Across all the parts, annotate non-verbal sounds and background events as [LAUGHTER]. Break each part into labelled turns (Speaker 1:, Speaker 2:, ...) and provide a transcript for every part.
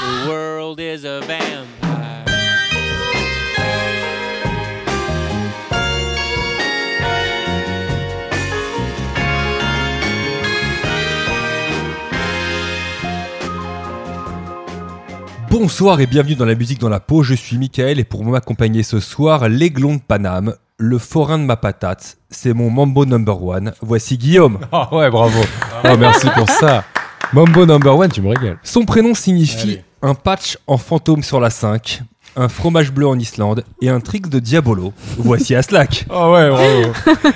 Speaker 1: The world is a vampire.
Speaker 2: Bonsoir et bienvenue dans la musique dans la peau, je suis Michael et pour m'accompagner ce soir, l'aiglon de Paname, le forain de ma patate, c'est mon mambo number one, voici Guillaume.
Speaker 3: [LAUGHS] Ah ouais, bravo. Oh, merci pour ça. Mambo number one, tu me régales.
Speaker 2: Son prénom signifie
Speaker 3: Allez.
Speaker 2: un patch en fantôme sur la 5, un fromage bleu en Islande et un trix de Diabolo, voici Aslak.
Speaker 3: Ah ouais, bravo.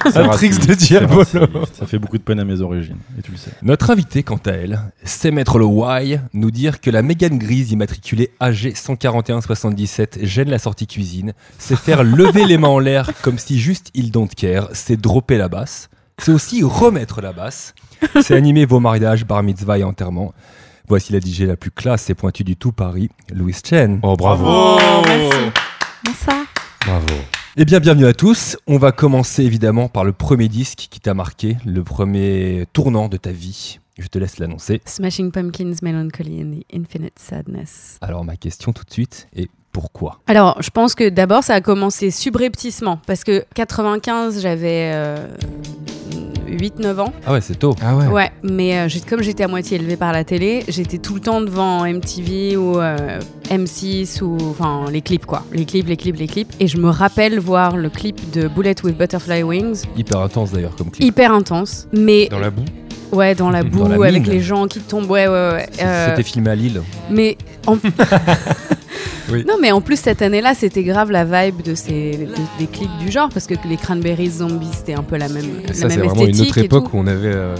Speaker 4: C'est
Speaker 3: Un tricks
Speaker 4: raciste,
Speaker 3: de
Speaker 4: c'est
Speaker 3: Diabolo.
Speaker 4: raciste. Ça fait beaucoup de peine à mes origines, et tu le sais.
Speaker 2: Notre invitée, quant à elle, sait mettre le why, nous dire que la Mégane grise immatriculée AG 14177 gêne la sortie cuisine, c'est faire lever les mains en l'air comme si juste il don't care, c'est dropper la basse, c'est aussi remettre la basse, c'est animer vos mariages, bar mitzvah et enterrement. Voici la DJ la plus classe et pointue du tout Paris, Louise Chen.
Speaker 3: Oh, bravo.
Speaker 5: Oh, merci. Bonsoir.
Speaker 3: Bravo.
Speaker 2: Eh bien, bienvenue à tous. On va commencer évidemment par le premier disque qui t'a marqué, le premier tournant de ta vie. Je te laisse l'annoncer.
Speaker 5: Smashing Pumpkins, Melancholy and the Infinite Sadness.
Speaker 2: Alors ma question tout de suite est pourquoi
Speaker 5: Alors, je pense que d'abord, ça a commencé subrepticement. Parce que 95, j'avais 8-9 ans.
Speaker 2: Ah ouais, c'est tôt.
Speaker 3: Ah ouais.
Speaker 5: Ouais, mais euh, j'ai- comme j'étais à moitié élevée par la télé, j'étais tout le temps devant MTV ou euh, M6 ou enfin les clips quoi, les clips, les clips, les clips. Et je me rappelle voir le clip de Bullet with Butterfly Wings,
Speaker 2: Hyper intense d'ailleurs comme clip.
Speaker 5: hyper intense, mais
Speaker 3: Dans la boue.
Speaker 5: ouais dans la
Speaker 2: Dans
Speaker 5: boue
Speaker 2: la mine.
Speaker 5: avec les gens qui tombent, ouais ouais ouais.
Speaker 2: C-
Speaker 5: euh,
Speaker 2: C'était filmé à Lille.
Speaker 5: mais
Speaker 3: [LAUGHS]
Speaker 5: en...
Speaker 2: Oui.
Speaker 5: Non mais en plus cette année-là c'était grave la vibe de ces de- des clips du genre parce que les Cranberries Zombies c'était un peu la même la
Speaker 3: Ça, c'est
Speaker 5: même
Speaker 3: vraiment
Speaker 5: esthétique
Speaker 3: une autre
Speaker 5: et tout.
Speaker 3: époque où on avait euh,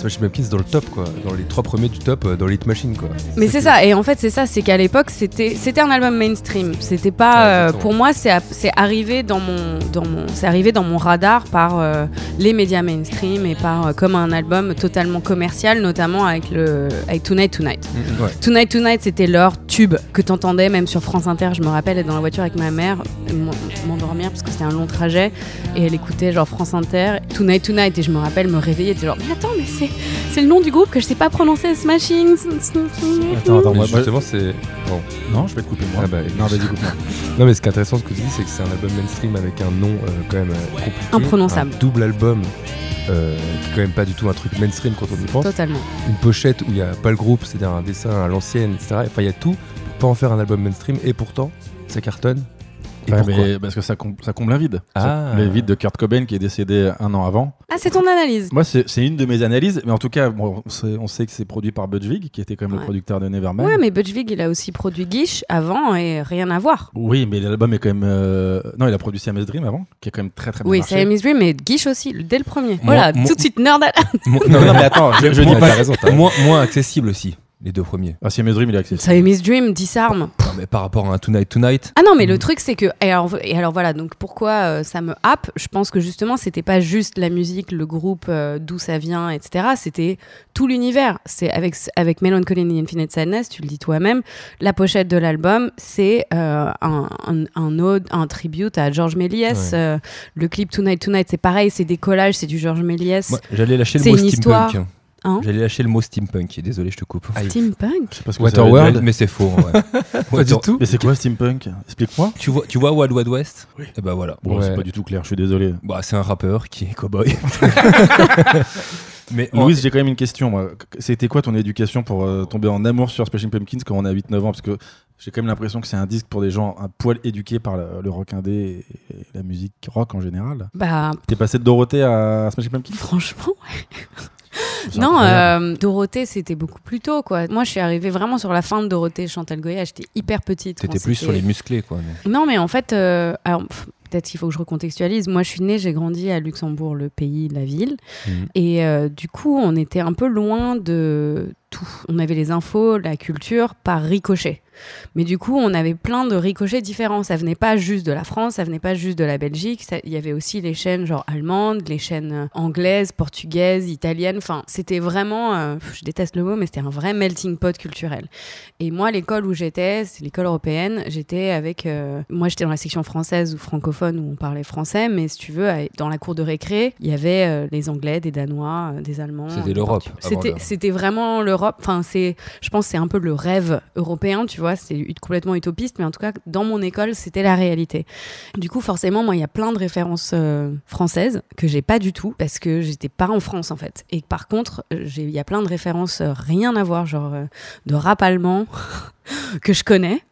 Speaker 3: Smashing Pumpkins dans le top, quoi. Dans les trois premiers du top, euh, dans Hit Machine, quoi.
Speaker 5: Mais c'est ça, et en fait c'est ça, c'est qu'à l'époque c'était c'était un album mainstream. C'était
Speaker 3: Ouais,
Speaker 5: pas euh,
Speaker 3: exactement.
Speaker 5: pour moi c'est a- c'est arrivé dans mon dans mon c'est arrivé dans mon radar par euh, les médias mainstream et par euh, comme un album totalement commercial, notamment avec le avec Tonight Tonight.
Speaker 2: Ouais.
Speaker 5: Tonight Tonight c'était leur tube que t'entendais même sur France Inter. Je me rappelle être dans la voiture avec ma mère, m'en- m'endormir parce que c'était un long trajet et elle écoutait genre France Inter, Tonight Tonight et je me rappelle me réveiller et genre mais attends mais c'est c'est le nom du groupe que je sais pas prononcer, Smashing.
Speaker 3: Attends, attends,
Speaker 4: Mais
Speaker 3: moi,
Speaker 4: justement,
Speaker 3: justement, c'est.
Speaker 4: Non, je vais te couper moi.
Speaker 3: Ah bah,
Speaker 4: non, vas-y, [LAUGHS] coupe-moi.
Speaker 3: Non, mais ce qui est intéressant, ce que tu dis, c'est que c'est un album mainstream avec un nom euh, quand même euh, compliqué.
Speaker 5: Imprononçable.
Speaker 3: Un double album. euh, qui est quand même pas du tout un truc mainstream quand on y pense.
Speaker 5: Totalement.
Speaker 3: une pochette où il n'y a pas le groupe, c'est-à-dire un dessin à l'ancienne, etc. Enfin, il y a tout pour pas en faire un album mainstream et pourtant, ça cartonne. Et
Speaker 4: Ouais,
Speaker 3: pourquoi
Speaker 4: mais parce que ça, com- ça comble un vide. Ça-
Speaker 3: Ah.
Speaker 4: le vide de Kurt Cobain qui est décédé un an avant.
Speaker 5: Ah, c'est ton analyse.
Speaker 4: Moi, c'est c'est une de mes analyses, mais en tout cas, bon, on, sait, on sait que c'est produit par Budge Vig, qui était quand même le
Speaker 5: Ouais.
Speaker 4: producteur de Nevermind.
Speaker 5: Ouais, mais Budgevig, il a aussi produit Guiche avant et rien à voir.
Speaker 4: Oui, mais l'album est quand même. euh, Non, il a produit CMS Dream avant, qui est quand même très très bien
Speaker 5: Oui,
Speaker 4: Ah, marché.
Speaker 5: c'est Miss Dream, mais Guiche aussi, dès le premier.
Speaker 2: Moi-
Speaker 5: voilà,
Speaker 2: moi-
Speaker 5: tout de suite, nerd [LAUGHS] alert.
Speaker 4: Non,
Speaker 2: [LAUGHS]
Speaker 4: non, mais attends, je, je dis
Speaker 2: Moins-
Speaker 4: pas.
Speaker 3: t'as raison, t'as raison.
Speaker 2: moins, moins accessible aussi, les deux premiers.
Speaker 4: Ah, CMS Dream, il est accessible.
Speaker 5: Ça Miss Dream, disarme.
Speaker 2: Non, mais par rapport à un Tonight Tonight,
Speaker 5: Ah non, mais le truc, c'est que. Et alors, et alors voilà, donc pourquoi euh, ça me happe Je pense que justement, c'était pas juste la musique, le groupe, euh, d'où ça vient, etc. C'était tout l'univers. C'est avec, avec Melancholy and the Infinite Sadness, tu le dis toi-même. La pochette de l'album, c'est euh, un, un, un ode, un tribute à Georges Méliès. Euh, le clip Tonight Tonight, c'est pareil, c'est des collages, c'est du Georges Méliès.
Speaker 2: moi, j'allais lâcher le
Speaker 5: C'est
Speaker 2: mot
Speaker 5: une histoire,
Speaker 2: steampunk.
Speaker 5: hein.
Speaker 2: j'allais lâcher le mot steampunk. Désolé, je te coupe.
Speaker 4: Je
Speaker 5: Steampunk
Speaker 4: sais pas ce que ça veut dire.
Speaker 3: Waterworld.
Speaker 2: mais c'est faux. ouais.
Speaker 3: Pas du
Speaker 2: Attends,
Speaker 3: tout.
Speaker 4: Mais c'est quoi Steampunk Explique-moi.
Speaker 2: Tu vois, tu vois Wild Wild West
Speaker 4: Oui.
Speaker 2: Et bah voilà.
Speaker 4: Bon, c'est
Speaker 3: Ouais.
Speaker 4: pas du tout clair, je suis désolé.
Speaker 2: Bah, c'est un rappeur qui est cowboy. mais en-
Speaker 4: Louise, j'ai quand même une question. moi. C'était quoi ton éducation pour euh, tomber en amour sur Smashing Pumpkins quand on a 8-9 ans Parce que j'ai quand même l'impression que c'est un disque pour des gens un poil éduqués par le, le rock indé et, et la musique rock en général.
Speaker 5: Bah,
Speaker 4: T'es passé de Dorothée à Smashing Pumpkins
Speaker 5: franchement.
Speaker 4: C'est
Speaker 5: Non,
Speaker 4: incroyable.
Speaker 5: euh, Dorothée, c'était beaucoup plus tôt, quoi. Moi, je suis arrivée vraiment sur la fin de Dorothée Chantal Goya. J'étais hyper petite.
Speaker 2: t'étais
Speaker 5: Enfin,
Speaker 2: plus sur
Speaker 5: c'était-
Speaker 2: les musclés, quoi. non
Speaker 5: Non, mais en fait, euh, alors, pff, peut-être qu'il faut que je recontextualise. Moi, je suis née, j'ai grandi à Luxembourg, le pays, la ville.
Speaker 2: Mhm.
Speaker 5: Et euh, du coup, on était un peu loin de tout. On avait les infos, la culture par ricochet. Mais du coup, on avait plein de ricochets différents. Ça venait pas juste de la France, ça venait pas juste de la Belgique. ça- Il y avait aussi les chaînes genre allemandes, les chaînes euh, anglaises, portugaises, italiennes. Enfin, c'était vraiment, euh, pff, je déteste le mot, mais c'était un vrai melting pot culturel. Et moi, l'école où j'étais, c'est l'école européenne. J'étais avec, euh, moi, j'étais dans la section française ou francophone où on parlait français, mais si tu veux, à- dans la cour de récré, il y avait euh, les Anglais, des Danois, euh, des Allemands.
Speaker 2: C'était
Speaker 5: des
Speaker 2: l'Europe,
Speaker 5: Portugais.
Speaker 2: avant
Speaker 5: C'était
Speaker 2: l'heure.
Speaker 5: c'était vraiment l'Europe l'Europe. Enfin, c'est, je pense, que c'est un peu le rêve européen, tu vois. C'est ut- complètement utopiste, mais en tout cas, dans mon école, c'était la réalité. Du coup, forcément, moi, il y a plein de références euh, françaises que j'ai pas du tout parce que j'étais pas en France, en fait. Et par contre, euh, j'ai- il y a plein de références euh, rien à voir, genre euh, de rap allemand [LAUGHS] que je connais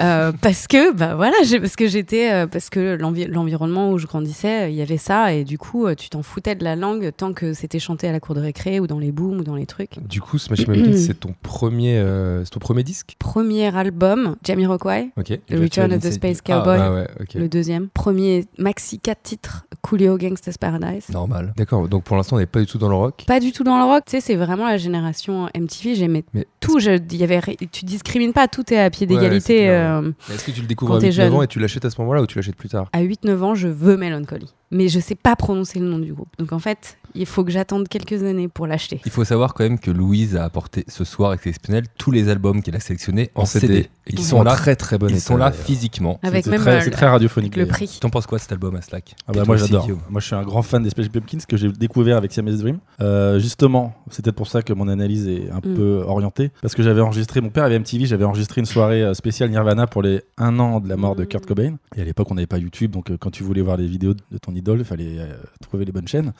Speaker 5: euh, parce que bah voilà j'ai- parce que j'étais euh, parce que l'envi- l'environnement où je grandissais euh, il y avait ça et du coup euh, tu t'en foutais de la langue tant que c'était chanté à la cour de récré ou dans les booms ou dans les trucs
Speaker 3: Du coup,
Speaker 5: [CLEARS THROAT]
Speaker 3: Smashing Pumpkins, c'est ton premier, euh, c'est ton premier disque.
Speaker 5: premier album Jamiroquai
Speaker 3: Ok.
Speaker 5: The Return of the Space Cowboy
Speaker 3: Ah ouais, ok.
Speaker 5: le deuxième premier maxi 4 titres Coolio Gangsta's Paradise
Speaker 2: Normal.
Speaker 3: D'accord. Donc pour l'instant, on n'est pas du tout dans le rock.
Speaker 5: pas du tout dans le rock tu sais c'est vraiment la génération MTV j'aimais
Speaker 3: Mais-
Speaker 5: tout je- il y avait ri- tu discrimines pas tout est à pied
Speaker 3: Ouais,
Speaker 5: d'égalité
Speaker 3: c'est clair,
Speaker 5: euh,
Speaker 3: Mais Est-ce que tu le découvres
Speaker 5: Quand
Speaker 3: à
Speaker 5: t'es
Speaker 3: 8 9
Speaker 5: jeune.
Speaker 3: ans et tu l'achètes à ce moment-là ou tu l'achètes plus tard
Speaker 5: à 8-9 ans, je veux Melancholy. Mais je sais pas prononcer le nom du groupe. Donc en fait, il faut que j'attende quelques années pour l'acheter.
Speaker 2: Il faut savoir quand même que Louise a apporté ce soir avec Exceptionnel tous les albums qu'elle a sélectionnés en CD. Et
Speaker 3: Ils
Speaker 2: qui
Speaker 3: sont
Speaker 2: sont
Speaker 3: en
Speaker 2: là,
Speaker 3: très très bonne
Speaker 2: ils
Speaker 3: état,
Speaker 2: sont là
Speaker 3: d'ailleurs.
Speaker 2: physiquement.
Speaker 5: Avec
Speaker 4: C'est
Speaker 5: même
Speaker 4: très-
Speaker 5: euh,
Speaker 4: c'est très radiophonique.
Speaker 5: le
Speaker 4: d'ailleurs.
Speaker 5: prix.
Speaker 2: T'en penses quoi de cet album à Slack Et
Speaker 4: Ah bah,
Speaker 2: toi
Speaker 4: moi
Speaker 2: aussi,
Speaker 4: j'adore.
Speaker 2: Guillaume.
Speaker 4: Moi je suis un grand fan des Special Pumpkins que j'ai découvert avec Siamese Dream. Euh, justement, c'est peut-être pour ça que mon analyse est un
Speaker 5: Mm.
Speaker 4: peu orientée parce que j'avais enregistré, mon père avait MTV, j'avais enregistré une soirée euh, spéciale Nirvana pour les 1 an de la mort de
Speaker 5: Mm.
Speaker 4: Kurt Cobain. Et à l'époque, on n'avait pas YouTube, donc euh, quand tu voulais voir les vidéos de de ton idole, il fallait euh, trouver les bonnes chaînes.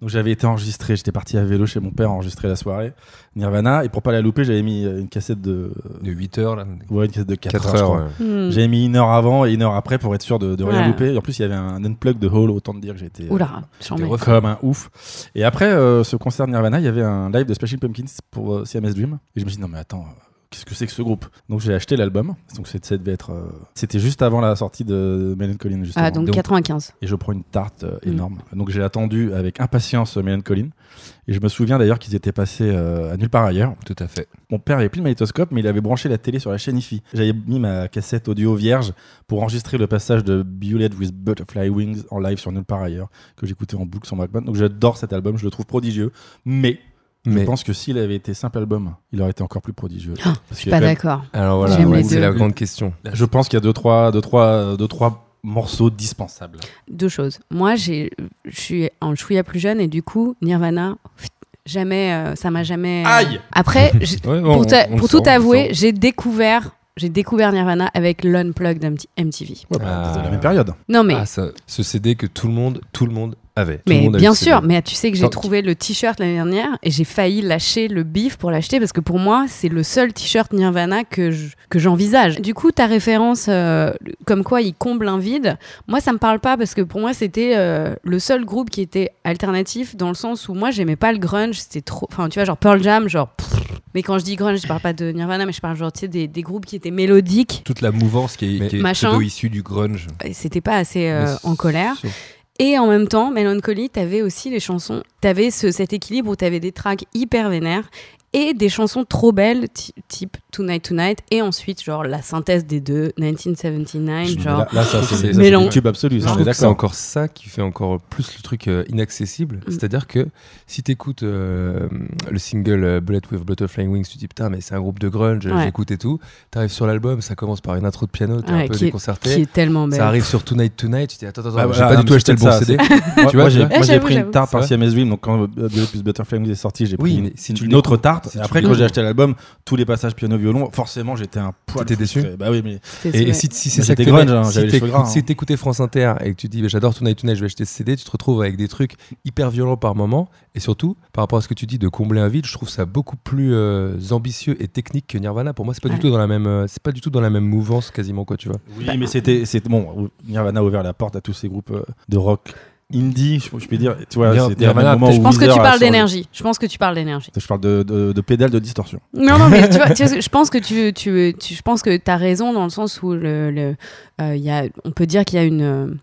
Speaker 4: Donc j'avais été enregistré, j'étais parti à vélo chez mon père enregistrer la soirée Nirvana et pour pas la louper, j'avais mis euh, une cassette de
Speaker 2: De 8 heures, là.
Speaker 4: ouais, une cassette de 4,
Speaker 3: 4
Speaker 4: heures. je
Speaker 3: heures.
Speaker 4: crois.
Speaker 3: ouais.
Speaker 5: Hmm.
Speaker 4: J'avais mis une heure avant et une heure après pour être sûr de, de rien
Speaker 5: Ouais.
Speaker 4: louper. Et en plus, il y avait un unplug de Hall, autant te dire que j'étais euh,
Speaker 5: Oula, j'en
Speaker 2: des
Speaker 5: mets.
Speaker 2: refs.
Speaker 4: comme un ouf. Et après euh, ce concert de Nirvana, il y avait un live de Smashing Pumpkins pour euh, CMS Dream. Et je me suis dit, non mais attends, euh, qu'est-ce que c'est que ce groupe Donc j'ai acheté l'album. Donc c'est- ça devait être. euh, C'était juste avant la sortie de Melancholin, justement.
Speaker 5: Ah, donc, Mm.
Speaker 2: Donc-
Speaker 5: 95.
Speaker 4: Et je prends une tarte euh, énorme. Donc j'ai attendu avec impatience euh, Melancholin. Et je me souviens d'ailleurs qu'ils étaient passés euh, à nulle part ailleurs.
Speaker 2: Tout à fait.
Speaker 4: Mon père avait plus de magnétoscope, mais il avait branché la télé sur la chaîne IFI. J'avais mis ma cassette audio vierge pour enregistrer le passage de Bullet with Butterfly Wings en live sur Nulle part ailleurs, que j'écoutais en boucle sur Walkman. Donc j'adore cet album, je le trouve prodigieux. Mais,
Speaker 3: Mais
Speaker 4: je pense que s'il avait été simple album, il aurait été encore plus prodigieux.
Speaker 5: Ah,
Speaker 4: Parce
Speaker 5: Je
Speaker 4: qu'il
Speaker 5: suis
Speaker 4: y a
Speaker 5: pas
Speaker 4: quand même-
Speaker 5: d'accord.
Speaker 3: alors voilà,
Speaker 5: J'aime
Speaker 3: ouais,
Speaker 5: les
Speaker 3: c'est
Speaker 5: deux.
Speaker 3: la grande [LAUGHS] question.
Speaker 4: Je pense qu'il y a deux trois, deux, trois, deux, trois morceaux dispensables.
Speaker 5: Deux choses. Moi, j'ai- je suis en chouïa plus jeune et du coup, Nirvana, pff, jamais, euh, ça m'a jamais.
Speaker 4: Aïe
Speaker 5: Après, j'ai- pour, ta- pour tout avouer, j'ai découvert. J'ai découvert Nirvana avec l'Unplugged MT- MTV.
Speaker 4: ouais, bah,
Speaker 3: Ah.
Speaker 4: c'est de la même période.
Speaker 5: Non mais,
Speaker 3: Ah, ça, ce CD que tout le monde, tout le monde avait. Tout le
Speaker 5: mais
Speaker 3: monde a eu
Speaker 5: bien
Speaker 3: ce CD.
Speaker 5: sûr, mais tu sais que j'ai
Speaker 3: Attends,
Speaker 5: trouvé le t-shirt l'année dernière et j'ai failli lâcher le bif pour l'acheter parce que pour moi, c'est le seul t-shirt Nirvana que je- que j'envisage. du coup, ta référence euh, comme quoi il comble un vide, moi ça me parle pas parce que pour moi, c'était euh, le seul groupe qui était alternatif dans le sens où moi j'aimais pas le grunge, c'était trop enfin tu vois genre Pearl Jam, genre pfff. mais quand je dis grunge, je parle pas de Nirvana mais je parle genre tu sais des, des groupes qui étaient mélodiques,
Speaker 2: toute la mouvance qui
Speaker 3: Mais-
Speaker 2: est, qui est
Speaker 5: Machin.
Speaker 2: pseudo-issue du grunge.
Speaker 5: et c'était pas assez euh,
Speaker 3: Mais
Speaker 5: en colère.
Speaker 3: sur-
Speaker 5: Et en même temps, Melancholy, t'avais aussi les chansons. T'avais ce, cet équilibre où t'avais des tracks hyper vénères et des chansons trop belles, ti- type Tonight Tonight, et ensuite, genre, la synthèse des deux, 1979, genre.
Speaker 4: Là, là, ça, c'est- ça, c'est
Speaker 5: Mélan-
Speaker 4: du tube absolu,
Speaker 3: Je
Speaker 4: ça, on est
Speaker 3: trouve que c'est
Speaker 4: d'accord.
Speaker 3: encore ça qui fait encore plus le truc euh, inaccessible.
Speaker 5: Mm.
Speaker 3: C'est-à-dire que si t'écoutes euh, le single euh, Bullet with Butterfly Wings, tu te dis putain, mais c'est un groupe de grunge,
Speaker 5: Ouais.
Speaker 3: j'écoute et tout. T'arrives sur l'album, ça commence par une intro de piano, t'es
Speaker 5: Ouais,
Speaker 3: un peu
Speaker 5: qui est-
Speaker 3: déconcerté.
Speaker 5: qui est tellement belle.
Speaker 3: Ça arrive sur Tonight Tonight, tu te dis attends, attends,
Speaker 4: Bah,
Speaker 3: j'ai
Speaker 4: voilà,
Speaker 3: pas
Speaker 4: non,
Speaker 3: du tout
Speaker 4: mais
Speaker 3: acheté le
Speaker 4: c'est
Speaker 3: bon
Speaker 4: ça,
Speaker 3: CD.
Speaker 4: Moi,
Speaker 3: vois,
Speaker 4: moi,
Speaker 3: tu
Speaker 4: j'ai
Speaker 3: vois.
Speaker 5: Eh,
Speaker 4: moi, j'ai
Speaker 5: j'avoue,
Speaker 4: pris une
Speaker 5: j'avoue.
Speaker 4: tarte par
Speaker 3: C'est
Speaker 4: CMS Dream, donc quand euh, Bullet Plus Butterfly Wings est sorti, j'ai
Speaker 3: Oui,
Speaker 4: pris
Speaker 3: mais
Speaker 4: une,
Speaker 3: si tu
Speaker 4: une
Speaker 3: le
Speaker 4: autre tarte.
Speaker 3: si
Speaker 4: Et
Speaker 3: tu
Speaker 4: après,
Speaker 3: le
Speaker 4: quand j'ai
Speaker 3: découvres.
Speaker 4: acheté l'album, tous les passages piano-violon, forcément, j'étais un poil.
Speaker 3: T'étais
Speaker 4: frustré.
Speaker 3: déçu
Speaker 4: Bah oui, mais
Speaker 5: C'était-
Speaker 3: Et,
Speaker 5: ouais.
Speaker 3: si, si c'est
Speaker 4: Moi,
Speaker 3: ça que
Speaker 4: j'étais
Speaker 3: t'aimais,
Speaker 4: grunge, hein,
Speaker 3: si
Speaker 4: j'avais les cheveux
Speaker 3: t'écoutes-
Speaker 4: gras, hein.
Speaker 3: si t'écoutais France Inter et que tu dis bah, j'adore Tonight Tonight, je vais acheter ce CD, tu te retrouves avec des trucs hyper violents par moment. Et surtout, par rapport à ce que tu dis de combler un vide, je trouve ça beaucoup plus euh, ambitieux et technique que Nirvana. Pour moi, c'est pas
Speaker 5: Ouais.
Speaker 3: du tout dans la même, euh, c'est pas du tout dans la même mouvance quasiment quoi, tu vois.
Speaker 4: oui, mais c'était, c'était bon. Nirvana a ouvert la porte à tous ces groupes euh, de rock indie, je, je peux dire. Tu vois,
Speaker 2: Nir-
Speaker 4: c'était un
Speaker 2: Nirvana,
Speaker 4: moment
Speaker 2: peut-être-
Speaker 4: où
Speaker 5: Je pense que
Speaker 4: Weezer
Speaker 5: tu
Speaker 4: a
Speaker 5: parles
Speaker 4: changé.
Speaker 5: d'énergie. Je pense que tu parles d'énergie.
Speaker 4: Je parle de, de, de pédales de distorsion.
Speaker 5: Non, non, mais tu vois, tu vois, je pense que tu, tu, tu- je pense que t'as raison dans le sens où le, le, euh, il y a, on peut dire qu'il y a une, euh,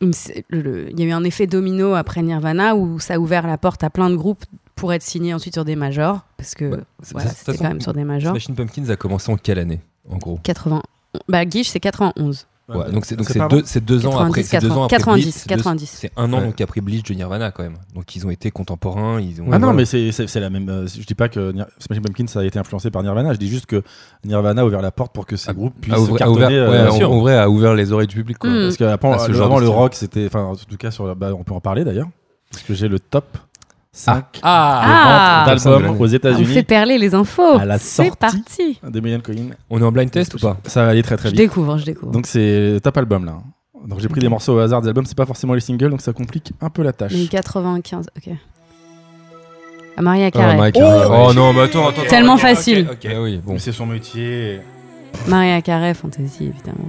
Speaker 5: une sé- le- le- il y a eu un effet domino après Nirvana où ça a ouvert la porte à plein de groupes pour être signés ensuite sur des majors parce que
Speaker 2: Bah,
Speaker 5: voilà,
Speaker 2: ça-
Speaker 5: c'était
Speaker 2: façon,
Speaker 5: quand même sur des majors.
Speaker 2: Smashing Pumpkins a commencé en quelle année, en gros
Speaker 5: 80. Bah, Guiche, c'est 91.
Speaker 2: Ouais, donc c'est donc
Speaker 4: Ah, bah, pas
Speaker 2: c'est
Speaker 4: avant.
Speaker 2: deux, c'est deux ans
Speaker 5: 90,
Speaker 2: après c'est deux ans
Speaker 5: 90,
Speaker 2: après Bleach,
Speaker 5: 90,
Speaker 2: c'est deux-
Speaker 5: 90.
Speaker 2: c'est un an
Speaker 3: Ouais.
Speaker 2: donc après Bleach de Nirvana quand même donc ils ont été contemporains ils ont
Speaker 4: Ah non, mais c'est- c'est c'est la même. euh, je dis pas que Nir- Smashing Pumpkins a été influencé par Nirvana. Je dis juste que Nirvana a ouvert la porte pour que ces
Speaker 2: A-
Speaker 4: groupes puissent
Speaker 3: Ah, A ouvert, a
Speaker 4: cartonner.
Speaker 3: ouvert-
Speaker 4: euh,
Speaker 3: ouais,
Speaker 2: bien
Speaker 4: en-
Speaker 3: en-
Speaker 2: sûr.
Speaker 3: en vrai, a ouvert les oreilles du public. Quoi.
Speaker 5: Mm.
Speaker 4: Parce que après,
Speaker 3: Ah, ce
Speaker 4: le-
Speaker 3: genre
Speaker 4: vraiment,
Speaker 3: de
Speaker 4: le
Speaker 3: style. Ah.
Speaker 4: rock, c'était. Enfin, en tout cas, sur, bah, on peut en parler d'ailleurs. Parce que j'ai le top. 5
Speaker 2: Ah
Speaker 5: Ah,
Speaker 4: ventes
Speaker 2: Ah.
Speaker 4: d'albums aux
Speaker 5: on fait
Speaker 4: États-Unis
Speaker 5: perler les infos.
Speaker 4: à la
Speaker 5: C'est
Speaker 4: sortie.
Speaker 5: parti.
Speaker 4: de Million Coin.
Speaker 2: On est en blind test ou pas
Speaker 4: Ça va aller très très
Speaker 5: Je
Speaker 4: vite.
Speaker 5: découvre, je découvre.
Speaker 4: Donc c'est top album là. Donc j'ai pris des morceaux au hasard des albums, c'est pas forcément les singles, donc ça complique un peu la tâche.
Speaker 5: 95, ok. À Maria
Speaker 3: Ah,
Speaker 5: Carey.
Speaker 3: Mariah Carey,
Speaker 2: Oh,
Speaker 3: ouais.
Speaker 2: ok.
Speaker 3: Oh non, mais attends, attends.
Speaker 5: Tellement
Speaker 2: Ok, ok,
Speaker 5: facile.
Speaker 2: ok.
Speaker 3: Ah oui, bon.
Speaker 4: Mais c'est son métier.
Speaker 5: Maria Carey, fantasy, évidemment.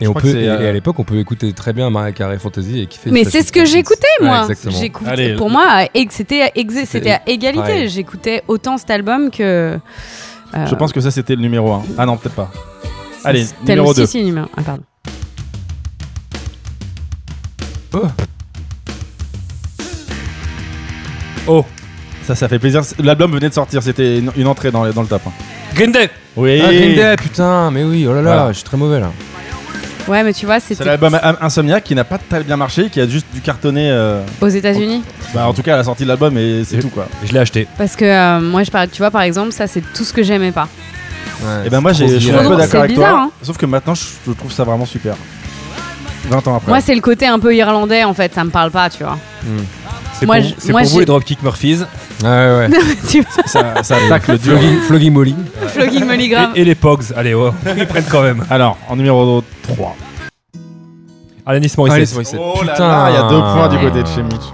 Speaker 3: Et, on
Speaker 4: crois que
Speaker 3: peut,
Speaker 4: c'est,
Speaker 3: et- et
Speaker 4: euh,
Speaker 3: à l'époque, on pouvait écouter très bien Mariah Carey Fantasy et kiffer.
Speaker 5: Mais
Speaker 3: sa
Speaker 5: c'est
Speaker 3: chanson.
Speaker 5: ce que j'écoutais,
Speaker 3: Ouais,
Speaker 5: moi.
Speaker 3: exactement.
Speaker 5: J'écoutais-
Speaker 4: Allez.
Speaker 5: pour moi, à ex- c'était à, ex- c'était à égalité.
Speaker 3: pareil.
Speaker 5: J'écoutais autant cet album que. euh,
Speaker 4: Je pense que ça c'était le numéro 1. Ah non, peut-être pas. Allez,
Speaker 5: tel-
Speaker 4: numéro
Speaker 5: si,
Speaker 4: 2.
Speaker 5: si, numéro- Ah, pardon.
Speaker 2: Oh
Speaker 4: Ça, ça fait plaisir. L'album venait de sortir, c'était une, une entrée dans, le- dans le top. hein.
Speaker 2: Green Day
Speaker 4: Oui,
Speaker 3: Ah, Green Day, putain, mais oui, oh là là,
Speaker 4: Voilà.
Speaker 3: je suis très mauvais là.
Speaker 5: Ouais, mais tu vois,
Speaker 4: c'est
Speaker 5: c'était
Speaker 4: l'album Am- Insomniac qui n'a pas très bien marché, qui a juste dû cartonner. euh,
Speaker 5: aux États-Unis.
Speaker 4: Bah, en tout cas, à la sortie de l'album, et c'est tout quoi.
Speaker 2: Je l'ai acheté.
Speaker 5: Parce que euh, moi, je parle, tu vois, par exemple, ça, c'est tout ce que j'aimais pas.
Speaker 3: Ouais,
Speaker 4: Et ben moi, j'ai- je
Speaker 3: c'est
Speaker 4: suis
Speaker 3: trop
Speaker 4: un peu
Speaker 5: drôle, c'est
Speaker 4: d'accord avec
Speaker 5: bizarre,
Speaker 4: toi.
Speaker 5: hein.
Speaker 4: Sauf que maintenant, je je trouve ça vraiment super. 20 ans après.
Speaker 5: Moi, c'est le côté un peu irlandais, en fait. Ça me parle pas, tu vois.
Speaker 2: C'est
Speaker 5: Moi,
Speaker 2: pour,
Speaker 5: je-
Speaker 2: c'est
Speaker 5: moi,
Speaker 2: pour vous
Speaker 5: j'ai-
Speaker 2: les Dropkick Murphys
Speaker 3: Ah Ouais, Ah ouais.
Speaker 5: tu vois,
Speaker 4: ça, ça attaque le dur.
Speaker 3: Flogging, flogging Molly.
Speaker 5: Flogging Mulligram.
Speaker 2: et, et les Pogs. Allez,
Speaker 5: [LAUGHS]
Speaker 2: oh, ils prennent quand même.
Speaker 4: Alors, en numéro 3.
Speaker 2: Alanis
Speaker 3: Allez,
Speaker 2: Morissette.
Speaker 3: c'est bon, c'est-
Speaker 4: Oh là
Speaker 3: putain,
Speaker 4: là, il y a deux points du côté de chez Mitch.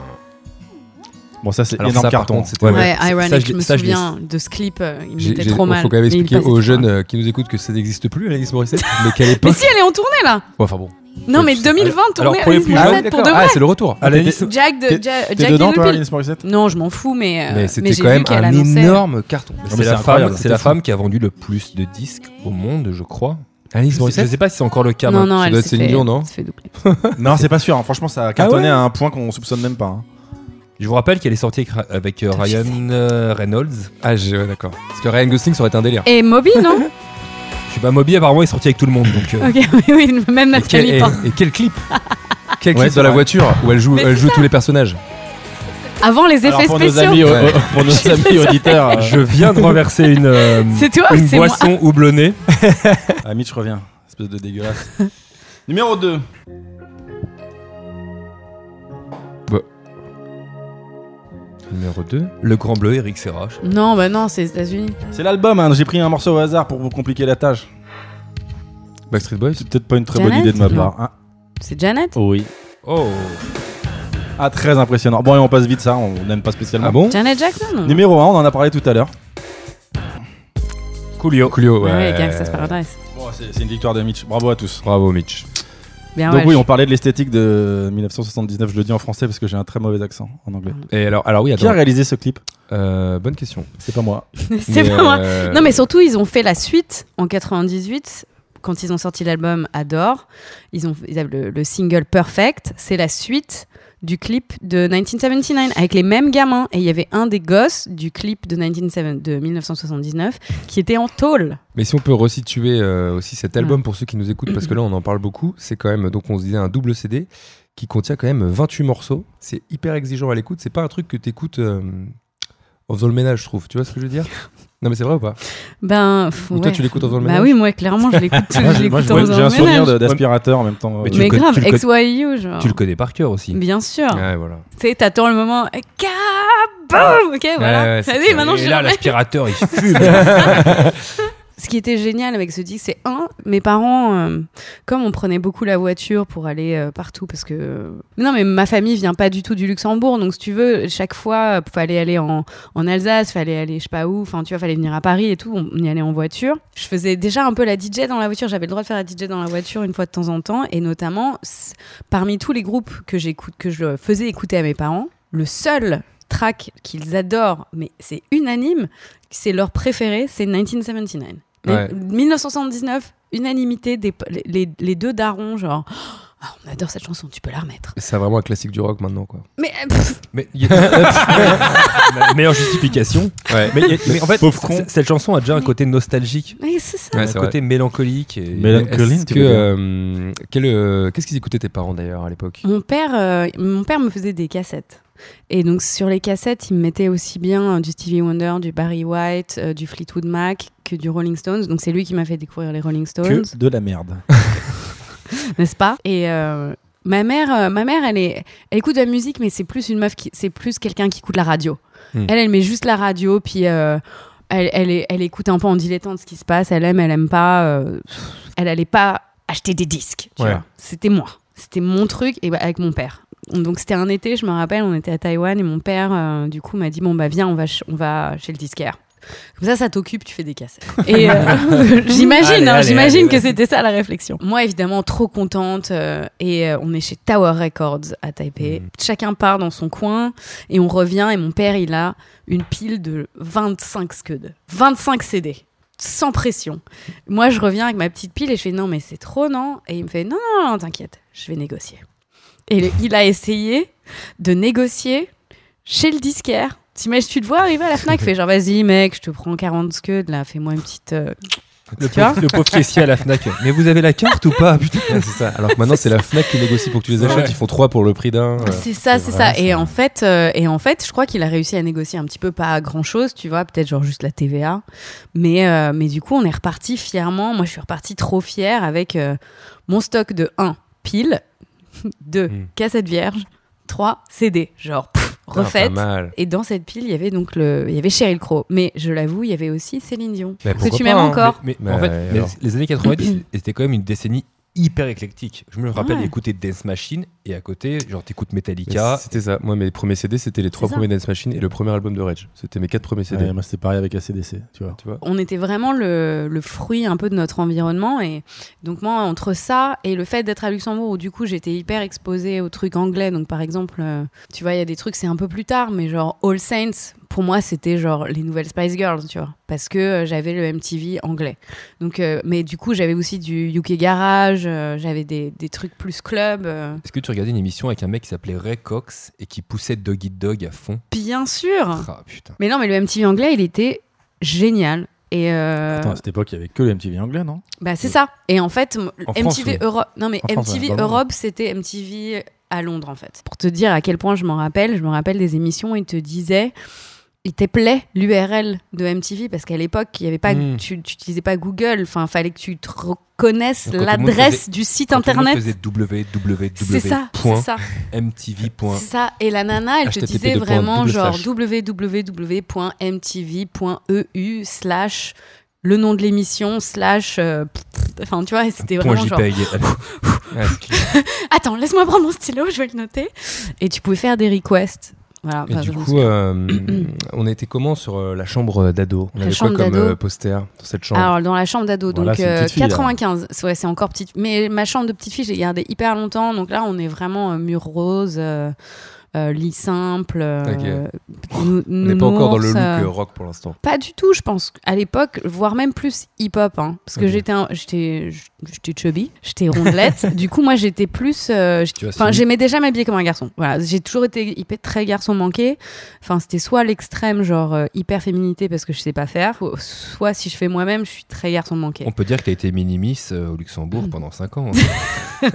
Speaker 4: Bon, ça, c'est
Speaker 3: Alors
Speaker 4: énorme
Speaker 3: ça, par
Speaker 4: carton.
Speaker 3: contre, c'était-
Speaker 2: Ouais,
Speaker 5: Ouais, Ironic,
Speaker 2: ça, je
Speaker 5: je,
Speaker 2: l'ai-
Speaker 5: me
Speaker 2: ça, je l'ai-
Speaker 5: souviens de ce clip, euh, il
Speaker 3: J'ai-
Speaker 5: m'était
Speaker 3: j'ai-
Speaker 5: trop mal.
Speaker 3: Faut quand même
Speaker 5: mais il
Speaker 3: expliquer
Speaker 5: passait
Speaker 3: aux
Speaker 5: trop
Speaker 3: jeunes
Speaker 5: mal.
Speaker 3: euh, qui nous écoutent que ça n'existe plus, Alanis
Speaker 5: [LAUGHS]
Speaker 3: Morissette, mais qu'elle
Speaker 5: Mais
Speaker 3: époque.
Speaker 5: si, elle est en tournée là
Speaker 3: Ouais, Enfin bon.
Speaker 5: Non, mais
Speaker 3: Alors,
Speaker 5: 2020, tournée
Speaker 2: pour les plus
Speaker 5: Alanis
Speaker 2: jeunes,
Speaker 5: Morissette, pour de
Speaker 3: Ah,
Speaker 5: vrai.
Speaker 3: c'est le retour.
Speaker 2: Alanis
Speaker 5: Jack de
Speaker 4: t'es-
Speaker 5: Ja- Jack
Speaker 4: T'es dedans, toi,
Speaker 5: Gyllenhaal.
Speaker 4: Alanis Morissette
Speaker 5: Non, je m'en fous, mais. euh,
Speaker 3: Mais
Speaker 5: j'ai
Speaker 3: c'était
Speaker 5: vu
Speaker 3: quand même
Speaker 5: qu'elle
Speaker 3: un
Speaker 5: annonçait-
Speaker 3: énorme carton.
Speaker 2: C'est la,
Speaker 4: incroyable,
Speaker 2: femme, c'est la femme qui a vendu le plus de disques au monde, je crois.
Speaker 3: Alanis
Speaker 2: Je sais, je
Speaker 3: Morissette
Speaker 2: sais pas si c'est encore le cas.
Speaker 5: Non,
Speaker 2: maintenant.
Speaker 5: non,
Speaker 3: ça
Speaker 5: elle
Speaker 3: doit
Speaker 5: s'est
Speaker 3: être hein. Céline
Speaker 5: fait-
Speaker 3: Dion, non
Speaker 5: elle s'est fait doubler.
Speaker 4: Non, c'est pas sûr. hein. Franchement,
Speaker 5: Ah
Speaker 4: ça a cartonné
Speaker 2: ouais
Speaker 4: à un point qu'on soupçonne même pas. hein.
Speaker 2: Je vous rappelle qu'elle est sortie avec, Ra- avec, euh,
Speaker 5: Putain, je
Speaker 2: Ryan euh, Reynolds.
Speaker 3: Ah, j'ai- ouais, d'accord. Parce que Ryan Gosling, ça aurait été un délire.
Speaker 5: Et Moby, non
Speaker 2: Je suis pas Moby, apparemment, il est sorti avec tout le monde. Donc,
Speaker 3: [LAUGHS]
Speaker 2: euh,
Speaker 5: Ok, [LAUGHS] oui, oui, même
Speaker 3: Et quel,
Speaker 5: Nathalie
Speaker 3: et-
Speaker 5: Portman.
Speaker 3: et quel
Speaker 5: [LAUGHS]
Speaker 3: clip Quel
Speaker 4: Ouais,
Speaker 3: clip
Speaker 4: c'est
Speaker 3: dans la
Speaker 4: vrai.
Speaker 3: voiture où elle joue,
Speaker 5: Mais
Speaker 3: elle
Speaker 5: c'est
Speaker 3: joue tous les personnages.
Speaker 5: Avant les
Speaker 4: Alors,
Speaker 5: effets
Speaker 4: pour nos
Speaker 5: spéciaux.
Speaker 4: amis, euh,
Speaker 3: Ouais.
Speaker 4: euh, [LAUGHS] pour nos amis auditeurs, euh,
Speaker 2: je viens de renverser une, euh,
Speaker 5: [LAUGHS] C'est toi ou
Speaker 2: une
Speaker 5: c'est moi
Speaker 2: boisson houblonnée.
Speaker 4: Ah, Mitch revient. Espèce de dégueulasse. [LAUGHS] Numéro 2.
Speaker 3: Numéro 2.
Speaker 2: Le Grand Bleu, Eric Serra.
Speaker 5: Non, bah non, c'est les États-Unis.
Speaker 4: C'est l'album. hein. J'ai pris un morceau au hasard pour vous compliquer la tâche.
Speaker 3: Backstreet Boys.
Speaker 4: C'est peut-être pas une très bonne
Speaker 5: Janet
Speaker 4: idée de ma
Speaker 5: Non.
Speaker 4: part. hein.
Speaker 5: C'est Janet
Speaker 4: oui.
Speaker 2: Oh
Speaker 4: Ah, très impressionnant. Bon, et on passe vite ça. On n'aime pas spécialement.
Speaker 3: Ah bon
Speaker 5: Janet Jackson non
Speaker 4: Numéro 1, on en a parlé tout à l'heure.
Speaker 2: Coolio.
Speaker 3: Coolio,
Speaker 5: Ouais,
Speaker 3: ouais.
Speaker 5: ouais, Gangsta's Paradise.
Speaker 4: Bon, c'est c'est une victoire de Mitch. Bravo à tous.
Speaker 3: Bravo Mitch.
Speaker 5: Bien,
Speaker 4: Donc
Speaker 5: Ah ouais,
Speaker 4: oui,
Speaker 5: je-
Speaker 4: on parlait de l'esthétique de 1979, je le dis en français parce que j'ai un très mauvais accent en anglais.
Speaker 3: Et alors, alors oui,
Speaker 4: Qui a
Speaker 3: attends.
Speaker 4: réalisé ce clip
Speaker 3: Euh, bonne question.
Speaker 4: C'est pas moi.
Speaker 5: [LAUGHS] C'est
Speaker 3: Mais,
Speaker 5: pas moi.
Speaker 3: euh,
Speaker 5: Non, mais surtout, ils ont fait la suite en 98. Quand ils ont sorti l'album Adore, ils ont ils avaient le, le single Perfect. C'est la suite du clip de 1979 avec les mêmes gamins. Et il y avait un des gosses du clip de, 1970 de 1979 qui était en tôle.
Speaker 3: Mais si on peut resituer euh, aussi cet album pour ceux qui nous écoutent, parce que là on en parle beaucoup, c'est quand même, donc on se disait un double CD qui contient quand même 28 morceaux. C'est hyper exigeant à l'écoute, c'est pas un truc que t'écoutes euh, en faisant le ménage, je trouve. Tu vois ce que je veux dire Non mais c'est vrai ou pas
Speaker 5: Ben, pff,
Speaker 3: Ou
Speaker 5: ouais.
Speaker 3: toi tu l'écoutes en faisant le
Speaker 5: Bah
Speaker 3: ménage
Speaker 5: oui, moi, clairement, je l'écoute je
Speaker 4: Moi,
Speaker 5: l'écoute en
Speaker 4: je- j'ai un
Speaker 5: faisant le
Speaker 4: souvenir
Speaker 5: ménage.
Speaker 4: de- d'aspirateur en même temps.
Speaker 2: Mais
Speaker 4: euh,
Speaker 2: tu le
Speaker 5: Mais
Speaker 2: connais-
Speaker 5: grave,
Speaker 2: tu le
Speaker 5: XYU, genre.
Speaker 2: Tu le connais par cœur aussi.
Speaker 5: Bien sûr.
Speaker 3: Ouais, voilà.
Speaker 5: Tu sais, t'attends le moment. eh, Kaboum Ok,
Speaker 3: ouais,
Speaker 5: voilà.
Speaker 3: ouais, c'est
Speaker 5: Vas-y,
Speaker 3: clair.
Speaker 5: maintenant, je
Speaker 2: Et
Speaker 5: suis
Speaker 2: là,
Speaker 5: en [LAUGHS]
Speaker 2: l'aspirateur, il fume.
Speaker 5: Ce qui était génial avec ce disque, c'est un, mes parents, euh, comme on prenait beaucoup la voiture pour aller euh, partout, parce que non, mais ma famille vient pas du tout du Luxembourg, donc si tu veux, chaque fois, euh, fallait aller en, en Alsace, fallait aller je sais pas où, enfin tu vois, fallait venir à Paris et tout, on on y allait en voiture. Je faisais déjà un peu la DJ dans la voiture, j'avais le droit de faire la DJ dans la voiture une fois de temps en temps, et notamment c- parmi tous les groupes que j'écoute, que je faisais écouter à mes parents, le seul track qu'ils adorent, mais c'est unanime, c'est leur préféré, c'est 1979. Mais
Speaker 3: Ouais.
Speaker 5: 1979, unanimité des les- les, les deux darons, genre. Ah, on adore cette chanson, tu peux la remettre.
Speaker 3: C'est vraiment un classique du rock
Speaker 2: [LAUGHS]
Speaker 3: maintenant quoi.
Speaker 5: Mais euh, pff,
Speaker 2: Mais il y a- meilleure justification.
Speaker 3: Ouais,
Speaker 2: Mais, il y a- mais en fait,
Speaker 4: Pauvre con.
Speaker 2: c- cette chanson a déjà un côté nostalgique,
Speaker 5: mais c'est ça.
Speaker 3: Ouais,
Speaker 2: un
Speaker 3: c'est
Speaker 2: côté mélancolique. Et...
Speaker 4: Mélan- Colin,
Speaker 3: Est-ce
Speaker 4: tu
Speaker 3: que
Speaker 4: veux dire
Speaker 3: euh, quel, euh, qu'est-ce qu'ils écoutaient tes parents d'ailleurs à l'époque
Speaker 5: Mon père, euh, mon père me faisait des cassettes. Et donc sur les cassettes, il me mettait aussi bien euh, du Stevie Wonder, du Barry White, euh, du Fleetwood Mac que du Rolling Stones. Donc c'est lui qui m'a fait découvrir les Rolling Stones,
Speaker 4: Que de la merde.
Speaker 5: n'est-ce pas Et euh, Ma mère, euh, ma mère, elle est, elle écoute de la musique, mais c'est plus une meuf qui, c'est plus quelqu'un qui écoute la radio.
Speaker 3: Hmm.
Speaker 5: Elle, elle met juste la radio, puis euh, elle, elle, est- elle écoute un peu en dilettante ce qui se passe. Elle aime, elle aime pas. euh, elle allait pas acheter des disques. tu
Speaker 3: Ouais.
Speaker 5: vois. C'était moi, c'était mon truc et bah, avec mon père. Donc c'était un été, je me rappelle, on était à Taïwan et mon père, euh, du coup, m'a dit bon bah viens, on va, ch- on va chez le disquaire. Comme ça, ça t'occupe, tu fais des
Speaker 2: [LAUGHS]
Speaker 5: cassettes. Et euh, [LAUGHS]
Speaker 2: Allez,
Speaker 5: j'imagine, hein,
Speaker 2: allez,
Speaker 5: j'imagine
Speaker 2: allez,
Speaker 5: que
Speaker 2: vas-y.
Speaker 5: c'était ça la réflexion. Moi, évidemment, trop contente. euh, et euh, on est chez Tower Records à Taipei.
Speaker 2: Mm.
Speaker 5: Chacun part dans son coin et on revient. Et mon père, il a une pile de 25 scuds, 25 CD, sans pression. Moi, je reviens avec ma petite pile et je fais non, mais c'est trop, non Et il me fait non, non, non, t'inquiète, je vais négocier. Et le- il a essayé de négocier chez le disquaire. T'imagines, tu le vois arriver à la Fnac, fait genre vas-y mec, je te prends 40 scuds là, fais-moi une petite. euh,
Speaker 2: Le
Speaker 5: Tu vois
Speaker 2: pauvre, le pauvre caissier à la
Speaker 3: [LAUGHS]
Speaker 2: Fnac. Mais vous avez la carte ou pas Putain.
Speaker 3: Ouais, Ah, c'est ça. Alors que maintenant, c'est la Fnac qui négocie pour que tu les achètes.
Speaker 2: Ouais.
Speaker 3: Ils font 3 pour le prix d'un. euh.
Speaker 5: C'est ça, c'est
Speaker 3: c'est
Speaker 5: ça.
Speaker 3: vraiment
Speaker 5: Et
Speaker 3: ça.
Speaker 5: en fait, euh, et en fait, je crois qu'il a réussi à négocier un petit peu pas grand chose, tu vois, peut-être genre juste la TVA. Mais euh, mais du coup, on est reparti fièrement. Moi, je suis reparti trop fière avec euh, mon stock de 1 pile, [LAUGHS] 2
Speaker 3: Mm.
Speaker 5: cassettes vierges, 3 CD, genre pff,
Speaker 3: Putain,
Speaker 5: refaite.
Speaker 3: Ah, Pas mal.
Speaker 5: Et dans cette pile, il y avait donc le, il y avait Cheryl Crow. Mais je l'avoue, il y avait aussi Céline Dion.
Speaker 3: Mais
Speaker 5: que tu
Speaker 3: pourquoi
Speaker 5: m'aimes
Speaker 3: pas, hein.
Speaker 5: encore
Speaker 2: Mais,
Speaker 3: Mais
Speaker 2: en fait,
Speaker 3: alors
Speaker 2: les, les années
Speaker 5: Mm.
Speaker 2: 90 c'était quand même une décennie hyper éclectique. Je me rappelle
Speaker 5: Ouais.
Speaker 2: d'écouter Dance Machine et à côté, genre t'écoutes
Speaker 3: Mais
Speaker 2: Metallica.
Speaker 3: C'était ça. Moi, mes premiers CD, c'était les trois
Speaker 5: ça.
Speaker 3: premiers Dance Machine et le premier album de Rage. C'était mes quatre premiers CD.
Speaker 4: Ouais, moi, c'était pareil avec ACDC, tu vois.
Speaker 3: Tu vois
Speaker 5: on était vraiment le, le fruit un peu de notre environnement. Et donc, moi, entre ça et le fait d'être à Luxembourg, où du coup, j'étais hyper exposée aux trucs anglais. Donc, par exemple, euh, tu vois, il y a des trucs, c'est un peu plus tard, mais genre All Saints, pour moi, c'était genre les nouvelles Spice Girls, tu vois, parce que euh, j'avais le MTV anglais. Donc, euh, mais du coup, j'avais aussi du UK Garage, euh, j'avais des, des trucs plus club. euh.
Speaker 2: Est-ce que tu regardais une émission avec un mec qui s'appelait Ray Cox et qui poussait Doggy Dog à fond
Speaker 5: bien sûr
Speaker 2: Ah putain.
Speaker 5: Mais non, mais le MTV anglais, il était génial. Et euh,
Speaker 4: Attends, à cette époque, il y avait que le MTV anglais, non
Speaker 5: Bah c'est ça. Et en fait, m-
Speaker 2: En France,
Speaker 5: MTV
Speaker 2: oui.
Speaker 5: Europe. Non mais
Speaker 4: En France,
Speaker 5: MTV
Speaker 4: ouais, dans le
Speaker 5: Europe, c'était MTV à Londres en fait. Pour te dire à quel point je m'en rappelle, je me rappelle des émissions ils te disaient, il t'appelait l'URL de MTV parce qu'à l'époque il y avait pas,
Speaker 3: Mm.
Speaker 2: Hmm.
Speaker 5: tu tu utilisais pas Google. Enfin, fallait que tu te reconnaisses
Speaker 2: Quand tout le monde
Speaker 5: l'adresse du site
Speaker 2: Quand tout le monde
Speaker 5: internet.
Speaker 2: faisait
Speaker 5: C'est ça, c'est ça.
Speaker 2: www.mtv.
Speaker 5: C'est ça. Et la nana, elle te
Speaker 3: HTTP
Speaker 5: disait
Speaker 3: deux points,
Speaker 5: vraiment
Speaker 3: double
Speaker 5: genre
Speaker 3: slash.
Speaker 5: www.mtv.eu slash le nom de l'émission slash euh, pff, pff, enfin tu vois et c'était
Speaker 2: Point
Speaker 5: vraiment genre
Speaker 2: JPEG.
Speaker 3: Ouais, Ah, c'est clair.
Speaker 5: Attends, laisse-moi prendre mon stylo, je vais le noter. Et tu pouvais faire des requests. Voilà.
Speaker 3: Et
Speaker 5: enfin, je
Speaker 3: du
Speaker 5: me [CLEARS THROAT]
Speaker 3: coup, euh, on était comment sur euh, la chambre d'ado On
Speaker 5: La
Speaker 3: avait
Speaker 5: chambre
Speaker 3: quoi comme
Speaker 5: d'ado.
Speaker 3: euh, poster dans cette chambre
Speaker 5: Alors, dans la chambre d'ado,
Speaker 4: Voilà,
Speaker 5: donc
Speaker 4: c'est une
Speaker 5: euh,
Speaker 4: petite fille, là.
Speaker 5: 95, c'est- ouais, c'est encore petite. Mais ma chambre de petite fille, j'ai gardé hyper longtemps. Donc là, on est vraiment euh, mur rose, euh, euh, lit simple. euh, nou-
Speaker 3: On n'est pas encore dans le
Speaker 5: nounours,
Speaker 3: look
Speaker 5: euh,
Speaker 3: euh, rock pour l'instant.
Speaker 5: Pas du tout, je pense. À l'époque, voire même plus hip-hop, hein, parce que
Speaker 3: Ok.
Speaker 5: j'étais, un- j'étais, j'étais chubby, j'étais
Speaker 3: [LAUGHS]
Speaker 5: rondelette. du coup, moi, j'étais plus, euh,
Speaker 2: Tu as
Speaker 5: Enfin,
Speaker 2: soumis-
Speaker 5: j'aimais déjà m'habiller comme un garçon. Voilà, j'ai toujours été hyper, très garçon manqué. Enfin, c'était soit l'extrême, genre euh, hyper féminité parce que je sais pas faire, ou- soit si je fais moi-même, je suis très garçon manqué.
Speaker 2: On peut dire que tu as été minimis euh, au Luxembourg
Speaker 5: Mm.
Speaker 2: pendant 5 ans.
Speaker 5: [LAUGHS]
Speaker 2: hein.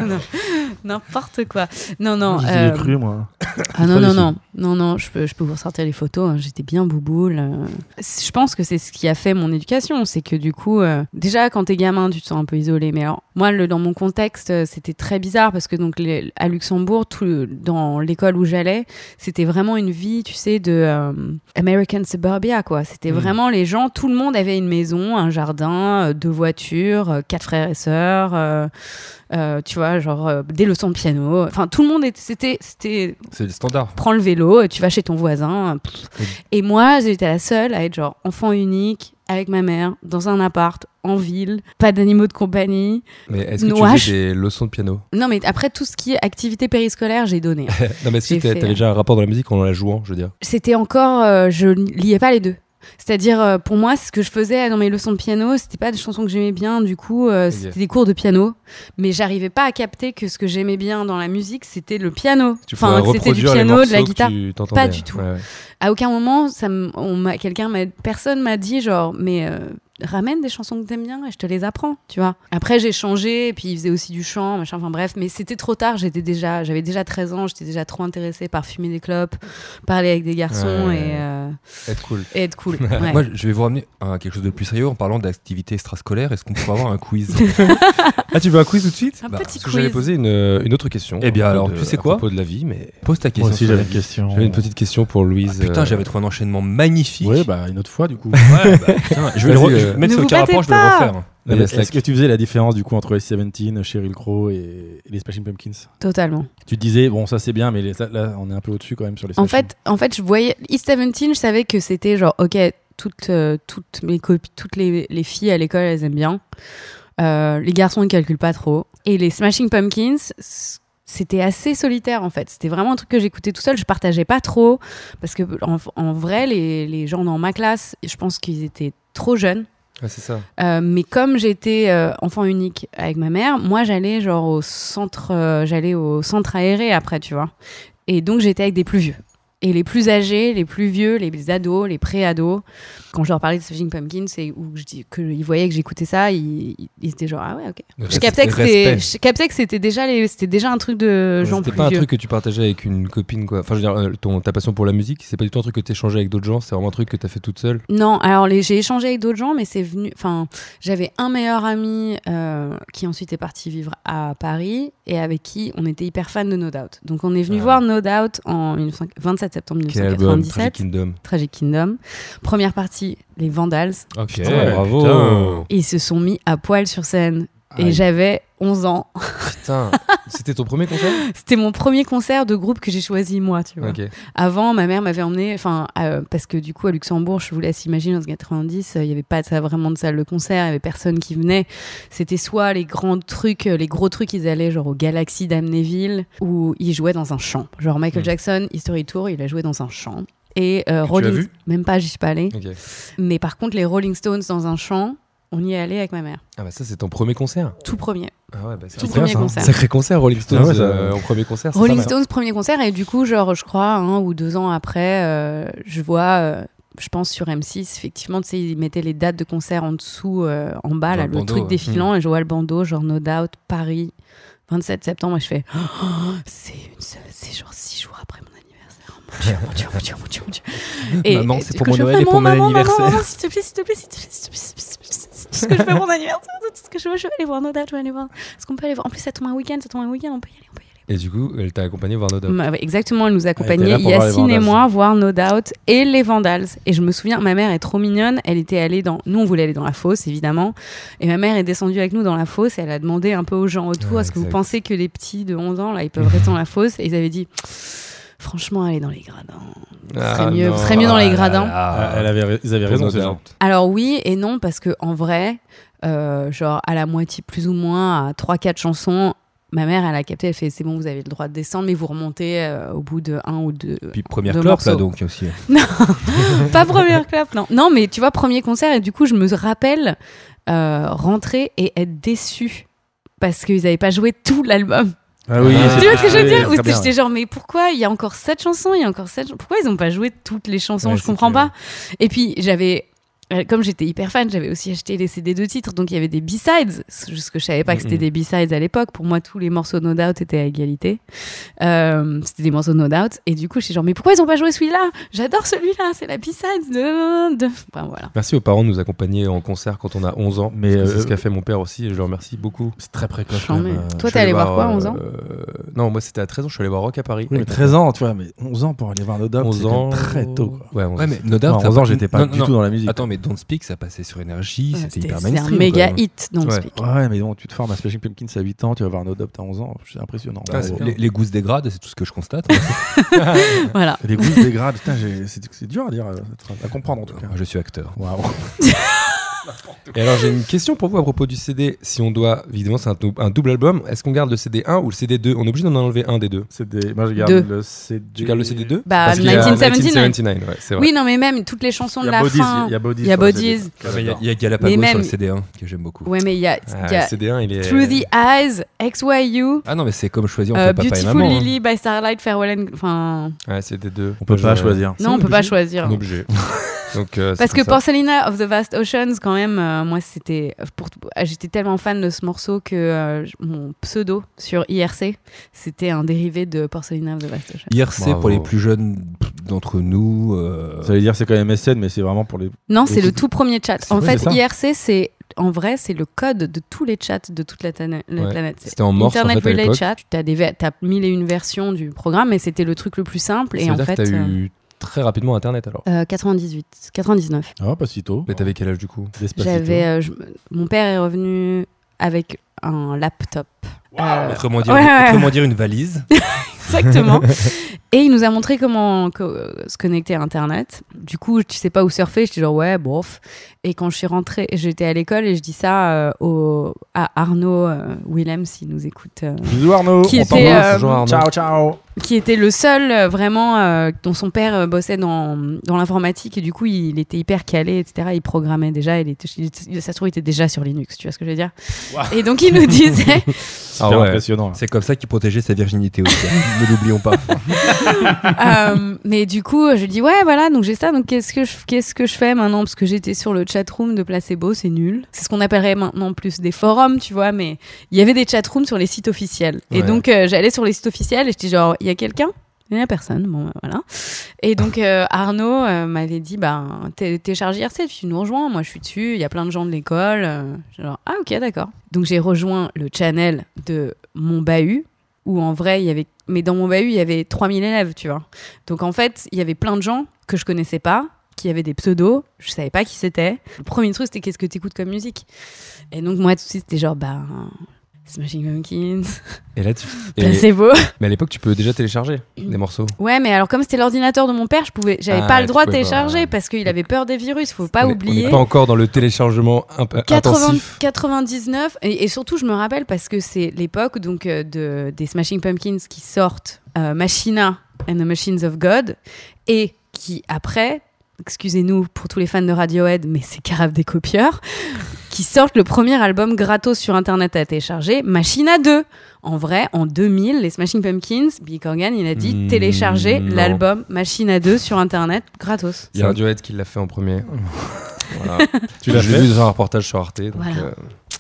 Speaker 5: N'importe quoi. Non, non.
Speaker 4: J'y ai
Speaker 5: euh,
Speaker 4: cru, moi.
Speaker 5: Ah non,
Speaker 4: Pas
Speaker 5: non,
Speaker 4: du
Speaker 5: non, non, non, je peux, je peux vous ressortir les photos, hein, j'étais bien bouboule. euh. Je pense que c'est ce qui a fait mon éducation, c'est que du coup, euh, déjà quand t'es gamin, tu te sens un peu isolé, mais alors, moi, le, dans mon contexte, euh, c'était très bizarre parce que donc les- à Luxembourg, tout le- dans l'école où j'allais, c'était vraiment une vie, tu sais, de euh, American suburbia, quoi. C'était
Speaker 3: Mm.
Speaker 5: vraiment les gens, tout le monde avait une maison, un jardin, euh, deux voitures, euh, quatre frères et sœurs. euh, euh, tu vois, genre euh, des leçons de piano. Enfin, tout le monde était, c'était, c'était
Speaker 2: C'est le standard.
Speaker 5: prends le vélo, tu vas chez ton voisin. Pff. Et moi, j'étais la seule à être genre enfant unique, avec ma mère, dans un appart, en ville, pas d'animaux de compagnie.
Speaker 3: Mais est-ce que tu
Speaker 5: Nouache.
Speaker 3: faisais des leçons de piano
Speaker 5: Non, mais après tout ce qui est activité périscolaire, j'ai
Speaker 3: [LAUGHS]
Speaker 5: donné.
Speaker 3: Non, mais est-ce que
Speaker 5: J'ai
Speaker 3: t'as-
Speaker 5: fait,
Speaker 3: t'avais
Speaker 5: euh,
Speaker 3: déjà un rapport dans la musique en la jouant, je veux dire
Speaker 5: C'était encore, euh, je liais pas les deux. C'est-à-dire, euh, pour moi, ce que je faisais dans mes leçons de piano, c'était pas des chansons que j'aimais bien, du coup, euh,
Speaker 3: Ok.
Speaker 5: c'était des cours de piano. Mais j'arrivais pas à capter que ce que j'aimais bien dans la musique, c'était le piano.
Speaker 3: Tu
Speaker 5: Enfin,
Speaker 3: pouvais
Speaker 5: que c'était du
Speaker 3: reproduire les
Speaker 5: piano, de la
Speaker 3: morceaux que
Speaker 5: guitare.
Speaker 3: tu t'entendais.
Speaker 5: du tout.
Speaker 3: Ouais, ouais.
Speaker 5: À aucun moment, ça m- on m'a- quelqu'un m'a, personne m'a dit genre, mais euh, ramène des chansons que t'aimes bien et je te les apprends, tu vois. Après, j'ai changé, et puis il faisait aussi du chant, machin, enfin bref, mais c'était trop tard, j'étais déjà, j'avais déjà 13 ans, j'étais déjà trop intéressée par fumer des clopes, parler avec des garçons
Speaker 3: Ouais.
Speaker 5: et, euh,
Speaker 3: Être cool.
Speaker 5: et
Speaker 2: [LAUGHS]
Speaker 5: être cool. Ouais.
Speaker 2: Moi, je vais vous ramener à quelque chose de plus sérieux en parlant d'activités extrascolaires. Est-ce qu'on pourrait avoir un
Speaker 5: [LAUGHS]
Speaker 2: quiz
Speaker 3: Ah, tu veux un quiz tout de suite
Speaker 5: Un
Speaker 2: bah,
Speaker 5: petit
Speaker 3: Parce que j'allais
Speaker 5: quiz.
Speaker 3: poser une, une autre question.
Speaker 2: Eh bien,
Speaker 3: à
Speaker 2: alors,
Speaker 3: propos
Speaker 2: tu sais
Speaker 3: à
Speaker 2: quoi
Speaker 3: propos de la vie, mais
Speaker 2: Pose ta question.
Speaker 4: Moi aussi,
Speaker 2: sur la
Speaker 4: j'avais une
Speaker 2: vie.
Speaker 4: question.
Speaker 3: j'avais une petite question pour
Speaker 2: Ah,
Speaker 3: Louise.
Speaker 2: putain,
Speaker 3: euh,
Speaker 2: j'avais trouvé un enchaînement magnifique.
Speaker 4: Ouais, bah une autre fois
Speaker 3: [LAUGHS]
Speaker 4: du coup.
Speaker 2: Ouais, bah, putain, je vais le
Speaker 3: Vas-y,
Speaker 2: re- je vais
Speaker 3: euh,
Speaker 2: mettre
Speaker 5: Ne
Speaker 2: ce
Speaker 5: vous
Speaker 2: carapant,
Speaker 5: battez
Speaker 2: je vais le
Speaker 5: pas.
Speaker 2: refaire.
Speaker 3: la
Speaker 4: Est-ce
Speaker 3: slack.
Speaker 4: que tu faisais la différence du coup entre Ice 17, Sheryl Crow et, et les Smashing Pumpkins
Speaker 5: Totalement.
Speaker 4: Tu te disais, bon, ça c'est bien, mais les- ça, là on est un peu au-dessus quand même sur les
Speaker 5: En
Speaker 4: Smashing.
Speaker 5: fait, en fait, je voyais East 17, je savais que c'était genre, ok, toutes, euh, toutes mes copies, toutes les, les filles à l'école, elles aiment bien. Euh, les garçons, ils calculent pas trop. Et les Smashing Pumpkins, c- c'était assez solitaire en fait. C'était vraiment un truc que j'écoutais tout seul. Je partageais pas trop parce que en, en vrai, les, les gens dans ma classe, je pense qu'ils étaient trop jeunes.
Speaker 3: Ah, c'est ça.
Speaker 5: Euh, mais comme j'étais euh, enfant unique avec ma mère, moi j'allais genre au centre, euh, j'allais au centre aéré après, tu vois. Et donc j'étais avec des plus vieux. Et les plus âgés, les plus vieux, les ados, les pré-ados, quand je leur parlais de Smashing Pumpkins et où je dis- que ils voyaient que j'écoutais ça, ils, ils- ils étaient genre ah ouais ok. Je captais que c'était, je captais que c'était déjà les, c'était déjà un truc de gens
Speaker 3: C'était
Speaker 5: plus
Speaker 3: pas un
Speaker 5: vieux.
Speaker 3: truc que tu partageais avec une copine, quoi. Enfin, je veux dire, euh, ton, ta passion pour la musique, c'est pas du tout un truc que t'échangeais avec d'autres gens, c'est vraiment un truc que t'as fait toute seule.
Speaker 5: Non, alors les- j'ai échangé avec d'autres gens, mais c'est venu. Enfin, j'avais un meilleur ami euh, qui ensuite est parti vivre à Paris et avec qui on était hyper fan de No Doubt. Donc on est venu
Speaker 3: Ah.
Speaker 5: voir No Doubt en 19- 27 septembre
Speaker 3: Quel album Tragic
Speaker 5: 1997,
Speaker 3: Kingdom.
Speaker 5: Tragic Kingdom. Première partie, les Vandals.
Speaker 3: Ok,
Speaker 2: Ouais,
Speaker 3: bravo.
Speaker 5: Et ils se sont mis à poil sur scène. Et
Speaker 4: Aïe.
Speaker 5: j'avais 11 ans. [LAUGHS]
Speaker 3: Putain, c'était ton premier concert
Speaker 5: C'était mon premier concert de groupe que j'ai choisi moi, tu vois.
Speaker 3: Ok.
Speaker 5: Avant, ma mère m'avait emmené, enfin, euh, parce que du coup, à Luxembourg, je vous laisse imaginer, dans les 90, euh, il n'y avait pas de, ça- vraiment de salle de concert, il n'y avait personne qui venait. C'était soit les grands trucs, euh, les gros trucs, ils allaient genre au Galaxy d'Amnéville, où ils jouaient dans un champ. Genre Michael
Speaker 3: Hmm.
Speaker 5: Jackson, History Tour, il a joué dans un champ. Et, euh,
Speaker 3: l'as
Speaker 5: Rolling-
Speaker 3: vu
Speaker 5: Même pas, j'y suis pas allée.
Speaker 3: ok.
Speaker 5: Mais par contre, les Rolling Stones dans un champ, on y est allé avec ma mère.
Speaker 3: Ah bah ça, c'est ton premier concert.
Speaker 5: Tout premier.
Speaker 3: Ah ouais, bah c'est
Speaker 5: Tout
Speaker 3: un
Speaker 5: premier
Speaker 4: ça, hein.
Speaker 5: concert.
Speaker 3: Sacré concert, Rolling Stones,
Speaker 4: Putain, ouais, ça-
Speaker 3: euh, en premier concert. c'est
Speaker 5: Rolling
Speaker 3: pas mal.
Speaker 5: Stones, premier concert, et du coup, genre, je crois, un ou deux ans après, euh, je vois, euh, je pense sur M6, effectivement, tu sais, ils mettaient les dates de concert en dessous, euh, en bas,
Speaker 2: Dans
Speaker 5: là,
Speaker 2: le
Speaker 5: le,
Speaker 2: bandeau,
Speaker 5: truc
Speaker 2: ouais.
Speaker 5: défilant, et je vois le bandeau, genre No Doubt, Paris, 27 septembre, et je fais, Oh, c'est une seule- c'est genre six jours après mon anniversaire. Oh, mon Dieu, mon Dieu, mon Dieu, mon Dieu, mon Dieu.
Speaker 2: Maman,
Speaker 5: et
Speaker 2: c'est
Speaker 5: du
Speaker 2: pour
Speaker 5: coup,
Speaker 2: mon
Speaker 5: je fais,
Speaker 2: Noël et pour
Speaker 5: Maman,
Speaker 2: mon
Speaker 5: maman,
Speaker 2: anniversaire.
Speaker 5: maman, S'il te plaît, s'il te plaît, s'il te plaît, s'il te plaît, s'il te plaît, s'il te plaît, c'est tout ce que je fais pour mon anniversaire, c'est tout ce que je veux, je vais aller voir No Doubt, je vais aller voir. Est-ce qu'on peut aller voir En plus, ça tombe un week-end, ça tombe un week-end, on peut y aller, on peut y aller.
Speaker 3: Et du coup, elle t'a accompagné voir No Doubt.
Speaker 5: Ma- Exactement, elle nous
Speaker 4: Elle
Speaker 5: accompagnait,
Speaker 4: était là pour voir les
Speaker 5: Yacine et
Speaker 4: Vandals.
Speaker 5: moi, voir No Doubt et les Vandals. Et je me souviens, ma mère est trop mignonne, elle était allée dans... Nous, on voulait aller dans la fosse, évidemment. Et ma mère est descendue avec nous dans la fosse et elle a demandé un peu aux gens autour,
Speaker 3: Ouais,
Speaker 5: est-ce que vous
Speaker 3: exact.
Speaker 5: pensez que les petits de 11 ans, là, ils peuvent rester dans la fosse Et ils avaient dit, franchement, allez dans les gradins. Vous serez mieux, vous serez mieux dans les gradins.
Speaker 4: Ah, elle avait, ils avaient
Speaker 3: Pour
Speaker 4: raison,
Speaker 3: No
Speaker 4: ces gens.
Speaker 3: Doubt.
Speaker 5: Alors oui et non, parce que en vrai, euh, genre à la moitié plus ou moins, à 3-4 chansons, ma mère, elle a capté, elle fait, c'est bon, vous avez le droit de descendre, mais vous remontez euh, au bout de un ou deux...
Speaker 2: Puis première
Speaker 5: Deux
Speaker 2: clope là
Speaker 5: morceaux.
Speaker 2: donc aussi. euh,
Speaker 5: [LAUGHS] Pas première clap, non. Non, mais tu vois, premier concert, et du coup, je me rappelle euh, rentrer et être déçue parce qu'ils n'avaient pas joué tout l'album.
Speaker 4: Ah oui,
Speaker 3: Ah.
Speaker 4: c'est
Speaker 5: tu vois ce que je veux
Speaker 4: très
Speaker 5: dire Ou
Speaker 4: bien,
Speaker 5: j'étais genre, mais pourquoi il y a encore cette chanson, il y a encore cette Pourquoi ils n'ont pas joué toutes les chansons
Speaker 3: Ouais,
Speaker 5: Je
Speaker 3: c'est
Speaker 5: comprends
Speaker 3: clair.
Speaker 5: pas. Et puis, j'avais. euh, Comme j'étais hyper fan, j'avais aussi acheté les CD de titres, donc il y avait des B-sides. C'est Juste que je savais pas que c'était
Speaker 3: Mhm.
Speaker 5: des B-sides à l'époque. Pour moi, tous les morceaux de No Doubt étaient à égalité. Euh, c'était des morceaux de No Doubt. Et du coup, je suis genre, mais pourquoi ils ont pas joué celui-là J'adore celui-là, c'est la B-side de... de- Enfin, voilà.
Speaker 3: Merci aux parents de nous accompagner en concert quand on a 11 ans.
Speaker 4: Mais,
Speaker 3: Mais c'est
Speaker 4: euh,
Speaker 3: ce qu'a fait mon père aussi et je le remercie beaucoup.
Speaker 4: C'est très précoce.
Speaker 5: Chant,
Speaker 4: quand
Speaker 5: mais-
Speaker 4: même, euh,
Speaker 5: Toi,
Speaker 3: Je
Speaker 5: t'es
Speaker 3: suis
Speaker 5: allé voir quoi,
Speaker 3: euh,
Speaker 5: 11 ans
Speaker 3: Non, moi c'était à 13 ans, je suis allé voir Rock à Paris.
Speaker 4: Oui, mais
Speaker 3: Avec
Speaker 4: 13 ans, tu vois, mais 11 ans pour aller voir No Doubt,
Speaker 3: 11
Speaker 4: c'est quand
Speaker 3: ans.
Speaker 4: même très tôt. Quoi.
Speaker 3: Ouais, 11
Speaker 2: Ouais
Speaker 3: ans.
Speaker 2: mais No Doubt,
Speaker 4: Enfin,
Speaker 2: ça
Speaker 4: 11 ans,
Speaker 2: passe-
Speaker 4: j'étais pas
Speaker 2: non,
Speaker 4: du
Speaker 2: non,
Speaker 4: tout
Speaker 2: non.
Speaker 4: dans la musique.
Speaker 2: Attends mais Don't Speak ça passait sur énergie, c'était hyper
Speaker 5: Ah, c'est un
Speaker 2: mainstream.
Speaker 5: méga
Speaker 2: quoi. Ah,
Speaker 5: hit dans le
Speaker 3: Ouais.
Speaker 5: speak.
Speaker 4: Ouais, mais donc tu te formes à Smashing Pumpkins à 8 ans, tu vas voir No Doubt à 11 ans, c'est impressionnant.
Speaker 3: Ah, c'est
Speaker 4: Bravo.
Speaker 3: clair.
Speaker 2: Les, les gousses dégradent, c'est tout ce que je constate. hein.
Speaker 5: Voilà.
Speaker 4: Les gousses des grades, putain, j'ai- c'est c'est dur à dire, euh, cette phrase, à comprendre en tout cas.
Speaker 2: Moi, je suis acteur.
Speaker 4: Waouh.
Speaker 3: Et alors j'ai une question pour vous à propos du CD. Si on doit, évidemment c'est un, dou- un double album, est-ce qu'on garde le CD 1 ou le CD 2 On est obligé d'en enlever un des deux.
Speaker 4: C'est des... Moi, je garde
Speaker 5: Deux.
Speaker 4: le CD.
Speaker 3: Tu gardes le CD 2
Speaker 5: Bah,
Speaker 3: Parce qu'il y a
Speaker 5: 1979.
Speaker 3: 1979, ouais, c'est vrai.
Speaker 5: Oui, non, mais même toutes les chansons
Speaker 4: Il
Speaker 5: de
Speaker 4: y a
Speaker 5: la
Speaker 4: Bodies.
Speaker 5: fin.
Speaker 4: Il y a Bodies.
Speaker 5: Il y a
Speaker 4: sur le CD.
Speaker 5: Bodies.
Speaker 2: Il y, a-
Speaker 4: J'adore.
Speaker 2: il y a Galapagos
Speaker 5: Mais
Speaker 2: sur
Speaker 5: même-
Speaker 2: le CD1 que j'aime beaucoup.
Speaker 5: Ouais, mais il y a, il
Speaker 3: Ah,
Speaker 5: y a
Speaker 3: le CD 1 il est.
Speaker 5: Through the Eyes, XYU,
Speaker 2: Ah non mais c'est comme choisir entre
Speaker 5: euh,
Speaker 2: papa et
Speaker 5: Beautiful
Speaker 2: maman. hein.
Speaker 5: Lily by Starlight, Farewell and... Enfin,
Speaker 3: Ouais, CD 2.
Speaker 4: On peut pas choisir.
Speaker 5: [LAUGHS] non, on peut pas choisir.
Speaker 3: Un objet. Donc, euh, c'est
Speaker 5: Parce que
Speaker 3: comme ça.
Speaker 5: Porcelina of the Vast Oceans, quand même, euh, moi, c'était. pour- ah, J'étais tellement fan de ce morceau que euh, j- mon pseudo sur IRC, c'était un dérivé de Porcelina of the Vast Oceans.
Speaker 2: IRC
Speaker 3: Bravo.
Speaker 2: pour les plus jeunes d'entre nous. euh,
Speaker 4: Ça veut dire c'est quand même SN, mais c'est vraiment pour les.
Speaker 5: Non,
Speaker 4: Mais
Speaker 5: c'est le
Speaker 4: c'est-
Speaker 5: tout premier chat.
Speaker 4: c'est
Speaker 5: En
Speaker 4: vrai,
Speaker 5: fait,
Speaker 4: c'est ça.
Speaker 5: IRC, c'est. En vrai, c'est le code de tous les chats de toute la, tana- la
Speaker 3: Ouais.
Speaker 5: planète. C'est
Speaker 3: C'était en morse en
Speaker 5: Internet
Speaker 3: fait, à
Speaker 5: Relay
Speaker 3: l'époque.
Speaker 5: Chat. Tu as, mille et une versions du programme, mais c'était le truc le plus simple. Et en
Speaker 3: C'est-à-dire
Speaker 5: fait,
Speaker 3: que t'as
Speaker 5: euh,
Speaker 3: eu très rapidement Internet alors.
Speaker 5: euh, 98, 99.
Speaker 3: Bah,
Speaker 4: Ah, pas si tôt.
Speaker 3: Mais t'avais quel âge du coup
Speaker 4: Despacito.
Speaker 5: J'avais, euh, je- mon père est revenu avec un laptop. Euh,
Speaker 2: Autrement dire,
Speaker 5: Ouais, ouais.
Speaker 2: autrement dire une [LAUGHS] valise.
Speaker 5: exactement. Et il nous a montré comment co- euh, se connecter à Internet. Du coup, tu sais pas où surfer. J'étais genre ouais, bof. Et quand je suis rentrée, j'étais à l'école et je dis ça euh, au, à Arnaud euh, Willem s'il nous écoute, euh,
Speaker 4: Bisous Arnaud.
Speaker 5: Qui
Speaker 4: On
Speaker 5: était,
Speaker 4: t'embrasse.
Speaker 5: euh,
Speaker 3: toujours Arnaud.
Speaker 4: Ciao, ciao.
Speaker 5: qui était le seul euh, vraiment euh, dont son père euh, bossait dans, dans l'informatique et du coup il était hyper calé, etc. Il programmait déjà. Il était, il- ça se trouve il était déjà sur Linux. Tu vois ce que je veux dire Et donc il nous disait.
Speaker 3: Ah
Speaker 4: Super
Speaker 3: ouais.
Speaker 4: impressionnant. là.
Speaker 2: C'est comme ça qu'il protégeait sa virginité aussi. hein. [LAUGHS] ne l'oublions pas.
Speaker 5: Euh, mais du coup, je dis ouais, voilà, donc j'ai ça. Donc qu'est-ce que je qu'est-ce que je fais maintenant Parce que j'étais sur le chatroom de Placebo, c'est nul. C'est ce qu'on appellerait maintenant plus des forums, tu vois. Mais il y avait des chatrooms sur les sites officiels. Et
Speaker 3: Ouais.
Speaker 5: donc euh, j'allais sur les sites officiels et je dis genre il y a quelqu'un il n'y a personne, bon bah, voilà. Et donc euh, Arnaud euh, m'avait dit, bah, t'es t'es chargé IRC, tu nous rejoins, moi je suis dessus, il y a plein de gens de l'école. euh, genre, ah ok, d'accord. Donc j'ai rejoint le channel de mon bahut, où en vrai, il y avait... Mais dans mon bahut, il y avait 3000 élèves, tu vois. Donc en fait, il y avait plein de gens que je connaissais pas, qui avaient des pseudos, je savais pas qui c'était. Le premier truc, c'était qu'est-ce que t'écoutes comme musique Et donc moi, tout de suite, c'était genre, bah... Smashing Pumpkins,
Speaker 3: Et là, tu... et- [LAUGHS]
Speaker 5: placebo.
Speaker 3: Mais à l'époque, tu peux déjà télécharger des morceaux.
Speaker 5: Ouais, mais alors comme c'était l'ordinateur de mon père, je pouvais, j'avais
Speaker 3: Ah,
Speaker 5: pas le
Speaker 3: tu
Speaker 5: droit de
Speaker 3: pouvais pas,
Speaker 5: télécharger
Speaker 3: ouais.
Speaker 5: parce qu'il avait peur des virus. Faut pas
Speaker 3: On est- On
Speaker 5: oublier.
Speaker 3: n'est pas encore dans le téléchargement imp-
Speaker 5: 80
Speaker 3: intensif.
Speaker 5: 99 et, et surtout je me rappelle parce que c'est l'époque donc euh, de, des Smashing Pumpkins qui sortent euh, Machina and the Machines of God et qui après excusez-nous pour tous les fans de Radiohead mais c'est grave des copieurs qui sortent le premier album gratos sur internet à télécharger Machina 2 en vrai en 2000 les Smashing Pumpkins Bill Corgan il a dit
Speaker 3: Mm,
Speaker 5: télécharger
Speaker 3: non.
Speaker 5: l'album Machina 2 sur internet gratos
Speaker 3: Il y a Radiohead qui l'a fait en premier. [LAUGHS] voilà.
Speaker 4: Tu l'as
Speaker 3: Je
Speaker 4: fait
Speaker 3: vu dans un reportage sur Arte. Donc,
Speaker 5: Voilà.
Speaker 3: euh,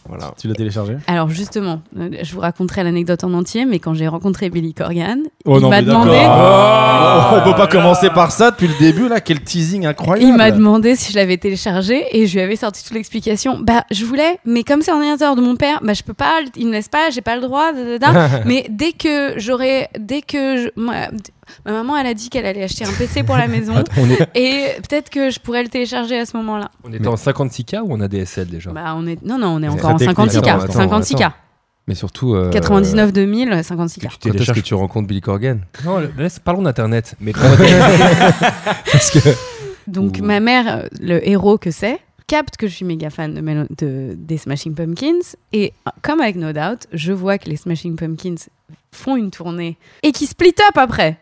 Speaker 3: voilà.
Speaker 4: Tu l'as téléchargé
Speaker 5: Alors justement, euh, je vous raconterai l'anecdote en entier, mais quand j'ai rencontré Billy Corgan,
Speaker 4: Oh
Speaker 5: il
Speaker 4: non,
Speaker 5: m'a
Speaker 4: mais d'accord.
Speaker 5: demandé,
Speaker 4: Oh, on peut pas commencer par ça depuis le début là, quel teasing incroyable.
Speaker 5: il m'a demandé si je l'avais téléchargé et je lui avais sorti toute l'explication. Bah je voulais, mais comme c'est un ordinateur de mon père, bah je peux pas, il me laisse pas, j'ai pas le droit. da, da, da. mais dès que j'aurais, dès que je- moi, d- ma maman elle a dit qu'elle allait acheter un PC pour la maison
Speaker 2: On, est,
Speaker 5: et peut-être que je pourrais le télécharger à ce moment-là.
Speaker 2: on était en 56K ou on a DSL déjà
Speaker 5: Bah on est, non non, on est encore
Speaker 4: très
Speaker 5: en
Speaker 4: technique.
Speaker 5: 56K,
Speaker 3: Attends, attends,
Speaker 5: 56K,
Speaker 3: attends. Mais surtout. euh,
Speaker 5: 99 2000, 56K.
Speaker 2: Tu
Speaker 3: Quand est-ce que
Speaker 2: télécharges-
Speaker 3: tu rencontres Billy Corgan
Speaker 2: Non, le- laisse- parlons d'Internet. [LAUGHS] Mais
Speaker 3: Parce que
Speaker 5: Donc
Speaker 3: Ou-
Speaker 5: ma mère, euh, le héros que c'est, capte que je suis méga fan de Melo- de- des Smashing Pumpkins. Et euh, comme avec No Doubt, je vois que les Smashing Pumpkins font une tournée et qui split up après.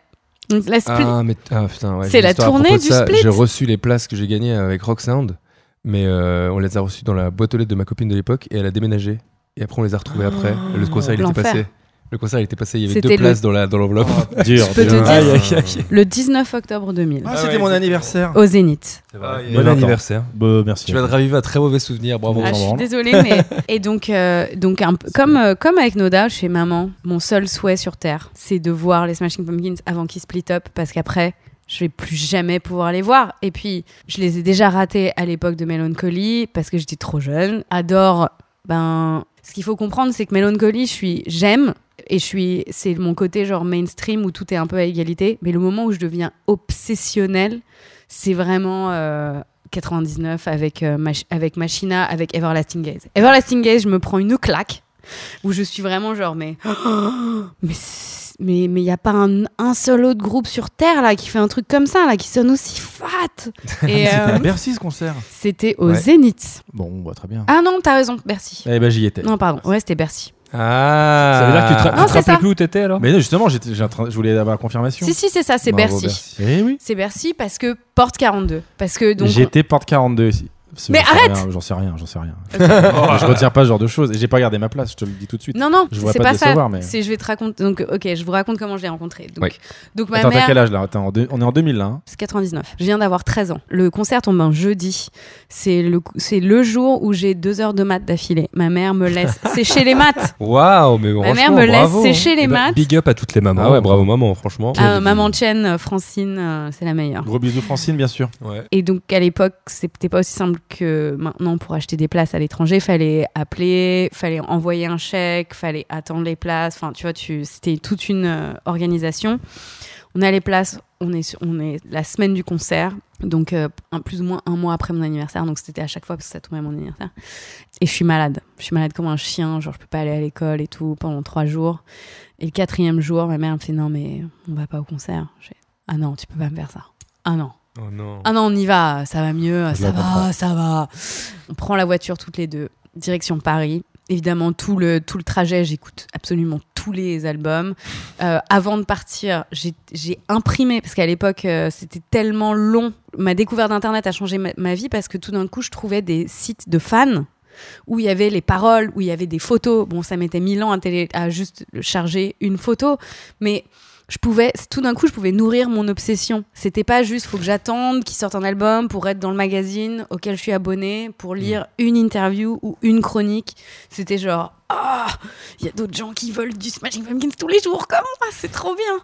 Speaker 5: Donc la split.
Speaker 3: Ah, mais ah, putain, ouais,
Speaker 5: C'est
Speaker 3: j'ai une
Speaker 5: la
Speaker 3: histoire à
Speaker 5: tournée
Speaker 3: propos de
Speaker 5: du
Speaker 3: ça.
Speaker 5: split.
Speaker 3: J'ai reçu les places que j'ai gagnées avec Rock Sound, mais euh, on les a reçues dans la boîte aux lettres de ma copine de l'époque et elle a déménagé. Et après, on les a retrouvées après. Le concert, il était
Speaker 5: Ah, L'enfer.
Speaker 3: passé. Le concert, il était passé. Il y avait
Speaker 5: C'était
Speaker 3: deux
Speaker 5: le-
Speaker 3: places dans la dans l'enveloppe.
Speaker 4: Dur,
Speaker 5: Je peux
Speaker 4: dur.
Speaker 5: te dire-
Speaker 4: Aïe, aïe.
Speaker 5: Le 19 octobre 2000,
Speaker 4: Ah, c'était mon anniversaire.
Speaker 5: au Zénith.
Speaker 2: Bon anniversaire.
Speaker 4: Bah, merci.
Speaker 3: Tu vas te raviver un très mauvais souvenir. Bravo.
Speaker 4: Bon,
Speaker 5: Ah, je
Speaker 4: on
Speaker 5: suis
Speaker 4: branle.
Speaker 5: désolée, mais. Et donc, euh, donc un peu- comme, euh, comme avec Noda, chez maman, mon seul souhait sur Terre, c'est de voir les Smashing Pumpkins avant qu'ils split up, parce qu'après, je vais plus jamais pouvoir les voir. Et puis, je les ai déjà ratés à l'époque de Melancholy, parce que j'étais trop jeune. Adore, ben. Ce qu'il faut comprendre, c'est que Melancholy, je suis. J'aime. Et je suis, c'est mon côté genre mainstream où tout est un peu à égalité. Mais le moment où je deviens obsessionnelle, c'est vraiment euh, 99 avec, euh, Mach- avec Machina, avec Everlasting Gaze. Everlasting Gaze, je me prends une claque où je suis vraiment genre, mais. [GASPS] Mais c'est- mais il n'y a pas un, un seul autre groupe sur Terre là qui fait un truc comme ça, là, qui sonne aussi
Speaker 3: [LAUGHS]
Speaker 5: fat. Et
Speaker 4: C'était
Speaker 5: euh,
Speaker 4: à Bercy ce concert.
Speaker 5: c'était au
Speaker 3: Ouais.
Speaker 5: Zénith.
Speaker 4: Bon, bah, très bien.
Speaker 5: Ah non, t'as raison, Bercy.
Speaker 4: Eh ben j'y
Speaker 3: Euh,
Speaker 4: étais.
Speaker 5: Non, pardon, ouais, c'était Bercy.
Speaker 3: Ah.
Speaker 2: Ça veut dire que tu te,
Speaker 5: Non,
Speaker 2: tu te
Speaker 5: c'est
Speaker 2: rappelles
Speaker 5: ça.
Speaker 2: plus où t'étais alors
Speaker 4: Mais non, justement, j'étais, j'ai en train- je voulais avoir la confirmation.
Speaker 5: Si, si, c'est ça, c'est
Speaker 3: Bravo,
Speaker 5: Bercy.
Speaker 3: Bercy.
Speaker 4: Eh oui.
Speaker 5: C'est Bercy parce que porte 42. Parce que donc.
Speaker 4: J'étais porte 42 ici. C'est-
Speaker 5: Mais
Speaker 4: j'en sais
Speaker 5: arrête
Speaker 4: rien, J'en sais rien, j'en sais
Speaker 5: [LAUGHS]
Speaker 4: rien. je retiens pas ce genre de choses. Et j'ai pas gardé ma place, je te le dis tout de suite.
Speaker 5: Non, non,
Speaker 4: Je voudrais
Speaker 5: c'est
Speaker 4: pas
Speaker 5: pas,
Speaker 4: te
Speaker 5: ça.
Speaker 4: décevoir, mais-
Speaker 5: C'est, je vais te raconter. Donc, ok, je vous raconte comment je l'ai rencontré. Donc,
Speaker 3: Oui.
Speaker 5: donc ma
Speaker 4: Attends, t'as
Speaker 5: mère.
Speaker 4: quel âge là Attends, en deux- On est en 2000 là. hein
Speaker 5: C'est 99. Je viens d'avoir 13 ans. Le concert tombe un jeudi. C'est le, cou- c'est le jour où j'ai deux heures de maths d'affilée. Ma mère
Speaker 4: [LAUGHS]
Speaker 5: me laisse sécher les maths.
Speaker 3: Waouh, mais
Speaker 5: Ma mère
Speaker 3: franchement,
Speaker 5: me laisse
Speaker 3: bravo, hein.
Speaker 5: sécher les
Speaker 2: Eh ben,
Speaker 5: maths.
Speaker 2: Big up à toutes les mamans.
Speaker 3: Ah ouais, bravo maman, franchement.
Speaker 5: Ah, maman Chen, euh, Francine, euh, c'est la meilleure.
Speaker 4: Gros bisous, Francine, bien sûr.
Speaker 3: Ouais.
Speaker 5: Et donc à l'époque, c'était pas aussi simple que maintenant pour acheter des places à l'étranger. Fallait appeler, fallait envoyer un chèque, fallait attendre les places. Enfin, tu vois, tu, c'était toute une euh, organisation. On a les places. On est, sur- on est la semaine du concert, donc euh, un, plus ou moins un mois après mon anniversaire. Donc c'était à chaque fois parce que ça tombait à mon anniversaire. Et je suis malade. Je suis malade comme un chien. Genre je peux pas aller à l'école et tout pendant trois jours. Et le quatrième jour, ma mère me fait non mais on va pas au concert. Je fais, ah non, tu peux pas me faire ça. Ah non.
Speaker 3: Oh non.
Speaker 5: Ah non, on y va, ça va mieux,
Speaker 4: la
Speaker 5: ça va, ça va. On prend la voiture toutes les deux, direction Paris. Évidemment, tout le, tout le trajet, j'écoute absolument tous les albums. Euh, avant de partir, j'ai j'ai imprimé, parce qu'à l'époque, euh, c'était tellement long. Ma découverte d'Internet a changé ma, ma vie parce que tout d'un coup, je trouvais des sites de fans où il y avait les paroles, où il y avait des photos. Bon, ça m'était mille ans à, télé, à juste charger une photo, mais je pouvais tout d'un coup je pouvais nourrir mon obsession c'était pas juste faut que j'attende qu'il sorte un album pour être dans le magazine auquel je suis abonné pour lire
Speaker 3: Mm.
Speaker 5: une interview ou une chronique c'était genre ah il y a d'autres gens qui veulent du Smashing Pumpkins tous les jours comme moi c'est trop bien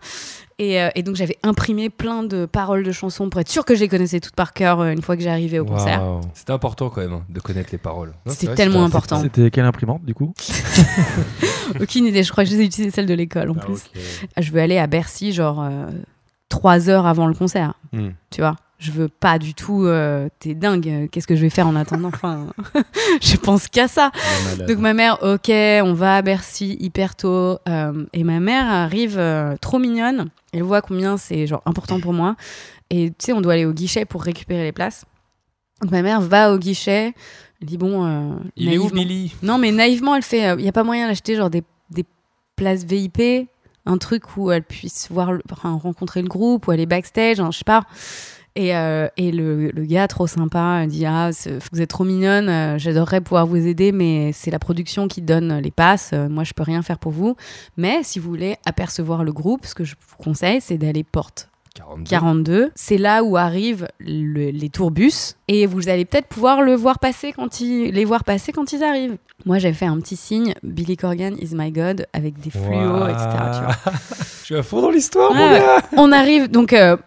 Speaker 5: et, euh, et donc j'avais imprimé plein de paroles de chansons pour être sûr que je les connaissais toutes par cœur euh, une fois que j'arrivais au concert
Speaker 3: Waouh.
Speaker 2: C'était important quand même hein, de connaître les paroles.
Speaker 3: Non, c'est
Speaker 5: c'était
Speaker 3: vrai,
Speaker 5: tellement
Speaker 3: c'est-
Speaker 5: important
Speaker 4: C'était quelle imprimante du coup
Speaker 5: [LAUGHS] aucune idée je crois que j'ai utilisé celle de l'école en
Speaker 1: Ah,
Speaker 5: plus Ah, je veux aller à Bercy genre euh, trois heures avant le concert
Speaker 3: Hmm.
Speaker 5: tu vois. Je veux pas du tout. euh, T'es dingue. euh, Qu'est-ce que je vais faire en attendant Enfin, [LAUGHS] je pense qu'à ça.
Speaker 1: Ah,
Speaker 5: Donc ma mère, ok, on va à Bercy hyper tôt. euh, et ma mère arrive euh, trop mignonne. Elle voit combien c'est genre important pour moi. Et tu sais, on doit aller au guichet pour récupérer les places. Donc ma mère va au guichet. Elle dit bon. euh,
Speaker 1: Il est où
Speaker 5: naïvement-
Speaker 1: Billy
Speaker 5: non, mais naïvement, elle fait. Il n'y a pas moyen d'acheter genre des, des places VIP, un truc où elle puisse voir, le- enfin, rencontrer le groupe, ou aller backstage, hein, je sais pas. Et, euh, et le, le gars, trop sympa, elle dit Ah, c'est- vous êtes trop mignonne, euh, j'adorerais pouvoir vous aider, mais c'est la production qui donne les passes, euh, moi je peux rien faire pour vous. Mais si vous voulez apercevoir le groupe, ce que je vous conseille, c'est d'aller porte
Speaker 2: 42.
Speaker 5: 42. C'est là où arrivent le- les tourbus et vous allez peut-être pouvoir le voir passer quand ils, les voir passer quand ils arrivent. Moi, j'avais fait un petit signe Billy Corgan is my god avec des fluos,
Speaker 3: Waouh. [LAUGHS]
Speaker 5: etc. tu vois. Ah
Speaker 3: Je suis à fond dans l'histoire, mon
Speaker 5: Ouais.
Speaker 3: gars.
Speaker 5: On arrive donc. euh,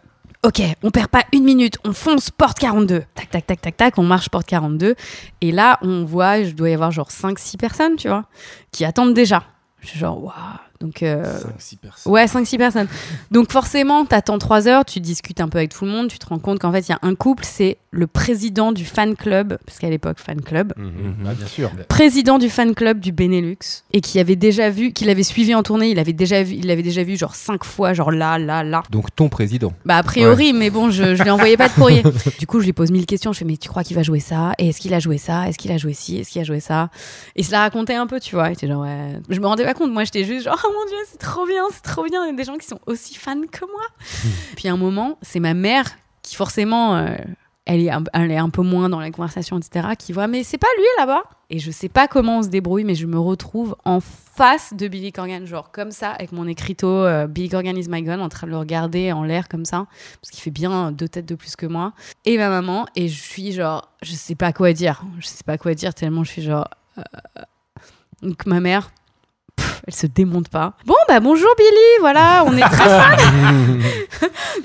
Speaker 5: Ok, on perd pas une minute, on fonce porte 42. Tac, tac, tac, tac, tac, on marche porte 42. Et là, on voit, je dois y avoir genre 5-6 personnes, tu vois, qui attendent déjà. Je suis genre, waouh. Donc, euh,
Speaker 4: 5-6 personnes.
Speaker 5: Ouais, 5-6 personnes. Donc forcément, t'attends 3 heures, tu discutes un peu avec tout le monde, tu te rends compte qu'en fait, il y a un couple, c'est le président du fan club, parce qu'à l'époque, fan club,
Speaker 3: Mm-hmm.
Speaker 2: Mhm.
Speaker 4: Ah, bien sûr.
Speaker 5: président du fan club du Benelux, et qui avait déjà vu, qui l'avait suivi en tournée, il avait déjà vu, il l'avait déjà vu genre 5 fois, genre là, là, là.
Speaker 2: Donc ton président.
Speaker 5: Bah, a priori, mais bon, je, je lui envoyais pas de courrier. du coup, je lui pose mille questions. Je fais, mais tu crois qu'il va jouer ça Et est-ce qu'il a joué ça Est-ce qu'il a joué ci Est-ce qu'il a joué ça Et se la racontait un peu, tu vois. Il était genre, ouais. Je me rendais pas compte. Moi, j'étais juste genre, oh mon dieu, c'est trop bien, c'est trop bien. Il y a des gens qui sont aussi fans que moi. Puis à un moment, c'est ma mère qui, forcément, euh, elle, est un, elle est un peu moins dans la conversation, etc., qui voit, mais c'est pas lui là-bas. Et je sais pas comment on se débrouille, mais je me retrouve en face de Billy Corgan, genre comme ça, avec mon écriteau euh, Billy Corgan is my gun, en train de le regarder en l'air comme ça, parce qu'il fait bien deux têtes de plus que moi. Et ma maman, et je suis genre, je sais pas quoi dire, hein. je sais pas quoi dire tellement je suis genre. euh, Donc ma mère, pff, elle se démonte pas. Bon bah bonjour Billy, voilà, on est très fans.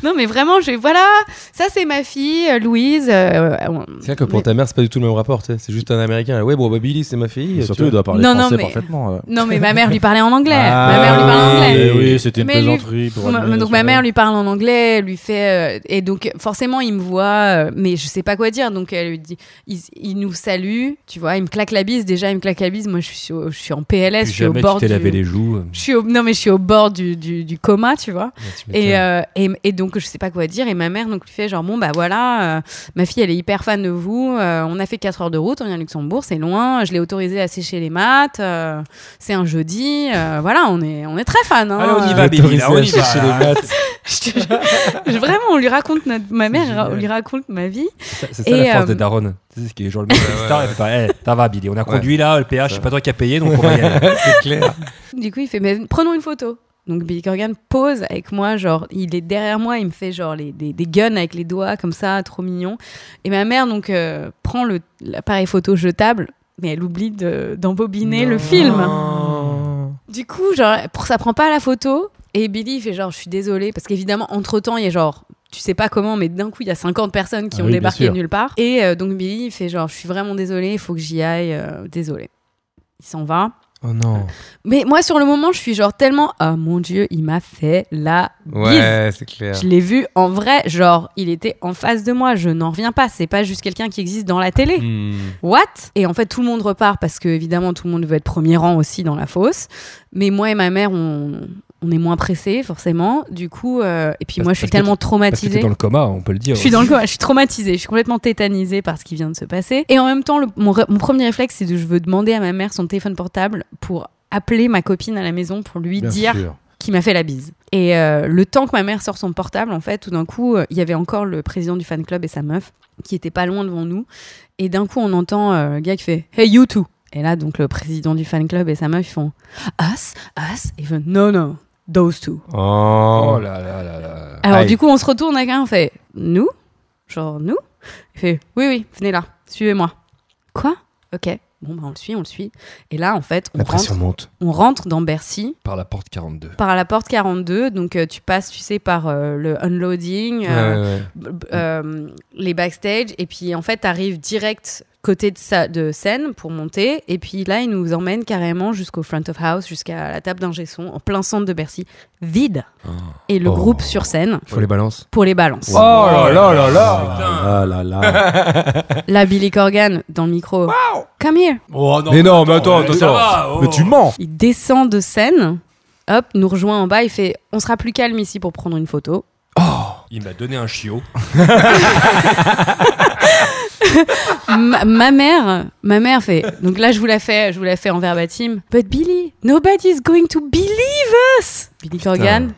Speaker 5: non mais vraiment, je voilà, ça c'est ma fille euh, Louise. euh, on-
Speaker 3: C'est vrai que pour ta mère, c'est pas du tout le même rapport. tu sais. C'est juste un américain. Ouais, bon, bah Billy, c'est ma fille. tu
Speaker 4: Surtout, il
Speaker 3: vois.
Speaker 4: doit parler
Speaker 5: Non, non,
Speaker 4: français
Speaker 5: mais-
Speaker 4: parfaitement. euh.
Speaker 5: Non, mais ma mère lui parlait en anglais.
Speaker 4: Ah,
Speaker 5: ma mère lui parlait en anglais.
Speaker 4: eh Oui, c'était une
Speaker 5: Mais lui-
Speaker 4: plaisanterie. pour
Speaker 5: Ma-
Speaker 4: amener
Speaker 5: donc
Speaker 4: sur
Speaker 5: ma
Speaker 4: la-
Speaker 5: mère lui parle en anglais, elle lui fait euh, et donc forcément il me voit, euh, mais je sais pas quoi dire. Donc elle lui dit, il, il nous salue, tu vois, il me claque la bise déjà, il me claque la bise. Moi je suis, au- je suis en PLS,
Speaker 2: Plus
Speaker 5: je suis au
Speaker 2: jamais
Speaker 5: bord
Speaker 2: tu
Speaker 5: du,
Speaker 2: t'es lavé les [LAUGHS] joues. euh,
Speaker 5: je suis au- non mais je suis au bord du, du, du coma, tu vois.
Speaker 3: Ouais, tu
Speaker 5: Et,
Speaker 3: m'étonnes.
Speaker 5: euh, et, et donc, je sais pas quoi dire. Et ma mère donc lui fait genre, bon, bah voilà, euh, ma fille, elle est hyper fan de vous. euh, on a fait 4 heures de route, on vient à Luxembourg, c'est loin. Je l'ai autorisée à sécher les maths. euh, c'est un jeudi. euh, voilà, on est, on est très fan. Hein,
Speaker 1: Allez, on y
Speaker 5: Euh,
Speaker 1: va, Billy,
Speaker 3: Autorisé
Speaker 1: là, on
Speaker 3: à
Speaker 1: y va.
Speaker 3: chercher
Speaker 1: là.
Speaker 3: les maths.
Speaker 5: [LAUGHS] je te jure. Je- vraiment, on lui raconte notre, ma mère, on lui raconte ma vie.
Speaker 2: [LAUGHS] C'est ça, c'est ça
Speaker 5: Et,
Speaker 2: la force
Speaker 5: euh,
Speaker 2: des darons. Tu sais, ce qui est genre le mec qui star, il fait, Eh, ça va, Billy, on a conduit là, le péage, c'est pas toi qui as payé, donc on [LAUGHS] va y aller.
Speaker 3: C'est clair.
Speaker 5: Du coup, il fait, mais prenons une photo. Donc Billy Corgan pose avec moi, genre, il est derrière moi, il me fait genre les, des, des guns avec les doigts, comme ça, trop mignon. Et ma mère, donc, euh, prend le- l'appareil photo jetable, mais elle oublie de- d'embobiner le film. Du coup, genre, pour- ça prend pas la photo. Et Billy, il fait genre, je suis désolé, parce qu'évidemment, entre-temps, il y a genre, tu sais pas comment, mais d'un coup, il y a 50 personnes qui
Speaker 4: Ah
Speaker 5: ont
Speaker 4: oui, bien
Speaker 5: débarqué
Speaker 4: sûr.
Speaker 5: nulle part. Et euh, donc Billy, il fait genre, je suis vraiment désolé, il faut que j'y aille, euh, désolé. Il s'en va.
Speaker 3: Oh non.
Speaker 5: Mais moi, sur le moment, je suis genre tellement. Oh mon dieu, il m'a fait la bise.
Speaker 3: Ouais, c'est clair.
Speaker 5: Je l'ai vu en vrai, genre, il était en face de moi, je n'en reviens pas, c'est pas juste quelqu'un qui existe dans la télé.
Speaker 3: Hmm.
Speaker 5: What Et en fait, tout le monde repart parce que, évidemment, tout le monde veut être premier rang aussi dans la fosse. Mais moi et ma mère, on, on est moins pressés, forcément. Du coup, euh, et puis
Speaker 2: Parce-
Speaker 5: moi, je suis
Speaker 2: parce que
Speaker 5: tellement
Speaker 2: Parce que
Speaker 5: traumatisée.
Speaker 2: t'es Bah, dans le coma, on peut le dire.
Speaker 5: Je suis dans le coma, je suis traumatisée, je suis complètement tétanisée par ce qui vient de se passer. Et en même temps, le- mon, re- mon premier réflexe, c'est de je veux demander à ma mère son téléphone portable pour appeler ma copine à la maison pour lui
Speaker 4: Bien
Speaker 5: dire
Speaker 4: sûr.
Speaker 5: qu'il m'a fait la bise. Et euh, le temps que ma mère sort son portable, en fait, tout d'un coup, euh, il y avait encore le président du fan club et sa meuf qui était pas loin devant nous. Et d'un coup, on entend euh, le gars qui fait Hey, you too Et là, donc, le président du fan club et sa meuf ils font Us, us. Et ils font No, no, those two.
Speaker 2: Oh
Speaker 3: Oh.
Speaker 2: là là là là.
Speaker 5: Alors
Speaker 3: Aïe.
Speaker 5: du coup, on se retourne avec un, on fait nous Genre nous Il fait oui, oui, venez là, suivez-moi. Quoi Ok, bon, bah, on le suit, on le suit. Et là, en fait, on,
Speaker 3: La
Speaker 5: rentre,
Speaker 3: pression monte.
Speaker 5: on rentre dans Bercy
Speaker 2: Par la porte 42.
Speaker 5: par la porte 42. Donc euh, tu passes, tu sais, par euh, le unloading, euh,
Speaker 3: Ouais, ouais, ouais.
Speaker 5: b- b- euh, les backstage. Et puis en fait, t'arrives direct côté de, sa, de scène pour monter. Et puis là, il nous emmène carrément jusqu'au front of house, jusqu'à la table d'ingé son, en plein centre de Bercy, vide. Et le
Speaker 3: Oh.
Speaker 5: groupe sur scène
Speaker 3: Faut les balances.
Speaker 5: pour les balances.
Speaker 2: Oh là là là
Speaker 4: Ah là là.
Speaker 5: Là, Billy Corgan, dans le micro. Come here.
Speaker 2: Oh
Speaker 3: mais non, mais attends, attends,
Speaker 2: ça
Speaker 3: attends.
Speaker 2: va, oh.
Speaker 3: Mais tu mens.
Speaker 5: Il descend de scène, hop, nous rejoint en bas. Il fait On sera plus calme ici pour prendre une photo.
Speaker 2: Il m'a donné un chiot.
Speaker 5: Ma, ma mère, ma mère fait. Donc là, je vous la fais, je vous la fais en verbatim. But Billy, nobody's going to believe us. Billy Corgan,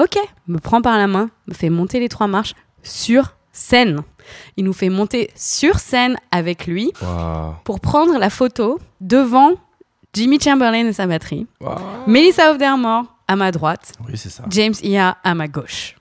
Speaker 5: ok, me prend par la main, me fait monter les trois marches sur scène. Il nous fait monter sur scène avec lui
Speaker 3: Waouh.
Speaker 5: pour prendre la photo devant Jimmy Chamberlain et sa batterie, Melissa Overmore à ma droite,
Speaker 4: Oui, c'est ça.
Speaker 5: James Ia à ma gauche.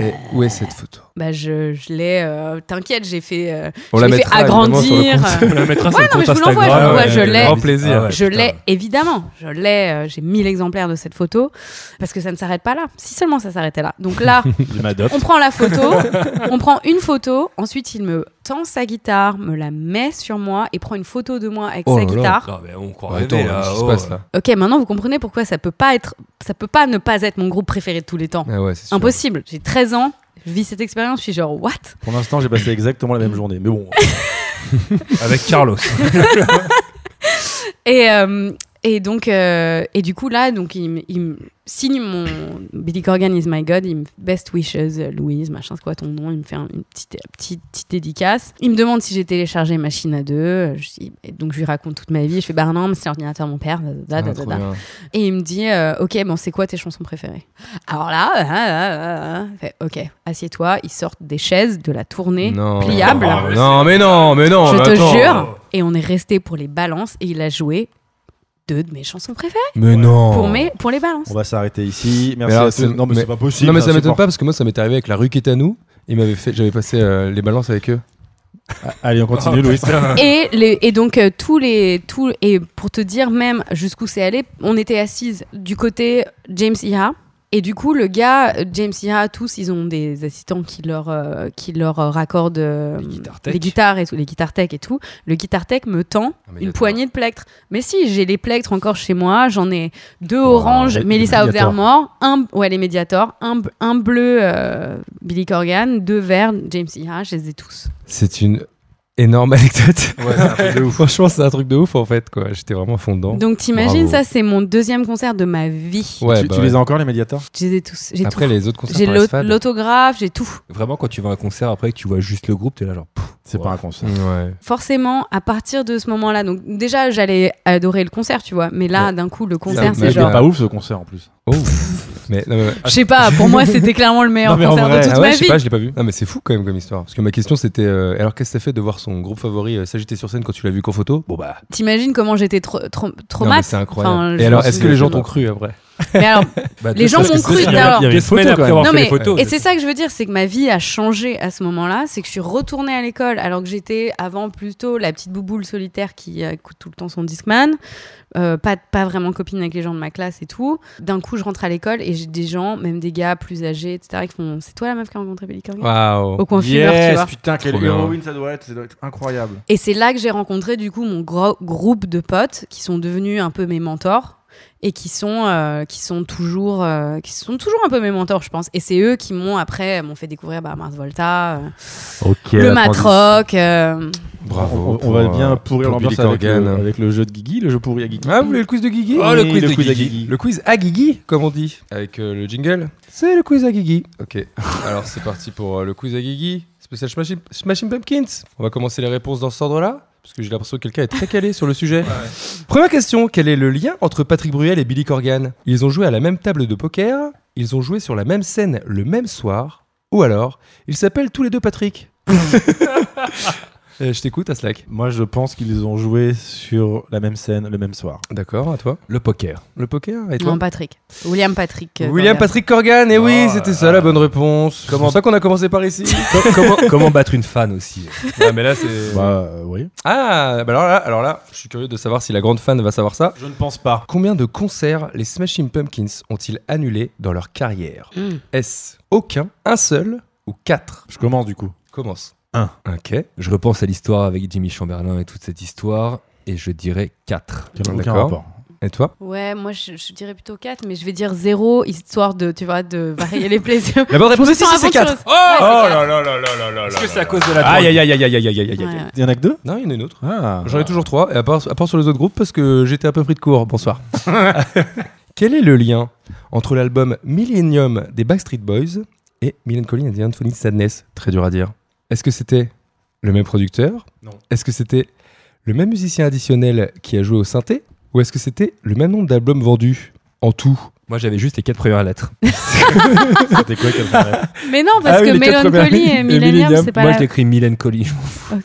Speaker 3: Et où est cette photo
Speaker 5: Bah je, je l'ai. euh, T'inquiète, j'ai fait. euh,
Speaker 3: On
Speaker 5: je
Speaker 3: la
Speaker 5: l'ai fait
Speaker 3: mettra évidemment sur le
Speaker 5: agrandir.
Speaker 3: compte.
Speaker 5: euh,
Speaker 2: On la mettra
Speaker 5: Ah Ouais, non, mais je vous l'envoie, je l'envoie, je l'ai.
Speaker 3: Grand plaisir.
Speaker 2: Ah Ouais,
Speaker 5: je
Speaker 2: putain.
Speaker 5: l'ai évidemment. Je l'ai. euh, j'ai 1000 exemplaires de cette photo parce que ça ne s'arrête pas là. Si seulement ça s'arrêtait là. Donc là,
Speaker 4: Il m'adopte.
Speaker 5: on prend la photo, on prend une photo. Ensuite, il me tend sa guitare, me la met sur moi et prend une photo de moi avec
Speaker 3: Oh
Speaker 5: sa
Speaker 3: là là.
Speaker 5: guitare.
Speaker 2: Non, mais on croit
Speaker 3: Attends,
Speaker 2: rêver, là.
Speaker 3: qu'est-ce qui se
Speaker 2: oh.
Speaker 3: passe là
Speaker 5: Ok, maintenant vous comprenez pourquoi ça peut pas être, ça peut pas ne pas être mon groupe préféré de tous les temps.
Speaker 3: Ah ouais, c'est sûr.
Speaker 5: Impossible. J'ai 13 ans, je vis cette expérience, je suis genre what
Speaker 4: Pour l'instant, j'ai passé exactement la même journée. Mais bon,
Speaker 2: Avec Carlos.
Speaker 5: Et euh, et donc euh, et du coup là, donc il, me- il me signe mon Billy Corgan is my god, il me best wishes euh, Louise, machin c'est quoi ton nom, il me fait un- une petite petite petite dédicace. Il me demande si j'ai téléchargé Machine à deux, Euh, je dis- et donc je lui raconte toute ma vie, je fais bah non, mais c'est l'ordinateur de mon père, da, da, da,
Speaker 3: Ah,
Speaker 5: da,
Speaker 3: trop
Speaker 5: da.
Speaker 3: bien.
Speaker 5: Et il me dit, euh, ok, bon, c'est quoi tes chansons préférées Alors là, euh, euh, euh, euh, il fait, ok, assieds-toi. Ils sortent des chaises de la tournée
Speaker 3: Non.
Speaker 5: pliables.
Speaker 3: Oh, Non, mais non, mais non.
Speaker 5: je
Speaker 3: mais
Speaker 5: te
Speaker 3: attends.
Speaker 5: jure. Et on est resté pour les balances et il a joué deux de mes chansons préférées
Speaker 3: Mais non.
Speaker 5: pour, mes, pour les balances.
Speaker 4: on va s'arrêter ici. Merci
Speaker 3: alors,
Speaker 4: à tous.
Speaker 3: c'est-
Speaker 4: Non, mais,
Speaker 3: mais-
Speaker 4: c'est pas possible. hein,
Speaker 3: Non, mais ça
Speaker 4: c'est
Speaker 3: m'étonne
Speaker 4: fort.
Speaker 3: pas parce que moi, ça m'est arrivé avec la rue qui est à nous. Ils m'avaient fait, j'avais passé euh, les balances avec eux.
Speaker 4: Allez, on
Speaker 3: [LAUGHS]
Speaker 4: continue, Louis.
Speaker 5: Et, les, et donc, euh, tous les. Tous, et pour te dire même jusqu'où c'est allé, on était assises du côté James Iha. Et du coup, le gars, euh, James Iha, tous, ils ont des assistants qui leur, euh, qui leur euh, raccordent euh,
Speaker 2: Les guitares tech.
Speaker 5: [LAUGHS] les guitares et tout, les guitares tech et tout. Le guitare tech me tend une poignée de plectres. Mais si, j'ai les plectres encore chez moi. J'en ai deux oranges,
Speaker 4: les- les
Speaker 5: Melissa
Speaker 4: Mediator.
Speaker 5: Overmore, un, ouais, les Mediator, un, b- un bleu, euh, Billy Corgan, deux verts, James Iha, je les ai tous.
Speaker 3: C'est une énorme [LAUGHS] anecdote.
Speaker 4: Ouais, c'est un truc de ouf.
Speaker 3: Franchement, c'est un truc de ouf en fait. quoi. J'étais vraiment à fond dedans.
Speaker 5: Donc t'imagines,
Speaker 3: Bravo.
Speaker 5: ça c'est mon deuxième concert de ma vie.
Speaker 3: Ouais,
Speaker 4: tu,
Speaker 3: bah
Speaker 4: tu
Speaker 3: ouais.
Speaker 4: les as encore, les médiateurs
Speaker 5: Je les ai tous. J'ai
Speaker 3: Après,
Speaker 5: tout.
Speaker 3: les autres concerts.
Speaker 5: J'ai
Speaker 3: paraissent
Speaker 5: l'aut-
Speaker 3: fades.
Speaker 5: l'autographe, j'ai tout.
Speaker 2: Vraiment, quand tu vas à un concert après et que tu vois juste le groupe, t'es là genre. pff,
Speaker 4: C'est
Speaker 2: Ouais.
Speaker 4: pas un concert.
Speaker 3: Ouais.
Speaker 5: Forcément, à partir de ce moment-là, donc déjà j'allais adorer le concert, tu vois, mais là d'un coup le concert
Speaker 3: me
Speaker 5: c'est
Speaker 3: met
Speaker 4: Il
Speaker 5: genre.
Speaker 4: est pas ouf ce concert en plus.
Speaker 3: Oh. Mais, non, mais-
Speaker 5: Je sais pas, pour moi
Speaker 3: [LAUGHS]
Speaker 5: c'était clairement le meilleur
Speaker 4: Non, mais en
Speaker 5: concert
Speaker 4: vrai,
Speaker 5: de toute
Speaker 3: ah ouais,
Speaker 5: ma
Speaker 3: je sais
Speaker 5: vie.
Speaker 3: pas, je l'ai pas vu. Non, mais c'est fou quand même comme histoire. Parce que ma question c'était euh, alors qu'est-ce que ça fait de voir son groupe favori euh, s'agiter sur scène quand tu l'as vu qu'en photo Bon bah,
Speaker 5: T'imagines comment j'étais trop trop
Speaker 3: non, mais
Speaker 5: traumatisée.
Speaker 3: c'est incroyable.
Speaker 5: Enfin,
Speaker 3: Et
Speaker 5: je
Speaker 3: alors,
Speaker 5: pense
Speaker 3: est-ce
Speaker 5: que-
Speaker 3: que les gens t'ont cru après
Speaker 5: Mais alors,
Speaker 2: Bah,
Speaker 5: Les
Speaker 2: tout
Speaker 5: gens
Speaker 2: ça,
Speaker 5: m'ont
Speaker 2: c'est-
Speaker 5: cru,
Speaker 2: Il y
Speaker 5: alors-
Speaker 2: a- il y a
Speaker 4: Des
Speaker 2: une semaine
Speaker 4: photos, quand
Speaker 2: après avoir
Speaker 5: Non,
Speaker 2: fait les
Speaker 5: mais-
Speaker 2: photos.
Speaker 5: Et c'est ça que je veux dire, c'est que ma vie a changé à ce moment-là. C'est que je suis retournée à l'école alors que j'étais avant plutôt la petite bouboule solitaire qui euh, écoute tout le temps son Discman, euh, pas, pas vraiment copine avec les gens de ma classe et tout. D'un coup, je rentre à l'école et j'ai des gens, même des gars plus âgés, etc., qui font C'est toi la meuf qui a rencontré Billy Corgan
Speaker 3: Waouh
Speaker 5: Au coin fileur, tu vois.
Speaker 4: Eh, putain, quelle
Speaker 3: Trop bien.
Speaker 4: héroïne ça doit être, ça doit être incroyable.
Speaker 5: Et c'est là que j'ai rencontré du coup mon gros groupe de potes qui sont devenus un peu mes mentors et qui sont euh, qui sont toujours euh, qui sont toujours un peu mes mentors je pense et c'est eux qui m'ont après m'ont fait découvrir bah, Mars Volta euh, le matroc euh,
Speaker 3: Bravo.
Speaker 4: On, on
Speaker 3: pour,
Speaker 4: va bien
Speaker 3: euh,
Speaker 4: pourrir
Speaker 3: pour Billy
Speaker 4: l'ambiance avec,
Speaker 3: Corgan.
Speaker 4: le- avec le jeu de Guigui, le jeu pourri à Guigui.
Speaker 3: Ah, vous voulez le quiz de Guigui
Speaker 4: Oh, le quiz de Guigui.
Speaker 3: Le quiz à Guigui, comme on dit. Avec euh, le jingle. C'est le quiz à Guigui. Ok. Alors, c'est parti pour euh, le quiz à Guigui. Spécial Smashing, Smashing Pumpkins. On va commencer les réponses dans cet ordre-là. Parce que j'ai l'impression que quelqu'un est très calé sur le sujet. Première question quel est le lien entre Patrick Bruel et Billy Corgan Ils ont joué à la même table de poker. Ils ont joué sur la même scène le même soir. Ou alors, ils s'appellent tous les deux [LAUGHS] Patrick. Euh, Je t'écoute, Aslak.
Speaker 4: Moi, je pense qu'ils ont joué sur la même scène le même soir.
Speaker 3: D'accord, à toi.
Speaker 2: Le poker.
Speaker 3: Le poker et toi
Speaker 5: non Patrick William Patrick euh,
Speaker 3: William
Speaker 5: Corgan.
Speaker 3: Patrick Corgan, et oui,
Speaker 2: Oh
Speaker 3: c'était
Speaker 2: là
Speaker 3: ça la bonne réponse. C'est pour ça qu'on a commencé
Speaker 2: [LAUGHS]
Speaker 3: par ici
Speaker 2: Com- [LAUGHS] comment, comment battre une fan aussi
Speaker 3: Ah, mais là, c'est.
Speaker 4: Bah, euh, oui.
Speaker 3: Ah, bah alors là, alors là, je suis curieux de savoir si la grande fan va savoir ça.
Speaker 4: Je ne pense pas.
Speaker 3: Combien de concerts les Smashing Pumpkins ont-ils annulés dans leur carrière
Speaker 5: Mm.
Speaker 3: Est-ce aucun, un seul ou quatre
Speaker 4: Je commence du coup.
Speaker 3: Commence.
Speaker 4: Un.
Speaker 3: Ok.
Speaker 2: Je repense à l'histoire avec Jimmy Chamberlain et toute cette histoire, et je dirais 4.
Speaker 4: Quel aucun
Speaker 3: D'accord.
Speaker 4: rapport.
Speaker 3: Et toi
Speaker 5: ouais moi je, je dirais plutôt 4 mais je vais dire 0 histoire de tu vois de varier les [LAUGHS] plaisirs
Speaker 3: La bonne réponse
Speaker 5: Sans
Speaker 3: ici, c'est
Speaker 5: aventureuse.
Speaker 3: quatre. Oh,
Speaker 5: Ouais, c'est
Speaker 1: Oh!
Speaker 5: quatre.
Speaker 3: là là là là là
Speaker 2: Est-ce que c'est à cause de la
Speaker 3: Aïe aïe aïe aïe aïe aïe aïe aïe.
Speaker 5: Ouais, ouais.
Speaker 4: Il y en a que deux
Speaker 3: Non, il y en a une autre.
Speaker 4: Ah.
Speaker 3: J'en ai toujours trois, et à part, à part sur les autres groupes, parce que j'étais un peu pris de court. Bonsoir. [LAUGHS] Quel est le lien entre l'album Millennium des Backstreet Boys et Melancholy and the Anthony Sadness Très dur à dire. Est-ce que c'était le même producteur
Speaker 4: Non.
Speaker 3: Est-ce que c'était le même musicien additionnel qui a joué au synthé Ou est-ce que c'était le même nombre d'albums vendus en tout
Speaker 2: Moi j'avais juste les 4 premières lettres.
Speaker 4: C'était quoi quel [LAUGHS] rapport
Speaker 5: mais non parce
Speaker 3: Ah oui,
Speaker 5: que
Speaker 3: les quatre
Speaker 5: Melancholy
Speaker 3: [LAUGHS] premières.
Speaker 5: et Millennium c'est pas
Speaker 2: Moi
Speaker 5: la-
Speaker 2: j'ai écrit Mylène Colli.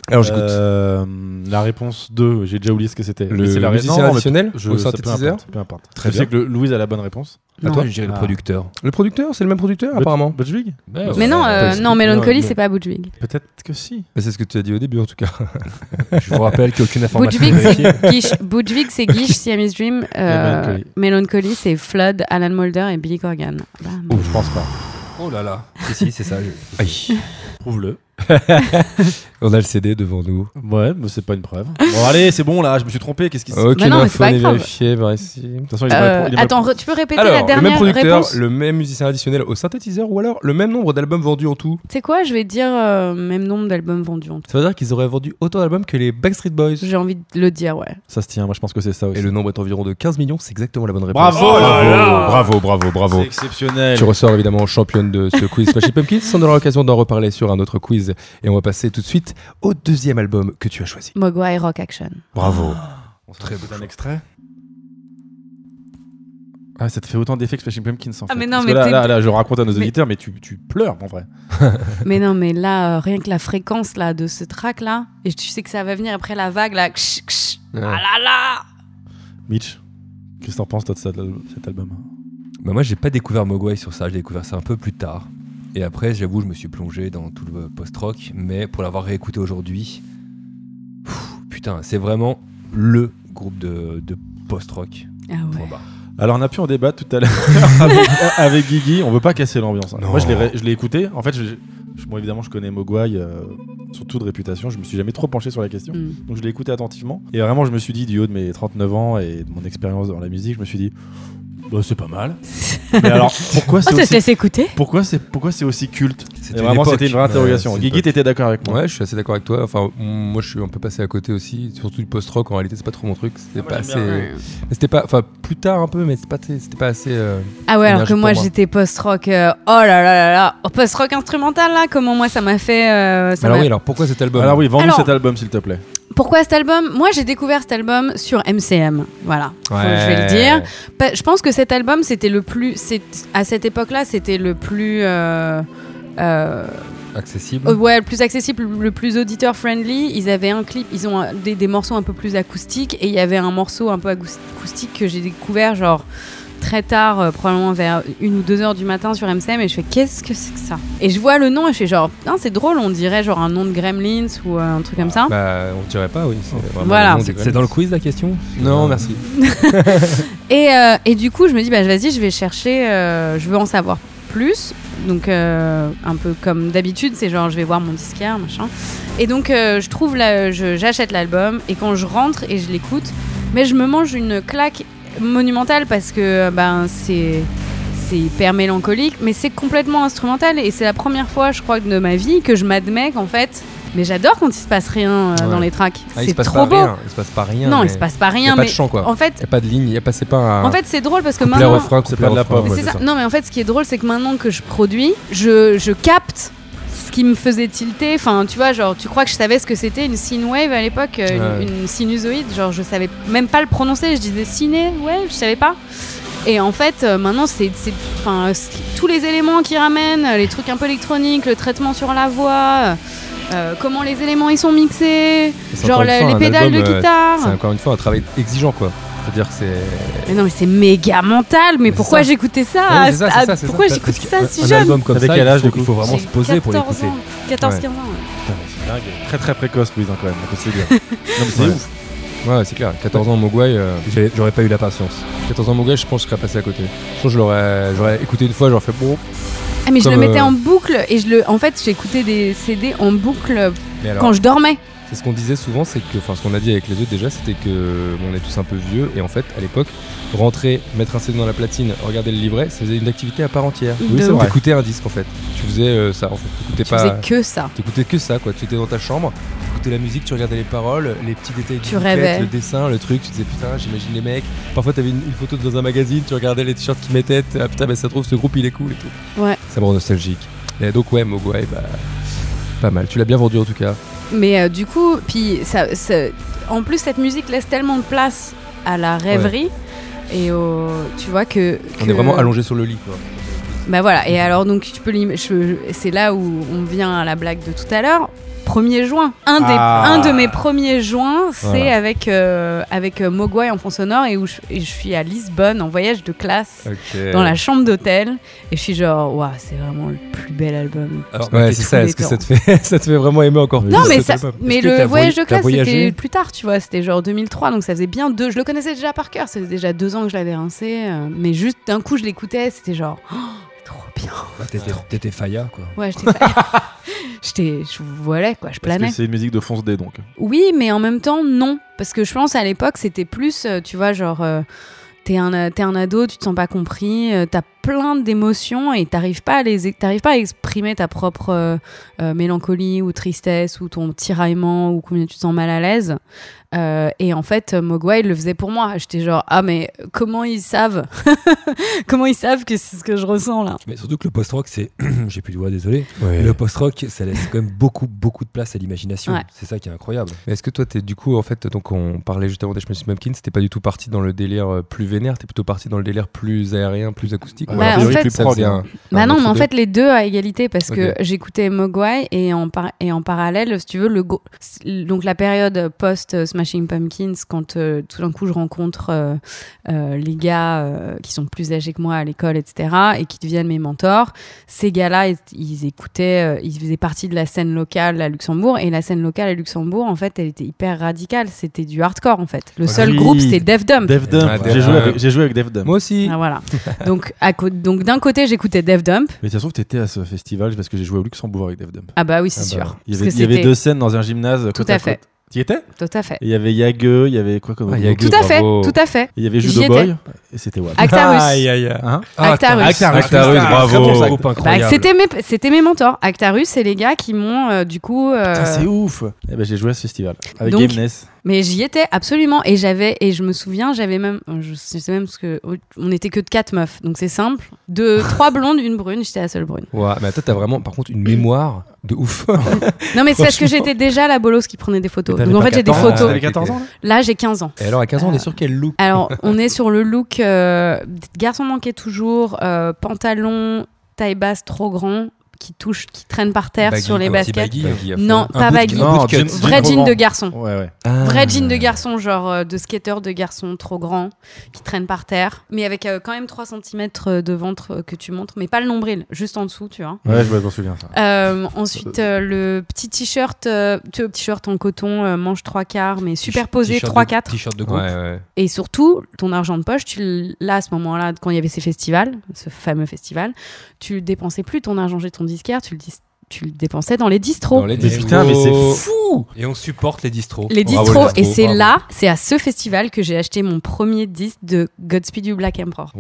Speaker 3: Alors je goûte.
Speaker 4: Euh, La réponse 2, j'ai déjà oublié ce que c'était.
Speaker 3: Le
Speaker 4: Mais c'est la
Speaker 3: musicien
Speaker 4: non, mais
Speaker 3: additionnel
Speaker 4: je,
Speaker 3: au
Speaker 4: ça, peu
Speaker 3: synthétiseur
Speaker 4: importe, peu importe.
Speaker 3: Très
Speaker 4: je
Speaker 3: bien.
Speaker 4: sais que le- Louise a la bonne réponse.
Speaker 2: Non,
Speaker 3: toi
Speaker 2: je dirais
Speaker 4: Ah.
Speaker 2: le producteur.
Speaker 3: Le producteur, c'est le même producteur apparemment
Speaker 4: Butch Vig
Speaker 2: Bah,
Speaker 5: mais non euh,
Speaker 3: Parce que-
Speaker 5: non
Speaker 4: Non,
Speaker 5: Melancholy
Speaker 4: non.
Speaker 5: c'est pas Budwig
Speaker 4: Peut-être que si.
Speaker 3: C'est ce que tu as dit au début en tout cas.
Speaker 2: Je vous rappelle qu'aucune information.
Speaker 5: Budwig,
Speaker 2: n'est vérifiée.
Speaker 5: c'est [LAUGHS] Guiche. Budwig, c'est Guiche, Siamese Dream. euh,
Speaker 4: Melancholy.
Speaker 5: Melancholy, c'est Flood, Alan Mulder et Billy Corgan. Bam.
Speaker 4: Je pense pas.
Speaker 2: Oh là là. Si, si, c'est ça. je-
Speaker 3: Aïe.
Speaker 4: Prouve-le.
Speaker 3: On a le CD devant nous.
Speaker 4: Ouais, mais c'est pas une preuve. Bon, allez, c'est bon là, je me suis trompé. Qu'est-ce qui se
Speaker 3: Aucune
Speaker 5: non, mais c'est
Speaker 3: info
Speaker 5: pas
Speaker 3: n'est
Speaker 5: grave.
Speaker 3: vérifiée par ici.
Speaker 4: De toute façon, il est pas-
Speaker 5: Euh,
Speaker 4: il est pas-
Speaker 5: attends, re- tu peux répéter la
Speaker 3: Alors, le même
Speaker 5: dernière
Speaker 3: producteur,
Speaker 5: réponse
Speaker 3: le même musicien additionnel au synthétiseur ou alors le même nombre d'albums vendus en tout
Speaker 5: C'est quoi Je vais dire euh, même nombre d'albums vendus en tout.
Speaker 3: Ça veut dire qu'ils auraient vendu autant d'albums que les Backstreet Boys.
Speaker 5: J'ai envie de le dire, ouais.
Speaker 4: Ça se tient, moi je pense que c'est ça aussi.
Speaker 3: Et le nombre est environ de 15 millions, c'est exactement la bonne réponse.
Speaker 4: Bravo Oh là là
Speaker 3: bravo, bravo, bravo.
Speaker 4: C'est exceptionnel.
Speaker 3: Tu ressors évidemment championne de ce quiz Smashing Pumpkins. On aura l'occasion d'en reparler sur un autre quiz. Et on va passer tout de suite au deuxième album que tu as choisi.
Speaker 5: Mogwai Rock [LAUGHS] Action.
Speaker 3: Bravo.
Speaker 4: On se retrouve un extrait. Ah, ça te fait autant d'effets que Smashing Pumpkins en fait.
Speaker 5: Ah, mais non,
Speaker 4: Parce que
Speaker 5: mais
Speaker 4: là,
Speaker 5: t'es-
Speaker 4: là, là, je raconte à nos
Speaker 5: Mais-
Speaker 4: auditeurs, mais tu, tu pleures en vrai.
Speaker 5: Mais non, mais là, euh, rien que la fréquence là de ce track là, et tu sais que ça va venir après la vague là. ksh, ksh. Ah là là
Speaker 4: Mitch, qu'est-ce que t'en penses toi de ça, de cet album
Speaker 2: Bah, moi j'ai pas découvert Mogwai sur ça, j'ai découvert ça un peu plus tard. Et après, j'avoue, je me suis plongé dans tout le post-rock, mais pour l'avoir réécouté aujourd'hui, pff, putain, c'est vraiment le groupe de, de post-rock.
Speaker 5: Ah
Speaker 2: Point
Speaker 5: ouais.
Speaker 2: barre.
Speaker 4: Alors on a pu en débattre tout à l'heure [LAUGHS] avec, avec Guigui, on veut pas casser l'ambiance. hein.
Speaker 2: Non.
Speaker 4: Moi je l'ai ré- je l'ai écouté, en fait, je, je- moi évidemment je connais Mogwai, euh, surtout de réputation, je me suis jamais trop penché sur la question.
Speaker 5: Mm.
Speaker 4: Donc je l'ai écouté attentivement. Et vraiment, je me suis dit, du haut de mes 39 ans et de mon expérience dans la musique, je me suis dit, bah, c'est pas
Speaker 5: [LAUGHS]
Speaker 4: mal. Mais alors, pourquoi
Speaker 5: Oh,
Speaker 4: c'est
Speaker 5: ça se
Speaker 4: aussi,
Speaker 5: laisse écouter
Speaker 4: pourquoi c'est, pourquoi c'est aussi culte
Speaker 2: C'était
Speaker 4: Et Vraiment,
Speaker 2: une
Speaker 4: c'était
Speaker 2: époque.
Speaker 4: une vraie interrogation.
Speaker 3: Ouais, c'est une
Speaker 4: Guigui,
Speaker 3: époque.
Speaker 4: t'étais d'accord avec moi
Speaker 3: Ouais, je suis assez d'accord avec toi. Enfin, m- moi, je suis un peu passé à côté aussi. Surtout du post-rock, en réalité, c'est pas trop mon truc. C'était
Speaker 4: Ah, moi,
Speaker 3: pas
Speaker 4: j'aime
Speaker 3: assez.
Speaker 4: bien,
Speaker 5: Ouais.
Speaker 3: C'était pas. Enfin, plus tard un peu, mais c'est pas- c'était pas assez. euh,
Speaker 5: Ah ouais, alors
Speaker 3: Énergie
Speaker 5: que
Speaker 3: pour
Speaker 5: moi,
Speaker 3: moi.
Speaker 5: j'étais post-rock. euh, oh là là là là, oh, post-rock instrumental là, comment moi ça m'a fait. euh, ça
Speaker 3: Alors
Speaker 5: m'a-
Speaker 3: oui, alors pourquoi cet album
Speaker 4: Alors oui, vends-nous
Speaker 5: Alors-
Speaker 4: cet album, s'il te plaît.
Speaker 5: Pourquoi cet album Moi, j'ai découvert cet album sur MCM. Voilà, Faut- je vais le dire. Pa- Je pense que cet album, c'était le plus. c'est- À cette époque-là, c'était le plus. euh, euh,
Speaker 2: Accessible.
Speaker 5: euh, ouais, le plus accessible, le plus auditeur friendly. Ils avaient un clip, ils ont un- des, des morceaux un peu plus acoustiques et il y avait un morceau un peu acous- acoustique que j'ai découvert genre très tard, euh, probablement vers une ou deux heures du matin sur MCM et je fais qu'est-ce que c'est que ça Et je vois le nom et je fais genre putain c'est drôle, on dirait genre un nom de Gremlins ou euh, un truc comme ça.
Speaker 3: Bah, on dirait pas, oui. c'est vraiment
Speaker 5: Voilà.
Speaker 3: le nom
Speaker 2: C'est
Speaker 3: des
Speaker 2: c'est dans le quiz la question
Speaker 3: Non, merci.
Speaker 5: Et, euh, et du coup je me dis bah vas-y je vais chercher, euh, je veux en savoir plus. Donc euh, un peu comme d'habitude, c'est genre je vais voir mon disquaire, machin. Et donc euh, je trouve la- je- j'achète l'album et quand je rentre et je l'écoute, mais je me mange une claque monumentale parce que euh, ben c'est c'est hyper mélancolique, mais c'est complètement instrumental et c'est la première fois, je crois, de ma vie que je m'admets qu'en fait, mais j'adore quand il se passe rien euh,
Speaker 3: Ouais.
Speaker 5: dans les tracks.
Speaker 3: Ah, il se
Speaker 5: c'est
Speaker 3: passe
Speaker 5: trop
Speaker 3: pas
Speaker 5: beau.
Speaker 3: rien. Il se passe pas rien.
Speaker 5: Non,
Speaker 3: mais
Speaker 5: il se passe pas
Speaker 3: y a
Speaker 5: rien,
Speaker 3: pas
Speaker 5: mais
Speaker 3: de chant, quoi.
Speaker 5: en fait,
Speaker 3: Il y a pas de ligne. Il y a pas. C'est pas. un-
Speaker 5: en fait, c'est drôle parce que
Speaker 3: couplé à
Speaker 5: maintenant.
Speaker 3: refrain, couplé
Speaker 4: pas de
Speaker 3: à
Speaker 4: la
Speaker 3: refrain,
Speaker 4: pop,
Speaker 5: Mais
Speaker 3: ouais,
Speaker 5: c'est ça. Non, mais en fait, ce qui est drôle, c'est que maintenant que je produis, je, je capte ce qui me faisait tilter. Enfin, tu vois, genre, tu crois que je savais ce que c'était une sine wave à l'époque, euh, une, une sinusoïde. Genre, je savais même pas le prononcer. Je disais ciné wave, je savais pas. Et en fait, euh, maintenant, c'est c'est- enfin, c'est tous les éléments qui ramènent, euh, les trucs un peu électroniques, le traitement sur la voix, euh, comment les éléments ils sont mixés,
Speaker 3: C'est
Speaker 5: genre
Speaker 3: encore une
Speaker 5: la-
Speaker 3: fois
Speaker 5: les
Speaker 3: un
Speaker 5: pédales
Speaker 3: album,
Speaker 5: de
Speaker 3: euh,
Speaker 5: guitare.
Speaker 3: C'est encore une fois un travail exigeant, quoi. C'est-à-dire que c'est.
Speaker 5: Mais non, mais c'est méga mental. Mais
Speaker 3: c'est
Speaker 5: pourquoi
Speaker 3: ça.
Speaker 5: j'écoutais ça,
Speaker 3: Ouais, mais
Speaker 5: à-
Speaker 3: c'est ça, c'est
Speaker 5: à-
Speaker 3: ça, c'est
Speaker 5: Ah, Pourquoi
Speaker 3: ça.
Speaker 5: j'écoutais ça
Speaker 2: Parce
Speaker 5: si
Speaker 2: qu'un
Speaker 5: jeune
Speaker 2: album comme
Speaker 4: Avec
Speaker 2: ça,
Speaker 4: quel
Speaker 2: il
Speaker 4: âge,
Speaker 2: faut-
Speaker 4: du coup
Speaker 2: il faut vraiment
Speaker 5: J'ai
Speaker 2: se poser pour
Speaker 5: 14
Speaker 2: l'écouter.
Speaker 5: ans. 14-15
Speaker 3: Ouais.
Speaker 5: ans.
Speaker 4: Très très précoce, Louise, hein, quand même. On peut se le
Speaker 5: [LAUGHS]
Speaker 4: dire. non, mais c'est
Speaker 3: Ouais.
Speaker 4: ouf.
Speaker 3: Ouais, c'est clair. 14 ans, Mogwai. euh,
Speaker 2: J'ai- J'aurais pas eu la patience.
Speaker 3: 14 ans, Mogwai, je pense que je serais passé à côté. Je pense que je l'aurais j'aurais écouté une fois, j'aurais fait bon.
Speaker 5: Ah, mais je
Speaker 3: Comme,
Speaker 5: le mettais
Speaker 3: euh,
Speaker 5: en boucle et je le. En fait, j'écoutais des CD en boucle
Speaker 3: Mais alors,
Speaker 5: quand je dormais.
Speaker 3: c'est ce qu'on disait souvent, c'est que. Enfin, ce qu'on a dit avec les autres déjà, c'était que. bon, on est tous un peu vieux, et en fait, à l'époque, rentrer, mettre un CD dans la platine, regarder le livret, ça faisait une activité à part entière.
Speaker 5: Oui, De c'est ouf. vrai.
Speaker 3: T'écoutais un disque, en fait. Tu faisais euh, ça, en fait. T'écoutais
Speaker 5: Je
Speaker 3: pas.
Speaker 5: faisais que ça.
Speaker 3: T'écoutais que ça, quoi. Tu étais dans ta chambre, t'écoutais la musique, tu regardais les paroles, les petits détails du
Speaker 5: Tu
Speaker 3: booklet,
Speaker 5: rêvais.
Speaker 3: le dessin, le truc. Tu disais putain, j'imagine les mecs. Parfois, t'avais une, une photo dans un magazine, tu regardais les t-shirts qu'ils mettaient. t'es, Ah putain, mais ça se trouve, ce groupe il est cool et tout.
Speaker 5: Ouais.
Speaker 3: Ça me rend nostalgique. Et donc, ouais, Mogwai, bah. Pas mal. Tu l'as bien vendu en tout cas.
Speaker 5: Mais euh, du coup, puis ça, ça- en plus cette musique laisse tellement de place à la rêverie et au, tu vois que,
Speaker 3: On
Speaker 5: que-
Speaker 3: est vraiment allongé sur le lit, quoi.
Speaker 5: Bah voilà. Et alors donc tu peux l'im- je- je- c'est là où on vient à la blague de tout à l'heure. 1er juin. Un, des,
Speaker 4: Ah.
Speaker 5: un de mes premiers juin, c'est
Speaker 3: Voilà.
Speaker 5: avec, euh, avec euh, Mogwai en fond sonore et où je, et je suis à Lisbonne en voyage de classe dans la chambre d'hôtel. Et je suis genre, waouh, c'est vraiment le plus bel album.
Speaker 2: Alors, ma
Speaker 3: Ouais, c'est
Speaker 2: question-
Speaker 3: ça. Est-ce que ça te fait, [LAUGHS] ça te fait vraiment aimer encore plus
Speaker 5: Non, mais,
Speaker 3: cette
Speaker 5: ça,
Speaker 3: pop
Speaker 5: mais
Speaker 2: Est-ce que
Speaker 5: le
Speaker 2: t'as
Speaker 5: voyage
Speaker 2: voy-
Speaker 5: de classe,
Speaker 2: t'as voyagé
Speaker 5: c'était plus tard, tu vois. C'était genre 2003, donc ça faisait bien deux. Je le connaissais déjà par cœur, ça faisait déjà deux ans que je l'avais rincé. euh, mais juste d'un coup, je l'écoutais, c'était genre, oh, trop bien.
Speaker 2: Bah, t'étais- T'étais Faya, quoi.
Speaker 5: Ouais, j'étais. fa- [LAUGHS] j'étais. Je volais, quoi, je
Speaker 4: Parce
Speaker 5: planais.
Speaker 4: que c'est une musique de fonce dé donc.
Speaker 5: Oui, mais en même temps, non. Parce que je pense à l'époque, c'était plus, euh, tu vois, genre. euh, T'es un, euh, t'es un ado, tu te sens pas compris, euh, t'as plein d'émotions et t'arrives pas, à les, ex- t'arrives pas à exprimer ta propre euh, euh, mélancolie ou tristesse ou ton tiraillement ou combien tu te sens mal à l'aise. Euh, et en fait, euh, Mogwai le faisait pour moi. J'étais genre, ah mais comment ils savent [LAUGHS] Comment ils savent que c'est ce que je ressens là
Speaker 2: Mais surtout que le post-rock, c'est. [CLEARS THROAT] J'ai plus de voix, désolé.
Speaker 3: Ouais.
Speaker 2: Le post-rock, ça laisse quand même beaucoup, beaucoup de place à l'imagination.
Speaker 5: Ouais.
Speaker 2: C'est ça qui est incroyable.
Speaker 3: Mais Est-ce que toi, t'es du coup, en fait, donc on parlait juste avant des Smashing Pumpkins, t'es pas du tout parti dans le délire euh, plus vénère, t'es plutôt parti dans le délire plus aérien, plus acoustique
Speaker 5: Bah, en fait-
Speaker 3: ça faisait un-
Speaker 5: Bah
Speaker 3: un
Speaker 5: non, mais en
Speaker 3: entre-deux.
Speaker 5: fait, les deux à égalité, parce
Speaker 3: Ok.
Speaker 5: que j'écoutais Mogwai et en, par- et en parallèle, si tu veux, le go- donc la période post-Smashing Pumpkins, quand euh, tout d'un coup je rencontre euh, euh, les gars euh, qui sont plus âgés que moi à l'école, etc., et qui deviennent mes mentors, ces gars-là, ils, ils écoutaient, euh, ils faisaient partie de la scène locale à Luxembourg, et la scène locale à Luxembourg, en fait, elle était hyper radicale, c'était du hardcore, en fait. Le seul
Speaker 4: Oui.
Speaker 5: groupe, c'était Def Dump.
Speaker 4: Def
Speaker 3: Ah,
Speaker 4: Dump.
Speaker 3: Def
Speaker 4: J'ai joué
Speaker 3: Dump.
Speaker 4: avec- J'ai joué avec Def Dump.
Speaker 3: Moi aussi
Speaker 5: Ah, voilà. donc à cô- donc, d'un côté, j'écoutais Def Dump,
Speaker 4: Mais ça se trouve, t'étais à ce festival parce que j'ai joué au Luxembourg avec Def Dump.
Speaker 5: Ah bah oui, c'est
Speaker 3: Ah bah
Speaker 5: sûr.
Speaker 4: Il y
Speaker 5: Parce
Speaker 4: avait,
Speaker 5: que
Speaker 4: il y avait
Speaker 5: c'était-
Speaker 4: deux scènes dans un gymnase.
Speaker 5: Tout
Speaker 4: côte
Speaker 5: à
Speaker 4: à
Speaker 5: fait.
Speaker 4: côte. T'y étais
Speaker 5: Tout à fait.
Speaker 4: Et Il y avait Yageux, il y avait quoi comme
Speaker 3: Ah,
Speaker 4: autre
Speaker 3: Yageux.
Speaker 4: groupe
Speaker 5: Tout à fait,
Speaker 3: bravo.
Speaker 5: tout à fait.
Speaker 4: Il y avait
Speaker 5: J'y
Speaker 4: Judo
Speaker 5: étais. Ah,
Speaker 4: Boy et c'était Watt.
Speaker 5: Actarus.
Speaker 3: Aïe, aïe, aïe.
Speaker 4: Hein
Speaker 5: Actarus.
Speaker 2: Actarus,
Speaker 3: Ah, Actarus, bravo.
Speaker 2: Très bon groupe
Speaker 5: Bah,
Speaker 2: incroyable.
Speaker 5: c'était mes c'était mes mentors. Actarus, c'est les gars qui m'ont euh, du coup. euh,
Speaker 4: Ah, Putain, c'est ouf! Eh ben, j'ai joué à ce festival avec
Speaker 5: donc-
Speaker 4: Gameness.
Speaker 5: Mais j'y étais absolument et j'avais et je me souviens, j'avais même euh, je sais même ce que oh, on était que de quatre meufs. Donc c'est simple, de trois blondes, une brune, j'étais la seule brune.
Speaker 3: Ouais, mais toi, t'as vraiment, par contre, une mémoire de ouf.
Speaker 5: Non mais c'est parce que
Speaker 3: Franchement.
Speaker 5: j'étais déjà la bolos qui prenait des photos.
Speaker 3: T'avais
Speaker 5: Donc en
Speaker 3: pas hein.
Speaker 5: fait, j'ai des
Speaker 3: 14,
Speaker 5: photos.
Speaker 3: t'avais
Speaker 4: 14 ans,
Speaker 5: Là, j'ai 15 ans.
Speaker 3: Et alors, à 15 ans, on est sur quel look
Speaker 5: Alors, on est sur le look euh, garçon manqué toujours, euh, pantalon, taille basse trop grand, qui touche, qui traîne par terre
Speaker 3: Baggy, Ah bah,
Speaker 5: sur les
Speaker 3: un petit
Speaker 5: baskets.
Speaker 3: baggy, baggy à fond.
Speaker 5: Non,
Speaker 2: Un
Speaker 5: pas
Speaker 2: bout de-
Speaker 5: baggy.
Speaker 2: un bout de
Speaker 4: Non,
Speaker 2: cut.
Speaker 4: jean-
Speaker 5: Vrai
Speaker 4: jean
Speaker 5: jean
Speaker 4: trop
Speaker 5: de
Speaker 4: grand.
Speaker 5: garçon.
Speaker 4: Ouais, ouais.
Speaker 3: Ah.
Speaker 5: Vrai jean de garçon, genre euh, de skater de garçon trop grand, qui traîne par terre, mais avec euh, quand même 3 cm de ventre euh, que tu montres, mais pas le nombril, juste en dessous, tu vois.
Speaker 4: Ouais, je me- je m'en souviens, ça.
Speaker 5: Euh, ensuite, euh, le petit t-shirt, euh, tu vois, t-shirt en coton, euh, manche 3 quarts, mais superposé
Speaker 2: T-shirt de-
Speaker 5: 3 4
Speaker 2: T-shirt de
Speaker 3: Ouais,
Speaker 2: groupe.
Speaker 3: ouais.
Speaker 5: Et surtout, ton argent de poche, tu là à ce moment-là, quand il y avait ces festivals, ce fameux festival, tu dépensais plus ton argent chez ton disquaire, tu le, dis- tu le dépensais dans les distros.
Speaker 2: Dans les
Speaker 4: Mais putain, mais c'est
Speaker 2: distribos.
Speaker 4: fou
Speaker 2: Et on supporte les distros.
Speaker 5: Ah Les
Speaker 2: Bravo,
Speaker 5: distros,
Speaker 2: les
Speaker 5: et c'est
Speaker 2: bravo.
Speaker 5: là, c'est à ce festival que j'ai acheté mon premier disque de Godspeed You Black Emperor.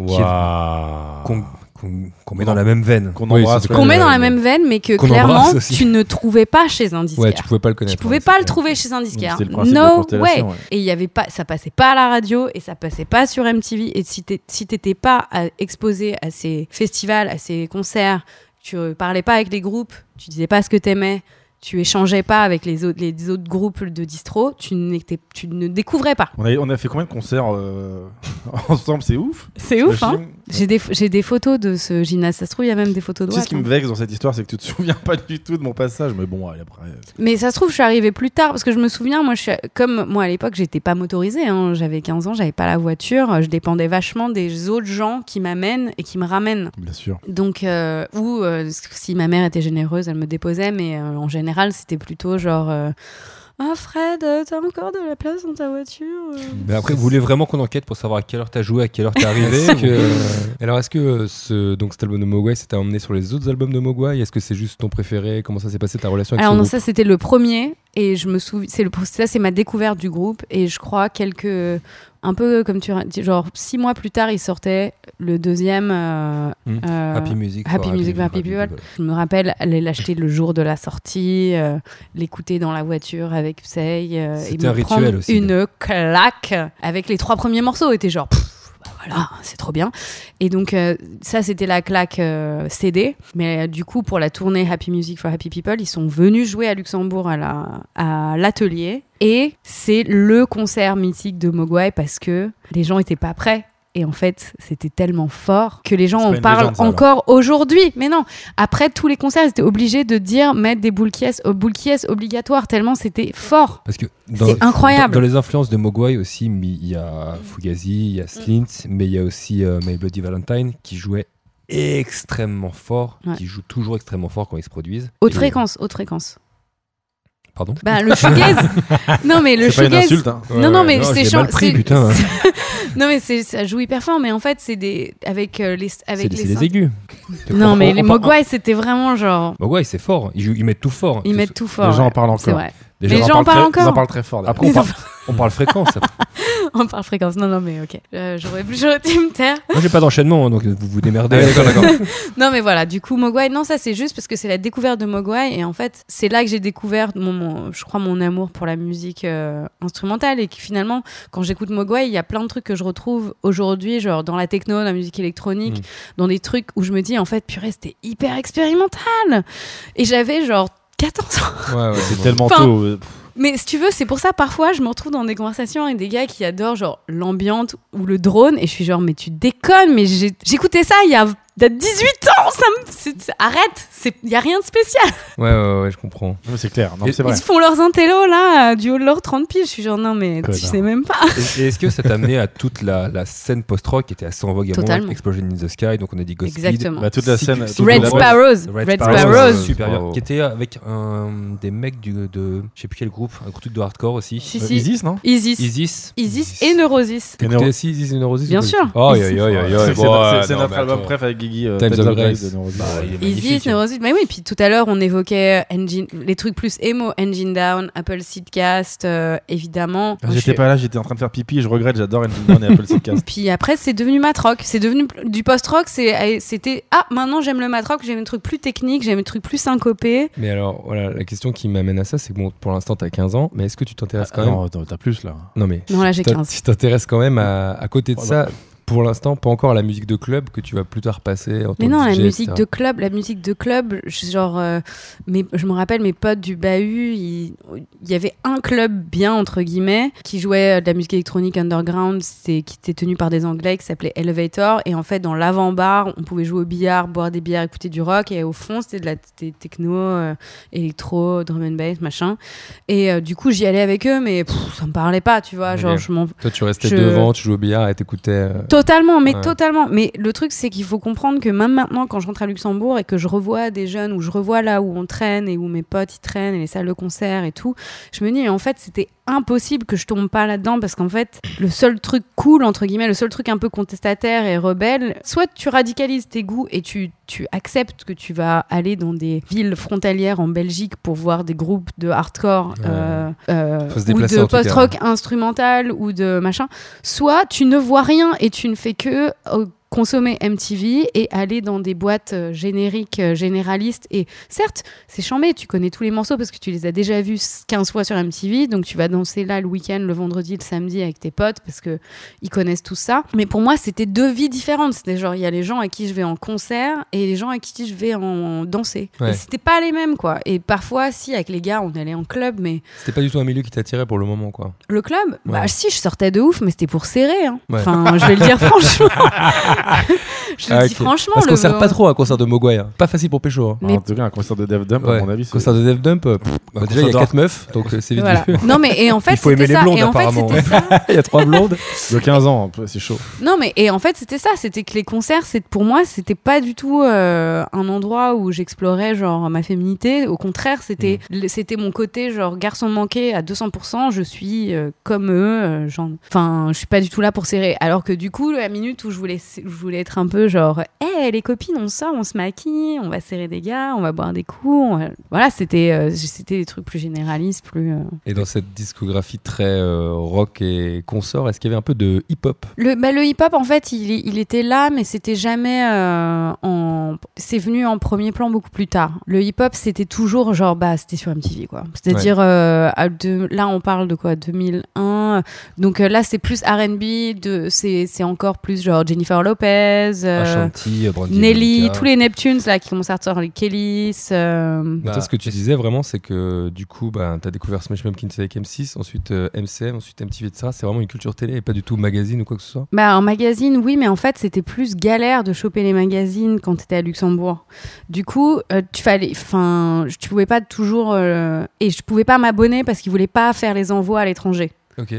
Speaker 2: Qu'on qu'on- qu'on met dans la même veine.
Speaker 4: Qu'on
Speaker 3: Oui,
Speaker 4: embrasse.
Speaker 3: c'est
Speaker 4: quoi.
Speaker 5: Qu'on met dans
Speaker 3: ouais.
Speaker 5: la même veine, mais que
Speaker 2: Qu'on
Speaker 5: clairement,
Speaker 2: embrasse aussi.
Speaker 5: tu ne trouvais pas chez un disquaire.
Speaker 3: Ouais, tu pouvais pas le
Speaker 5: tu
Speaker 3: connaître.
Speaker 5: pouvais
Speaker 3: ouais,
Speaker 5: pas
Speaker 3: c'est
Speaker 5: le
Speaker 3: vrai.
Speaker 5: trouver chez un disquaire.
Speaker 4: C'était le principe de la
Speaker 5: No way.
Speaker 4: constellation, ouais.
Speaker 5: Et il y avait pas, ça passait pas à la radio et ça passait pas sur MTV. Et si t'é- si t'étais pas à- exposé à ces festivals, à ces concerts, tu euh, parlais pas avec les groupes, tu disais pas ce que t'aimais, tu échangeais pas avec les autres, les autres groupes de distro, tu, n'étais- tu ne découvrais pas.
Speaker 4: On a, on a fait combien de concerts euh, [LAUGHS] ensemble C'est ouf.
Speaker 5: C'est ouf, hein
Speaker 4: Machine.
Speaker 5: J'ai des, j'ai des photos de ce gymnase, ça se trouve, il y a même des photos de
Speaker 4: Tu sais ce
Speaker 5: Watt,
Speaker 4: qui
Speaker 5: hein.
Speaker 4: me vexe dans cette histoire, c'est que tu te souviens pas du tout de mon passage. Mais bon, allez, après. euh, c'est-
Speaker 5: Mais ça se trouve, je suis arrivée plus tard parce que je me souviens, moi, je suis- comme moi à l'époque, j'étais pas motorisée. hein. j'avais 15 ans, j'avais pas la voiture. Je dépendais vachement des autres gens qui m'amènent et qui me ramènent.
Speaker 4: Bien sûr.
Speaker 5: Donc, euh, ou euh, si ma mère était généreuse, elle me déposait, mais euh, en général, c'était plutôt genre. euh, Ah Fred, euh, t'as encore de la place dans ta voiture euh
Speaker 2: Mais après, vous voulez vraiment qu'on enquête pour savoir à quelle heure t'as joué, à quelle heure t'es arrivé
Speaker 3: Est-ce que- Alors, est-ce que euh, ce, donc cet album de Mogwai, c'était emmené sur les autres albums de Mogwai Est-ce que c'est juste ton préféré Comment ça s'est passé ta relation avec
Speaker 5: Alors
Speaker 3: ce
Speaker 5: non,
Speaker 3: groupe
Speaker 5: ça c'était le premier et je me souviens, c'est le ça c'est ma découverte du groupe et je crois quelques un peu comme tu as dit, genre six mois plus tard il sortait le deuxième. euh,
Speaker 3: Hmm.
Speaker 5: euh,
Speaker 2: Happy Music.
Speaker 5: Happy Music, Happy People. Je me rappelle aller l'acheter le jour de la sortie, euh, l'écouter dans la voiture avec Psy euh, et
Speaker 2: C'était
Speaker 5: me
Speaker 2: un rituel
Speaker 5: prendre
Speaker 2: aussi,
Speaker 5: une claque avec les trois premiers morceaux. Était genre Pff, bah voilà, c'est trop bien. Et donc euh, ça c'était la claque euh, CD. Mais euh, du coup pour la tournée Happy Music for Happy People, ils sont venus jouer à Luxembourg à la- à l'atelier. et c'est le concert mythique de Mogwai parce que les gens étaient pas prêts. Et en fait, c'était tellement fort que les gens
Speaker 4: C'est pas
Speaker 5: en
Speaker 4: une
Speaker 5: parlent
Speaker 4: légende, ça, alors.
Speaker 5: encore aujourd'hui. Mais non, après tous les concerts, ils étaient obligés de dire mettre des boules qui est- boules qui est obligatoires, tellement c'était fort.
Speaker 2: Parce que
Speaker 5: C'est incroyable.
Speaker 2: Dans, dans les influences de Mogwai aussi, mi- il y a Fugazi,
Speaker 5: Mm.
Speaker 2: il y a Slint, mais il y a aussi euh, My Bloody Valentine qui jouait extrêmement fort,
Speaker 5: Ouais.
Speaker 2: qui joue toujours extrêmement fort quand ils se produisent.
Speaker 5: Haute
Speaker 2: Et-
Speaker 5: fréquence, haute fréquence.
Speaker 2: Pardon
Speaker 4: [LAUGHS]
Speaker 5: Bah, le shoegaze. non, mais le
Speaker 4: C'est pas une
Speaker 5: shoegaze.
Speaker 4: insulte. Hein.
Speaker 5: Non, non, mais c'est
Speaker 2: j'ai mal
Speaker 5: chan-
Speaker 2: pris,
Speaker 5: c'est-
Speaker 2: putain.
Speaker 5: Non, mais [LAUGHS] c'est- ça joue hyper fort, mais en fait, c'est des. Avec euh, les.
Speaker 2: C'est
Speaker 5: Avec les
Speaker 2: c'est des
Speaker 5: synthés.
Speaker 2: aigus.
Speaker 5: non, mais
Speaker 2: On-
Speaker 5: les
Speaker 2: on- on-
Speaker 5: Mogwai, c'était vraiment genre.
Speaker 2: Mogwai, c'est fort. Ils, jouent- ils mettent tout fort.
Speaker 5: Ils
Speaker 2: Que
Speaker 5: mettent
Speaker 2: ce-
Speaker 5: tout fort.
Speaker 4: les gens en
Speaker 5: ouais.
Speaker 4: parlent
Speaker 5: C'est
Speaker 4: encore.
Speaker 5: vrai.
Speaker 2: les
Speaker 5: Mais
Speaker 2: gens-
Speaker 5: les gens en parlent
Speaker 4: très, Ils en
Speaker 5: encore. [LAUGHS]
Speaker 4: parlent très fort. d'ailleurs.
Speaker 2: Après, on
Speaker 5: Ils en
Speaker 2: parle, on parle fréquence. après.
Speaker 5: On parle fréquence. Non, non, mais ok. Euh, J'aurais j'aurais dû me taire.
Speaker 2: Moi, j'ai pas d'enchaînement, hein, donc vous vous
Speaker 3: Ah
Speaker 2: démerdez. [LAUGHS]
Speaker 5: Non mais voilà, du coup Mogwai, non ça c'est juste parce que c'est la découverte de Mogwai et en fait c'est là que j'ai découvert mon, mon- je crois mon amour pour la musique euh, instrumentale et que finalement quand j'écoute Mogwai il y a plein de trucs que je retrouve aujourd'hui genre dans la techno, dans la musique électronique, dans des trucs où je me dis en fait purée c'était hyper expérimental et j'avais genre 14 ans. [LAUGHS]
Speaker 3: Ouais, ouais,
Speaker 4: C'est
Speaker 3: bon.
Speaker 4: tellement
Speaker 5: Enfin,
Speaker 4: tôt. euh, pff,
Speaker 5: Mais si tu veux, c'est pour ça parfois je me retrouve dans des conversations avec des gars qui adorent genre l'ambiance ou le drone et je suis genre mais tu déconnes mais j'ai- j'écoutais ça il y a il y a 18 ans, ça me... c'est- c'est- arrête, c'est- il n'y a rien de spécial.
Speaker 3: Ouais, ouais, ouais, je comprends.
Speaker 4: non, mais C'est clair. Non,
Speaker 2: Et-
Speaker 4: c'est vrai.
Speaker 5: Ils se font leurs intellos là, euh, du haut de leurs 30 piges. Je suis genre, non mais tu
Speaker 4: Connard.
Speaker 5: sais même pas.
Speaker 2: Et, et est-ce que ça t'a amené à toute la, la scène post-rock qui était assez en vogue avant
Speaker 5: Totalement.
Speaker 2: Explosion in the Sky, donc on a dit Godspeed.
Speaker 5: Exactement.
Speaker 4: Bah, toute la
Speaker 2: Si-
Speaker 4: scène.
Speaker 2: si-
Speaker 4: toute
Speaker 5: Red
Speaker 4: la-
Speaker 5: Sparrows. Red,
Speaker 2: Sparrows,
Speaker 5: Sparrows.
Speaker 2: euh, super
Speaker 3: Bravo.
Speaker 2: bien, qui était avec un des mecs du, de je sais plus quel groupe, un groupe de hardcore aussi.
Speaker 5: Si,
Speaker 4: Euh,
Speaker 5: si. Isis.
Speaker 4: Isis, non
Speaker 5: Isis.
Speaker 2: Isis.
Speaker 5: et Neurosis.
Speaker 4: T'écoutes
Speaker 3: T'écoutais si Isis et Neurosis
Speaker 5: Bien
Speaker 3: ou pas
Speaker 5: sûr.
Speaker 3: du tout Aïe, aïe, aïe, aïe,
Speaker 4: C'est
Speaker 3: aïe.
Speaker 4: c'est-
Speaker 3: bon,
Speaker 4: c'est-
Speaker 3: ouais,
Speaker 4: c'est
Speaker 3: non,
Speaker 4: notre
Speaker 3: mais
Speaker 4: album
Speaker 3: attends.
Speaker 4: préf avec Guigui. euh,
Speaker 3: Times of Grace,
Speaker 4: de Neurosis.
Speaker 2: Bah, il est
Speaker 5: Isis,
Speaker 2: magnifique.
Speaker 5: Neurosis, mais oui, puis tout à l'heure on évoquait euh, Engine, les trucs plus émo, Engine Down, Apple Seedcast, euh, évidemment.
Speaker 4: Ah,
Speaker 5: Moi, je
Speaker 4: J'étais
Speaker 5: suis-
Speaker 4: pas là, j'étais en train de faire pipi, je regrette, j'adore Engine Down et Apple [LAUGHS] Podcast.
Speaker 5: Puis après c'est devenu matrock, c'est devenu pl- du post-rock, c'est- euh, c'était ah maintenant j'aime le matrock, j'aime des trucs plus techniques, j'aime des trucs plus syncopés.
Speaker 3: Mais alors, voilà, la question qui m'amène à ça, c'est que bon, pour l'instant, t'as 15 ans, mais est-ce que tu t'intéresses quand même.
Speaker 4: Ah, non, attends, t'as plus là.
Speaker 3: Non, mais.
Speaker 5: Non là j'ai
Speaker 3: t'in-
Speaker 5: 15.
Speaker 3: Tu t'intéresses quand même à, à côté de
Speaker 4: Pardon.
Speaker 3: ça, pour l'instant, pas encore à la musique de club que tu vas plus tard passer. En
Speaker 5: Mais
Speaker 3: tant
Speaker 5: non,
Speaker 3: que
Speaker 5: la
Speaker 3: DJ,
Speaker 5: musique
Speaker 3: etc..
Speaker 5: de club, la musique de club, je- genre, euh, mes- je me rappelle mes potes du Bahut, ils- il y avait un club bien entre guillemets qui jouait euh, de la musique électronique underground, c'était- qui était tenu par des Anglais, qui s'appelait Elevator, et en fait dans l'avant-bar, on pouvait jouer au billard, boire des bières, écouter du rock, et au fond c'était de la des techno, euh, électro, drum and bass, machin. Et euh, du coup j'y allais avec eux, mais pff, ça me parlait pas, tu vois, genre
Speaker 3: Ok.
Speaker 5: je m'en
Speaker 3: Toi, tu restais
Speaker 5: Je-
Speaker 3: devant, tu jouais au billard et t'écoutais. euh,
Speaker 5: Totalement, mais
Speaker 3: Ouais.
Speaker 5: totalement. Mais le truc, c'est qu'il faut comprendre que même maintenant, quand je rentre à Luxembourg et que je revois des jeunes, ou je revois là où on traîne et où mes potes ils traînent et les salles de concert et tout, je me dis, mais en fait, c'était impossible que je tombe pas là-dedans parce qu'en fait, le seul truc cool, entre guillemets, le seul truc un peu contestataire et rebelle, soit tu radicalises tes goûts et tu, tu acceptes que tu vas aller dans des villes frontalières en Belgique pour voir des groupes de hardcore euh, euh,
Speaker 3: Faut se
Speaker 5: ou
Speaker 3: déplacer,
Speaker 5: de
Speaker 3: en tout cas.
Speaker 5: post-rock instrumental ou de machin soit tu ne vois rien et tu ne fais que euh, consommer MTV et aller dans des boîtes euh, génériques euh, généralistes et certes c'est chambé tu connais tous les morceaux parce que tu les as déjà vus 15 fois sur MTV donc tu vas danser là le week-end le vendredi le samedi avec tes potes parce que ils connaissent tout ça mais pour moi c'était deux vies différentes c'était genre il y a les gens à qui je vais en concert et les gens à qui je vais en danser
Speaker 3: Ouais.
Speaker 5: et c'était pas les mêmes quoi et parfois si avec les gars on allait en club mais
Speaker 3: C'était pas du tout un milieu qui t'attirait pour le moment, quoi.
Speaker 5: le club Bah
Speaker 3: Ouais.
Speaker 5: si, je sortais de ouf, mais c'était pour serrer. hein.
Speaker 3: Ouais.
Speaker 5: Enfin, je vais
Speaker 3: [LAUGHS]
Speaker 5: le dire franchement. je le
Speaker 3: Ah,
Speaker 5: dis
Speaker 3: ok.
Speaker 5: franchement.
Speaker 3: Parce
Speaker 5: le
Speaker 3: qu'on sert pas trop à un concert de Mogwai. Pas facile pour Pécho. hein.
Speaker 5: Mais-
Speaker 4: En tout cas, un concert de Def Dump,
Speaker 3: Ouais.
Speaker 4: à mon avis, c'est.
Speaker 3: Concert de Def Dump, euh, pff, bah, déjà il y a
Speaker 4: concert
Speaker 3: 4 meufs, donc euh, c'est vite
Speaker 5: Voilà.
Speaker 3: vu.
Speaker 5: Non mais et en fait
Speaker 2: Il faut
Speaker 5: c'était
Speaker 2: aimer les
Speaker 5: ça
Speaker 2: blondes,
Speaker 5: et en fait
Speaker 2: apparemment.
Speaker 5: c'était ça.
Speaker 4: Il y a trois blondes de 15 ans, un peu, c'est [LAUGHS] chaud.
Speaker 5: Non mais et en fait c'était ça, c'était que les concerts, c'est pour moi c'était pas du tout euh, un endroit où j'explorais genre ma féminité. Au contraire, c'était le- c'était mon côté genre garçon manqué à 200%. Je suis euh, comme eux, euh, genre. Enfin, je suis pas du tout là pour serrer. Alors que du coup, la minute où je voulais se- je voulais être un peu genre, hé les copines, on sort, on se maquille, on va serrer des gars, on va boire des coups. on va- Voilà, c'était euh, c'était des trucs plus généralistes, plus. euh,
Speaker 3: Et dans cette discographie très euh, rock et consort, est-ce qu'il y avait un peu de hip-hop
Speaker 5: Le, bah, le hip-hop, en fait, il, il était là, mais c'était jamais euh, en. C'est venu en premier plan beaucoup plus tard. Le hip-hop, c'était toujours genre, bah, c'était sur MTV, quoi. C'est-à-dire, euh, à deux- là, on parle de quoi 2001. Donc euh, là, c'est plus RB, de- c'est c'est encore plus genre Jennifer Lopez, [LAUGHS] euh,
Speaker 2: Ashanti, Brandy.
Speaker 5: Nelly,
Speaker 2: Monica.
Speaker 5: tous les Neptunes, là, qui commencent à sortir les Kellys. euh,
Speaker 3: Bah, Toi, ce que tu disais vraiment, c'est que du coup, bah, tu as découvert Smash Pumpkins avec M6, ensuite euh, MCM, ensuite MTV, etc. C'est vraiment une culture télé et pas du tout magazine ou quoi que ce soit.
Speaker 5: Bah, en magazine, oui, mais en fait, c'était plus galère de choper les magazines quand t'étais à Luxembourg. Du coup, euh, tu fallais, enfin, je- tu pouvais pas toujours, euh, et je pouvais pas m'abonner parce qu'ils voulaient pas faire les envois à l'étranger.
Speaker 3: Ok.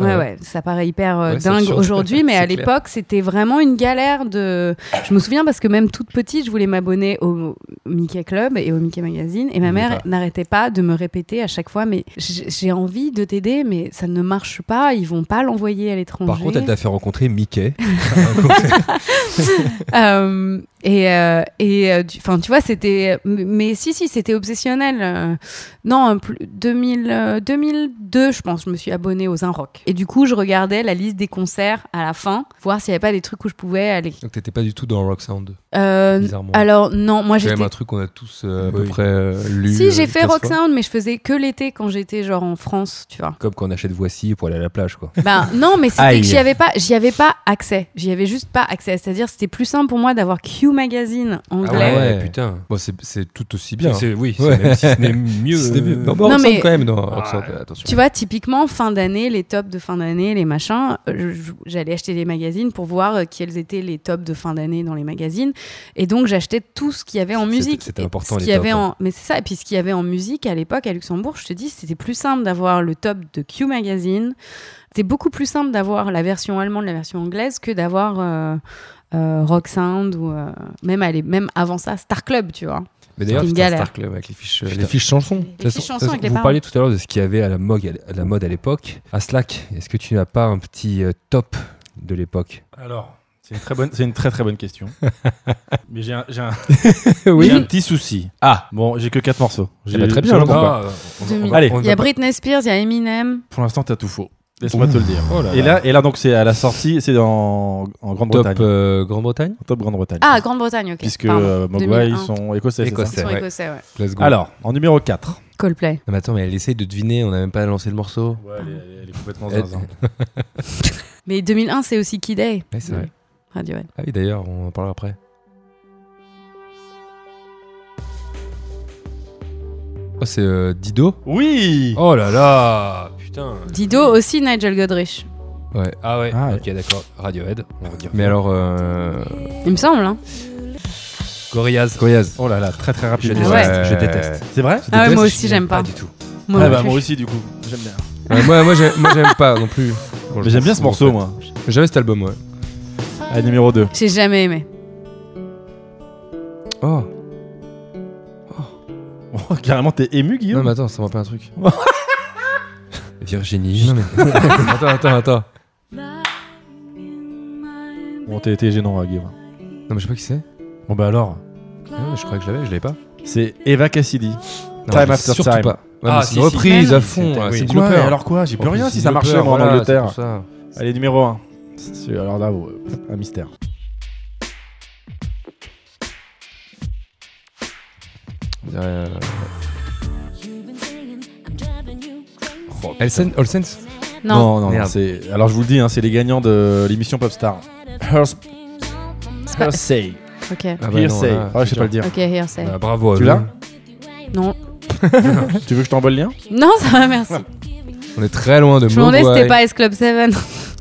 Speaker 5: Ouais,
Speaker 3: Ah Ouais.
Speaker 5: ouais, ça paraît hyper euh,
Speaker 3: Ouais, c'est
Speaker 5: dingue
Speaker 3: absurde. [LAUGHS]
Speaker 5: aujourd'hui, mais à
Speaker 3: C'est clair.
Speaker 5: l'époque, c'était vraiment une galère de. Je me souviens parce que même toute petite, je voulais m'abonner au Mickey Club et au Mickey Magazine, et ma
Speaker 3: Mais
Speaker 5: mère
Speaker 3: pas.
Speaker 5: n'arrêtait pas de me répéter à chaque fois Mais j'ai j'ai envie de t'aider, mais ça ne marche pas, ils vont pas l'envoyer à l'étranger.
Speaker 2: Par contre, elle t'a fait rencontrer Mickey.
Speaker 5: Euh, et euh, et euh, du- enfin tu vois c'était mais- mais si si c'était obsessionnel euh, non plus- 2000 euh, 2002 je pense je me suis abonnée aux Un Rock et du coup je regardais la liste des concerts à la fin voir s'il y avait pas des trucs où je pouvais aller
Speaker 3: Donc t'étais pas du tout dans Rock Sound,
Speaker 5: Euh,
Speaker 3: bizarrement.
Speaker 5: alors non moi
Speaker 3: c'est quand
Speaker 5: j'étais
Speaker 3: même un truc qu'on a tous euh, à peu
Speaker 2: Oui.
Speaker 3: près euh, lu.
Speaker 5: si
Speaker 3: euh,
Speaker 5: j'ai fait
Speaker 3: 15
Speaker 5: Rock
Speaker 3: fois.
Speaker 5: Sound mais je faisais que l'été quand j'étais genre en France tu vois
Speaker 2: Comme quand on achète Voici pour aller à la plage, quoi.
Speaker 5: Ben [LAUGHS] non, mais c'était
Speaker 2: Aïe.
Speaker 5: que j'y avais pas, j'y avais pas accès. J'y avais juste pas accès. C'est-à-dire, c'était plus simple pour moi d'avoir Q Magazine
Speaker 3: Ah
Speaker 5: anglais.
Speaker 3: ouais, ouais.
Speaker 2: putain.
Speaker 3: Bon, c'est- c'est tout aussi bien.
Speaker 2: C'est- Oui, c'est-
Speaker 3: Ouais.
Speaker 2: même si [LAUGHS] ce n'est mieux.
Speaker 3: Si
Speaker 4: euh,
Speaker 3: c'était mieux. Non, mais
Speaker 5: Non,
Speaker 3: Rock Sound
Speaker 5: mais-
Speaker 3: quand même, non. Rock Sound, euh, attention.
Speaker 5: Tu vois, typiquement, fin d'année, les tops de fin d'année, les machins, euh, je- je- j'allais acheter des magazines pour voir euh, quels étaient les tops de fin d'année dans les magazines. Et donc, j'achetais tout ce qu'il y avait en
Speaker 2: C'était-
Speaker 5: musique.
Speaker 2: c'était
Speaker 5: Et
Speaker 2: important,
Speaker 5: ce
Speaker 2: les
Speaker 5: qu'il y avait
Speaker 2: tops, hein.
Speaker 5: en... Mais c'est ça. Et puis, ce qu'il y avait en musique à l'époque, à Luxembourg, je te dis, c'était plus simple d'avoir le top de Q Magazine. C'était beaucoup plus simple d'avoir la version allemande, la version anglaise, que d'avoir euh, euh, Rock Sound ou euh, même, allez, même avant ça, Star Club, tu vois.
Speaker 3: Mais d'ailleurs,
Speaker 5: une
Speaker 3: putain,
Speaker 5: galère.
Speaker 3: Star Club avec les fiches, euh, les
Speaker 2: Putain.
Speaker 3: fiches chansons.
Speaker 5: Les petites chansons avec les
Speaker 2: vous
Speaker 5: parents.
Speaker 2: parliez tout à l'heure de ce qu'il y avait à la, mode, à la mode à l'époque. À Slack, est-ce que tu n'as pas un petit euh, top de l'époque
Speaker 4: Alors, C'est une très bonne, c'est une très très bonne [LAUGHS] question. Mais j'ai un, j'ai [LAUGHS] un- j'ai un petit souci.
Speaker 3: Ah.
Speaker 4: Bon, j'ai que quatre morceaux. J'ai
Speaker 3: bah, très bien,
Speaker 4: j'ai-
Speaker 3: alors, pourquoi
Speaker 2: Ah, on- on-
Speaker 5: Demi.
Speaker 2: on-
Speaker 4: Allez.
Speaker 2: on
Speaker 5: Il y a
Speaker 2: va-
Speaker 5: Britney Spears, il y a Eminem.
Speaker 4: Pour l'instant, t'as tout faux. Laisse-moi te le dire.
Speaker 3: Oh là
Speaker 4: Et là, et là, donc c'est à la sortie, c'est en, en Grande-Bretagne.
Speaker 3: Top euh, Grande-Bretagne
Speaker 4: En Top Grande-Bretagne.
Speaker 5: Ah, Grande-Bretagne, ok.
Speaker 4: Puisque
Speaker 5: Pardon.
Speaker 4: euh, Mogwai,
Speaker 5: 2001.
Speaker 4: ils sont écossais. c'est ça
Speaker 5: Ils sont
Speaker 3: ouais.
Speaker 5: écossais, ouais.
Speaker 3: Let's go.
Speaker 4: Alors, en numéro 4.
Speaker 5: Coldplay.
Speaker 3: Non, mais attends, mais elle essaye de deviner, on n'a même pas lancé le morceau.
Speaker 4: Ouais, elle est, complètement
Speaker 3: Elle-
Speaker 4: zinzin.
Speaker 5: Mais 2001, c'est aussi Kid A.
Speaker 3: Ouais, c'est vrai.
Speaker 5: Radiohead.
Speaker 3: Ah oui, d'ailleurs, on en parlera après. Oh, c'est euh, Dido
Speaker 4: Oui
Speaker 2: Oh là là, putain.
Speaker 5: Dido aussi Nigel Godrich.
Speaker 2: Ah ouais,
Speaker 4: Ah ouais.
Speaker 2: ok, d'accord. Radiohead, on va dire.
Speaker 3: Mais alors. euh,
Speaker 5: Il me semble, hein.
Speaker 2: Gorillaz.
Speaker 3: Gorillaz.
Speaker 4: Oh là là, très très
Speaker 2: Je
Speaker 4: rapide.
Speaker 2: déteste.
Speaker 5: ouais.
Speaker 2: Je déteste.
Speaker 4: C'est vrai
Speaker 5: Ah ouais,
Speaker 3: déteste,
Speaker 5: moi
Speaker 3: je
Speaker 5: aussi, j'aime pas.
Speaker 2: Pas du tout.
Speaker 5: Moi,
Speaker 4: Ah
Speaker 5: non
Speaker 4: bah,
Speaker 5: plus.
Speaker 4: moi aussi, du coup. J'aime bien.
Speaker 3: Ouais, moi, moi, j'aime, moi, j'aime pas
Speaker 4: [LAUGHS]
Speaker 3: non plus. Bon,
Speaker 4: Mais
Speaker 3: je
Speaker 4: j'aime
Speaker 3: m'en
Speaker 4: bien
Speaker 3: fous,
Speaker 4: ce
Speaker 3: en
Speaker 4: morceau,
Speaker 3: fait.
Speaker 4: moi.
Speaker 3: J'avais cet album, ouais.
Speaker 4: Allez, Ah, numéro [LAUGHS] 2.
Speaker 5: J'ai jamais aimé.
Speaker 3: Oh,
Speaker 4: Oh, carrément, t'es ému,
Speaker 3: non,
Speaker 4: Guillaume
Speaker 3: mais attends, ça m'a pas un truc.
Speaker 2: Virginie.
Speaker 3: attends, attends, attends.
Speaker 4: Bon, t'es été gênant, hein, Guillaume.
Speaker 3: Non, mais je sais pas qui c'est.
Speaker 4: Bon, bah alors
Speaker 5: Ah.
Speaker 3: Non, mais je croyais que je l'avais, je l'avais pas.
Speaker 4: C'est Eva Cassidy.
Speaker 3: Non,
Speaker 4: Time
Speaker 3: je l'ai
Speaker 4: after
Speaker 3: surtout
Speaker 4: time.
Speaker 3: pas. Ouais,
Speaker 2: Ah,
Speaker 3: mais c'est
Speaker 2: si,
Speaker 3: une
Speaker 2: si.
Speaker 3: reprise à
Speaker 2: Même.
Speaker 3: fond.
Speaker 2: C'était-
Speaker 3: euh,
Speaker 2: oui.
Speaker 3: C'est du
Speaker 4: Ouais,
Speaker 3: Loper.
Speaker 4: alors quoi J'ai plus
Speaker 3: En
Speaker 4: rien
Speaker 3: plus,
Speaker 4: si
Speaker 3: c'est
Speaker 4: ça
Speaker 3: du
Speaker 4: marchait,
Speaker 3: Loper,
Speaker 4: moi, en
Speaker 3: voilà, c'est
Speaker 4: Angleterre.
Speaker 3: pour ça.
Speaker 4: Allez, numéro 1. Alors là, vous- un mystère.
Speaker 3: On dirait, euh,
Speaker 2: Oh,
Speaker 3: Olsen, Olsen's
Speaker 5: Non.
Speaker 4: non,
Speaker 3: Merde.
Speaker 4: c'est- Alors, je vous le dis, hein, c'est les gagnants de l'émission Popstar. Hearst. Hearsay.
Speaker 5: Ok.
Speaker 3: Ah bah non,
Speaker 4: Hearsay.
Speaker 3: là,
Speaker 4: Ah, je sais pas le dire.
Speaker 5: Ok, hearsay.
Speaker 2: Bah, bravo à
Speaker 4: Tu
Speaker 2: eux.
Speaker 4: l'as
Speaker 5: Non.
Speaker 4: Tu veux que je t'envoie le lien
Speaker 5: Non, ça va, merci.
Speaker 3: On est très loin de
Speaker 5: Je me demandais si
Speaker 3: Mogwai.
Speaker 5: c'était pas S Club 7.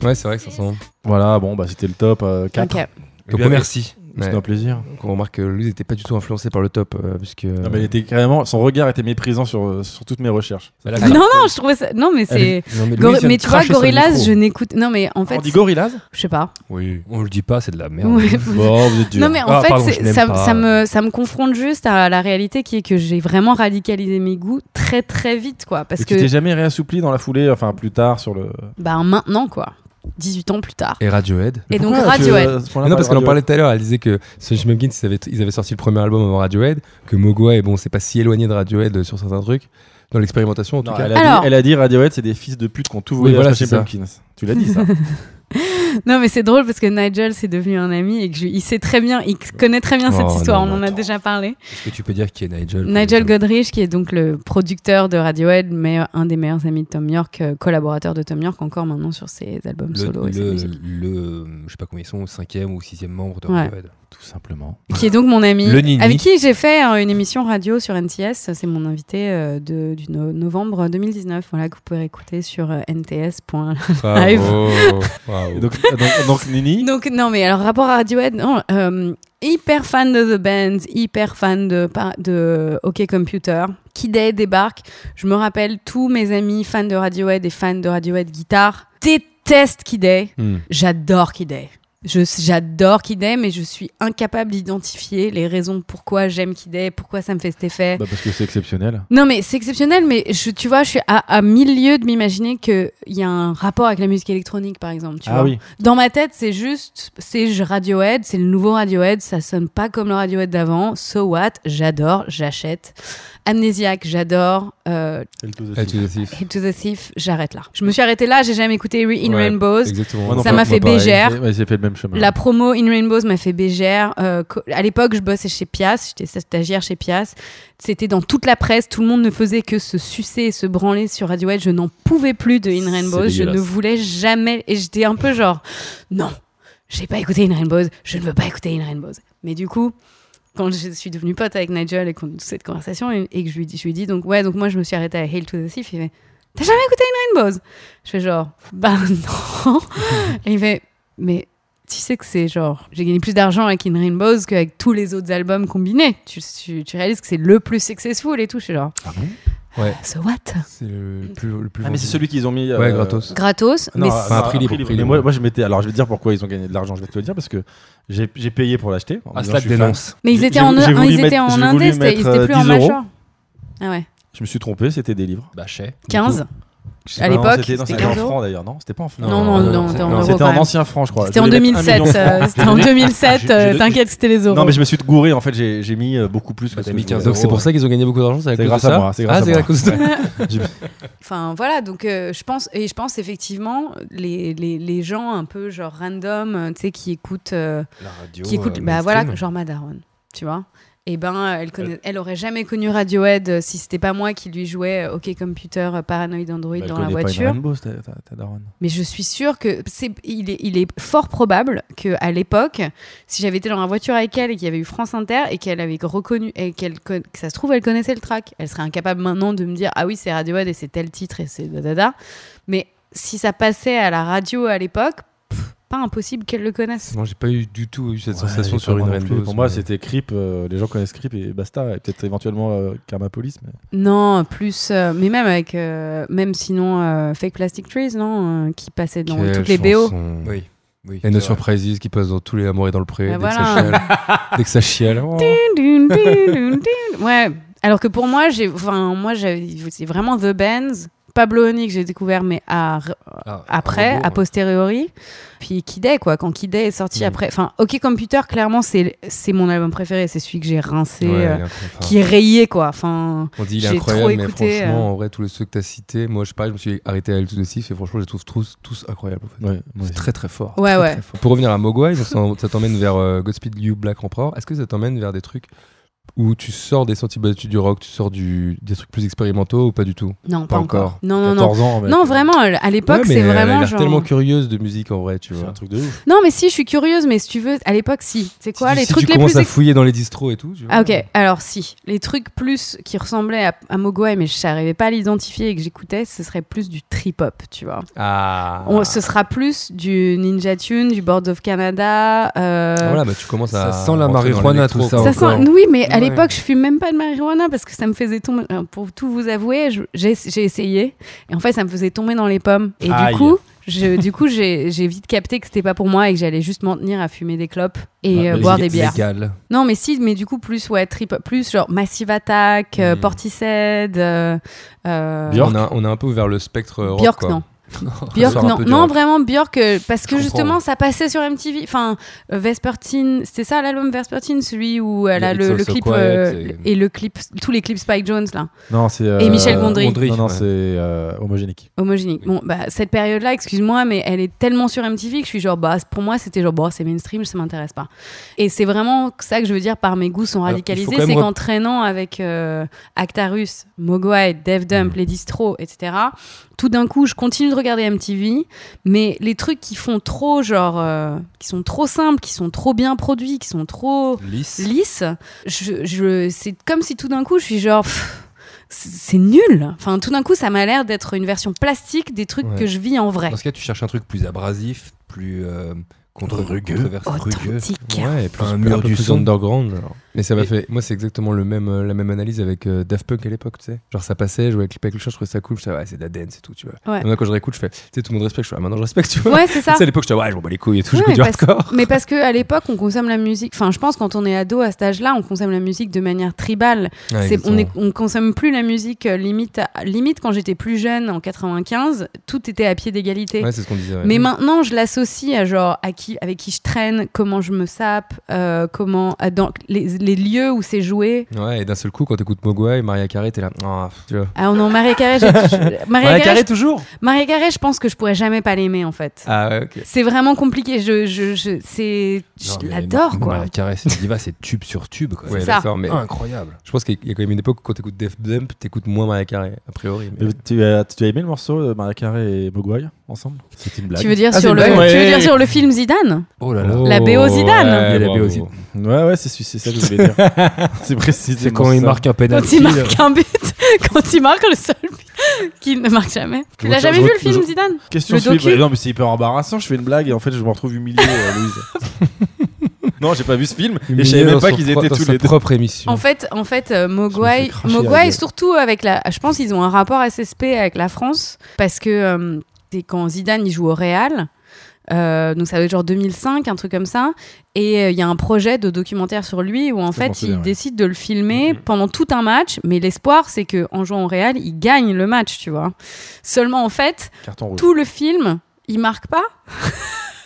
Speaker 3: Ouais, c'est vrai que ça sent.
Speaker 4: Voilà, bon, bah c'était le top 4.
Speaker 5: Ok.
Speaker 2: Eh bien,
Speaker 3: Donc,
Speaker 2: merci.
Speaker 3: ouais.
Speaker 4: C'était un plaisir.
Speaker 3: Donc, on remarque que lui n'était pas du tout influencé par le top, euh, puisque.
Speaker 4: Non,
Speaker 3: [LAUGHS]
Speaker 4: mais elle était carrément, son regard était méprisant sur, euh, sur toutes mes recherches.
Speaker 5: Non, non, je trouvais ça. Non, mais c'est.
Speaker 3: Non, mais lui,
Speaker 5: Gor-
Speaker 3: il vient
Speaker 5: Mais
Speaker 3: de
Speaker 5: tu vois,
Speaker 3: cracher sur le
Speaker 5: Gorillaz,
Speaker 3: micro.
Speaker 5: je n'écoute. Non, mais en fait.
Speaker 4: On dit
Speaker 5: [LAUGHS]
Speaker 4: Gorillaz
Speaker 5: Je sais pas.
Speaker 2: Oui. On le dit pas, c'est de la merde.
Speaker 5: Ouais.
Speaker 4: Bon, vous êtes dur.
Speaker 5: Non, mais en
Speaker 2: Ah,
Speaker 5: fait,
Speaker 2: pardon,
Speaker 5: c'est-
Speaker 2: je n'aime
Speaker 5: ça,
Speaker 2: pas.
Speaker 5: ça me, ça me confronte juste à la réalité qui est que j'ai vraiment radicalisé mes goûts très très vite, quoi. Parce
Speaker 4: Et tu t'es
Speaker 5: que.
Speaker 4: jamais réassoupli dans la foulée, enfin plus tard sur le.
Speaker 5: Bah, maintenant, quoi. 18 ans plus tard.
Speaker 3: Et Radiohead.
Speaker 5: Et donc,
Speaker 4: Pourquoi tu-
Speaker 5: Radiohead.
Speaker 4: à ce point-là,
Speaker 3: non,
Speaker 4: pas de
Speaker 3: parce qu'elle en parlait
Speaker 4: Radiohead
Speaker 3: tout à l'heure, elle disait que Smash Pumpkins, ils avaient, ils avaient sorti le premier album avant Radiohead, que Mogwai, bon, c'est pas si éloigné de Radiohead euh, sur certains trucs, dans l'expérimentation en tout
Speaker 4: Non,
Speaker 3: cas.
Speaker 4: elle, a
Speaker 5: Alors-
Speaker 4: dit, elle a dit Radiohead, c'est des fils de pute qui ont tout volé
Speaker 3: Oui, voilà,
Speaker 4: à Smashing
Speaker 3: c'est ça.
Speaker 4: Pumpkins. Tu l'as [LAUGHS] dit ça.
Speaker 5: Non, mais c'est drôle parce que Nigel, c'est devenu un ami et que je- il sait très bien, il connaît très bien
Speaker 3: Oh,
Speaker 5: cette histoire.
Speaker 3: non,
Speaker 5: on en a
Speaker 3: attends.
Speaker 5: déjà parlé.
Speaker 2: Est-ce que tu peux dire qui est Nigel
Speaker 5: Nigel Godrich, qui est donc le producteur de Radiohead, mais euh, un des meilleurs amis de Tom York, euh, collaborateur de Tom York encore maintenant sur ses albums solo
Speaker 2: le,
Speaker 5: et sa
Speaker 2: le,
Speaker 5: musique.
Speaker 2: le- je sais pas combien ils sont, cinquième ou sixième membre de
Speaker 5: Ouais.
Speaker 2: Radiohead.
Speaker 4: tout simplement.
Speaker 5: Qui est donc mon ami,
Speaker 2: Le Nini.
Speaker 5: avec qui j'ai fait euh, une émission radio sur NTS. C'est mon invité euh, de, du no- novembre 2019, voilà, que vous pouvez écouter sur euh, NTS. Live.
Speaker 3: Bravo, bravo.
Speaker 4: Et donc, ah, donc, donc, Nini,
Speaker 5: [LAUGHS] Donc, non, mais alors, rapport à Radiohead, non, euh, hyper fan de The Band, hyper fan de, pa- de OK Computer. Kid A débarque. Je me rappelle tous mes amis fans de Radiohead et fans de Radiohead guitare détestent Kid A.
Speaker 3: Hmm.
Speaker 5: J'adore Kid A. Je- J'adore Kid A, mais je suis incapable d'identifier les raisons pourquoi j'aime Kid A, pourquoi ça me fait cet effet.
Speaker 4: bah, parce que c'est exceptionnel.
Speaker 5: Non, mais c'est exceptionnel, mais je, tu vois, je suis à, à mille lieues de m'imaginer qu'il y a un rapport avec la musique électronique, par exemple. Tu
Speaker 4: ah
Speaker 5: vois.
Speaker 4: oui.
Speaker 5: Dans ma tête, c'est juste, c'est je- Radiohead, c'est le nouveau Radiohead, ça sonne pas comme le Radiohead d'avant. So what J'adore, j'achète. Amnésiaque, j'adore. Euh,
Speaker 3: Ah, tu le sais.
Speaker 5: Hit to the Thief, j'arrête là. Je me suis arrêtée là, j'ai jamais écouté Re- In
Speaker 3: Ouais,
Speaker 5: Rainbows.
Speaker 3: Exactement.
Speaker 4: Moi non
Speaker 5: Ça
Speaker 4: plus.
Speaker 5: m'a fait
Speaker 4: Moi, pareil.
Speaker 5: bégère.
Speaker 4: Ouais, J'ai fait le même chemin.
Speaker 5: La promo In Rainbows m'a fait bégère. Euh, co- à l'époque, je bossais chez Pias, j'étais stagiaire chez Pias. C'était dans toute la presse, tout le monde ne faisait que se sucer et se branler sur Radiohead. Je n'en pouvais plus de In
Speaker 2: C'est
Speaker 5: Rainbows, je ne
Speaker 2: dégueulasse.
Speaker 5: voulais jamais. Et j'étais un peu genre, non, j'ai pas écouté In Rainbows, je ne veux pas écouter In Rainbows. Mais du coup, quand je suis devenue pote avec Nigel et qu'on a eu cette conversation et, et que je lui dis, je lui dis donc ouais, donc moi je me suis arrêtée à Hail to the Thief, il fait T'as jamais écouté In Rainbows Je fais genre bah [LAUGHS] non. et il fait mais tu sais que c'est genre, j'ai gagné plus d'argent avec In Rainbows qu'avec tous les autres albums combinés. Tu, tu- tu réalises que c'est le plus successful et tout. Je suis genre,
Speaker 4: Ah bon
Speaker 3: Ouais.
Speaker 5: so what
Speaker 3: C'est le plus. Le plus
Speaker 4: Ah, mais
Speaker 3: vendu.
Speaker 4: c'est celui qu'ils ont mis.
Speaker 3: Ouais, gratos.
Speaker 5: Gratos, mais
Speaker 3: ah,
Speaker 4: euh,
Speaker 3: enfin, prix libre, prix
Speaker 4: Mais
Speaker 3: libre.
Speaker 4: moi, moi, je m'étais. Alors, je vais te dire pourquoi ils ont gagné de l'argent. Je vais te le dire parce que j'ai j'ai payé pour l'acheter. en
Speaker 2: Ah,
Speaker 4: disant,
Speaker 2: cela
Speaker 4: je
Speaker 2: te
Speaker 4: suis fan.
Speaker 2: dénonce.
Speaker 5: Mais ils
Speaker 4: J'ai-
Speaker 5: étaient
Speaker 4: j'ai
Speaker 5: en,
Speaker 4: voulu- j'ai
Speaker 5: un-
Speaker 4: voulu
Speaker 5: ils étaient
Speaker 4: mettre- euh,
Speaker 5: en
Speaker 4: j'ai
Speaker 5: indé,
Speaker 4: voulu
Speaker 5: c'était- ils
Speaker 4: mettre,
Speaker 5: étaient plus en
Speaker 4: 10 euros.
Speaker 5: major. Ah ouais,
Speaker 4: Je me suis trompé, c'était des livres.
Speaker 2: Bah, chais.
Speaker 5: 15.
Speaker 4: Je sais
Speaker 5: À
Speaker 4: pas, non,
Speaker 5: l'époque,
Speaker 4: c'était non,
Speaker 5: c'était
Speaker 4: c'était en
Speaker 5: 15 euros.
Speaker 4: franc d'ailleurs, non C'était pas en franc.
Speaker 5: Non, non, non,
Speaker 4: c'est-
Speaker 5: t'es en
Speaker 4: c'était
Speaker 5: euros
Speaker 4: en
Speaker 5: quand
Speaker 4: ancien franc, je crois.
Speaker 5: C'était
Speaker 4: Je
Speaker 5: en
Speaker 4: voulais mettre un
Speaker 5: 2007.
Speaker 4: million. Ah,
Speaker 5: euh, C'était en
Speaker 1: Je l'ai-
Speaker 5: 2007.
Speaker 1: je-
Speaker 5: euh,
Speaker 4: je-
Speaker 5: T'inquiète, c'était les euros.
Speaker 4: Non, mais je me suis gouré, en fait, j'ai j'ai mis euh, beaucoup plus que
Speaker 2: Bah,
Speaker 4: ce
Speaker 2: t'as
Speaker 4: que
Speaker 2: mis
Speaker 4: je
Speaker 2: 15
Speaker 4: voulais.
Speaker 2: euros.
Speaker 3: Donc c'est pour ça qu'ils ont gagné beaucoup d'argent, c'est à
Speaker 4: C'est
Speaker 3: cause de
Speaker 4: grâce à
Speaker 3: ça.
Speaker 4: moi, c'est
Speaker 3: ah,
Speaker 4: grâce
Speaker 3: c'est
Speaker 4: à
Speaker 3: à cause de
Speaker 4: [LAUGHS]
Speaker 5: Enfin voilà, donc euh, je pense et je pense effectivement les, les, les gens un peu genre random, euh, tu sais, qui écoutent, euh,
Speaker 2: La radio.
Speaker 5: qui écoutent, bah voilà, genre ma daronne, tu vois. Et ben euh, elle connaît, elle aurait jamais connu Radiohead euh, si c'était pas moi qui lui jouais euh, OK Computer, euh, Paranoid Android
Speaker 4: Bah, elle
Speaker 5: dans la
Speaker 4: connaît pas une
Speaker 5: voiture.
Speaker 4: Rainbow, ta- ta- ta daronne.
Speaker 5: Mais je suis sûre que c'est, il est, il est fort probable que à l'époque, si j'avais été dans la voiture avec elle et qu'il y avait eu France Inter et qu'elle avait reconnu et qu'elle con- que ça se trouve elle connaissait le track, elle serait incapable maintenant de me dire ah oui c'est Radiohead et c'est tel titre et c'est dadada. Mais si ça passait à la radio à l'époque, pff, pas impossible qu'elle le connaisse.
Speaker 3: Moi, j'ai pas eu du tout eu cette
Speaker 4: Ouais,
Speaker 3: sensation
Speaker 4: j'ai
Speaker 3: sur
Speaker 4: pas
Speaker 3: une
Speaker 4: moi non plus.
Speaker 3: Rainbow.
Speaker 4: Pour moi, c'était Creep. euh, les gens connaissent Creep et basta. Et peut-être éventuellement euh, Karma Police. Mais...
Speaker 5: Non plus, euh, mais même avec euh, même sinon euh, Fake Plastic Trees non euh, qui passait dans
Speaker 3: Quelle
Speaker 5: toutes les BO.
Speaker 3: chanson.
Speaker 2: Oui. oui
Speaker 4: Euh,
Speaker 3: Et nos
Speaker 2: c'est vrai.
Speaker 3: surprises qui passent dans tous les amours et dans le pré.
Speaker 5: Bah
Speaker 3: dès, que
Speaker 5: voilà.
Speaker 3: ça chiale, dès que ça chiale. Oh.
Speaker 5: Dun, dun, dun, dun. ouais. Alors que pour moi, j'ai, enfin, moi, j'avais- c'est vraiment The Benz, Pablo Honey que j'ai découvert, mais à-
Speaker 2: Ah,
Speaker 5: après,
Speaker 2: Rambo,
Speaker 5: a posteriori. Puis Kidé, quoi, quand Kidé est sorti
Speaker 3: Mm.
Speaker 5: après. Enfin, OK Computer, clairement, c'est, c'est mon album préféré, c'est celui que j'ai rincé,
Speaker 3: Ouais, il est
Speaker 5: euh,
Speaker 3: incroyable.
Speaker 5: qui est rayé, quoi. Enfin,
Speaker 3: On dit il est
Speaker 5: j'ai
Speaker 3: incroyable,
Speaker 5: trop
Speaker 3: mais
Speaker 5: écouté,
Speaker 3: franchement,
Speaker 5: euh.
Speaker 3: en vrai, tous les ceux que t'as cités, moi, je pareil, je me suis arrêté à l 2 et franchement, je les trouve tous, tous incroyables. en fait.
Speaker 4: Ouais, moi
Speaker 3: C'est
Speaker 4: aussi.
Speaker 3: très très fort.
Speaker 5: Ouais,
Speaker 3: Très,
Speaker 5: ouais.
Speaker 3: très fort. Pour revenir à Mogwai, donc ça, ça t'emmène vers euh, Godspeed You Black Emperor. Est-ce que ça t'emmène vers des trucs où tu sors des sentiments battus du rock, tu sors du, des trucs plus expérimentaux ou pas du tout
Speaker 5: non, pas,
Speaker 3: Pas encore.
Speaker 5: Non, non, non.
Speaker 4: 14 ans. mec.
Speaker 5: Non, vraiment, elle- à l'époque,
Speaker 3: Ouais, mais euh,
Speaker 5: c'est
Speaker 3: elle a
Speaker 5: vraiment
Speaker 3: l'air
Speaker 5: genre.
Speaker 3: tellement curieuse de musique en vrai, tu
Speaker 4: C'est un
Speaker 3: vois.
Speaker 4: truc de ouf.
Speaker 5: Non, mais si, je suis curieuse, mais si tu veux, à l'époque, si. C'est quoi
Speaker 3: Si tu-
Speaker 5: les
Speaker 3: si
Speaker 5: trucs
Speaker 3: tu
Speaker 5: les
Speaker 3: commences
Speaker 5: plus
Speaker 3: à fouiller dans les distros et tout, tu vois.
Speaker 5: Ah, ok, alors si. Les trucs plus qui ressemblaient à, à Mogwai, mais je n'arrivais pas à l'identifier et que j'écoutais, ce serait plus du trip-hop, tu vois.
Speaker 3: Ah.
Speaker 5: On- ce sera plus du Ninja Tune, du Board of Canada. euh,
Speaker 3: Voilà, bah, tu commences à.
Speaker 2: Ça sent la
Speaker 3: rentrer dans
Speaker 2: marijuana,
Speaker 3: l'électro,
Speaker 2: tout ça,
Speaker 3: quoi.
Speaker 5: Ça
Speaker 2: encore.
Speaker 5: sent- Oui, mais à
Speaker 2: Ouais.
Speaker 5: l'époque, je fume même pas de marijuana parce que ça me faisait tomber. euh, Pour tout vous avouer, je- j'ai j'ai essayé et en fait, ça me faisait tomber dans les pommes. Et
Speaker 4: Aïe.
Speaker 5: du coup, je, du coup, j'ai j'ai vite capté que c'était pas pour moi et que j'allais juste m'en tenir à fumer des clopes et
Speaker 4: Ouais,
Speaker 5: euh,
Speaker 4: mais
Speaker 5: boire
Speaker 4: c'est
Speaker 5: des bières.
Speaker 2: Légal.
Speaker 5: Non, mais si, mais du coup, plus, ouais, trip, plus genre Massive Attack, euh,
Speaker 3: Hmm.
Speaker 5: Portishead. euh, euh,
Speaker 4: Bjork.
Speaker 3: On a, on a un peu ouvert le spectre euh, rock.
Speaker 5: Björk,
Speaker 3: quoi.
Speaker 5: non. Björk,
Speaker 3: sort un
Speaker 5: non.
Speaker 3: peu du
Speaker 5: Non,
Speaker 3: rock.
Speaker 5: vraiment, Björk, euh, parce que
Speaker 3: comprends.
Speaker 5: justement, ça passait sur MTV. Enfin, euh, Vespertine, c'était ça l'album Vespertine, celui où elle a
Speaker 2: Il y a
Speaker 5: le,
Speaker 2: It's
Speaker 5: le
Speaker 2: So
Speaker 5: clip.
Speaker 2: Quiet
Speaker 5: euh,
Speaker 2: et-
Speaker 5: et le clip, tous les clips Spike Jones, là,
Speaker 4: Non, c'est. euh,
Speaker 5: Et Michel Gondry.
Speaker 4: Non, non,
Speaker 3: ouais.
Speaker 4: c'est euh, homogénique.
Speaker 5: homogénique. Bon, bah, cette période-là, excuse-moi, mais elle est tellement sur MTV que je suis genre, bah, pour moi, c'était genre, bah, c'est mainstream, ça m'intéresse pas. Et c'est vraiment ça que je veux dire par mes goûts sont
Speaker 3: Alors, il faut
Speaker 5: radicalisés,
Speaker 3: quand même
Speaker 5: c'est
Speaker 3: rep-
Speaker 5: qu'en traînant avec euh, Actarus, Mogwai, Def Dump,
Speaker 3: Mm.
Speaker 5: les distros, etc., tout d'un coup, je continue de regarder MTV, mais les trucs qui font trop, genre, euh, qui sont trop simples, qui sont trop bien produits, qui sont trop
Speaker 2: Lisse.
Speaker 5: lisse, je, je- c'est comme si tout d'un coup je suis genre. pff, c'est c'est nul. Enfin, tout d'un coup, ça m'a l'air d'être une version plastique des trucs
Speaker 3: Ouais.
Speaker 5: que je vis en vrai.
Speaker 2: Dans ce cas, tu cherches un truc plus abrasif, plus euh, contre
Speaker 4: Rugueux.
Speaker 2: controversé, rugueux.
Speaker 5: Authentique.
Speaker 3: Ouais, et plus,
Speaker 2: Un
Speaker 3: un
Speaker 2: mur
Speaker 3: peu
Speaker 2: du
Speaker 3: plus
Speaker 2: son.
Speaker 3: underground. alors. Mais ça m'a
Speaker 2: Et-
Speaker 3: fait. Moi, c'est exactement le même, euh, la même analyse avec euh, Daft Punk à l'époque, tu sais. Genre, ça passait, je jouais le clip avec le chien, je trouvais ça cool, je disais, ouais, c'est de la dance et tout, tu vois.
Speaker 5: Ouais.
Speaker 3: Et Maintenant, quand je réécoute, je fais, tu sais, tout le monde respecte, je fais, ah, maintenant je respecte,
Speaker 5: [LAUGHS]
Speaker 3: tu vois.
Speaker 5: Ouais,
Speaker 3: [LAUGHS]
Speaker 5: c'est ça.
Speaker 3: Tu sais, à l'époque, je disais, ouais, je m'en bats les couilles et tout,
Speaker 5: Ouais,
Speaker 3: j'écoute du
Speaker 5: parce-
Speaker 3: hardcore.
Speaker 5: Mais parce que à l'époque, on consomme la musique. Enfin, je pense quand on est ado à cet âge-là, on consomme la musique de manière tribale.
Speaker 3: Ouais,
Speaker 5: C'est- on,
Speaker 3: exactement.
Speaker 5: est- on consomme plus la musique euh, limite. à- Limite, quand j'étais plus jeune, en 95, tout était à pied d'égalité.
Speaker 3: Ouais, c'est ce qu'on disait. ouais.
Speaker 5: Mais maintenant, je l'associe à genre à qui, avec qui je traîne, comment je me sape, euh, comment à- dans les, les lieux où c'est joué.
Speaker 3: Ouais, et d'un seul coup, quand t'écoutes Mogwai, Maria Carey, t'es là. Ah, tu vois.
Speaker 5: Ah non, Maria Carré, j'ai-
Speaker 3: [LAUGHS]
Speaker 5: je- Maria Carré,
Speaker 3: toujours
Speaker 5: je- Maria Carré, je pense que je pourrais jamais pas l'aimer en fait.
Speaker 3: Ah, ouais, ok.
Speaker 5: C'est vraiment compliqué. Je, je, je c'est, je
Speaker 2: Non, mais
Speaker 5: l'adore
Speaker 2: Mar-
Speaker 5: quoi.
Speaker 2: Maria Carey, c'est une diva, c'est tube sur tube. quoi.
Speaker 3: Ouais,
Speaker 5: ça.
Speaker 3: d'accord, mais
Speaker 2: C'est incroyable.
Speaker 3: je pense qu'il y a quand même une époque où quand t'écoutes Def Dump, t'écoutes moins Maria Carey, a priori. mais-
Speaker 4: Mais Tu as, tu as aimé le morceau de Maria Carey et Mogwai ensemble C'était une blague.
Speaker 5: Tu veux dire
Speaker 3: Ah,
Speaker 5: sur le,
Speaker 3: c'est une blague,
Speaker 5: tu veux
Speaker 3: ouais.
Speaker 5: dire sur le film Zidane
Speaker 2: Oh là là.
Speaker 3: Oh,
Speaker 5: La BO Zidane.
Speaker 3: ouais,
Speaker 2: Il y a la
Speaker 3: bravo.
Speaker 2: BO Zidane.
Speaker 4: Ouais, ouais, c'est c'est ça que je voulais dire. [LAUGHS] c'est précis.
Speaker 2: C'est quand il marque un
Speaker 5: quand
Speaker 2: penalty.
Speaker 5: il marque un but, [LAUGHS] quand il marque le seul but qu'il ne marque jamais. Tu
Speaker 4: Je
Speaker 5: l'as
Speaker 4: vois-
Speaker 5: jamais
Speaker 4: je
Speaker 5: vu
Speaker 4: vois-
Speaker 5: le film
Speaker 4: je-
Speaker 5: Zidane
Speaker 4: Question
Speaker 5: Le
Speaker 4: suivante.
Speaker 5: docu
Speaker 4: Non, mais c'est hyper embarrassant. Je fais une blague et en fait, je me retrouve humilié, euh, Louise. non, j'ai pas vu ce film et je savais même
Speaker 3: Dans
Speaker 4: pas
Speaker 3: son
Speaker 4: qu'ils
Speaker 3: pro-
Speaker 4: étaient
Speaker 3: dans
Speaker 4: tous
Speaker 3: sa
Speaker 4: les deux.
Speaker 3: propre émission.
Speaker 5: En fait, en fait, euh,
Speaker 4: Je me
Speaker 5: Mogwai,
Speaker 4: fais cracher la
Speaker 5: Mogwai
Speaker 4: gueule.
Speaker 5: surtout avec la, je pense qu'ils ont un rapport SSP avec la France parce que euh, c'est quand Zidane il joue au Real. Euh, donc ça doit être genre 2005, un truc comme ça. Et euh, il y a un projet de documentaire sur lui où en
Speaker 4: Ça, je m'en
Speaker 5: fait il
Speaker 4: souviens, ouais.
Speaker 5: décide de le filmer
Speaker 2: Mm-hmm.
Speaker 5: pendant tout un match. Mais l'espoir c'est que en jouant au Real, il gagne le match, tu vois. Seulement en fait,
Speaker 4: Carton rouge.
Speaker 5: tout le film, il marque pas.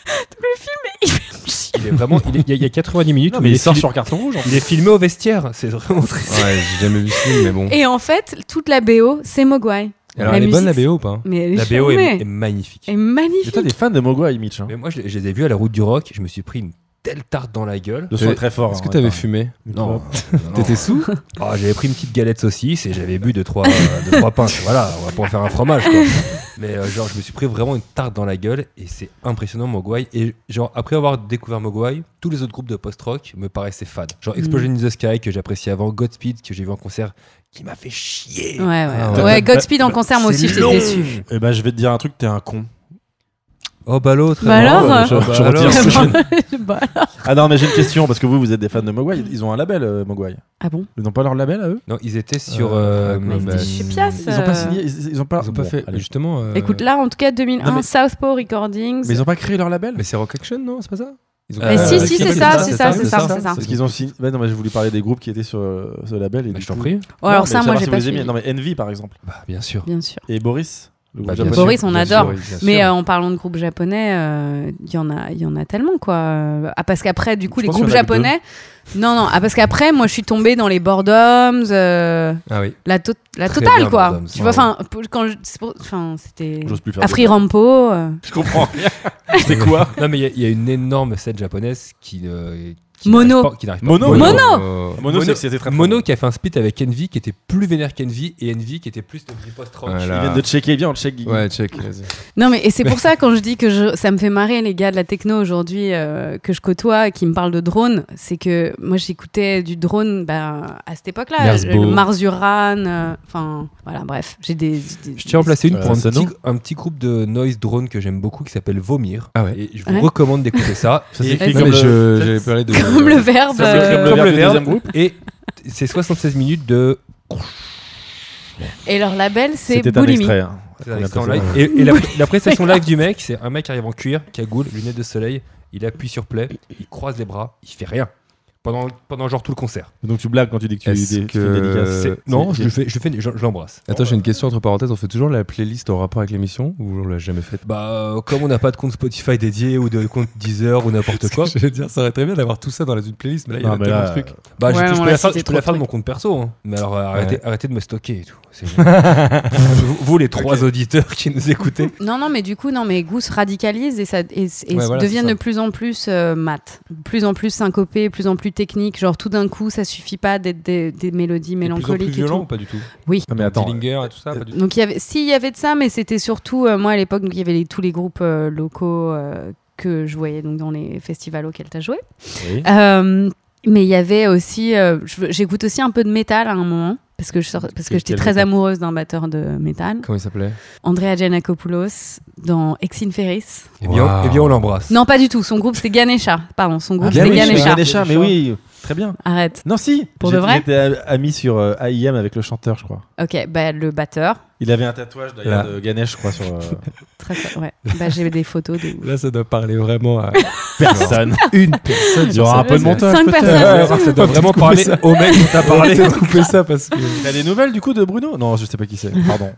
Speaker 5: tout le film est hyper chiant.
Speaker 2: Il est vraiment. Il est- il y a- il y a 90 minutes,
Speaker 4: Non,
Speaker 2: où
Speaker 4: mais il sort
Speaker 2: fil-
Speaker 4: sur carton rouge. en fait.
Speaker 2: il est filmé au vestiaire. C'est vraiment très.
Speaker 3: Ouais, j'ai jamais vu ce film, mais bon.
Speaker 5: Et en fait, toute la BO, c'est Mogwai.
Speaker 3: Alors,
Speaker 5: la
Speaker 3: elle est bonne la
Speaker 5: musique,
Speaker 3: BO ou pas
Speaker 5: Mais elle est
Speaker 2: La BO
Speaker 5: charmée.
Speaker 2: est, est magnifique.
Speaker 5: est magnifique.
Speaker 4: Putain, des fans de Mogwai, Mitch. Hein.
Speaker 2: Mais moi, je, je les ai vus à la route du rock. Je me suis pris une telle tarte dans la gueule.
Speaker 4: Le son est très fort.
Speaker 3: Est-ce
Speaker 4: hein,
Speaker 3: que
Speaker 4: ouais,
Speaker 3: t'avais
Speaker 4: pareil.
Speaker 3: fumé
Speaker 2: Non, [LAUGHS] non.
Speaker 3: T'étais sous
Speaker 2: Ah, j'avais pris une petite galette saucisse et j'avais bu deux trois, euh, deux, trois pinces. Voilà, on va pouvoir faire un fromage. quoi. Mais euh, genre, je me suis pris vraiment une tarte dans la gueule et c'est impressionnant Mogwai. Et genre, après avoir découvert Mogwai, tous les autres groupes de post-rock me paraissaient fades. Genre Explosion in the Sky que j'appréciais avant, Godspeed que j'ai vu en concert, qui m'a fait chier.
Speaker 5: Ouais, ouais.
Speaker 2: Ah
Speaker 4: Bah,
Speaker 5: ouais.
Speaker 2: ouais.
Speaker 5: Godspeed en concert, moi aussi,
Speaker 2: C'est
Speaker 5: j'étais
Speaker 2: long.
Speaker 4: [LAUGHS]
Speaker 5: déçue.
Speaker 4: Eh ben, je vais te dire un truc, t'es un con.
Speaker 2: Oh bah euh, l'autre. Oh,
Speaker 5: Bah alors
Speaker 4: ouais, je- je retire.
Speaker 5: Bah.
Speaker 4: Ah non, mais j'ai une question, parce que vous, vous êtes des fans de Mogwai. Ils ont un label, euh, Mogwai.
Speaker 5: Ah bon
Speaker 4: Ils n'ont pas leur label à eux
Speaker 2: [LAUGHS] Non, ils étaient sur.
Speaker 3: Euh,
Speaker 2: euh,
Speaker 3: Mais
Speaker 2: bah,
Speaker 3: c'était chez
Speaker 5: Pias.
Speaker 4: Ils ont
Speaker 5: Euh,
Speaker 4: pas signé. Ils, ils ont pas.
Speaker 3: Ils ont Ah, pas
Speaker 4: bon,
Speaker 3: fait.
Speaker 4: allez.
Speaker 3: Justement. euh,
Speaker 5: Écoute, là, en tout cas, 2001,
Speaker 4: Non, mais-
Speaker 5: Southpaw Recordings.
Speaker 4: Mais ils ont pas créé leur label
Speaker 3: Mais c'est Rock Action, non C'est pas ça Ils ont-
Speaker 5: Eh,
Speaker 2: Mais Eh, si, si,
Speaker 3: ils
Speaker 2: c'est
Speaker 3: appellent
Speaker 2: euh, ça, c'est ça, c'est ça,
Speaker 5: c'est ça.
Speaker 4: Parce qu'ils ont signé. Bah non, mais je voulais parler des groupes qui étaient sur euh, ce label. Et
Speaker 2: bah,
Speaker 4: du
Speaker 2: je t'en
Speaker 4: coup-
Speaker 2: prie.
Speaker 5: Oh, alors
Speaker 4: Non,
Speaker 5: ça,
Speaker 4: mais
Speaker 5: moi,
Speaker 4: savoir
Speaker 5: j'ai
Speaker 4: si
Speaker 5: pas
Speaker 4: vous aimez.
Speaker 5: suivi.
Speaker 4: Non, mais Envy, par exemple.
Speaker 2: Bah, bien sûr.
Speaker 5: Bien sûr.
Speaker 4: Et Boris le
Speaker 2: Bah,
Speaker 4: groupe
Speaker 2: bien
Speaker 4: japonais.
Speaker 5: Boris, on
Speaker 2: Bien
Speaker 5: adore.
Speaker 2: sûr, bien sûr.
Speaker 5: Mais euh, en parlant de groupes japonais, euh, il y en a, il y en a tellement quoi. Euh, Ah parce qu'après, du coup,
Speaker 4: Je
Speaker 5: les
Speaker 4: pense
Speaker 5: groupes
Speaker 4: qu'il y en a que
Speaker 5: japonais. Non non, ah parce qu'après, moi, je suis tombée dans les Boredoms, euh,
Speaker 3: Ah oui.
Speaker 5: la, to- la
Speaker 2: Très
Speaker 5: totale
Speaker 2: bien,
Speaker 5: quoi.
Speaker 2: Boredoms,
Speaker 5: tu vois,
Speaker 2: ouais.
Speaker 5: enfin, pour- quand je- c'est pour- enfin, c'était
Speaker 4: J'ose plus faire.
Speaker 5: Afri Rampo. euh,
Speaker 4: Je comprends. [LAUGHS] C'est quoi
Speaker 2: Non, mais il y a- il y, a une énorme scène japonaise qui. euh, qui
Speaker 5: Mono.
Speaker 2: n'arrive pas- qui n'arrive pas-
Speaker 4: Mono.
Speaker 5: Mono.
Speaker 3: Mono
Speaker 4: [LAUGHS] Mono,
Speaker 2: Mono-
Speaker 4: c'est- c'était très
Speaker 2: Mono
Speaker 4: fort.
Speaker 2: qui a fait un split avec Envy qui était plus vénère qu'Envy et Envy qui était plus de post-rock.
Speaker 3: Voilà.
Speaker 4: Ils viennent de checker. Viens, on check Guigui.
Speaker 3: Ouais, check. vas-y.
Speaker 5: Non, mais et c'est pour ça quand je dis que je- ça me fait marrer les gars de la techno aujourd'hui euh, que je côtoie, qui me parlent de drone, c'est que moi j'écoutais du drone bah, à cette époque-là,
Speaker 3: Merzbow.
Speaker 5: le Marzuran, euh, enfin voilà, bref, j'ai des, des-
Speaker 2: Je tiens à en placer une
Speaker 4: Euh,
Speaker 2: pour un
Speaker 4: ça
Speaker 2: petit,
Speaker 4: non
Speaker 2: un petit groupe de noise drone que j'aime beaucoup qui s'appelle Vomir.
Speaker 3: Ah ouais.
Speaker 2: Et je vous
Speaker 5: Ouais.
Speaker 2: recommande d'écouter ça.
Speaker 4: Ça
Speaker 2: Et-
Speaker 4: s'écrit
Speaker 3: Non,
Speaker 4: comme
Speaker 3: mais
Speaker 4: le.
Speaker 3: je- j'avais parlé de.
Speaker 5: [LAUGHS] comme le verbe.
Speaker 4: Ça, c'est
Speaker 5: euh,
Speaker 4: comme le verbe. deuxième
Speaker 2: verbe. Et c'est 76 minutes de.
Speaker 5: Et leur label c'est
Speaker 4: C'était un
Speaker 5: Boulimi.
Speaker 4: extrait. hein.
Speaker 2: Et,
Speaker 4: On appelle ça-
Speaker 2: et la, la [LAUGHS] prestation live du mec, c'est un mec qui arrive en cuir, cagoule, lunettes de soleil, il appuie sur play, il croise les bras, il fait rien. Pendant, pendant genre tout le concert.
Speaker 4: Donc tu blagues quand tu dis que tu
Speaker 3: Est-ce
Speaker 4: dé- tu fais
Speaker 3: que-
Speaker 4: des dédicaces.
Speaker 2: C'est-
Speaker 3: Euh,
Speaker 2: non,
Speaker 4: c'est-
Speaker 2: je, le fais, je, fais, je, je l'embrasse.
Speaker 3: Attends, j'ai une question entre parenthèses. On fait toujours la playlist en rapport avec l'émission ou on l'a jamais faite
Speaker 2: Bah, euh, comme on n'a pas de compte Spotify dédié ou de compte Deezer ou n'importe quoi,
Speaker 3: Je veux dire, ça aurait très bien d'avoir tout ça dans la une playlist, mais là, euh, il y
Speaker 4: Non,
Speaker 3: a
Speaker 4: mais
Speaker 3: tellement de
Speaker 4: là,
Speaker 3: trucs.
Speaker 2: Bah,
Speaker 5: Ouais,
Speaker 2: je, je
Speaker 5: on
Speaker 2: peux
Speaker 5: l'a
Speaker 2: la faire,
Speaker 5: cité
Speaker 2: je peux la
Speaker 5: trop
Speaker 2: faire de
Speaker 5: de
Speaker 2: mon compte perso. hein. Mais alors, euh, arrêtez, arrêtez de me stocker et tout.
Speaker 3: [LAUGHS]
Speaker 2: C'est génial. vous, vous, les trois auditeurs qui nous
Speaker 5: [LAUGHS]
Speaker 2: écoutez.
Speaker 5: Non non, mais du coup non, mais Goose radicalise et ça et, et
Speaker 3: Ouais, voilà,
Speaker 5: deviennent
Speaker 3: c'est ça.
Speaker 5: de plus en plus euh, mat, plus en plus syncopé, plus en plus technique. Genre tout d'un coup, ça suffit pas d'être des, des mélodies mélancoliques et tout.
Speaker 3: pas du tout
Speaker 4: Non, mais attends.
Speaker 3: Dillinger et tout ça, pas du tout.
Speaker 5: Donc il y avait, si il y avait de ça, mais c'était surtout euh, moi à l'époque, donc il y avait les- tous les groupes euh, locaux euh, que je voyais donc dans les festivals auxquels tu as joué.
Speaker 4: Oui.
Speaker 5: Euh, mais il y avait aussi, euh, je- j'écoute aussi un peu de métal à un moment parce que je sors- parce que
Speaker 4: Quel-
Speaker 5: j'étais
Speaker 4: quel
Speaker 5: très
Speaker 4: groupe
Speaker 5: amoureuse d'un batteur de métal,
Speaker 3: Comment il s'appelait
Speaker 5: Andrea Giannakopoulos dans Ex in Ferris.
Speaker 2: Eh bien,
Speaker 3: Waouh.
Speaker 2: eh bien, on l'embrasse.
Speaker 5: Non, pas du tout. Son groupe c'était Ganesha. Pardon, son groupe c'était
Speaker 4: Ah, Ganesha.
Speaker 5: Ganesha.
Speaker 4: Ganesha, mais oui. Très bien.
Speaker 5: Arrête.
Speaker 4: Non, si.
Speaker 5: Pour
Speaker 4: J'ai-
Speaker 5: de vrai
Speaker 4: J'étais a- ami sur euh, AIM avec le chanteur, je crois.
Speaker 5: Ok, bah, le batteur.
Speaker 4: Il avait un tatouage d'ailleurs
Speaker 3: Là.
Speaker 4: de Ganesh, je crois, [LAUGHS] sur. euh,
Speaker 5: Très, ouais. Bah, j'ai des photos de
Speaker 3: Là, ça doit parler vraiment à.
Speaker 4: Personne. Une personne. Il y aura un peu de montage.
Speaker 5: cinq
Speaker 4: peut-être.
Speaker 5: personnes.
Speaker 2: Ouais, ça
Speaker 3: [LAUGHS]
Speaker 2: doit vraiment parler au mec dont t'as parlé.
Speaker 3: couper ça parce que.
Speaker 4: T'as des nouvelles du coup de Bruno Non, je sais pas qui c'est. Pardon.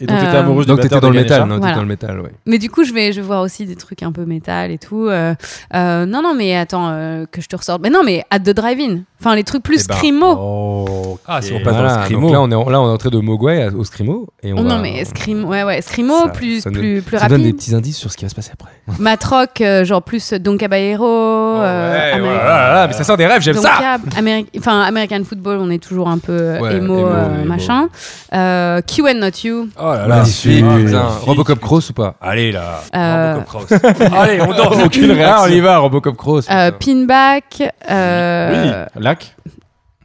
Speaker 4: Et donc
Speaker 5: Euh,
Speaker 4: t'étais amoureuse du
Speaker 3: Donc,
Speaker 4: batteur
Speaker 3: t'étais dans
Speaker 4: de
Speaker 3: le
Speaker 4: Ganesha
Speaker 3: métal, non
Speaker 5: Voilà.
Speaker 3: T'étais dans le métal, ouais.
Speaker 5: Mais du coup, je vais, je vais voir aussi des trucs un peu métal et tout. Euh, euh, non, non, mais attends, euh, que je te ressorte. Mais non, mais hâte de drive-in. Enfin, les trucs plus
Speaker 3: Eh ben,
Speaker 5: scrimo.
Speaker 4: Oh,
Speaker 2: Ah,
Speaker 4: ok.
Speaker 2: si on passe- Pas dans le scrimo.
Speaker 3: donc là, on est en, là, on est entré de Mogwai à- au Scrimo. Et on
Speaker 5: Oh,
Speaker 3: va-
Speaker 5: non, mais scrimo, ouais, ouais, scrimo,
Speaker 3: Ça-
Speaker 5: plus,
Speaker 3: ça donne-
Speaker 5: plus, plus
Speaker 3: Ça donne des
Speaker 5: rapide.
Speaker 3: petits indices sur ce qui va se passer après.
Speaker 5: Matrock, euh, genre plus Don Caballero. euh, Ameri-
Speaker 3: Ah, mais ça sort des rêves, j'aime
Speaker 5: Don Cab, Ameri- enfin, American Football, on est toujours un peu euh,
Speaker 3: Ouais,
Speaker 5: emo,
Speaker 3: emo,
Speaker 5: euh,
Speaker 3: emo.
Speaker 5: machin. Euh, Q and Not You.
Speaker 2: Oh là là.
Speaker 3: Magnifique,
Speaker 2: Ah,
Speaker 3: putain.
Speaker 2: magnifique.
Speaker 3: Robocop Cross ou pas
Speaker 2: Allez là.
Speaker 3: Ah,
Speaker 5: Euh,
Speaker 2: Robocop Cross.
Speaker 3: [LAUGHS]
Speaker 2: Allez, on dort.
Speaker 3: Aucune on y va, Robocop Cross.
Speaker 5: euh, Pinback. euh,
Speaker 4: Oui, lac.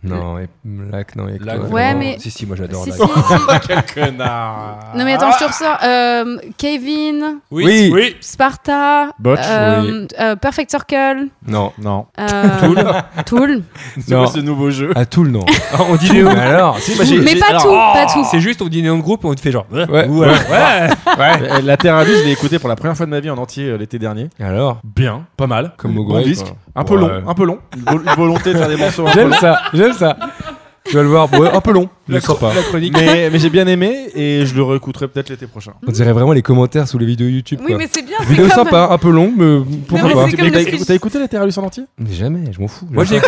Speaker 3: Non, et Black, non, il y a que
Speaker 2: Là, [LAUGHS]
Speaker 3: toi.
Speaker 5: Ouais,
Speaker 2: vraiment.
Speaker 5: mais-
Speaker 2: Si, si, moi j'adore
Speaker 5: Si,
Speaker 2: Lac.
Speaker 5: si, si.
Speaker 3: [LAUGHS]
Speaker 4: Quel connard
Speaker 5: Non mais attends, je te ressors. Euh, Kevin,
Speaker 3: Oui.
Speaker 1: oui.
Speaker 5: Sparta,
Speaker 4: Botch,
Speaker 5: euh, euh, Perfect Circle,
Speaker 3: Non,
Speaker 4: Non.
Speaker 5: euh, Tool.
Speaker 4: C'est quoi ce nouveau jeu
Speaker 3: à Toul, non.
Speaker 2: [LAUGHS] Ah, on dit Léo.
Speaker 3: Mais alors
Speaker 4: [LAUGHS]
Speaker 3: oh,
Speaker 2: Si, bah, j'ai-
Speaker 5: Mais
Speaker 2: j'ai-
Speaker 5: pas
Speaker 2: alors,
Speaker 5: tout, pas tout.
Speaker 2: C'est juste, on dit Néon Group et on te fait genre. euh, Ouais.
Speaker 3: Ouais.
Speaker 2: ouais.
Speaker 4: Euh, [LAUGHS] La Terre à vue, je l'ai écouté pour la première fois de ma vie en entier euh, l'été dernier.
Speaker 3: Alors
Speaker 4: Bien, pas mal.
Speaker 3: Comme au
Speaker 4: bon
Speaker 3: grec,
Speaker 4: disque.
Speaker 3: quoi.
Speaker 4: Un peu
Speaker 3: Ouais.
Speaker 4: long, un peu long. Une, vol- une volonté de faire des morceaux. un peu
Speaker 3: J'aime
Speaker 4: longs.
Speaker 3: ça, j'aime ça. Tu vas le voir, bon, un peu long. Je le sens pas.
Speaker 4: Mais, mais j'ai bien aimé et je le réécouterai peut-être l'été prochain.
Speaker 3: On dirait vraiment les commentaires sous les vidéos YouTube.
Speaker 5: Oui,
Speaker 3: quoi.
Speaker 5: mais c'est bien. c'est
Speaker 3: Vidéo
Speaker 5: comme-
Speaker 3: sympa, un peu long, mais pourquoi
Speaker 5: mais
Speaker 3: pas
Speaker 5: c'est comme
Speaker 4: t'as
Speaker 5: le
Speaker 4: écouté-
Speaker 5: sujet.
Speaker 4: t'as écouté la Terre à vue en entier
Speaker 3: Mais jamais, je m'en fous. [LAUGHS]
Speaker 2: Moi, j'ai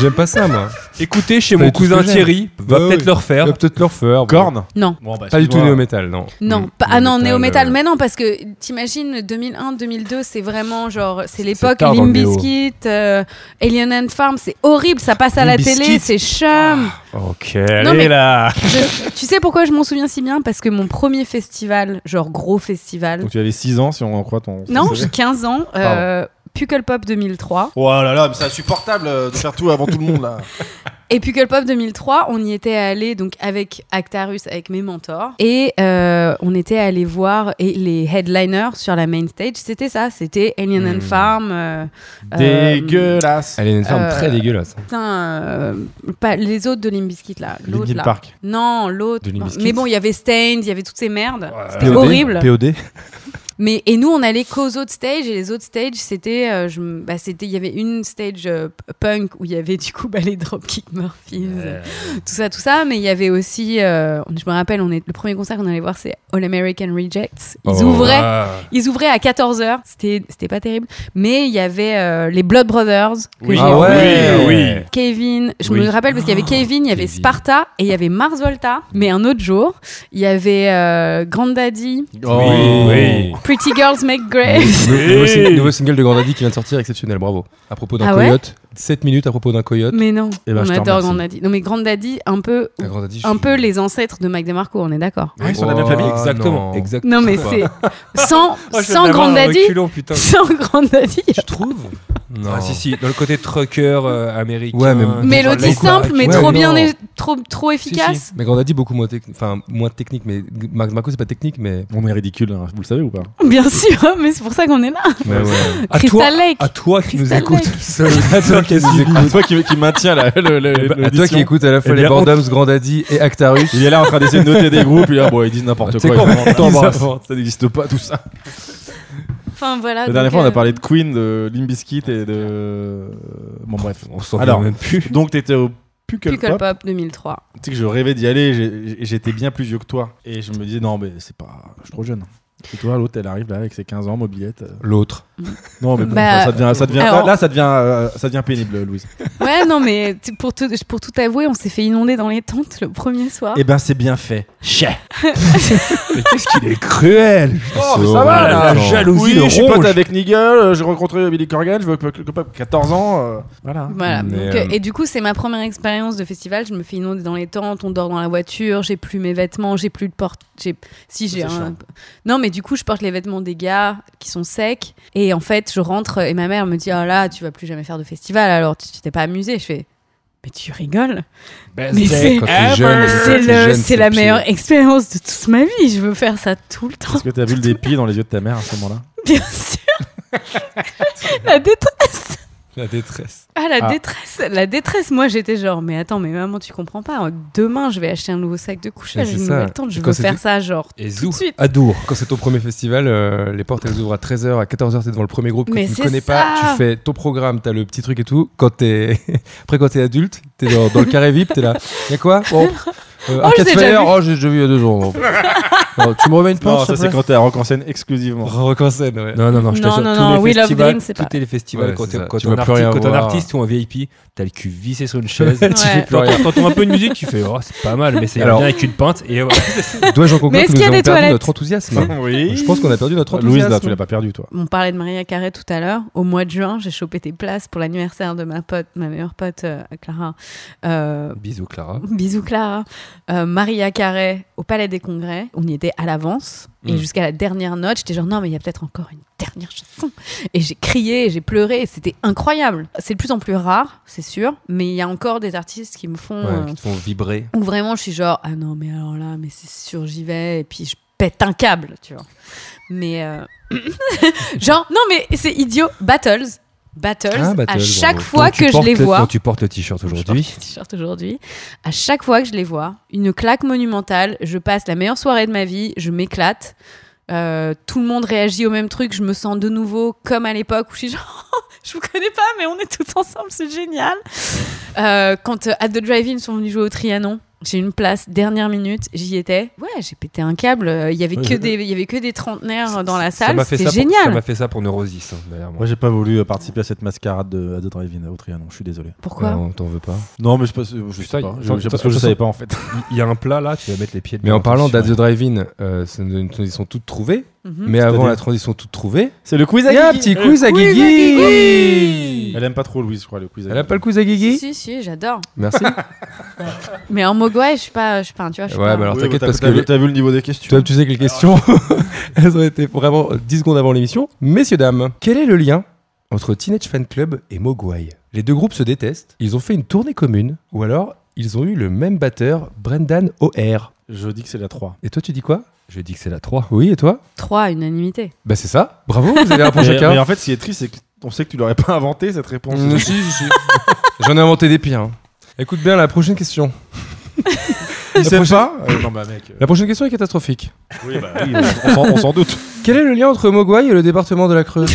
Speaker 3: J'aime pas ça, moi.
Speaker 2: écouté chez
Speaker 3: Vous
Speaker 2: mon
Speaker 3: savez tout ce
Speaker 2: cousin
Speaker 3: que j'aime.
Speaker 2: Thierry. Va
Speaker 3: Bah
Speaker 2: peut-être
Speaker 3: oui.
Speaker 2: le
Speaker 3: On
Speaker 2: refaire. bah,
Speaker 3: va peut-être le refaire. bon.
Speaker 4: Corne
Speaker 5: Non,
Speaker 3: Pas du tout néo-métal, non.
Speaker 5: non.
Speaker 3: Mm.
Speaker 5: pas- ah non,
Speaker 3: Néo-métal,
Speaker 5: néo-métal, mais non, parce que t'imagines 2001, 2002, c'est vraiment genre, c'est l'époque
Speaker 3: tard dans le
Speaker 5: Limp
Speaker 3: néo.
Speaker 5: Bizkit, euh, Alien and Farm, c'est horrible, ça passe à la
Speaker 3: Limp
Speaker 5: télé,
Speaker 3: Bizkit.
Speaker 5: c'est chum.
Speaker 3: Ok,
Speaker 5: Non, mais-
Speaker 3: là.
Speaker 5: Je- tu sais pourquoi je m'en souviens si bien Parce que mon premier festival, genre gros festival,
Speaker 4: Donc tu avais 6 ans si on en croit ton.
Speaker 5: non, j'ai 15 ans, euh, Puckle Pop 2003.
Speaker 4: Oh là là, mais c'est insupportable euh, de faire tout avant tout le monde là.
Speaker 5: Et Puckle Pop 2003, on y était allé donc avec Actarus, avec mes mentors, et euh, on était allé voir et les headliners sur la main stage. C'était ça, c'était Alien
Speaker 3: Hmm.
Speaker 5: and Farm, euh, euh,
Speaker 4: Dégueulasse.
Speaker 3: Elle est une forme
Speaker 5: Euh,
Speaker 3: très dégueulasse.
Speaker 5: putain, euh, pas les autres de Limbiskit là, l'autre
Speaker 4: Linkin
Speaker 5: là.
Speaker 4: Park.
Speaker 5: Non, l'autre.
Speaker 3: De Limp Bizkit
Speaker 5: Mais bon, il y avait Stained, il y avait toutes ces merdes. C'était
Speaker 3: POD,
Speaker 5: horrible.
Speaker 3: POD.
Speaker 5: Mais et nous on allait qu'aux autres stages et les autres stages c'était euh, je m- bah, c'était il y avait une stage euh, p- punk où il y avait du coup [LAUGHS] bah, les Dropkick Murphys tout ça tout ça mais il y avait aussi euh, je me rappelle on est le premier concert qu'on allait voir c'est All American Rejects ils
Speaker 3: Oh,
Speaker 5: ouvraient
Speaker 2: Ah.
Speaker 5: ils ouvraient à 14h c'était c'était pas terrible mais il y avait euh, les Blood Brothers que j'ai
Speaker 3: Ah ouais,
Speaker 5: vu.
Speaker 3: oui.
Speaker 5: Kevin, je
Speaker 3: Oui. Ah,
Speaker 5: me rappelle parce qu'il y avait Kevin, il y avait
Speaker 3: Kevin.
Speaker 5: Sparta et il y avait Mars Volta, mais un autre jour, il y avait euh, Grand Daddy,
Speaker 4: Oh.
Speaker 3: oui.
Speaker 5: Pretty Girls Make Graves.
Speaker 3: Oh. nouveau, sing- nouveau single de Grandaddy qui vient de sortir, exceptionnel, bravo. À propos d'un
Speaker 5: Ah ouais
Speaker 3: coyote, 7 minutes à propos d'un coyote.
Speaker 5: Mais non,
Speaker 4: Eh ben, je
Speaker 5: on
Speaker 4: te
Speaker 5: adore
Speaker 4: remercie.
Speaker 5: Grand Daddy. Non mais Grand Daddy, un peu,
Speaker 3: Ah, Grandaddy, je
Speaker 5: un
Speaker 3: suis-
Speaker 5: peu les ancêtres de Mike DeMarco, on est d'accord.
Speaker 4: Ah, ils sont de la même famille
Speaker 3: Oh,
Speaker 2: Exactement.
Speaker 3: non.
Speaker 2: Exactement. Oh,
Speaker 5: Non mais c'est [LAUGHS] sans sans Grand Daddy, sans Grand Daddy.
Speaker 2: Tu trouves
Speaker 3: Non.
Speaker 2: Ah si si, dans le côté trucker euh, américain.
Speaker 3: Oh. Ouais, mais-
Speaker 5: Mélodie
Speaker 3: Lisa,
Speaker 5: simple mais
Speaker 3: ouais,
Speaker 5: trop
Speaker 3: non.
Speaker 5: bien, é- trop trop
Speaker 3: Si,
Speaker 5: efficace. [LAUGHS]
Speaker 3: si. Mais Grandaddy, beaucoup moins technique. Enfin, moins technique, mais Marc Marco, c'est pas technique, mais.
Speaker 4: On est ridicule, hein, vous le savez ou pas
Speaker 5: Bien sûr, mais c'est pour ça qu'on est là.
Speaker 3: Ouais, ouais.
Speaker 2: À toi,
Speaker 5: Crystal Lake.
Speaker 2: à toi qui nous
Speaker 5: Crystal
Speaker 2: écoutes.
Speaker 5: Lake.
Speaker 2: seul. [LAUGHS]
Speaker 3: À toi qui nous écoutes.
Speaker 4: Ah, C'est toi qui, qui maintient la, le, le-
Speaker 3: Eh ben, à
Speaker 4: l'audition.
Speaker 3: toi qui écoutes à la fois
Speaker 4: Eh
Speaker 3: les
Speaker 4: bien, on-
Speaker 3: Boredoms, Grandaddy et Actarus.
Speaker 4: Il est là en train d'essayer de noter des groupes, il est là, bon, ils disent n'importe
Speaker 3: Tu sais
Speaker 4: quoi.
Speaker 3: quoi,
Speaker 4: ils inventent-
Speaker 3: on t'embrasse.
Speaker 4: ils inventent, Ça n'existe pas tout ça.
Speaker 5: Enfin voilà.
Speaker 4: La
Speaker 5: Ah, donc,
Speaker 4: dernière fois, on
Speaker 5: euh,
Speaker 4: a parlé de Queen, de Limp Bizkit et de. Bon, bref.
Speaker 2: On s'en
Speaker 4: Alors.
Speaker 2: fout même plus.
Speaker 4: Donc, t'étais au Puckle
Speaker 5: Pickle
Speaker 4: Pop.
Speaker 5: Pop 2003.
Speaker 4: Tu sais que je rêvais d'y aller, j'ai- j'étais bien plus vieux que toi. Et je me disais, non, mais c'est pas. Je suis trop jeune. Et toi, l'autre, elle arrive là avec ses 15 ans, mobilette. euh.
Speaker 3: L'autre.
Speaker 4: Non, mais bon,
Speaker 5: Bah,
Speaker 4: ça, ça devient, ça devient,
Speaker 5: alors-
Speaker 4: là, là, ça devient, euh, ça devient pénible, Louise.
Speaker 5: Ouais non mais tu- pour tout pour tout avouer, on s'est fait inonder dans les tentes le premier soir.
Speaker 4: Eh ben, c'est bien fait.
Speaker 2: Mais qu'est-ce qu'il est cruel.
Speaker 4: Oh,
Speaker 3: mais
Speaker 4: ça va, là.
Speaker 2: La
Speaker 3: Attends.
Speaker 2: jalousie
Speaker 4: oui,
Speaker 2: le
Speaker 4: je suis pote
Speaker 2: ronge.
Speaker 4: avec Nigel, euh, j'ai rencontré Billy Corgan, je veux que- que- que- 14 ans. euh, voilà.
Speaker 5: Voilà.
Speaker 3: Mais,
Speaker 5: donc, euh,
Speaker 3: euh,
Speaker 5: Et du coup, c'est ma première expérience de festival. Je me fais inonder dans les tentes, on dort dans la voiture, j'ai plus mes vêtements, j'ai plus de porte. J'ai... Si j'ai
Speaker 4: C'est
Speaker 5: un...
Speaker 4: chiant.
Speaker 5: Non, mais du coup, je porte les vêtements des gars qui sont secs. Et en fait, je rentre et ma mère me dit Oh là, tu vas plus jamais faire de festival alors tu tu t'es pas amusé. Je fais Mais tu rigoles Mais c'est.
Speaker 3: Quand t'es jeune, quand
Speaker 5: c'est
Speaker 3: Ah, t'es
Speaker 5: le-
Speaker 3: jeune,
Speaker 5: c'est la
Speaker 3: pire.
Speaker 5: meilleure expérience de toute ma vie. Je veux faire ça tout le temps, [LAUGHS]
Speaker 4: Est-ce que t'as vu le dépit dans les yeux de ta mère à ce moment-là
Speaker 5: bien sûr.
Speaker 3: [LAUGHS]
Speaker 5: la détresse.
Speaker 3: La détresse.
Speaker 5: Ah la
Speaker 4: Ah.
Speaker 5: détresse, la détresse. Moi j'étais genre mais attends mais maman tu comprends pas. Demain je vais acheter un nouveau sac de
Speaker 3: Mais
Speaker 5: couchage,
Speaker 3: c'est
Speaker 5: une
Speaker 3: ça.
Speaker 5: nouvelle tente. Je
Speaker 3: Et quand
Speaker 5: veux
Speaker 3: c'est
Speaker 5: faire
Speaker 3: du-
Speaker 5: ça genre.
Speaker 2: Et
Speaker 5: tout
Speaker 2: Zou.
Speaker 5: de suite.
Speaker 2: Adour.
Speaker 3: Quand c'est ton premier festival, euh, les portes elles ouvrent à 13h, à 14h, t'es devant le premier groupe que
Speaker 5: Mais
Speaker 3: tu
Speaker 5: c'est
Speaker 3: ne connais
Speaker 5: ça.
Speaker 3: pas, tu fais ton programme, t'as le petit truc et tout. Quand t'es... [LAUGHS] Après, quand t'es adulte, t'es dans, dans le carré VIP, t'es là. Y'a quoi
Speaker 5: [LAUGHS]
Speaker 3: Bon, euh,
Speaker 5: je
Speaker 3: Arcade
Speaker 5: l'ai déjà
Speaker 3: Fire,
Speaker 5: vu.
Speaker 3: oh, j'ai déjà vu il y a deux jours.
Speaker 5: [LAUGHS]
Speaker 3: Bon. Bon, tu me remets une
Speaker 4: Non,
Speaker 3: porte
Speaker 4: ça c'est quand t'es à rock en scène exclusivement.
Speaker 3: Rock en scène, ouais.
Speaker 2: Non, non, non, je
Speaker 5: Non,
Speaker 2: t'assure,
Speaker 5: non,
Speaker 2: tous
Speaker 5: non,
Speaker 2: les
Speaker 5: We Love
Speaker 2: festivals,
Speaker 5: Dream, c'est pas-
Speaker 2: tous les festivals,
Speaker 3: Ouais,
Speaker 2: quand
Speaker 3: c'est
Speaker 2: t'es-
Speaker 3: ça.
Speaker 2: quand
Speaker 3: Tu
Speaker 2: t'es un
Speaker 3: vas plus rien
Speaker 2: artiste, quand t'es un
Speaker 3: voir.
Speaker 2: artiste ou un VIP, t'as le cul vissé sur une
Speaker 5: [LAUGHS]
Speaker 2: chaise.
Speaker 5: Tu fais
Speaker 2: Quand t'entends- T'entends un peu de musique, tu fais, oh, c'est pas mal, mais c'est bien
Speaker 3: Alors-
Speaker 2: avec une pinte. Et voilà. [LAUGHS]
Speaker 3: Dois-je en conclure
Speaker 5: est-ce
Speaker 3: que
Speaker 5: qu'il y a
Speaker 3: nous avons
Speaker 5: des
Speaker 3: perdu
Speaker 5: toilettes
Speaker 3: notre enthousiasme
Speaker 4: [LAUGHS] Oui.
Speaker 3: Bah,
Speaker 4: Ah,
Speaker 3: Je pense qu'on a perdu notre
Speaker 4: Louise,
Speaker 3: enthousiasme.
Speaker 4: là, tu l'as pas perdu toi.
Speaker 5: On parlait de Maria Carré tout à l'heure. Au mois de juin j'ai chopé des places pour l'anniversaire de ma pote, ma meilleure pote euh, Clara. Euh,
Speaker 2: Bisous, Clara.
Speaker 5: bisous Clara. euh, Maria Carré au Palais des Congrès. On y était à l'avance. Et
Speaker 3: Mm.
Speaker 5: jusqu'à la dernière note, j'étais genre, non, mais il y a peut-être encore une dernière chanson. Et j'ai crié, et j'ai pleuré, et c'était incroyable. C'est de plus en plus rare, c'est sûr, mais il y a encore des artistes qui me font.
Speaker 3: Ouais,
Speaker 5: euh,
Speaker 3: qui te font vibrer.
Speaker 5: où vraiment je suis genre ah non mais alors là mais c'est sûr j'y vais et puis je pète un câble tu vois mais euh, [LAUGHS] genre non mais c'est idiot battles battles,
Speaker 3: Ah, Battles,
Speaker 5: à chaque
Speaker 3: bravo.
Speaker 5: fois
Speaker 2: Quand tu
Speaker 5: que je
Speaker 2: portes
Speaker 5: les
Speaker 2: le-
Speaker 5: vois
Speaker 2: Quand tu portes le t-shirt aujourd'hui,
Speaker 5: je porte le [LAUGHS] t-shirt aujourd'hui. À chaque fois que je les vois, une claque monumentale. Je passe la meilleure soirée de ma vie. Je m'éclate. Euh, tout le monde réagit au même truc. Je me sens de nouveau comme à l'époque où je suis genre, [LAUGHS] je vous connais pas, mais on est tous ensemble, c'est génial. Euh, quand euh, At the Drive-In sont venus jouer au Trianon, j'ai une place dernière minute, j'y étais. Ouais, j'ai pété un câble. Euh, Il y avait
Speaker 4: Ouais,
Speaker 5: que
Speaker 4: je-
Speaker 5: des, il y avait que des trentenaires dans la
Speaker 2: ça
Speaker 5: salle.
Speaker 2: m'a fait
Speaker 5: C'était
Speaker 2: ça. Pour, ça
Speaker 5: génial.
Speaker 2: m'a fait ça pour Neurosis. hein, derrière moi.
Speaker 4: Moi, j'ai pas voulu euh, participer à cette mascarade de, à The Drive-In au Trianon, je suis désolé.
Speaker 5: Pourquoi
Speaker 3: Ah, on t'en veut pas.
Speaker 4: Non, mais je, sais pas, je
Speaker 2: Putain,
Speaker 4: sais pas.
Speaker 2: il-
Speaker 4: Je- je-
Speaker 2: attends,
Speaker 4: parce que je
Speaker 2: attends,
Speaker 4: savais pas en fait.
Speaker 2: Il y a un plat là, tu vas mettre les pieds.
Speaker 3: Mais en
Speaker 2: dedans,
Speaker 3: parlant
Speaker 2: attention,
Speaker 3: d'At the Drive-In, euh, c'est une transition toute trouvée.
Speaker 5: Mhm.
Speaker 3: Mais avant
Speaker 4: C'est-à-dire
Speaker 3: la transition toute trouvée,
Speaker 4: C'est le quiz
Speaker 3: il
Speaker 4: à
Speaker 3: y a un
Speaker 4: Guigui.
Speaker 3: petit
Speaker 5: Euh,
Speaker 3: quiz à Guigui
Speaker 4: Elle aime pas trop Louise, je crois, le quiz à
Speaker 3: Elle a
Speaker 4: Guigui.
Speaker 3: pas le quiz à Guigui
Speaker 5: Si, si, j'adore. [LAUGHS]
Speaker 3: Merci. Ouais,
Speaker 5: Mais en mogwai, je suis pas, je suis pas, un- tu vois, je suis pas-
Speaker 3: mais
Speaker 2: bah.
Speaker 3: alors
Speaker 4: Oui,
Speaker 3: t'inquiète
Speaker 4: t'as-
Speaker 3: parce que
Speaker 4: t'as vu- t'as vu le niveau des questions.
Speaker 3: Toi, tu sais que les questions, [LAUGHS] elles ont été vraiment 10 secondes avant l'émission. Messieurs, dames, quel est le lien entre Teenage Fan Club et Mogwai Les deux groupes se détestent, ils ont fait une tournée commune, ou alors ils ont eu le même batteur, Brendan O'Hare.
Speaker 4: Je dis que c'est la 3.
Speaker 3: Et toi, tu dis quoi
Speaker 2: Je dis que c'est la 3.
Speaker 3: Oui, et toi
Speaker 5: Trois, unanimité.
Speaker 3: Bah c'est ça, bravo, vous avez
Speaker 4: [LAUGHS]
Speaker 3: un pour
Speaker 4: Mais-
Speaker 3: chacun.
Speaker 4: Mais en fait, ce qui est triste, c'est qu'on sait que tu l'aurais pas inventé cette réponse.
Speaker 3: Mm, si, si, si. J'en ai inventé des pires. hein. Écoute bien la prochaine question.
Speaker 4: Tu sais pas Euh, Non, bah mec. euh,
Speaker 3: La prochaine question est catastrophique.
Speaker 4: Oui, bah oui, on s'en- on s'en
Speaker 3: [LAUGHS]
Speaker 4: doute.
Speaker 3: Quel est le lien entre Mogwai et le département de
Speaker 5: [LAUGHS]
Speaker 3: la Creuse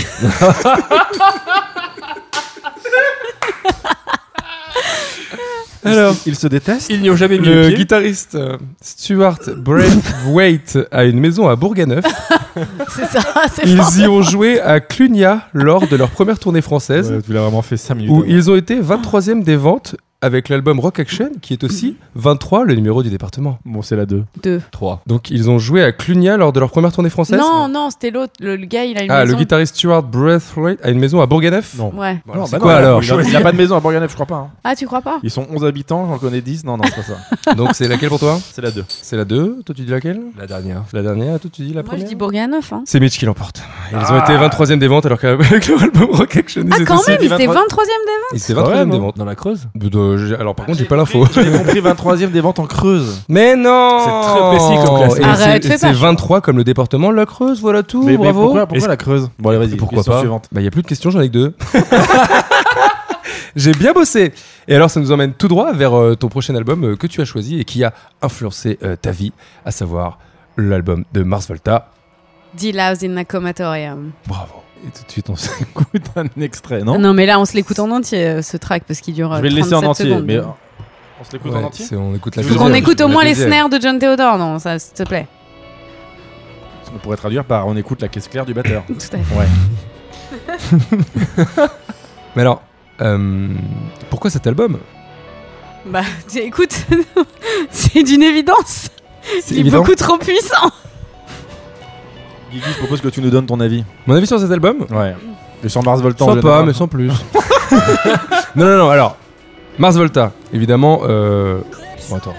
Speaker 3: Alors,
Speaker 4: Ils se détestent
Speaker 2: Ils n'y ont jamais mis
Speaker 3: le
Speaker 2: le pied.
Speaker 3: guitariste euh, Stuart
Speaker 5: [LAUGHS]
Speaker 3: Braithwaite a une maison à Bourganeuf.
Speaker 5: C'est ça, [LAUGHS] c'est
Speaker 3: Ils y ont joué à Clunia lors de leur première tournée française,
Speaker 4: Ouais, Tu l'as vraiment fait 5 minutes.
Speaker 3: où
Speaker 4: avant.
Speaker 3: ils ont été 23e des ventes avec l'album Rock Action, qui est aussi 23 le numéro du département.
Speaker 4: Bon, c'est la 2.
Speaker 5: Deux.
Speaker 2: 3.
Speaker 3: Donc, ils ont joué à Clunia lors de leur première tournée française.
Speaker 5: Non, non, c'était l'autre. Le, le gars, il a une
Speaker 3: ah,
Speaker 5: maison.
Speaker 3: le guitariste Stuart Braithwaite a une maison à Bourganeuf
Speaker 4: bah, Non.
Speaker 5: Ouais.
Speaker 3: Bon, alors, c'est quoi alors
Speaker 4: Il n'y a pas de maison à Bourganeuf, je crois pas. hein.
Speaker 5: Ah, tu crois pas
Speaker 4: Ils sont 11 habitants, j'en connais 10. Non, non, c'est pas ça.
Speaker 3: Donc, c'est laquelle pour toi
Speaker 4: [LAUGHS] C'est la 2.
Speaker 3: C'est la 2, toi tu dis laquelle
Speaker 2: La dernière.
Speaker 3: La dernière, toi tu dis
Speaker 5: Moi,
Speaker 3: la
Speaker 5: je
Speaker 3: première Ah.
Speaker 5: dis Bourganeuf. Hein.
Speaker 3: C'est Mitch qui l'emporte. Ils ont été 23e des ventes alors [LAUGHS] qu'avec leur album Rock Action, ils
Speaker 5: Ah,
Speaker 3: étaient
Speaker 5: quand même,
Speaker 4: des
Speaker 5: ils étaient
Speaker 4: 23e
Speaker 5: 23 e des
Speaker 3: Ils étaient
Speaker 4: Quand
Speaker 3: 23 e
Speaker 4: même,
Speaker 3: des
Speaker 4: hein.
Speaker 3: ventes.
Speaker 2: Dans la Creuse
Speaker 3: De- j'ai- alors par contre, j'ai pas
Speaker 5: Ah,
Speaker 3: l'info. [LAUGHS]
Speaker 4: J'ai compris 23ème des ventes en Creuse.
Speaker 3: Mais non
Speaker 2: C'est très précis comme classement.
Speaker 3: Et
Speaker 5: Arrête,
Speaker 3: c'est-
Speaker 5: fais
Speaker 3: C'est
Speaker 5: pas.
Speaker 3: 23 comme le département de la Creuse, voilà tout,
Speaker 4: mais, mais
Speaker 3: bravo.
Speaker 4: pourquoi, pourquoi la Creuse Bon, allez, vas-y,
Speaker 3: Pourquoi
Speaker 4: question
Speaker 3: pas
Speaker 4: suivante.
Speaker 3: Bah, il n'y a plus de questions, j'en ai que deux. [LAUGHS] J'ai bien bossé. Et alors, ça nous emmène tout droit vers euh, ton prochain album euh, que tu as choisi et qui a influencé euh, ta vie, à savoir l'album de Mars Volta.
Speaker 5: D-Louse in a Comatorium.
Speaker 3: Bravo.
Speaker 4: Et tout de suite, on s'écoute [LAUGHS] un extrait, non
Speaker 5: Non, mais là, on se l'écoute en entier, euh, ce track, parce qu'il dure.
Speaker 4: Je
Speaker 5: euh,
Speaker 4: vais le laisser en
Speaker 5: 37
Speaker 4: entier,
Speaker 5: secondes.
Speaker 4: mais. euh, On se l'écoute
Speaker 3: Ouais,
Speaker 4: en entier
Speaker 3: c'est- on écoute la
Speaker 4: Faut
Speaker 5: Faut
Speaker 3: deuxième.
Speaker 5: qu'on écoute au
Speaker 3: La
Speaker 5: moins les
Speaker 3: deuxième.
Speaker 5: snares de John Theodore, non, ça, s'il te plaît.
Speaker 4: On pourrait traduire par on écoute la caisse claire du batteur.
Speaker 5: [LAUGHS] Tout à fait.
Speaker 4: Ouais.
Speaker 3: Mais alors, euh, pourquoi cet album
Speaker 5: Bah, [LAUGHS] tu- écoute, c'est d'une évidence.
Speaker 3: C'est
Speaker 5: Il est
Speaker 3: évident.
Speaker 5: beaucoup trop puissant. [LAUGHS]
Speaker 4: Guigui, je propose que tu nous donnes ton avis.
Speaker 3: Mon avis sur cet album
Speaker 4: Ouais. Et sur Mars Volta, en
Speaker 3: Sympa,
Speaker 4: général.
Speaker 3: mais sans plus. [LAUGHS] non, non, non, alors. Mars Volta, évidemment. euh, bon, attends.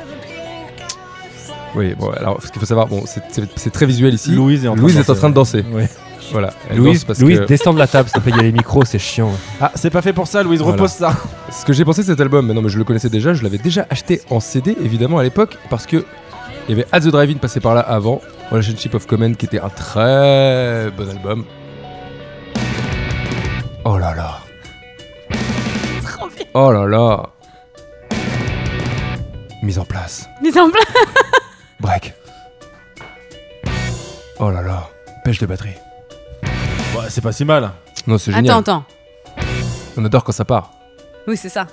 Speaker 3: Oui, bon, alors, ce qu'il faut savoir, bon, c'est- c'est c'est très visuel ici.
Speaker 4: Louise est en train
Speaker 3: Louise
Speaker 4: de
Speaker 3: est en
Speaker 4: danser.
Speaker 3: train de danser.
Speaker 4: Ouais.
Speaker 3: Voilà. Elle danse
Speaker 2: Louise,
Speaker 3: parce
Speaker 2: Louise
Speaker 3: que-
Speaker 2: descends de la table, s'il te plaît, il y a les micros, c'est chiant.
Speaker 4: Ah, c'est pas fait pour ça, Louise,
Speaker 3: Voilà.
Speaker 4: repose ça.
Speaker 3: Ce que j'ai pensé de cet album, mais non, mais je le connaissais déjà, je l'avais déjà acheté en CD évidemment à l'époque parce que il y avait At the Drive-In passé par là avant, Relationship of Common qui était un très bon album. Oh là là. Oh là là. Mise en place.
Speaker 5: Mais en place.
Speaker 3: Break. Oh là là. Pêche de batterie.
Speaker 4: Ouais, c'est pas si mal.
Speaker 3: Non, c'est génial.
Speaker 5: Attends, attends.
Speaker 3: On adore quand ça part.
Speaker 5: Oui, c'est ça.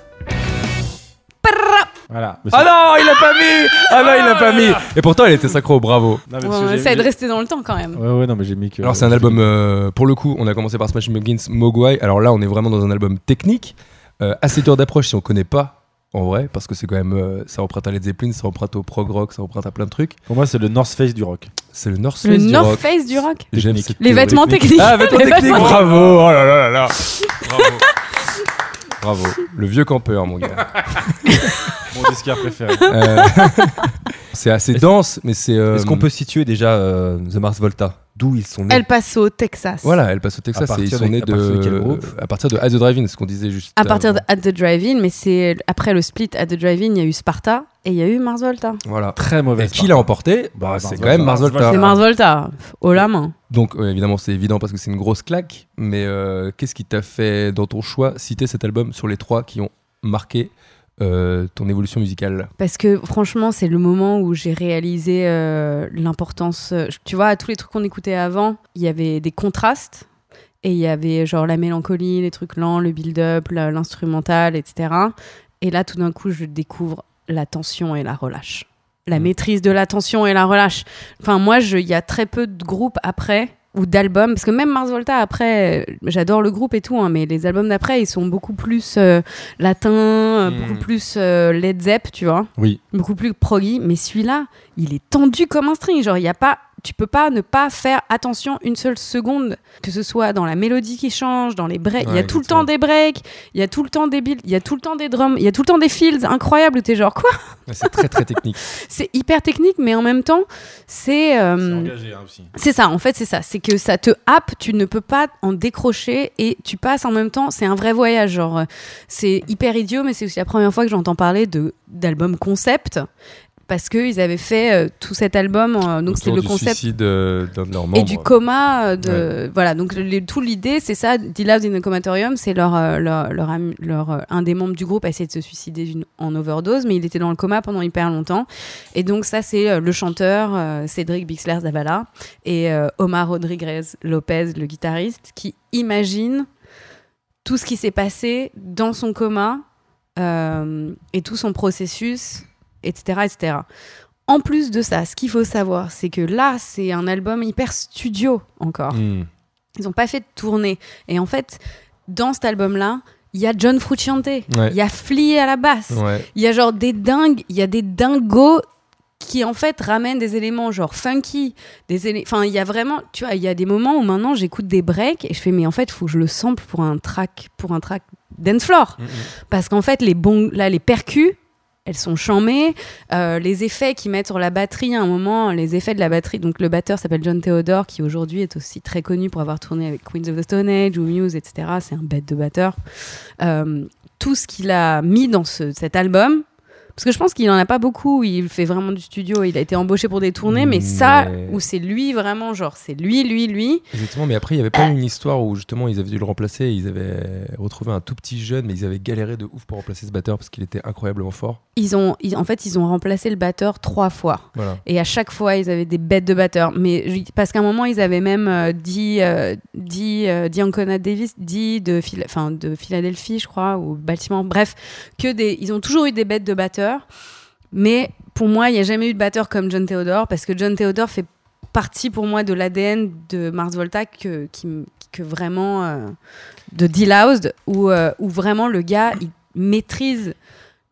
Speaker 4: Voilà. Mais
Speaker 3: Ah
Speaker 4: c'est-
Speaker 3: non, il l'a pas mis Ah non, il l'a pas mis Et pourtant, il était synchro, bravo.
Speaker 4: Non, mais
Speaker 5: Ouais,
Speaker 4: parce que
Speaker 5: ouais,
Speaker 4: j'ai-
Speaker 5: ça aide
Speaker 4: j'ai-
Speaker 5: rester dans le temps quand même.
Speaker 4: Ouais, ouais, non, mais j'ai mis que.
Speaker 3: Alors c'est un album, euh, pour le coup, on a commencé par Smash Pumpkins, Mogwai. Alors là, on est vraiment dans un album technique, euh, assez dur d'approche si on connaît pas, en vrai, parce que c'est quand même, euh, ça emprunte à Led Zeppelin, ça emprunte au prog rock, ça emprunte à plein de trucs.
Speaker 4: Pour moi, c'est le North Face du rock.
Speaker 3: C'est le North Face
Speaker 5: Le
Speaker 3: du
Speaker 5: North
Speaker 3: rock.
Speaker 5: Face du rock.
Speaker 3: J'aime
Speaker 4: Technique.
Speaker 3: cette
Speaker 5: Les
Speaker 3: théorie.
Speaker 5: vêtements techniques.
Speaker 3: Ah, vêtements
Speaker 5: Les
Speaker 3: techniques,
Speaker 5: vêtements-
Speaker 3: bravo Oh là là là là Bravo Bravo, le vieux campeur, mon gars.
Speaker 4: Mon mon [LAUGHS] disquaire préféré.
Speaker 3: Euh, [LAUGHS] c'est assez dense, mais c'est. euh,
Speaker 2: Est-ce qu'on peut situer déjà euh, The Mars Volta D'où ils sont nés
Speaker 5: El Paso, Texas.
Speaker 3: Voilà, elle passe au Texas
Speaker 2: À
Speaker 3: et ils
Speaker 2: partir
Speaker 3: sont
Speaker 2: de-
Speaker 3: nés
Speaker 2: à partir de quel groupe
Speaker 3: de. À partir de At the Drive-In, ce qu'on disait juste.
Speaker 5: À partir de
Speaker 3: avant.
Speaker 5: At the Drive-In, mais c'est après le split At the Drive-In, il y a eu Sparta et il y a eu Mars Volta.
Speaker 3: Voilà.
Speaker 4: Très mauvais.
Speaker 3: Et qui l'a emporté bah,
Speaker 4: Mars
Speaker 3: C'est
Speaker 4: Volta.
Speaker 3: quand même Mars
Speaker 4: Mars
Speaker 3: Volta.
Speaker 5: C'est Mars Volta, haut la main.
Speaker 3: Donc ouais, évidemment c'est évident parce que c'est une grosse claque, mais euh, qu'est-ce qui t'a fait dans ton choix citer cet album sur les trois qui ont marqué euh, ton évolution musicale
Speaker 5: Parce que franchement, c'est le moment où j'ai réalisé euh, l'importance. euh, Tu vois, à tous les trucs qu'on écoutait avant, il y avait des contrastes. Et il y avait genre la mélancolie, les trucs lents, le build-up, la- l'instrumental, etc. Et là, tout d'un coup, je découvre la tension et la relâche. La maîtrise de la tension et la relâche. Enfin, moi, je- il y a très peu de groupes après ou d'albums. Parce que même Mars Volta, après, euh, j'adore le groupe et tout, hein, mais les albums d'après, ils sont beaucoup plus euh, latins, euh,
Speaker 3: Mm.
Speaker 5: beaucoup plus euh, Led Zepp, tu vois
Speaker 4: Oui.
Speaker 5: beaucoup plus proggy, mais celui-là, il est tendu comme un string. Genre, il y a pas, tu peux pas ne pas faire attention une seule seconde, que ce soit dans la mélodie qui change, dans les breaks. Il y a
Speaker 3: Ouais,
Speaker 5: tout le
Speaker 3: exactement.
Speaker 5: temps des breaks, il y a tout le temps des builds, il y a tout le temps des drums, il y a tout le temps des fields incroyables où t'es genre quoi
Speaker 3: C'est très très technique.
Speaker 5: C'est hyper technique, mais en même temps, c'est euh,
Speaker 4: C'est engagé hein, aussi.
Speaker 5: c'est ça, en fait, c'est ça. C'est que ça te happe, tu ne peux pas en décrocher et tu passes en même temps. C'est un vrai voyage. Genre, euh, c'est hyper idiot, mais c'est aussi la première fois que j'entends parler de d'album concept parce qu'ils avaient fait euh, tout cet album. euh, [LAUGHS] donc, c'est
Speaker 3: Autour
Speaker 5: le
Speaker 3: du
Speaker 5: concept
Speaker 3: suicide euh, d'un de leurs membres.
Speaker 5: et du coma euh, de voilà donc le- tout l'idée c'est ça Deal Out in the Comatorium c'est leur, euh, leur, leur ami- leur, euh, un des membres du groupe a essayé de se suicider d'une- en overdose mais il était dans le coma pendant hyper longtemps et donc ça c'est euh, le chanteur euh, Cédric Bixler Zavala et euh, Omar Rodriguez Lopez le guitariste qui imagine tout ce qui s'est passé dans son coma euh, et tout son processus etc etc en plus de ça, ce qu'il faut savoir, c'est que là, c'est un album hyper studio encore.
Speaker 3: Hmm.
Speaker 5: Ils n'ont pas fait de tournée. Et en fait, dans cet album-là, il y a John Frusciante, il y a Flea à la basse, il
Speaker 3: Ouais.
Speaker 5: y a genre des dingues, il y a des dingos qui en fait ramènent des éléments genre funky, des élé- enfin il y a vraiment, tu vois, il y a des moments où maintenant j'écoute des breaks et je fais mais en fait faut que je le sample pour un track, pour un track dance floor. Parce qu'en fait, les, bons, là, les percus, elles sont chamées. Euh, les effets qu'ils mettent sur la batterie à un moment, les effets de la batterie. Donc, le batteur s'appelle John Theodore, qui aujourd'hui est aussi très connu pour avoir tourné avec Queens of the Stone Age ou Muse, etc. C'est un bête de batteur. Euh, tout ce qu'il a mis dans ce- cet album. Parce que je pense qu'il n'en a pas beaucoup, il fait vraiment du studio, il a été embauché pour des tournées, mais ça,
Speaker 3: Mais-
Speaker 5: où c'est lui vraiment, genre c'est lui, lui, lui,
Speaker 3: Exactement, mais après il n'y avait
Speaker 5: Euh.
Speaker 3: pas eu une histoire où justement ils avaient dû le remplacer, ils avaient retrouvé un tout petit jeune, mais ils avaient galéré de ouf pour remplacer ce batteur parce qu'il était incroyablement fort.
Speaker 5: ils ont, ils- en fait, ils ont remplacé le batteur trois fois.
Speaker 3: Voilà.
Speaker 5: Et à chaque fois, ils avaient des bêtes de batteurs. Mais je- parce qu'à un moment, ils avaient même euh, dit, euh, dit, euh, dit Ancona Davis, dit de, Phil- enfin, de Philadelphie, je crois, ou Baltimore. Bref, que des, ils ont toujours eu des bêtes de batteurs. Mais pour moi, il n'y a jamais eu de batteur comme John Theodore parce que John Theodore fait partie pour moi de l'ADN de Mars Volta que, qui m- que vraiment euh, de Deal Housed où, euh, où vraiment le gars il maîtrise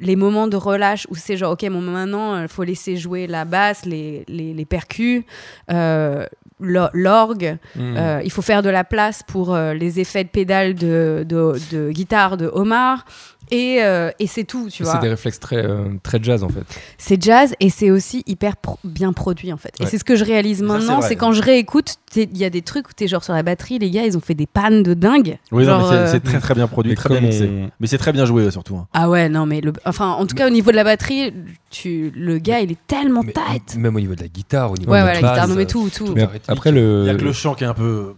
Speaker 5: les moments de relâche où c'est genre ok bon maintenant il faut laisser jouer la basse les, les, les percus euh, l'o- l'orgue
Speaker 3: Hmm.
Speaker 5: euh, il faut faire de la place pour euh, les effets de pédale de, de, de guitare de Omar et, euh, et c'est tout tu
Speaker 3: c'est
Speaker 5: vois
Speaker 3: des réflexes très, euh, très jazz en fait.
Speaker 5: c'est jazz et c'est aussi hyper pro- bien produit en fait. Et
Speaker 3: Ouais.
Speaker 5: c'est ce que je réalise maintenant,
Speaker 4: vrai.
Speaker 5: c'est quand je réécoute, t'es- il y a des trucs où t'es genre sur la batterie, les gars, ils ont fait des pannes de dingue.
Speaker 4: Oui, non,
Speaker 5: Genre,
Speaker 4: mais c'est-
Speaker 5: euh,
Speaker 4: c'est très très bien produit,
Speaker 3: Mais
Speaker 4: très bien
Speaker 3: comme
Speaker 4: mixé.
Speaker 3: on-
Speaker 4: Mais c'est très bien joué surtout. hein.
Speaker 5: Ah ouais, non mais le... enfin en tout cas au niveau de la batterie, tu le gars, il est tellement
Speaker 2: Mais-
Speaker 5: tight.
Speaker 2: Même au niveau de la guitare, au niveau
Speaker 5: Ouais,
Speaker 2: de
Speaker 5: ouais, la
Speaker 2: la
Speaker 5: guitare,
Speaker 2: base,
Speaker 5: non mais
Speaker 2: euh,
Speaker 5: tout, tout.
Speaker 3: Mais
Speaker 2: Arrêtez.
Speaker 3: après
Speaker 4: Il
Speaker 3: le,
Speaker 4: y a que
Speaker 3: [LAUGHS]
Speaker 4: le chant qui est un peu.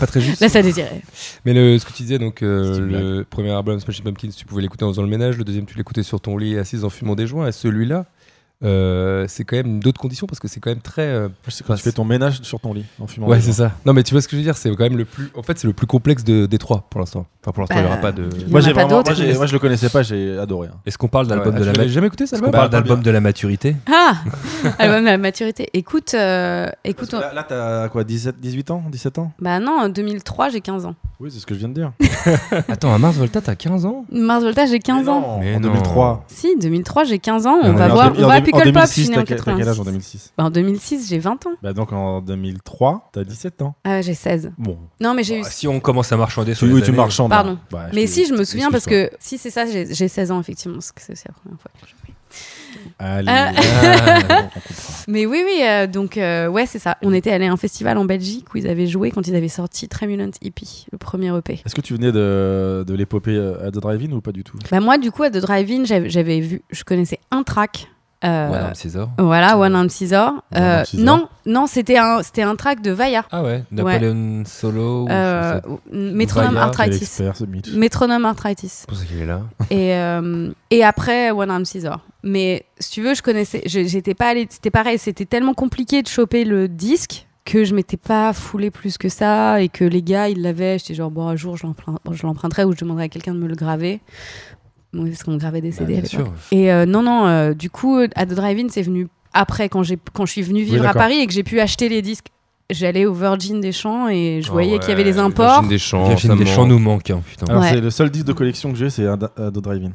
Speaker 3: pas très juste.
Speaker 5: Là ça désirait.
Speaker 3: Mais le, ce que tu disais, donc euh,
Speaker 4: C'est une
Speaker 3: le premier album Smashing Pumpkins, tu pouvais l'écouter en faisant le ménage. Le deuxième, tu l'écoutais sur ton lit assise en fumant des joints. Et celui-là, euh, c'est quand même d'autres conditions parce que c'est quand même très. euh,
Speaker 4: C'est quand tu fais ton ménage sur ton lit en fumant.
Speaker 3: Ouais,
Speaker 4: des
Speaker 3: c'est
Speaker 4: joints.
Speaker 3: ça. Non, mais tu vois ce que je veux dire, c'est quand même le plus. En fait, c'est le plus complexe de, des trois pour l'instant. Enfin, pour l'instant, il n'y aura
Speaker 5: Bah,
Speaker 3: pas de.
Speaker 5: il y
Speaker 4: Moi,
Speaker 5: en a
Speaker 4: j'ai
Speaker 5: pas
Speaker 4: vraiment,
Speaker 5: d'autres,
Speaker 4: moi, j'ai-
Speaker 5: mais-
Speaker 4: moi, je le connaissais pas, j'ai adoré. hein.
Speaker 2: euh, Est-ce qu'on parle
Speaker 3: Ouais,
Speaker 2: d'album de
Speaker 3: Ah, tu
Speaker 2: la
Speaker 3: l'avais
Speaker 2: ma-
Speaker 3: jamais écouté ça
Speaker 2: Est-ce qu'on parle d'album de la maturité
Speaker 4: [LAUGHS]
Speaker 5: Ah, album de la maturité. Écoute, euh,
Speaker 4: Parce
Speaker 5: écoute,
Speaker 4: que Là, là, t'as quoi 17, 18 ans 17 ans
Speaker 5: bah non, en 2003 j'ai 15 ans.
Speaker 4: Oui, c'est ce que je viens de dire.
Speaker 3: Attends, à Mars Volta, t'as 15 ans
Speaker 5: Mars Volta, j'ai 15 ans.
Speaker 3: Mais
Speaker 4: en
Speaker 3: non.
Speaker 4: 2003.
Speaker 5: Si, 2003, j'ai 15 ans.
Speaker 4: Non,
Speaker 5: On
Speaker 4: mais
Speaker 5: va
Speaker 4: en
Speaker 5: voir.
Speaker 4: deux-
Speaker 5: On
Speaker 4: en
Speaker 5: va à
Speaker 4: deux-
Speaker 5: Pickle
Speaker 4: en
Speaker 5: Pop. Je suis
Speaker 4: 2006,
Speaker 5: né en
Speaker 4: t'as quel- t'as quel âge en
Speaker 5: 86.
Speaker 4: 2006
Speaker 5: Bah, en 2006, j'ai 20 ans.
Speaker 4: Bah donc en 2003, t'as 17 ans.
Speaker 5: Ah, ouais, j'ai 16.
Speaker 4: Bon.
Speaker 5: Non, mais j'ai eu.
Speaker 2: Ah, Si on commence à marchander sur
Speaker 4: Tu,
Speaker 2: les
Speaker 4: oui, tu
Speaker 2: années-
Speaker 4: marchandes.
Speaker 5: Pardon.
Speaker 4: hein. Bah,
Speaker 5: Mais
Speaker 4: te-
Speaker 5: si, je me souviens parce
Speaker 4: excuse-toi.
Speaker 5: que si c'est ça, j'ai j'ai 16 ans effectivement, parce que c'est aussi la première fois. que je-
Speaker 4: Allez.
Speaker 5: Ah. [LAUGHS]
Speaker 4: Ah, on comprend.
Speaker 5: Mais oui, oui, euh, donc euh, ouais, c'est ça. On était allé à un festival en Belgique où ils avaient joué quand ils avaient sorti Tremulant Hippie, le premier E EP.
Speaker 4: [LAUGHS] Est-ce que tu venais de, de l'épopée euh, à The Drive-In ou pas du tout
Speaker 5: Bah moi, du coup, à The Drive-In, j'avais- j'avais vu, je connaissais un track. euh,
Speaker 2: Ouais, non, mais c'est ça.
Speaker 5: Voilà, One Arm Scissor.
Speaker 4: One
Speaker 5: Euh,
Speaker 4: Arm Scissor.
Speaker 5: non, non, c'était un, c'était un track de Vaya.
Speaker 2: Ah ouais, Napoleon Solo. ou
Speaker 5: Euh,
Speaker 2: je sais
Speaker 5: Metronome
Speaker 2: Vaya,
Speaker 4: Quel
Speaker 5: Arthritis.
Speaker 4: expert, ce Mitch.
Speaker 5: Metronome
Speaker 2: [LAUGHS]
Speaker 5: Arthritis.
Speaker 3: C'est pour ça qu'il est là.
Speaker 5: et, euh, et après One Arm Scissor. Mais si tu veux, je connaissais, je- j'étais pas allée, c'était pareil, c'était tellement compliqué de choper le disque que je m'étais pas foulée plus que ça et que les gars ils l'avaient, j'étais genre bon un jour je l'emprunt- je l'emprunterai ou je demanderai à quelqu'un de me le graver. Oui, parce qu'on gravait des
Speaker 2: pas. Bah,
Speaker 5: CD à
Speaker 2: bien
Speaker 5: l'époque.
Speaker 2: sûr.
Speaker 5: Et euh, non, non, euh, du coup, euh, à The Drive-In, c'est venu après, quand, j'ai, quand je suis venue vivre à
Speaker 4: d'accord.
Speaker 5: Paris et que j'ai pu acheter les disques. J'allais au Virgin des Champs et je
Speaker 3: Ah
Speaker 5: voyais qu'il y avait
Speaker 3: ouais,
Speaker 5: les imports.
Speaker 3: Virgin Deschamps.
Speaker 2: Virgin
Speaker 3: Oh, ça me
Speaker 2: Deschamps
Speaker 3: manque. Ah,
Speaker 2: nous manque, hein, putain.
Speaker 4: Alors
Speaker 5: Ouais.
Speaker 4: c'est le seul disque de collection que j'ai, c'est un- un The Drive-In.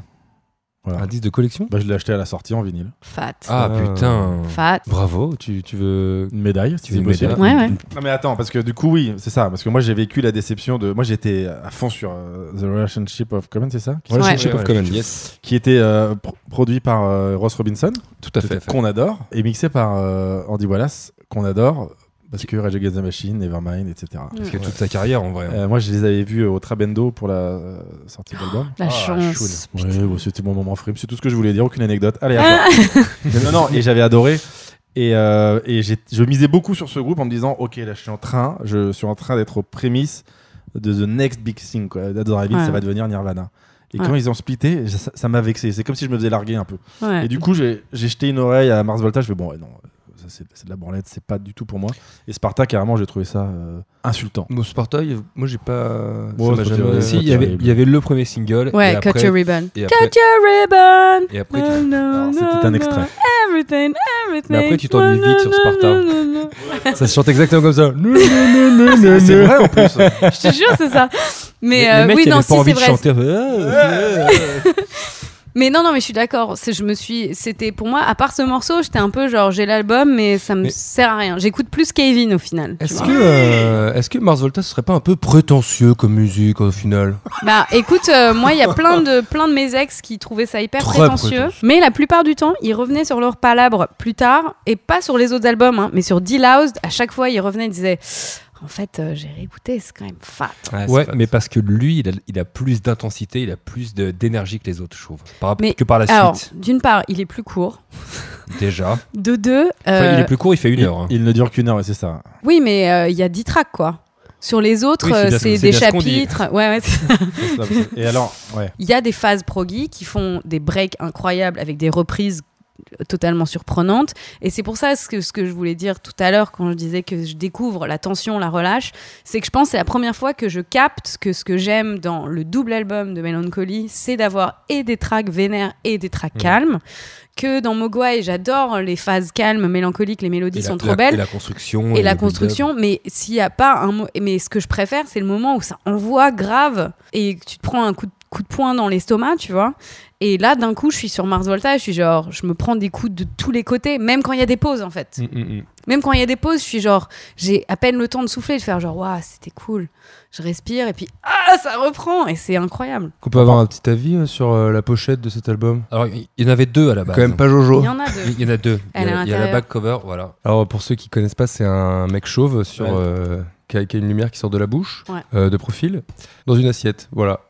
Speaker 3: Un disque de collection
Speaker 4: Bah, je l'ai acheté à la sortie en vinyle.
Speaker 5: Fat.
Speaker 2: Ah
Speaker 3: Euh,
Speaker 2: putain.
Speaker 5: Fat.
Speaker 3: Bravo, tu, tu veux.
Speaker 4: Une médaille, si
Speaker 3: Tu veux
Speaker 4: c'est
Speaker 3: une
Speaker 4: possible.
Speaker 3: médaille
Speaker 5: Ouais, ouais.
Speaker 4: Non mais attends, parce que du coup oui, c'est ça, parce que moi j'ai vécu la déception de... Moi j'étais à fond sur euh, The Relationship of Common, c'est ça
Speaker 3: Relationship
Speaker 2: Ouais.
Speaker 3: of Common, yes.
Speaker 4: Qui était euh, pro- produit par euh, Ross Robinson,
Speaker 3: Tout à fait.
Speaker 4: qu'on adore, et mixé par euh, Andy Wallace, qu'on adore, parce que Rage Against the Machine, Nevermind, etc.
Speaker 2: Parce que toute sa carrière en vrai. hein.
Speaker 4: Euh, moi je les avais vus au Trabendo pour la euh, sortie de l'album.
Speaker 5: La
Speaker 2: Ah,
Speaker 5: chance. [LAUGHS]
Speaker 4: Ouais, bon, c'était mon moment frime, c'est tout ce que je voulais dire, aucune anecdote. Allez, à toi.
Speaker 5: Ah.
Speaker 4: Mais [LAUGHS] non, non, et j'avais adoré. Et, euh, et j'ai- je misais beaucoup sur ce groupe en me disant, ok, là je suis en train, je suis en train d'être aux prémices de the next big thing, quoi. Dead Drive-In,
Speaker 5: Ouais.
Speaker 4: ça va devenir Nirvana. Et
Speaker 5: Ouais.
Speaker 4: quand ils ont splitté, je- ça ça m'a vexé. C'est comme si je me faisais larguer un peu.
Speaker 5: Ouais.
Speaker 4: Et du coup, j'ai j'ai jeté une oreille à Mars Volta. Je fais bon, ouais, non, ça, c'est c'est de la branlette, c'est pas du tout pour moi. Et Sparta, carrément, j'ai trouvé ça euh, insultant.
Speaker 3: Mon Sparta, il- moi j'ai pas.
Speaker 4: Bon,
Speaker 3: ça m'a
Speaker 4: c'est
Speaker 3: jamais-
Speaker 4: pas
Speaker 2: Si, il y, avait, il y avait le premier single.
Speaker 5: Ouais,
Speaker 2: et
Speaker 5: cut
Speaker 2: après,
Speaker 5: your ribbon.
Speaker 2: et après-
Speaker 5: Cut your ribbon.
Speaker 2: et après, tu- Ah,
Speaker 5: No, no,
Speaker 4: Alors, C'était un
Speaker 5: no,
Speaker 4: extrait.
Speaker 5: no. Everything, everything.
Speaker 2: Mais après, tu t'ennuies vite sur Sparta.
Speaker 5: No, no, no, no.
Speaker 3: Ça se chante exactement comme ça.
Speaker 4: C'est c'est vrai en plus.
Speaker 5: Je te jure,
Speaker 2: [LAUGHS]
Speaker 5: c'est ça. Mais
Speaker 2: les-
Speaker 5: euh,
Speaker 2: les mecs
Speaker 5: oui,
Speaker 2: qui
Speaker 5: non,
Speaker 2: avaient
Speaker 5: si
Speaker 2: pas envie
Speaker 5: c'est
Speaker 2: de
Speaker 5: vrai.
Speaker 2: chanter. euh,
Speaker 5: Mais non, non, mais je suis d'accord. C'est- Je me suis, c'était pour moi, à part ce morceau, j'étais un peu genre j'ai l'album, mais ça me
Speaker 3: Mais-
Speaker 5: sert à rien. J'écoute plus Kevin au final.
Speaker 2: Eh.
Speaker 5: tu
Speaker 3: Est-ce
Speaker 5: vois.
Speaker 3: que, euh, est-ce que Mars Volta ce serait pas un peu prétentieux comme musique au final
Speaker 5: Bah, écoute, euh, moi, il y a plein de, plein de mes ex qui trouvaient ça hyper
Speaker 3: Très
Speaker 5: prétentieux,
Speaker 3: prétentieux.
Speaker 5: Mais la plupart du temps, ils revenaient sur leurs palabres plus tard, et pas sur les autres albums, hein, mais sur D Loud. À chaque fois, ils revenaient et disaient En fait, euh, j'ai réécouté, c'est quand même fat.
Speaker 2: Ouais, mais parce que lui, il a, il a plus d'intensité, il a plus de- d'énergie que les autres, je trouve. Par, rapport
Speaker 5: Mais-
Speaker 2: que par la
Speaker 5: Alors, euh,
Speaker 2: suite,
Speaker 5: d'une part, il est plus court.
Speaker 2: déjà.
Speaker 5: De deux,
Speaker 2: Enfin,
Speaker 5: euh,
Speaker 2: il est plus court, il fait une
Speaker 4: Il,
Speaker 2: heure. hein.
Speaker 4: il ne dure qu'une heure, et c'est [LAUGHS] ça.
Speaker 5: oui, mais euh, il y a 10 tracks, quoi. Sur les autres,
Speaker 2: Oui, c'est
Speaker 5: euh,
Speaker 2: bien ce-
Speaker 5: c'est
Speaker 2: c'est
Speaker 5: des
Speaker 2: bien ce qu'on dit.
Speaker 5: chapitres. Ouais, ouais, c'est-
Speaker 4: C'est ça, c'est- Et alors, ouais.
Speaker 5: Il y a des phases proggy qui font des breaks incroyables avec des reprises totalement surprenantes. Et c'est pour ça ce que, ce que je voulais dire tout à l'heure quand je disais que je découvre la tension, la relâche, c'est que je pense que c'est la première fois que je capte que ce que j'aime dans le double album de Melancholy, c'est d'avoir et des tracks vénères et des tracks
Speaker 2: Mmh.
Speaker 5: calmes. Que dans Mogwai, j'adore les phases calmes, mélancoliques, les mélodies
Speaker 2: Et la-
Speaker 5: sont trop
Speaker 2: la-
Speaker 5: belles
Speaker 2: Et la construction.
Speaker 5: et la
Speaker 2: le build-up.
Speaker 5: construction mais s'il y a pas un mo- mais ce que je préfère c'est le moment où ça envoie grave et que tu te prends un coup de, coup de poing dans l'estomac tu vois et là d'un coup je suis sur Mars Volta je suis genre je me prends des coups de tous les côtés même quand il y a des pauses en
Speaker 2: Mm.
Speaker 5: fait même quand il y a des pauses je suis genre j'ai à peine le temps de souffler de faire genre waouh c'était cool je respire et puis ah ça reprend et c'est incroyable
Speaker 3: Qu'on peut avoir un petit avis euh, sur euh, la pochette de cet album
Speaker 2: Alors, il il y en avait deux à la base. hein.
Speaker 3: Quand même pas Jojo.
Speaker 5: il y en a deux
Speaker 2: Il y en a deux. Il y
Speaker 5: Elle est
Speaker 2: a,
Speaker 5: à
Speaker 2: il y a la
Speaker 5: l'intérieur.
Speaker 2: back cover, voilà.
Speaker 3: Alors pour ceux qui connaissent pas, c'est un mec chauve sur
Speaker 4: Ouais.
Speaker 3: euh, qui, a, qui a une lumière qui sort de la bouche,
Speaker 5: Ouais.
Speaker 3: euh, de profil, dans une assiette. Voilà.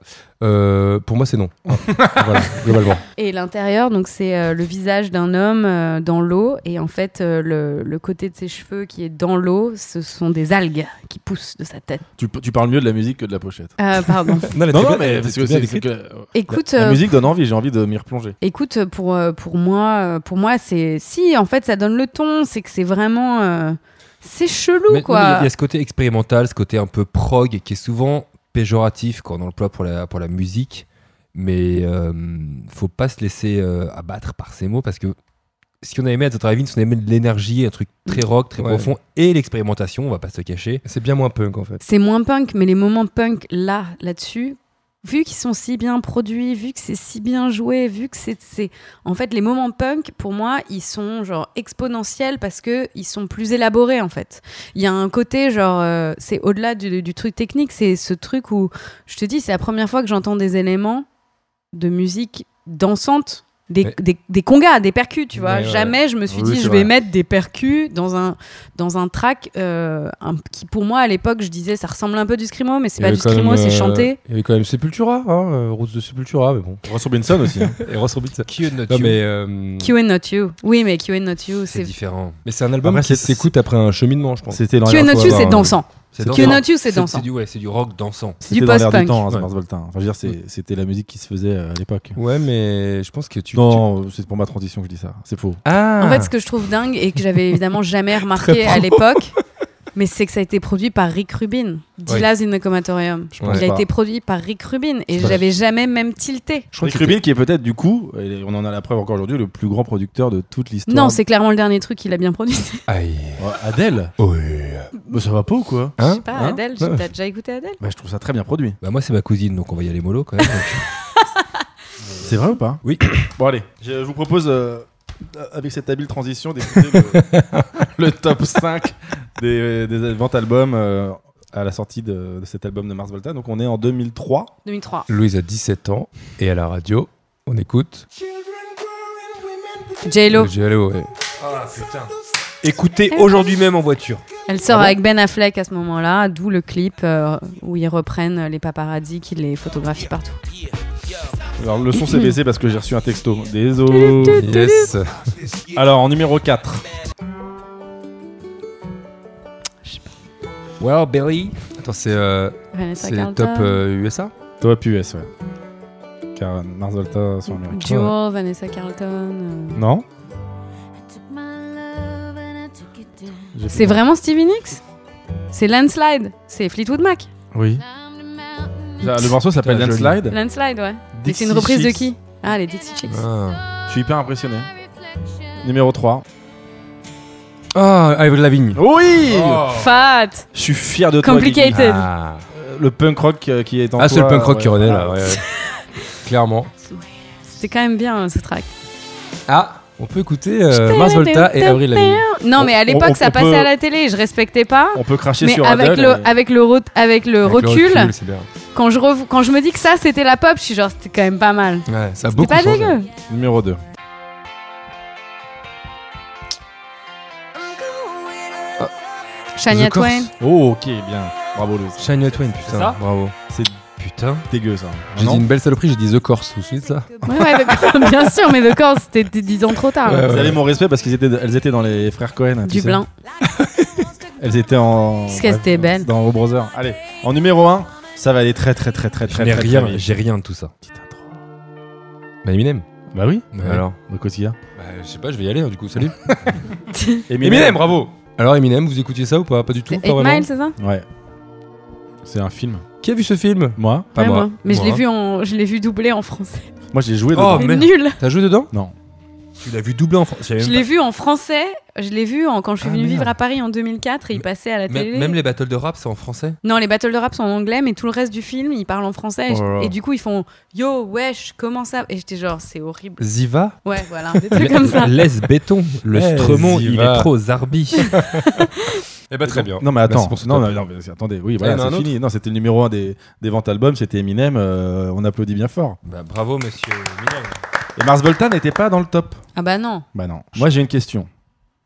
Speaker 3: Euh, pour moi, c'est non. voilà, globalement.
Speaker 5: Et l'intérieur, donc c'est euh, le visage d'un homme euh, dans l'eau, et en fait euh, le, le côté de ses cheveux qui est dans l'eau, ce sont des algues qui poussent de sa tête.
Speaker 4: Tu, tu parles mieux de la musique que de la pochette.
Speaker 5: Euh, pardon.
Speaker 3: Non,
Speaker 4: Non, non, mais parce que c'est- c'est que, euh,
Speaker 5: [LAUGHS] écoute,
Speaker 4: la, la
Speaker 5: euh,
Speaker 4: musique donne envie, j'ai envie de m'y replonger.
Speaker 5: écoute, pour euh, pour moi, euh, pour moi c'est si en fait ça donne le ton, c'est que c'est vraiment euh, c'est chelou
Speaker 2: Mais- non, mais Il y, a-
Speaker 5: quoi.
Speaker 2: il y a ce côté expérimental, ce côté un peu prog qui est souvent péjoratif quand on l'emploie pour la, pour la musique. Mais euh, faut pas se laisser euh, abattre par ces mots parce que ce qu'on a aimé à The Drive-In, c'est qu'on a aimé de l'énergie, un truc très
Speaker 5: Mm.
Speaker 2: rock, très
Speaker 3: Ouais.
Speaker 2: profond, et l'expérimentation, on va pas se le cacher.
Speaker 3: C'est bien moins punk en fait.
Speaker 5: C'est moins punk, mais les moments punk là, là-dessus, vu qu'ils sont si bien produits, vu que c'est si bien joué, vu que c'est, c'est- En fait, les moments punk, pour moi, ils sont genre exponentiels parce que ils sont plus élaborés, en fait. Il y a un côté, genre, euh, c'est au-delà du, du truc technique, c'est ce truc où, je te dis, c'est la première fois que j'entends des éléments de musique dansante. Des,
Speaker 3: Mais-
Speaker 5: des, des congas, des percus, tu vois.
Speaker 3: Ouais, ouais.
Speaker 5: Jamais je me suis
Speaker 4: Oui,
Speaker 5: dit,
Speaker 4: c'est
Speaker 5: je
Speaker 4: vrai.
Speaker 5: vais mettre des percus dans un, dans un track euh, un- qui pour moi à l'époque je disais ça ressemble un peu du screamo mais c'est
Speaker 3: Il y
Speaker 5: pas
Speaker 3: avait
Speaker 5: du
Speaker 3: quand même,
Speaker 5: screamo c'est
Speaker 3: euh,
Speaker 5: chanté
Speaker 3: Il y avait quand même Sepultura, hein, euh, Roots de Sepultura, mais bon.
Speaker 4: Ross Robinson aussi. hein.
Speaker 3: Et Ross Robinson.
Speaker 2: Qui est notre
Speaker 3: Non
Speaker 2: you
Speaker 3: mais, euh,
Speaker 5: Q and Not You oui mais Q and Not
Speaker 2: c'est
Speaker 5: You c'est
Speaker 2: différent.
Speaker 3: mais c'est un album
Speaker 4: Après,
Speaker 3: qui
Speaker 4: c'est-
Speaker 3: s'écoute après un cheminement, je
Speaker 4: [LAUGHS]
Speaker 3: pense.
Speaker 4: C'était dans
Speaker 5: Q and
Speaker 4: l'air, faut
Speaker 5: Not You
Speaker 4: avoir,
Speaker 5: c'est
Speaker 4: euh,
Speaker 5: dansant
Speaker 2: C'est
Speaker 5: Q and
Speaker 2: dansant.
Speaker 5: Not You c'est
Speaker 2: C'est
Speaker 5: dansant
Speaker 2: c'est du, ouais, c'est du rock dansant.
Speaker 4: C'était
Speaker 5: du
Speaker 4: dans l'air du
Speaker 5: post-punk.
Speaker 4: temps, hein, ce
Speaker 2: Ouais.
Speaker 4: Mars Volta. Enfin, je veux dire, c'est- c'était la musique qui se faisait euh, à l'époque.
Speaker 3: Ouais, mais je pense que tu.
Speaker 4: Non, c'est pour ma transition que je dis ça. C'est faux.
Speaker 3: tu- Ah
Speaker 5: en fait ce que je trouve dingue et que
Speaker 3: [LAUGHS]
Speaker 5: j'avais évidemment jamais remarqué à l'époque mais c'est que ça a été produit par Rick Rubin Dila's in the Comatorium
Speaker 4: Je pense
Speaker 5: il a
Speaker 4: pas.
Speaker 5: été produit par Rick Rubin et
Speaker 4: Je pense-
Speaker 5: j'avais jamais même tilté
Speaker 3: Je crois
Speaker 4: Rick
Speaker 3: que c'était-
Speaker 4: Rubin qui est peut-être du coup, et on en a la preuve encore aujourd'hui, le plus grand producteur de toute l'histoire.
Speaker 5: non c'est clairement le dernier truc qu'il a bien
Speaker 3: [LAUGHS]
Speaker 5: produit
Speaker 2: Aïe.
Speaker 4: Ouais, Adèle Bah, Ça va pas ou quoi
Speaker 5: je
Speaker 3: Hein
Speaker 5: sais pas
Speaker 3: Hein
Speaker 5: Adèle
Speaker 3: Non.
Speaker 5: t'as déjà écouté Adèle
Speaker 4: bah, Je trouve ça très bien produit.
Speaker 2: Bah moi c'est ma cousine donc on va y aller mollo quand
Speaker 5: [LAUGHS]
Speaker 2: même. Donc,
Speaker 4: C'est vrai ou pas
Speaker 2: Oui.
Speaker 4: [COUGHS] Bon allez, je vous propose, euh, avec cette habile transition, d'écouter le, le [LAUGHS] top 5 des, des ventes albums euh, à la sortie de, de cet album de Mars Volta. Donc on est en 2003.
Speaker 5: 2003
Speaker 3: Louise a 17 ans et à la radio, on écoute.
Speaker 5: J-Lo
Speaker 3: Le Giallo,
Speaker 5: [LAUGHS]
Speaker 3: ouais.
Speaker 2: Écoutez aujourd'hui même en voiture.
Speaker 5: Elle
Speaker 3: Ah
Speaker 5: sort avec Ben Affleck à ce moment-là, d'où le clip euh, où ils reprennent les paparazzis qui les photographient partout.
Speaker 4: Alors le son s'est baissé parce que j'ai reçu un texto. Désolé.
Speaker 3: Yes.
Speaker 4: Alors en numéro 4.
Speaker 2: Well Billy.
Speaker 3: Attends, c'est euh,
Speaker 5: Vanessa
Speaker 3: c'est
Speaker 5: Carlton,
Speaker 3: top euh, USA
Speaker 4: Toi, US, ouais. Car Mars Volta sont américains.
Speaker 5: Jewel, Vanessa Carlton. euh.
Speaker 4: Non J'ai
Speaker 5: C'est
Speaker 4: pas-
Speaker 5: vraiment Stevie Nicks C'est Landslide, c'est Fleetwood Mac.
Speaker 4: Oui. Ça, Le morceau s'appelle
Speaker 3: Putain, joli.
Speaker 4: Landslide.
Speaker 5: Landslide, ouais. Et
Speaker 4: Dixie
Speaker 5: c'est une reprise de
Speaker 4: Chicks.
Speaker 5: qui Ah, les Dixie Chicks.
Speaker 3: Ah,
Speaker 4: Je suis hyper impressionné. Numéro 3.
Speaker 3: ah avec la vigne.
Speaker 4: Oui
Speaker 5: Fat
Speaker 4: Je suis fier de toi.
Speaker 5: Complicated.
Speaker 4: Guigui. Euh, Le punk rock euh, qui est en
Speaker 3: Ah, c'est le
Speaker 4: toi,
Speaker 3: punk rock
Speaker 4: ouais.
Speaker 3: qui renaît là, ouais. ouais. Clairement.
Speaker 5: C'était quand même bien euh, ce track.
Speaker 3: Ah, on peut écouter euh, Mars Volta et Avril Lavigne.
Speaker 5: Non, mais à
Speaker 4: On- on-
Speaker 5: l'époque, ça
Speaker 4: on
Speaker 5: passait
Speaker 4: peut-
Speaker 5: à la télé, je respectais pas.
Speaker 4: [LAUGHS] On peut cracher
Speaker 5: Mais
Speaker 4: sur
Speaker 5: avec
Speaker 4: Adele,
Speaker 5: le,
Speaker 4: mais-
Speaker 5: avec, le re- avec le
Speaker 3: Avec le
Speaker 5: recul,
Speaker 3: c'est bien.
Speaker 5: quand, je rev- quand je me dis que ça c'était la pop, je suis genre c'était quand même pas mal.
Speaker 3: Ouais, ça a
Speaker 5: C'était
Speaker 3: beaucoup
Speaker 5: pas
Speaker 3: changé.
Speaker 5: dégueu.
Speaker 4: Numéro 2.
Speaker 5: Shania
Speaker 3: The Corrs.
Speaker 5: Twain.
Speaker 4: Oh, ok, bien. Bravo, Louis.
Speaker 3: Shania Twain,
Speaker 4: C'est
Speaker 3: putain,
Speaker 4: ça
Speaker 3: bravo.
Speaker 4: C'est
Speaker 2: Putain.
Speaker 4: dégueu, ça. Ah
Speaker 3: J'ai
Speaker 4: Non
Speaker 3: dit une belle saloperie, j'ai dit The Corse, vous vous souvenez de ça
Speaker 5: Ouais, ouais, [LAUGHS] mais- bien sûr, mais The Corrs, c'était d- 10 ans trop tard.
Speaker 3: Ouais,
Speaker 4: Vous avez mon respect parce qu'elles étaient, elles étaient dans les frères Cohen. tu sais.
Speaker 5: Dublin.
Speaker 4: Elles étaient en.
Speaker 5: Parce qu'elles étaient belles.
Speaker 4: Dans Row Brothers. Allez, en numéro 1, ça va aller très, très, très, très,
Speaker 2: Je
Speaker 4: très,
Speaker 2: n'ai
Speaker 4: très, très
Speaker 2: rien,
Speaker 4: vite.
Speaker 2: j'ai rien de tout ça.
Speaker 4: Petite intro.
Speaker 3: Bah Eminem.
Speaker 4: Bah oui.
Speaker 3: Alors
Speaker 4: Mais qu'est-ce qu'il y a
Speaker 3: Bah je sais pas, je vais y aller hein, du coup, salut.
Speaker 4: Eminem.
Speaker 3: bravo Alors Eminem, vous écoutiez ça ou pas Pas du tout,
Speaker 5: C'est
Speaker 3: pas
Speaker 5: 8
Speaker 3: vraiment.
Speaker 5: Mile, c'est ça
Speaker 4: Ouais. C'est un film.
Speaker 3: Qui a vu ce film
Speaker 4: Moi
Speaker 3: Pas
Speaker 5: Ouais,
Speaker 3: moi.
Speaker 5: Mais je l'ai
Speaker 3: Moi.
Speaker 5: vu en, je l'ai vu doublé en français.
Speaker 4: Moi, j'ai joué
Speaker 2: Oh,
Speaker 4: dedans.
Speaker 5: C'est
Speaker 2: merde.
Speaker 5: nul.
Speaker 3: T'as joué dedans
Speaker 4: Non.
Speaker 2: Tu l'as vu doublé en France.
Speaker 5: Je l'ai vu en français. Je l'ai vu en, quand je suis
Speaker 2: Ah,
Speaker 5: venue
Speaker 2: merde.
Speaker 5: vivre à Paris en 2004 et il passait à la télé.
Speaker 2: Même les battles de rap c'est en français.
Speaker 5: Non, les battles de rap sont en anglais, mais tout le reste du film, ils parlent en français. Et je-
Speaker 3: Oh là là.
Speaker 5: Et du coup, ils font Yo, wesh, comment ça Et j'étais genre, c'est horrible.
Speaker 3: Ziva
Speaker 5: Ouais,
Speaker 2: [LAUGHS]
Speaker 5: voilà, des trucs comme ça.
Speaker 2: Laisse béton. Le
Speaker 3: Eh,
Speaker 2: Stremont,
Speaker 3: y
Speaker 2: il
Speaker 3: va.
Speaker 2: est trop zarbi.
Speaker 3: Eh bah très bien.
Speaker 4: Non mais attends,
Speaker 3: Merci pour ce
Speaker 4: non,
Speaker 3: top.
Speaker 4: non, non, mais attendez, oui voilà,
Speaker 3: Il y en a un
Speaker 4: c'est fini. Non, c'était le numéro 1 des, des ventes albums, c'était Eminem, euh, on applaudit bien fort.
Speaker 2: [LAUGHS] bah, bravo monsieur Eminem.
Speaker 4: Et Mars Volta n'était pas dans le top.
Speaker 5: Ah bah non.
Speaker 4: Bah non. Moi j'ai une question.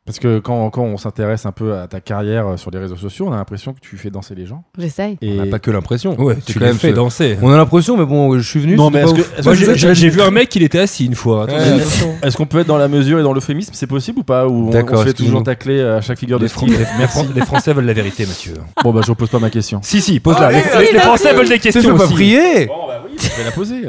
Speaker 4: Parce que quand, quand on s'intéresse un peu à ta carrière euh, sur les réseaux sociaux, on a l'impression que tu fais danser les gens.
Speaker 5: J'essaye.
Speaker 4: Et...
Speaker 3: On a pas que l'impression.
Speaker 2: Ouais,
Speaker 3: C'est
Speaker 2: tu
Speaker 3: quand
Speaker 2: l'as
Speaker 3: même
Speaker 2: fait
Speaker 3: ce-
Speaker 2: danser.
Speaker 3: On a l'impression, mais bon, je suis venu.
Speaker 4: Non,
Speaker 3: c'était
Speaker 4: mais
Speaker 3: pas
Speaker 4: est-ce
Speaker 3: ouf.
Speaker 4: que- est-ce
Speaker 2: Moi,
Speaker 4: que vous
Speaker 2: j'ai-
Speaker 4: êtes-
Speaker 2: j'ai j'ai vu un mec, il était assis une fois.
Speaker 3: Ouais,
Speaker 2: Attends,
Speaker 3: attention.
Speaker 4: Est-ce qu'on peut être dans la mesure et dans l'euphémisme C'est possible ou pas Ou on- on,
Speaker 3: D'accord,
Speaker 4: fait
Speaker 3: excusez-nous.
Speaker 4: toujours tacler à chaque figure de
Speaker 2: les, Fran-
Speaker 4: style
Speaker 2: les- les Fran- les Français veulent la vérité, monsieur.
Speaker 4: Bon bah je repose pas ma question.
Speaker 2: Si, si, pose-la.
Speaker 5: Allez,
Speaker 2: les,
Speaker 5: allez,
Speaker 2: Ah, les
Speaker 5: vas-y.
Speaker 2: Français veulent des
Speaker 3: T'es
Speaker 2: questions
Speaker 3: fait pas
Speaker 2: aussi.
Speaker 3: prier
Speaker 4: Bon bah oui, je vais la poser.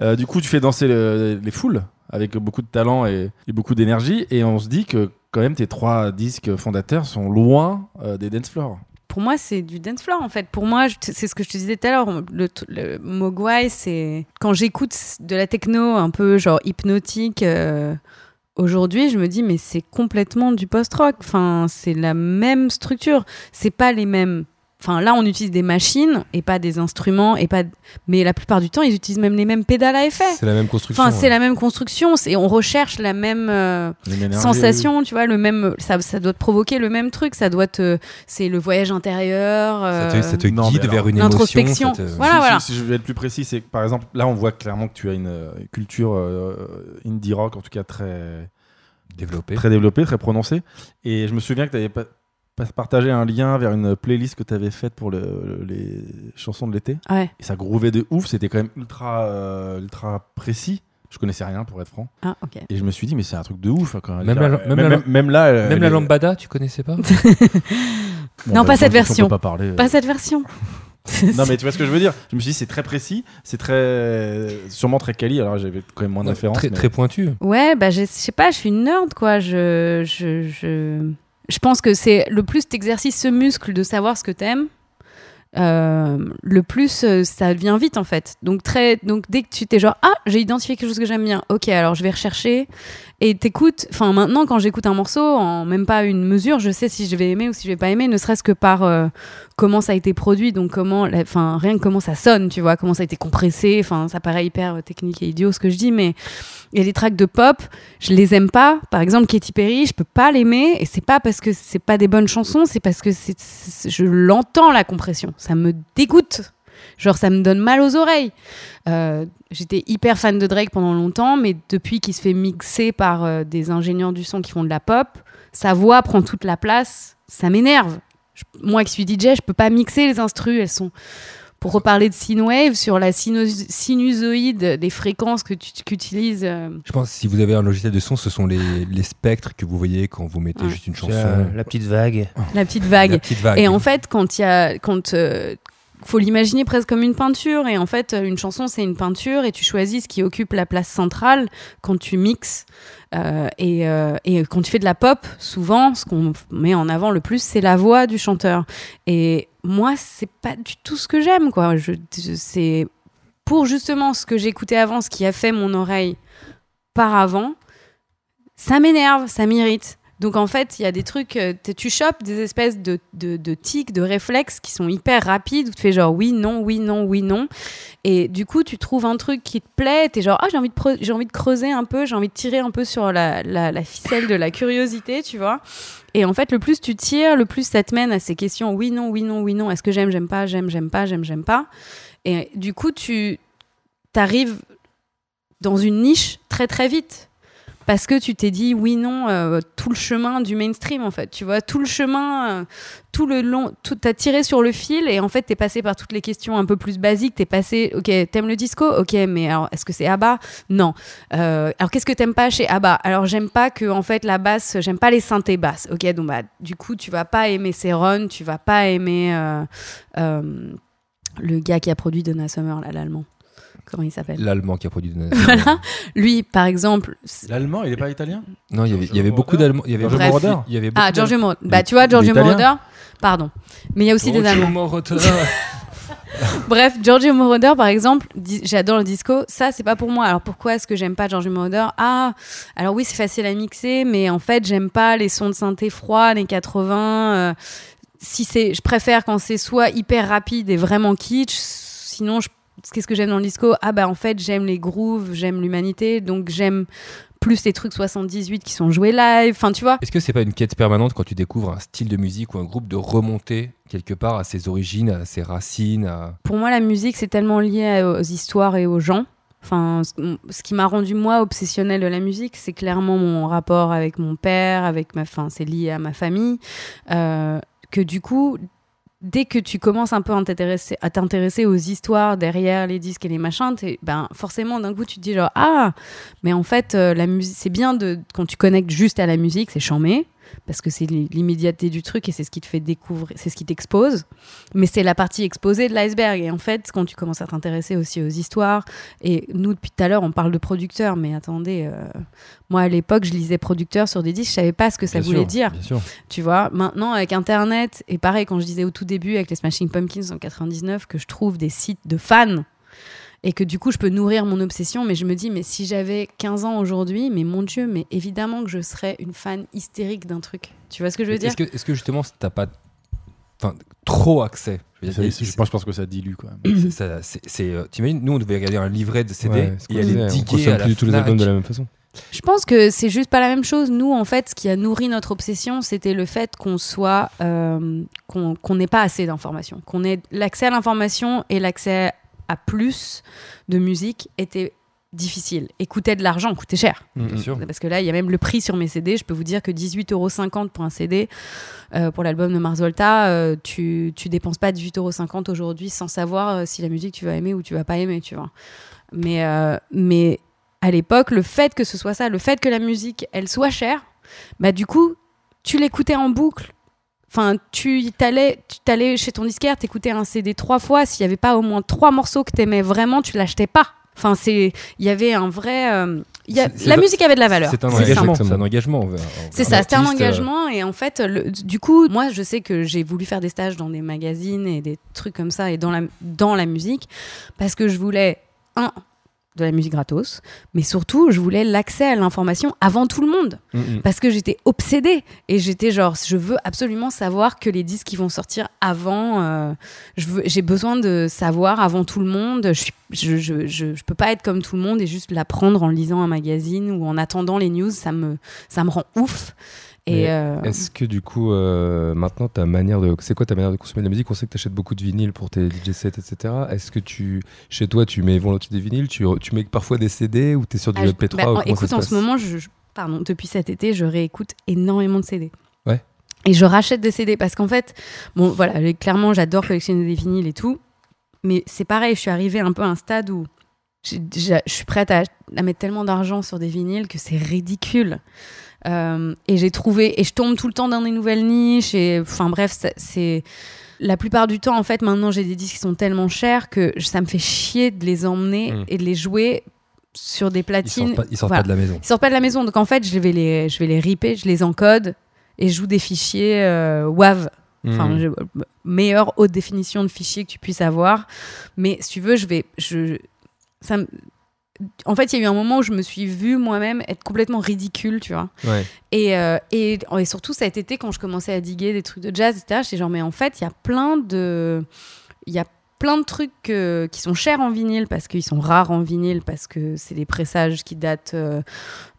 Speaker 4: Euh, du coup, tu fais danser le- les foules avec beaucoup de talent et, et beaucoup d'énergie. Et on se dit que quand même tes trois disques fondateurs sont loin euh, des dance floors.
Speaker 5: pour moi, c'est du dance floor en fait. Pour moi, je- c'est ce que je te disais tout à l'heure. Le, t- le Mogwai, c'est quand j'écoute de la techno un peu genre hypnotique, euh, Aujourd'hui, je me dis, mais c'est complètement du post-rock. Enfin, c'est la même structure. C'est pas les mêmes. Enfin, là, on utilise des machines et pas des instruments et pas. Mais la plupart du temps, ils utilisent même les mêmes pédales à effet.
Speaker 3: C'est la même construction.
Speaker 5: Enfin, c'est
Speaker 3: ouais.
Speaker 5: la même construction. C'est on recherche la même. euh, sensation, tu vois, le même, ça, ça doit te provoquer le même truc, ça doit te, c'est le voyage intérieur.
Speaker 2: Ça
Speaker 5: euh,
Speaker 2: te, ça te
Speaker 4: Non, mais
Speaker 2: guide
Speaker 4: alors-
Speaker 2: vers une
Speaker 5: L'introspection.
Speaker 2: émotion. ça te-
Speaker 5: Voilà,
Speaker 4: si,
Speaker 5: voilà.
Speaker 4: Si, si je vais être plus précis, c'est que par exemple, là, on voit clairement que tu as une euh, culture euh, indie rock, en tout cas très,
Speaker 2: Développer.
Speaker 4: très développée, très prononcée. Et je me souviens que tu avais pas, pas- partagé un lien vers une playlist que tu avais faite pour le- le- les chansons de l'été.
Speaker 5: Ouais.
Speaker 4: Et ça grouvait de ouf, c'était quand même ultra, euh, ultra précis. Je connaissais rien pour être franc.
Speaker 5: Ah, ok.
Speaker 4: Et je me suis dit, mais c'est un truc de ouf. Quand
Speaker 2: Même
Speaker 4: dire,
Speaker 2: la-
Speaker 4: euh,
Speaker 2: même
Speaker 4: même,
Speaker 2: la-
Speaker 4: même- même là. euh,
Speaker 2: Même la
Speaker 4: les-
Speaker 2: lambada, tu connaissais pas
Speaker 4: Bon,
Speaker 5: Non,
Speaker 4: bah,
Speaker 5: pas
Speaker 4: je
Speaker 5: cette
Speaker 4: pense qu'on
Speaker 5: version.
Speaker 4: peut pas parler. euh.
Speaker 5: Pas cette version.
Speaker 4: Non, mais tu vois ce que je veux dire Je me suis dit, c'est très précis, c'est très. sûrement très quali. Alors j'avais quand même moins de références.
Speaker 2: Très,
Speaker 4: mais-
Speaker 2: très pointu.
Speaker 5: Ouais, bah je je sais pas, je suis une nerd quoi. Je je je, je pense que c'est le plus t'exercices ce muscle de savoir ce que t'aimes. euh, le plus euh, ça vient vite en fait donc très donc dès que tu t'es genre ah j'ai identifié quelque chose que j'aime bien ok alors je vais rechercher et t'écoutes enfin maintenant quand j'écoute un morceau en même pas une mesure je sais si je vais aimer ou si je vais pas aimer ne serait-ce que par euh, comment ça a été produit donc comment la- enfin rien que comment ça sonne tu vois comment ça a été compressé enfin ça paraît hyper euh, technique et idiot ce que je dis mais il y a des tracks de pop, je les aime pas. Par exemple, Katy Perry, je peux pas l'aimer. Et c'est pas parce que c'est pas des bonnes chansons, c'est parce que c'est, c'est- je l'entends la compression. Ça me dégoûte. Genre, ça me donne mal aux oreilles. Euh, j'étais hyper fan de Drake pendant longtemps, mais depuis qu'il se fait mixer par euh, des ingénieurs du son qui font de la pop, sa voix prend toute la place. Ça m'énerve. Je- moi qui suis DJ, je peux pas mixer les instrus. Elles sont. Pour reparler de Synwave, sur la sinus- sinusoïde des fréquences que tu, qu'utilise. euh,
Speaker 2: Je pense que si vous avez un logiciel de son, ce sont les, les spectres que vous voyez quand vous mettez
Speaker 5: Ouais.
Speaker 2: juste une chanson.
Speaker 6: la petite vague.
Speaker 5: La petite vague.
Speaker 2: La petite vague.
Speaker 5: Et en fait, quand il y a, quand euh, faut l'imaginer presque comme une peinture. Et en fait, une chanson, c'est une peinture et tu choisis ce qui occupe la place centrale quand tu mixes. Euh, et, euh, et quand tu fais de la pop, souvent, ce qu'on met en avant le plus, c'est la voix du chanteur. Et moi, c'est pas du tout ce que j'aime, quoi. Je, je- c'est pour justement ce que j'écoutais avant, ce qui a fait mon oreille par avant, ça m'énerve, ça m'irrite. Donc en fait, il y a des trucs, euh, t- tu chopes des espèces de, de, de tics, de réflexes qui sont hyper rapides, où tu fais genre oui, non, oui, non, oui, non. Et du coup, tu trouves un truc qui te plaît, t'es genre, ah, j'ai envie, de pre- j'ai envie de creuser un peu, j'ai envie de tirer un peu sur la, la, la ficelle de la curiosité, tu vois. Et en fait, le plus tu tires, le plus ça te mène à ces questions oui, non, oui, non, oui, non, est-ce que j'aime, j'aime pas, j'aime, j'aime pas, j'aime, j'aime pas. Et du coup, tu t'arrives dans une niche très très vite parce que tu t'es dit oui non euh, tout le chemin du mainstream en fait tu vois tout le chemin euh, tout le long tout t'as tiré sur le fil et en fait t'es passé par toutes les questions un peu plus basiques t'es passé ok t'aimes le disco ok mais alors est-ce que c'est Abba non Euh, alors qu'est-ce que t'aimes pas chez Abba alors j'aime pas que en fait la basse j'aime pas les synthés basses ok donc bah du coup tu vas pas aimer Seron tu vas pas aimer euh, euh, le gars qui a produit Donna Summer là l'allemand comment il s'appelle
Speaker 2: L'allemand qui a produit. Donna-
Speaker 5: [LAUGHS] Voilà. lui par exemple c'est-
Speaker 4: L'allemand, il est pas italien
Speaker 2: Non, il y avait, il y
Speaker 4: Giorgio
Speaker 2: avait beaucoup
Speaker 4: Moroder
Speaker 2: d'allemands. Il y avait
Speaker 4: Giorgio
Speaker 2: beaucoup-
Speaker 4: Moroder
Speaker 2: Il y avait beaucoup
Speaker 5: Ah, Giorgio Moroder. Bah,
Speaker 4: Des-
Speaker 5: tu vois, Giorgio
Speaker 4: des Italiens.
Speaker 5: Moroder, pardon. Mais il y a aussi des
Speaker 2: Giorgio
Speaker 5: Allemands.
Speaker 2: Moroder.
Speaker 5: Bref, Giorgio Moroder, par exemple, di- j'adore le disco. Ça, c'est pas pour moi. Alors pourquoi est-ce que j'aime pas Giorgio Moroder Ah, alors oui, c'est facile à mixer, mais en fait, j'aime pas les sons de synthé froid, les 80. euh, si c'est, je préfère quand c'est soit hyper rapide et vraiment kitsch. Sinon, je- qu'est-ce que j'aime dans le disco Ah bah en fait, j'aime les grooves, j'aime l'humanité, donc j'aime plus les trucs 78 qui sont joués live. Enfin, tu vois.
Speaker 2: [LAUGHS] Est-ce que c'est pas une quête permanente quand tu découvres un style de musique ou un groupe de remonter quelque part à ses origines, à ses racines à-
Speaker 5: pour moi, la musique, c'est tellement lié à- aux histoires et aux gens. Enfin, ce- ce qui m'a rendu moi obsessionnelle de la musique, c'est clairement mon rapport avec mon père, avec ma, enfin, c'est lié à ma famille, Euh, que du coup, dès que tu commences un peu à t'intéresser- à t'intéresser aux histoires derrière les disques et les machins, t'es- ben forcément d'un coup tu te dis genre ah, mais en fait euh, la musique, c'est bien de quand tu connectes juste à la musique, c'est chambé parce que c'est l'i- l'immédiateté du truc et c'est ce qui te fait découvrir, c'est ce qui t'expose mais c'est la partie exposée de l'iceberg. Et en fait, quand tu commences à t'intéresser aussi aux histoires, et nous, depuis tout à l'heure, on parle de producteurs, mais attendez, euh, moi à l'époque, je lisais producteur sur des disques, je savais pas ce que ça
Speaker 2: Bien
Speaker 5: voulait
Speaker 2: sûr,
Speaker 5: dire.
Speaker 2: Bien sûr.
Speaker 5: Tu vois, maintenant avec Internet, et pareil, quand je disais au tout début avec les Smashing Pumpkins en 99, que je trouve des sites de fans. et que du coup je peux nourrir mon obsession mais je me dis mais si j'avais 15 ans aujourd'hui mais mon dieu mais évidemment que je serais une fan hystérique d'un truc tu vois ce que je veux dire
Speaker 2: Est-ce que, est-ce que justement, t'as pas enfin, trop accès Je veux
Speaker 4: Ça,
Speaker 2: dire,
Speaker 4: je, pense, je pense que ça dilue quand même.
Speaker 5: Mhm.
Speaker 2: c'est- ça- c'est- c'est, euh, T'imagines, nous, on devait regarder un livret de CD
Speaker 3: Ouais, c'est ce qu'on
Speaker 2: et aller
Speaker 3: disait, on
Speaker 2: diguer
Speaker 3: consomme
Speaker 2: à la
Speaker 3: plus du tout les
Speaker 2: Fnac.
Speaker 3: albums de la même façon.
Speaker 5: Je pense que c'est juste pas la même chose. Nous, en fait, ce qui a nourri notre obsession, c'était le fait qu'on soit, euh, qu'on qu'on n'ait pas assez d'informations, qu'on ait l'accès à l'information et l'accès à plus de musique était difficile et coûtait de l'argent, coûtait cher.
Speaker 3: Mm,
Speaker 2: Bien sûr.
Speaker 5: Parce que là, il y a même le prix sur mes CD. Je peux vous dire que 18,50€ pour un CD, euh, pour l'album de Mars Volta, euh, tu, tu dépenses pas 18,50€ aujourd'hui sans savoir euh, si la musique tu vas aimer ou tu vas pas aimer, tu vois. Mais, euh, mais à l'époque, le fait que ce soit ça, le fait que la musique, elle soit chère, bah du coup, tu l'écoutais en boucle. Enfin, tu t'allais, tu t'allais chez ton disquaire, t'écoutais un CD trois fois. S'il y avait pas au moins trois morceaux que t'aimais vraiment, tu l'achetais pas. Enfin, c'est, il y avait un vrai, euh, il y a-
Speaker 2: C'est- c'est
Speaker 5: la
Speaker 2: va-
Speaker 5: musique avait de la valeur.
Speaker 2: C'est un
Speaker 5: c'est ça.
Speaker 2: engagement.
Speaker 3: ça.
Speaker 2: C'est un engagement. envers-
Speaker 5: C'est
Speaker 2: envers
Speaker 5: ça, c'était un
Speaker 2: l'artiste, euh,
Speaker 5: engagement. Et en fait, le- du coup, moi, je sais que j'ai voulu faire des stages dans des magazines et des trucs comme ça et dans la, dans la musique parce que je voulais, un, de la musique gratos, mais surtout, je voulais l'accès à l'information avant tout le monde
Speaker 3: Mm,
Speaker 5: parce que j'étais obsédée et j'étais genre je veux absolument savoir que les disques qui vont sortir avant euh, je veux- j'ai besoin de savoir avant tout le monde je, suis- je, je, je, je peux pas être comme tout le monde et juste l'apprendre en lisant un magazine ou en attendant les news ça me, ça me rend ouf et
Speaker 3: Mais
Speaker 5: euh,
Speaker 3: Est-ce que du coup, euh, maintenant, ta manière de. C'est quoi ta manière de consommer de la musique On sait que tu achètes beaucoup de vinyles pour tes DJ sets, etc. Est-ce que tu. Chez toi, tu mets volontiers des vinyles tu, tu mets parfois des CD ou tu es sur du
Speaker 5: ah, je- bah,
Speaker 3: P3 ou
Speaker 5: en-
Speaker 3: comment
Speaker 5: écoute
Speaker 3: ça
Speaker 5: en
Speaker 3: se
Speaker 5: ce moment je, je- pardon depuis cet été je réécoute énormément de CD
Speaker 3: Ouais.
Speaker 5: et je rachète des CD parce qu'en fait bon voilà j'ai- clairement j'adore collectionner des vinyles et tout mais c'est pareil je suis arrivée un peu à un stade où j'ai déjà- je suis prête à, à mettre tellement d'argent sur des vinyles que c'est ridicule. Euh, et j'ai trouvé, et je tombe tout le temps dans des nouvelles niches, et enfin bref, ça- c'est. La plupart du temps, en fait, maintenant j'ai des disques qui sont tellement chers que je- ça me fait chier de les emmener
Speaker 3: Mm.
Speaker 5: et de les jouer sur des
Speaker 2: Hmm. Ils sortent
Speaker 5: platines.
Speaker 2: pas- ils sortent
Speaker 5: Voilà.
Speaker 2: pas de la maison.
Speaker 5: Ils sortent pas de la maison, donc en fait, je vais les, je vais les ripper, je les encode et je joue des fichiers euh, WAV
Speaker 3: passe
Speaker 5: enfin
Speaker 3: Mhm.
Speaker 5: je- euh, meilleure haute définition de fichier que tu puisses avoir mais si tu veux je vais je ça me- en fait, il y a eu un moment où je me suis vue moi-même être complètement ridicule, tu vois.
Speaker 3: Ouais.
Speaker 5: Et, euh, et, et surtout cet été, quand je commençais à diguer des trucs de jazz, etc., j'étais genre, mais en fait, il y a plein de. Il y a plein de trucs euh, qui sont chers en vinyle parce qu'ils sont rares en vinyle parce que c'est des pressages qui datent euh,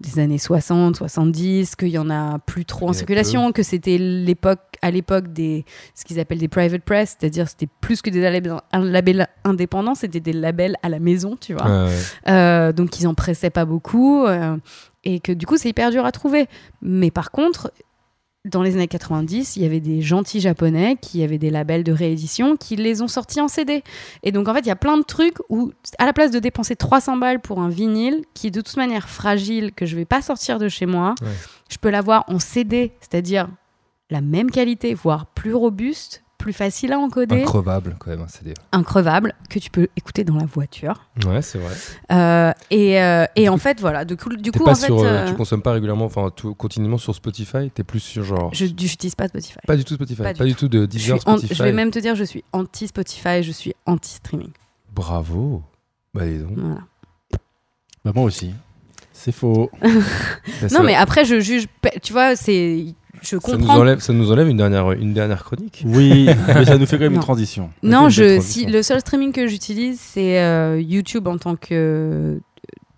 Speaker 5: des années 60, 70, qu'il y en a plus trop en
Speaker 3: Il y en a
Speaker 5: circulation, que c'était l'époque à l'époque des ce qu'ils appellent des private press, c'est-à-dire c'était plus que des labels, un label indépendant, c'était des labels à la maison, tu vois.
Speaker 3: Ouais, ouais.
Speaker 5: Euh, donc ils en pressaient pas beaucoup euh, et que du coup c'est hyper dur à trouver. Mais par contre, dans les années 90, il y avait des gentils japonais qui avaient des labels de réédition qui les ont sortis en CD. Et donc en fait, il y a plein de trucs où à la place de dépenser 300 balles pour un vinyle qui est de toute manière fragile que je vais pas sortir de chez moi,
Speaker 3: Ouais.
Speaker 5: je peux l'avoir en CD, c'est-à-dire la même qualité voire plus robuste, plus facile à encoder,
Speaker 2: Increvable, quand même, un CD.
Speaker 5: increvable que tu peux écouter dans la voiture.
Speaker 3: Ouais, c'est vrai.
Speaker 5: Euh, et euh, et en fait, voilà. Du coup, du
Speaker 3: T'es
Speaker 5: coup
Speaker 3: pas
Speaker 5: en fait,
Speaker 3: sur, euh,
Speaker 5: euh,
Speaker 3: Tu consommes pas régulièrement, enfin, tout- continuellement sur Spotify T'es plus sur genre.
Speaker 5: je n'utilise pas Spotify.
Speaker 3: Pas du tout Spotify,
Speaker 5: Pas
Speaker 3: pas,
Speaker 5: du
Speaker 3: du tout de
Speaker 5: Je, suis
Speaker 3: Deezer,
Speaker 5: an-
Speaker 3: Spotify.
Speaker 5: je vais même te dire, je suis anti-Spotify, je suis anti-streaming.
Speaker 3: Bravo Bah, dis donc.
Speaker 5: Voilà.
Speaker 4: Bah, moi aussi. C'est faux.
Speaker 3: Bah, ça-
Speaker 5: Non, mais après, je juge. pe- Tu vois, c'est. Je
Speaker 3: ça nous,
Speaker 5: comprends.
Speaker 3: enlève, ça nous enlève une dernière, une dernière chronique.
Speaker 4: Oui, [LAUGHS] mais ça nous fait quand même
Speaker 5: Non.
Speaker 4: une transition.
Speaker 5: Non,
Speaker 3: C'est une belle
Speaker 5: je.
Speaker 3: transition.
Speaker 5: Si le seul streaming que j'utilise, c'est euh, YouTube en tant que euh,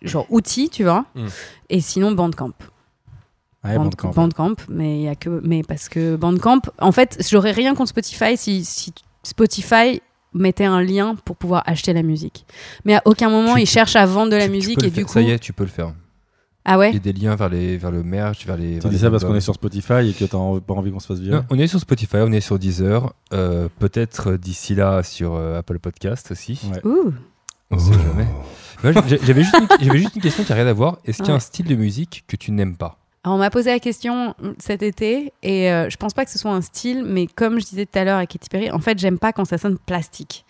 Speaker 5: genre outil, tu vois.
Speaker 3: Hmm.
Speaker 5: Et sinon, Bandcamp.
Speaker 2: Eh,
Speaker 4: Ouais,
Speaker 5: Band-
Speaker 4: Bandcamp.
Speaker 5: Bandcamp, mais il y a que mais parce que Bandcamp, en fait, j'aurais rien contre Spotify si, si Spotify mettait un lien pour pouvoir acheter la musique. Mais à aucun moment
Speaker 2: Tu-
Speaker 5: ils cherchent à vendre de la
Speaker 2: Tu- tu
Speaker 5: musique
Speaker 2: peux
Speaker 5: et
Speaker 2: le
Speaker 5: du
Speaker 2: faire,
Speaker 5: coup
Speaker 2: Ça y est, tu peux le faire.
Speaker 5: ah
Speaker 2: Il y
Speaker 5: ouais
Speaker 2: a des liens vers, les, vers le merch, vers les.
Speaker 4: Tu
Speaker 2: vers
Speaker 4: dis
Speaker 2: les
Speaker 4: ça parce qu'on
Speaker 2: albums.
Speaker 4: est sur Spotify et que t'as en- pas envie qu'on se fasse virer.
Speaker 2: Non, on est sur Spotify, on est sur Deezer, euh, peut-être euh, d'ici là sur euh, Apple Podcast aussi.
Speaker 4: Ouais.
Speaker 5: Ouh.
Speaker 2: On sait jamais. Moi, j'ai- J'avais juste, une- [LAUGHS] j'avais juste une question qui n'a rien à voir. Est-ce qu'il y a
Speaker 5: Ouais.
Speaker 2: un style de musique que tu n'aimes pas
Speaker 5: Alors, on m'a posé la question mm, cet été et euh, je pense pas que ce soit un style, mais comme je disais tout à l'heure avec Katy Perry, en fait, j'aime pas quand ça sonne plastique.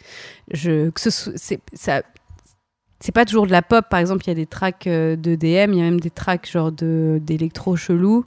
Speaker 5: Je, que ce soit- c'est, ça, c'est pas toujours de la pop, par exemple, il y a des tracks euh, de DM, il y a même des tracks genre de, d'électro chelou.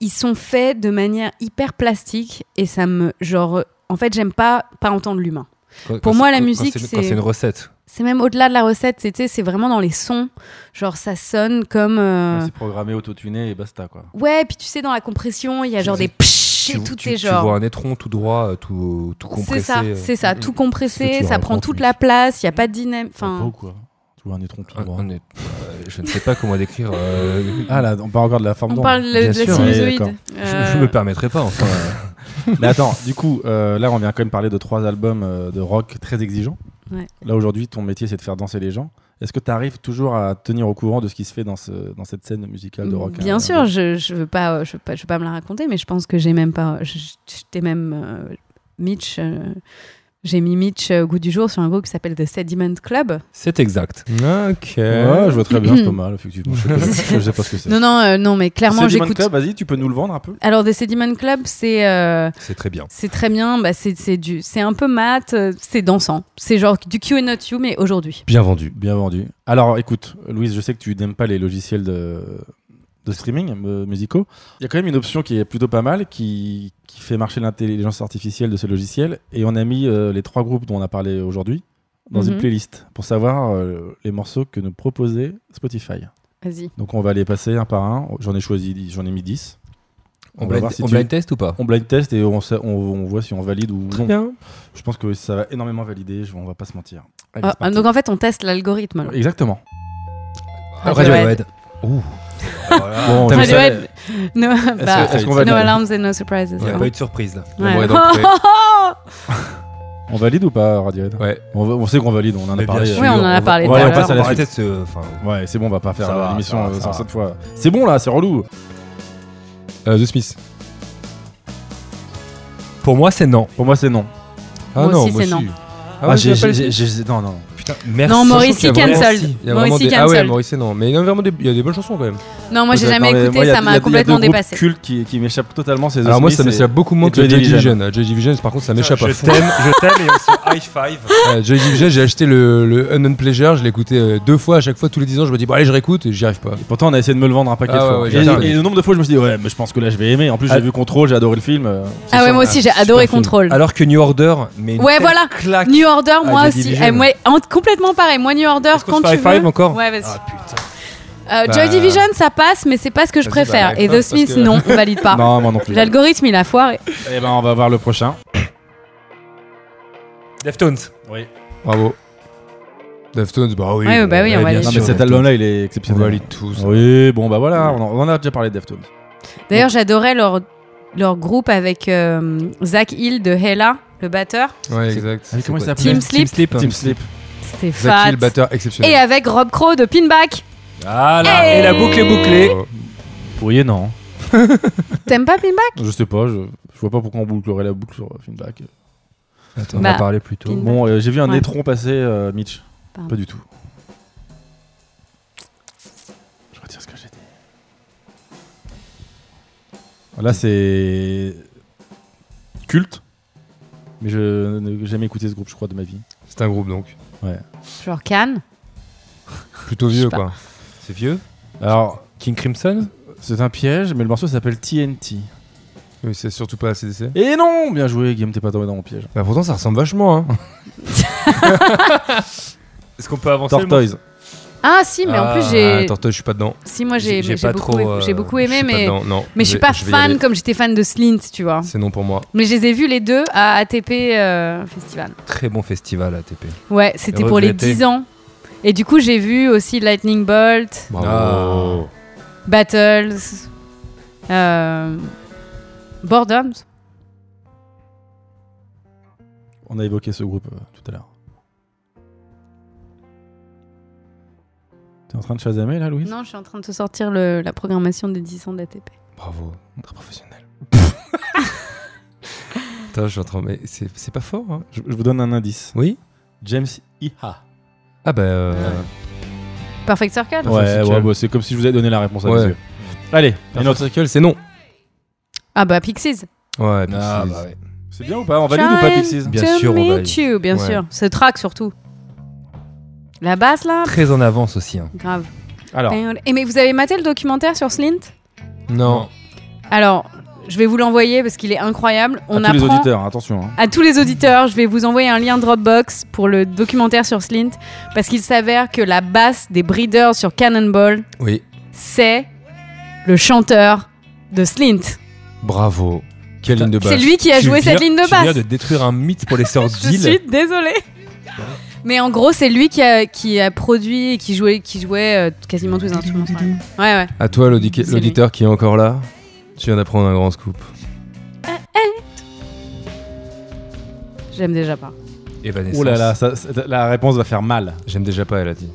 Speaker 5: Ils sont faits de manière hyper plastique et ça me. Genre, en fait, j'aime pas pas entendre l'humain.
Speaker 2: Quand-
Speaker 5: Pour
Speaker 2: quand
Speaker 5: moi,
Speaker 2: c'est-
Speaker 5: la
Speaker 2: quand
Speaker 5: musique,
Speaker 2: une-
Speaker 5: c'est-
Speaker 2: Quand c'est une recette.
Speaker 5: C'est même au-delà de la recette, c'est tu sais, c'est vraiment dans les sons. Genre, ça sonne comme. euh,
Speaker 4: C'est programmé, autotuné et basta quoi.
Speaker 5: Ouais, puis tu sais, dans la compression, il y a genre des psh et
Speaker 2: tu,
Speaker 5: tout
Speaker 2: tu-
Speaker 5: est
Speaker 2: tu
Speaker 5: genre.
Speaker 2: vois un étron tout droit, euh, tout, tout compressé.
Speaker 5: C'est ça,
Speaker 2: euh,
Speaker 5: c'est ça,
Speaker 2: mm, mm.
Speaker 5: tout
Speaker 2: Parce que
Speaker 5: compressé,
Speaker 2: tu
Speaker 5: ça prend
Speaker 2: racontes,
Speaker 5: toute
Speaker 2: mais-
Speaker 5: la place, il y a pas de dynamique.
Speaker 4: Enfin,
Speaker 5: Enfin,
Speaker 4: quoi. Tu vois un étron tout
Speaker 2: Un-
Speaker 4: droit.
Speaker 2: Ah, un é- euh, je ne sais pas comment décrire. euh,
Speaker 4: Ah là, on parle encore de la forme
Speaker 5: on
Speaker 4: d'onde.
Speaker 5: parle de,
Speaker 2: bien
Speaker 5: de la
Speaker 2: sûr,
Speaker 4: ouais,
Speaker 5: sinusoïde.
Speaker 4: d'accord.
Speaker 5: Euh,
Speaker 2: je, je me permettrai pas. Enfin, euh,
Speaker 4: Mais attends, du coup, euh, là, on vient quand même parler de trois albums euh, de rock très exigeants.
Speaker 5: Ouais.
Speaker 4: Là, aujourd'hui, ton métier, c'est de faire danser les gens. Est-ce que tu arrives toujours à tenir au courant de ce qui se fait dans, ce, dans cette scène musicale de rock
Speaker 5: Bien
Speaker 4: hein,
Speaker 5: sûr, je je veux pas, euh, je veux pas, je veux pas me la raconter, mais je pense que j'ai même pas, je- je- j'étais même euh, Mitch. euh, j'ai mis Mitch euh, au goût du jour sur un groupe qui s'appelle The Sediment Club.
Speaker 2: c'est exact.
Speaker 3: Ok.
Speaker 4: Ouais, je vois très bien,
Speaker 5: [CLEARS THROAT]
Speaker 4: c'est pas mal, effectivement. Je sais pas, je sais pas ce que c'est.
Speaker 5: Non, non, euh, non, mais
Speaker 4: C'est
Speaker 5: clairement
Speaker 4: Demon
Speaker 5: j'écoute.
Speaker 4: Club, vas-y, tu peux nous le vendre un peu
Speaker 5: Alors The Sediment Club, c'est euh,
Speaker 2: C'est très bien.
Speaker 5: c'est très bien, bah, c'est c'est du, c'est un peu mat, euh, c'est dansant, c'est genre du Q and Not You mais aujourd'hui.
Speaker 3: Bien vendu.
Speaker 4: Bien vendu. Alors, écoute, Louise, je sais que tu n'aimes pas les logiciels de, de streaming euh, musicaux. Il y a quand même une option qui est plutôt pas mal, qui, qui fait marcher l'intelligence artificielle de ce logiciel. Et on a mis euh, les trois groupes dont on a parlé aujourd'hui dans une
Speaker 5: Mhm.
Speaker 4: playlist pour savoir euh, les morceaux que nous proposait Spotify.
Speaker 5: Vas-y.
Speaker 4: Donc, on va les passer un par un. J'en ai choisi, j'en ai mis 10.
Speaker 2: On,
Speaker 4: va
Speaker 2: blind,
Speaker 4: voir si
Speaker 2: on
Speaker 4: tu-
Speaker 2: blind test ou pas
Speaker 4: On blind test et on, sa- on- on voit si on valide ou non.
Speaker 3: Bien.
Speaker 4: Je pense que ça va énormément valider, je- on va pas se mentir. Allez,
Speaker 5: Ah,
Speaker 4: c'est parti.
Speaker 5: donc en fait on teste l'algorithme. alors.
Speaker 4: Exactement.
Speaker 2: Ah, Radiohead.
Speaker 4: Bon,
Speaker 2: t'as
Speaker 4: je
Speaker 2: vu ça
Speaker 5: Radiohead. No, bah,
Speaker 4: est-ce qu'on va
Speaker 5: no
Speaker 4: dire-
Speaker 5: alarms and no surprises.
Speaker 2: Il n'y a
Speaker 5: hein.
Speaker 2: pas eu de surprise.
Speaker 5: Ouais.
Speaker 3: Bon, et donc, ouais.
Speaker 4: On valide ou pas Radiohead
Speaker 3: Ouais.
Speaker 4: on, va- on sait qu'on valide, on en a
Speaker 2: Mais bien
Speaker 4: parlé.
Speaker 2: sûr,
Speaker 5: Oui, on en a
Speaker 2: va-
Speaker 5: parlé
Speaker 2: on
Speaker 4: tout à
Speaker 2: va
Speaker 4: l'heure.
Speaker 2: passer à la
Speaker 4: Arrêtez
Speaker 2: suite. Euh, enfin,
Speaker 4: Ouais, c'est bon, on va pas faire
Speaker 2: Ça va, ça
Speaker 4: l'émission
Speaker 2: va,
Speaker 4: euh,
Speaker 2: ça
Speaker 4: 107
Speaker 2: va.
Speaker 4: fois. C'est bon là, c'est relou.
Speaker 3: Euh, The Smith.
Speaker 2: Pour moi, c'est non.
Speaker 4: Pour moi, c'est non.
Speaker 5: Moi aussi, c'est non.
Speaker 3: Ah, ouais, j'ai pas les-
Speaker 4: non, non.
Speaker 2: Merci.
Speaker 5: Non,
Speaker 3: Sachant
Speaker 5: Mauricie
Speaker 3: qu'il y a vraiment-
Speaker 5: cancelled.
Speaker 3: Il y a vraiment
Speaker 5: Mauricie
Speaker 3: des- Ah ouais,
Speaker 5: cancelled.
Speaker 3: Maurice, non. Mais il y a vraiment des... il y a des bonnes chansons quand même.
Speaker 5: Non, moi j'ai
Speaker 4: Peut-être,
Speaker 5: jamais
Speaker 4: non, mais
Speaker 5: écouté,
Speaker 4: moi, il y a-
Speaker 5: ça
Speaker 4: il y a-
Speaker 5: m'a complètement
Speaker 4: Il y a deux
Speaker 5: dépassé.
Speaker 4: groupes cultes qui, qui m'échappent totalement, c'est The
Speaker 3: Alors Ah, moi,
Speaker 4: Smith
Speaker 3: ça
Speaker 4: et-
Speaker 3: m'échappe beaucoup moins
Speaker 4: et
Speaker 3: que
Speaker 4: Joy
Speaker 3: Joy
Speaker 4: Division.
Speaker 3: Division. Ah, Joy Division, par contre, ça m'échappe à
Speaker 2: je
Speaker 3: fond.
Speaker 2: t'aime, je t'aime et on se high five.
Speaker 3: [LAUGHS] Euh, Joy Division, j'ai acheté le, le Unknown Pleasure, je l'ai écouté euh, deux fois à chaque fois, tous les dix ans, je me dis, bon allez, je réécoute et j'y arrive pas.
Speaker 4: Et pourtant, on a essayé de me le vendre un paquet
Speaker 3: Ah
Speaker 4: de
Speaker 3: ouais,
Speaker 4: fois.
Speaker 3: ouais,
Speaker 4: et,
Speaker 3: j'ai-
Speaker 4: et le nombre de fois, je me suis dit, ouais, mais je pense que là, je vais aimer. En plus, j'ai
Speaker 2: Ah.
Speaker 4: vu Control, j'ai adoré le film. euh,
Speaker 5: Ah ouais, [LAUGHS] moi
Speaker 2: un
Speaker 5: aussi j'ai adoré
Speaker 2: film.
Speaker 5: Control.
Speaker 2: Alors que New Order, mais une
Speaker 5: Ouais,
Speaker 2: telle
Speaker 5: voilà.
Speaker 2: claque.
Speaker 5: New Order,
Speaker 2: Ah,
Speaker 5: moi
Speaker 2: Joy
Speaker 5: aussi.
Speaker 2: Division.
Speaker 5: Eh, moi, en- complètement pareil. Moi, New Order,
Speaker 2: Est-ce qu'on
Speaker 5: quand
Speaker 2: se fait
Speaker 5: tu
Speaker 2: high
Speaker 5: veux.
Speaker 2: five encore
Speaker 5: Ouais, vas-y.
Speaker 2: Ah putain.
Speaker 5: Euh,
Speaker 3: Bah,
Speaker 5: Joy Division, ça passe, mais c'est pas ce que je
Speaker 3: vas-y, bah,
Speaker 5: préfère.
Speaker 3: high
Speaker 5: Et
Speaker 3: five,
Speaker 5: The Smith,
Speaker 3: parce que-
Speaker 5: non, on valide pas.
Speaker 4: Non, moi non plus.
Speaker 5: L'algorithme, il a foiré.
Speaker 4: Eh ben, on va voir le prochain.
Speaker 2: Deftones.
Speaker 4: Oui.
Speaker 3: Bravo. Deftones, bah oui.
Speaker 5: Ouais, bah oui, on va
Speaker 3: bien
Speaker 5: aller
Speaker 4: Non, mais
Speaker 3: sûr,
Speaker 4: cet
Speaker 3: Deftones.
Speaker 4: album-là, il est
Speaker 3: On Ah, va
Speaker 4: exceptionnel.
Speaker 3: aller tous.
Speaker 4: Oui, bon, bah voilà, on en- on en a déjà parlé de Deftones.
Speaker 5: D'ailleurs, j'adorais leur, leur groupe avec euh, Zach Hill de Hella, le batteur.
Speaker 3: Ouais, exact.
Speaker 4: Ah, mais comment il
Speaker 3: C'est quoi
Speaker 4: s'appelait
Speaker 5: Team Sleep.
Speaker 4: Team Sleep.
Speaker 5: C'était
Speaker 3: Zach
Speaker 5: fat.
Speaker 3: Hill, batteur
Speaker 5: Et
Speaker 3: exceptionnel.
Speaker 5: avec Rob Crow de Pinback.
Speaker 2: Voilà.
Speaker 5: Hey
Speaker 2: Et la boucle est bouclée.
Speaker 3: Oh.
Speaker 4: Pourriez non.
Speaker 5: T'aimes pas Pinback
Speaker 4: Je sais pas, je, je vois pas pourquoi on bouclerait la boucle sur Finback.
Speaker 2: Attends, on
Speaker 5: Bah,
Speaker 2: a parlé plus tôt.
Speaker 5: Pinback.
Speaker 4: Bon, euh, j'ai vu un
Speaker 5: Ouais.
Speaker 4: étron passer, euh, Mitch.
Speaker 5: Pardon.
Speaker 4: Pas du tout. Je retire ce que j'ai dit. Là, c'est culte, mais je n'ai jamais écouté ce groupe, je crois, de ma vie.
Speaker 3: C'est un groupe donc.
Speaker 5: Genre Cannes.
Speaker 3: Plutôt
Speaker 5: Je sais
Speaker 3: vieux
Speaker 5: pas.
Speaker 3: quoi.
Speaker 2: C'est vieux
Speaker 4: Alors,
Speaker 2: King Crimson
Speaker 4: c'est un piège, mais le morceau s'appelle TNT.
Speaker 3: Oui, c'est surtout pas ACDC.
Speaker 4: Et non, bien joué, Guillaume, t'es pas tombé dans mon piège.
Speaker 3: Bah pourtant, ça ressemble vachement.
Speaker 5: [LAUGHS]
Speaker 3: Hein.
Speaker 2: Est-ce qu'on peut avancer
Speaker 4: Tortoise.
Speaker 5: Ah, si, mais en plus,
Speaker 3: Ah,
Speaker 5: j'ai.
Speaker 3: Tortoise, je suis pas dedans.
Speaker 5: Si, moi, j'ai
Speaker 2: J'ai- j'ai
Speaker 5: j'ai
Speaker 2: pas
Speaker 5: beaucoup,
Speaker 2: trop, euh,
Speaker 5: j'ai beaucoup aimé,
Speaker 3: suis pas
Speaker 5: mais.
Speaker 3: dedans, non.
Speaker 5: Mais je suis
Speaker 3: vais-
Speaker 5: pas
Speaker 3: vais y
Speaker 5: fan
Speaker 3: aller.
Speaker 5: comme j'étais fan de Slint, tu vois.
Speaker 3: C'est non pour moi.
Speaker 5: Mais je les ai vus les deux à ATP euh, Festival.
Speaker 2: Très bon festival ATP.
Speaker 5: Ouais, c'était pour les
Speaker 2: Regretté.
Speaker 5: 10 ans. Et du coup, j'ai vu aussi Lightning Bolt,
Speaker 3: Bravo.
Speaker 5: Battles, euh, Boredoms.
Speaker 4: On a évoqué ce groupe euh, tout à l'heure. T'es en train de chasamer là, Louise
Speaker 5: Non, je suis en train de te sortir le- la programmation des 10 ans d'ATP.
Speaker 3: Bravo. Très professionnel. [LAUGHS] Putain, je suis en train. Mais c'est c'est pas fort. Hein.
Speaker 4: je, je vous donne un indice.
Speaker 3: Oui.
Speaker 4: James Iha.
Speaker 3: Ah bah. euh,
Speaker 5: Perfect Circle
Speaker 4: Ouais,
Speaker 3: Perfect
Speaker 4: ouais,
Speaker 3: Circle.
Speaker 4: bah, c'est comme si je vous avais donné la réponse à
Speaker 3: Ouais.
Speaker 4: mes yeux. Allez, une autre.
Speaker 3: Circle, c'est non.
Speaker 5: Ah bah Pixies.
Speaker 3: Ouais.
Speaker 2: Ah,
Speaker 3: Pixies.
Speaker 2: bah ouais.
Speaker 4: C'est bien ou pas On valide ou pas
Speaker 5: Trying
Speaker 4: Pixies
Speaker 2: Bien
Speaker 5: to
Speaker 2: sûr, on va
Speaker 5: meet
Speaker 2: y-
Speaker 5: you, bien
Speaker 3: Ouais.
Speaker 5: sûr. Ce track surtout. La basse là,
Speaker 2: Très en avance aussi. hein.
Speaker 5: grave.
Speaker 4: Alors,
Speaker 5: Et mais vous avez maté le documentaire sur Slint
Speaker 3: Non.
Speaker 5: Alors, Je vais vous l'envoyer parce qu'il est incroyable. On
Speaker 4: à tous les
Speaker 5: apprend
Speaker 4: auditeurs, attention. hein.
Speaker 5: à tous les auditeurs, je vais vous envoyer un lien Dropbox pour le documentaire sur Slint parce qu'il s'avère que la basse des Breeders sur Cannonball,
Speaker 3: Oui.
Speaker 5: c'est le chanteur de Slint.
Speaker 3: Bravo. Quelle ligne de basse.
Speaker 5: C'est lui qui a
Speaker 2: Tu
Speaker 5: joué cette
Speaker 2: viens-
Speaker 5: ligne de
Speaker 2: Tu viens
Speaker 5: basse.
Speaker 2: de détruire un mythe
Speaker 5: [LAUGHS]
Speaker 2: pour les sœurs
Speaker 5: Je
Speaker 2: d'île.
Speaker 5: suis désolée. Mais en gros, c'est lui qui a, qui a produit et qui jouait, qui jouait euh, quasiment tous les instruments. sur l'album. Ouais, ouais.
Speaker 3: À toi, l'audi-
Speaker 5: C'est
Speaker 3: l'auditeur qui est encore là. Tu viens d'apprendre un grand scoop.
Speaker 5: J'aime déjà pas.
Speaker 3: Evanescence.
Speaker 4: Ouh là là, ça- ça- la réponse va faire mal.
Speaker 3: J'aime déjà pas, elle a dit.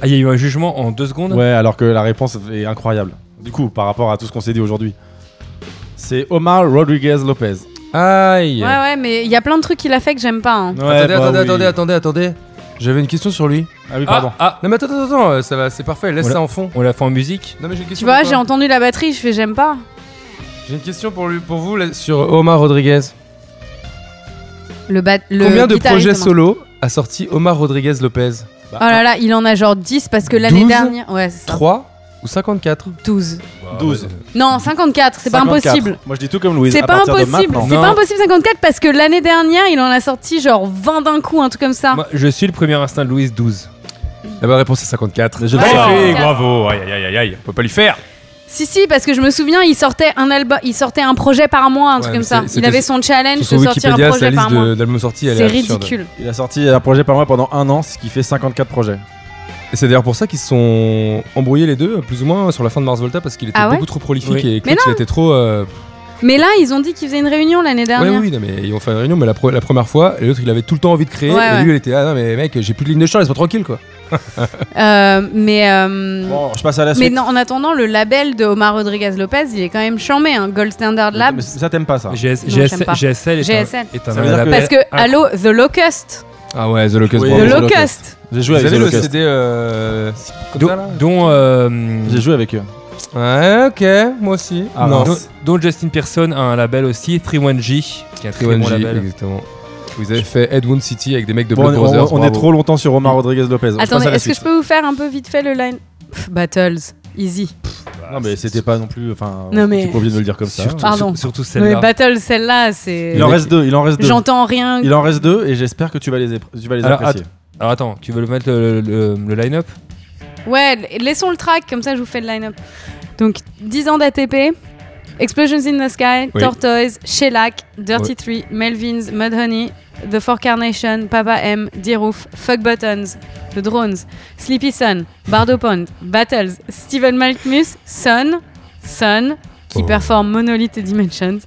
Speaker 2: Ah, il y a eu un jugement en deux secondes
Speaker 4: Ouais, alors que la réponse est incroyable. Du coup, par rapport à tout ce qu'on s'est dit aujourd'hui, c'est Omar Rodriguez Lopez.
Speaker 3: Aïe
Speaker 5: Ouais, ouais, mais il y a plein de trucs qu'il a fait que j'aime pas. hein.
Speaker 3: Attendez, attendez, attendez, attendez, attendez. J'avais une question sur lui.
Speaker 4: bah Ah oui, pardon.
Speaker 2: Ah, ah,
Speaker 3: Non mais attends, attends, attends, euh, ça va, c'est parfait, laisse
Speaker 2: Voilà.
Speaker 3: ça en fond.
Speaker 2: on l'a fait en musique
Speaker 3: Non mais j'ai une question.
Speaker 5: Tu vois,
Speaker 3: pour
Speaker 5: j'ai
Speaker 3: toi.
Speaker 5: entendu la batterie, je fais j'aime pas.
Speaker 3: J'ai une question pour lui, pour vous là, sur Omar Rodriguez.
Speaker 5: Le bat, le
Speaker 3: Combien de
Speaker 5: guitariste,
Speaker 3: projets
Speaker 5: moi.
Speaker 3: solo a sorti Omar Rodriguez Lopez
Speaker 5: Oh là là, il en a genre 10 parce que l'année
Speaker 3: 12?
Speaker 5: dernière. Ouais, c'est ça.
Speaker 3: 3 ou 54
Speaker 5: 12.
Speaker 4: 12.
Speaker 5: Non, 54, c'est pas
Speaker 4: 54.
Speaker 5: impossible.
Speaker 4: Moi je dis tout comme Louise.
Speaker 5: C'est
Speaker 4: à
Speaker 5: pas
Speaker 4: partir de
Speaker 5: impossible,
Speaker 4: maintenant.
Speaker 5: c'est
Speaker 3: Non.
Speaker 5: pas impossible 54 parce que l'année dernière il en a sorti genre 20 d'un coup, un truc comme ça.
Speaker 2: Moi, je suis le premier instinct de Louise 12.
Speaker 3: La bonne Eh ben, réponse est 54.
Speaker 4: Je le
Speaker 5: Ouais.
Speaker 4: sais.
Speaker 5: fait,
Speaker 3: bravo, aïe aïe aïe aïe, on peut pas lui faire.
Speaker 5: Si si parce que je me souviens il sortait un album, il sortait un projet par mois, un truc
Speaker 3: Ouais,
Speaker 5: comme
Speaker 3: mais
Speaker 5: ça.
Speaker 3: c'est-
Speaker 5: Il
Speaker 3: c'était
Speaker 5: avait
Speaker 3: sur-
Speaker 5: son
Speaker 3: Sur
Speaker 5: challenge
Speaker 3: son
Speaker 5: de sortir un
Speaker 3: Wikipédia, sa
Speaker 5: projet
Speaker 3: liste
Speaker 5: par mois.
Speaker 3: de- d'albums sortis, elle est
Speaker 5: C'est
Speaker 3: absurde.
Speaker 5: ridicule.
Speaker 4: Il a sorti un projet par mois pendant un an, ce qui fait 54 projets.
Speaker 3: Et c'est d'ailleurs pour ça qu'ils se sont embrouillés les deux, plus ou moins, sur la fin de Mars Volta, parce qu'il était
Speaker 5: Ah ouais
Speaker 3: beaucoup trop prolifique
Speaker 2: Oui.
Speaker 3: et Klutz, il était trop. euh,
Speaker 5: Mais là ils ont dit qu'ils faisaient une réunion l'année
Speaker 3: Ouais,
Speaker 5: dernière.
Speaker 3: oui, non, mais ils ont fait une réunion, mais la, pro- la première fois, et l'autre, il avait tout le temps envie de créer,
Speaker 5: Ouais,
Speaker 3: et
Speaker 5: ouais.
Speaker 3: lui, il était, ah non, mais mec, j'ai plus de ligne de chant, laisse-moi tranquille, quoi.
Speaker 5: Euh, mais euh,
Speaker 4: Bon, je passe à la
Speaker 5: mais
Speaker 4: suite.
Speaker 5: non, en attendant le label de Omar Rodriguez Lopez il est quand même chambé, hein, Gold Standard
Speaker 4: Mais-
Speaker 5: Lab.
Speaker 4: mais ça t'aime pas ça.
Speaker 2: GS,
Speaker 5: Non, j'aime pas.
Speaker 2: GSL est
Speaker 5: GSL.
Speaker 2: un, est un
Speaker 4: Ah. Ça veut dire que-
Speaker 2: label.
Speaker 5: Parce que,
Speaker 2: Ah.
Speaker 5: allô, The Locust.
Speaker 3: Ah ouais, The Locust
Speaker 4: Oui.
Speaker 5: The
Speaker 4: Bravo, The Locust.
Speaker 5: Locust.
Speaker 4: J'ai joué avec
Speaker 3: Vous avez
Speaker 4: The
Speaker 3: le
Speaker 4: Locust.
Speaker 3: CD euh, comme
Speaker 2: dont,
Speaker 3: ça, là
Speaker 2: dont, euh,
Speaker 4: J'ai joué avec eux.
Speaker 3: Ouais, ok, moi aussi.
Speaker 4: Ah,
Speaker 3: non,
Speaker 2: dont- dont Justin Pearson a un label aussi, 31G, qui est un très
Speaker 3: Triwan
Speaker 2: bon
Speaker 3: G,
Speaker 2: label.
Speaker 3: exactement. Vous avez fait Edwood City avec des mecs de
Speaker 4: Bon,
Speaker 3: Blood
Speaker 4: on, on-
Speaker 3: Brothers.
Speaker 4: on est
Speaker 3: bravo.
Speaker 4: trop longtemps sur Omar Rodriguez Lopez. Je passe
Speaker 5: Attendez,
Speaker 4: à la
Speaker 5: est-ce que je
Speaker 4: suite.
Speaker 5: peux vous faire un peu vite fait le line Pff, Battles, easy.
Speaker 4: Non, mais c'était pas non plus. Enfin,
Speaker 5: Non, mais-
Speaker 4: t'es pas obligé de le dire comme ça.
Speaker 2: Surtout,
Speaker 5: Pardon.
Speaker 2: sur- surtout
Speaker 5: Mais
Speaker 2: celle-là.
Speaker 5: Battles, celle-là, c'est.
Speaker 4: Il en reste deux. Il en reste deux.
Speaker 5: J'entends rien.
Speaker 4: Il en reste deux et j'espère que tu vas les, épr- tu vas les
Speaker 2: Alors,
Speaker 4: apprécier.
Speaker 2: Alors attends, tu veux le mettre le, le- le- le line-up
Speaker 5: Ouais, l- laissons le track, comme ça je vous fais le line-up. Donc, 10 ans d'ATP, Explosions in the Sky,
Speaker 3: Oui.
Speaker 5: Tortoise, Shellac, Dirty 3, Melvins, Mudhoney, The Four Carnation, Papa M, D-Roof, Fuck Buttons, The Drones, Sleepy Sun, Bardo Pond, Battles, Steven Malkmus, Sun, Sun, qui
Speaker 3: Oh.
Speaker 5: performe Monolith et Dimensions,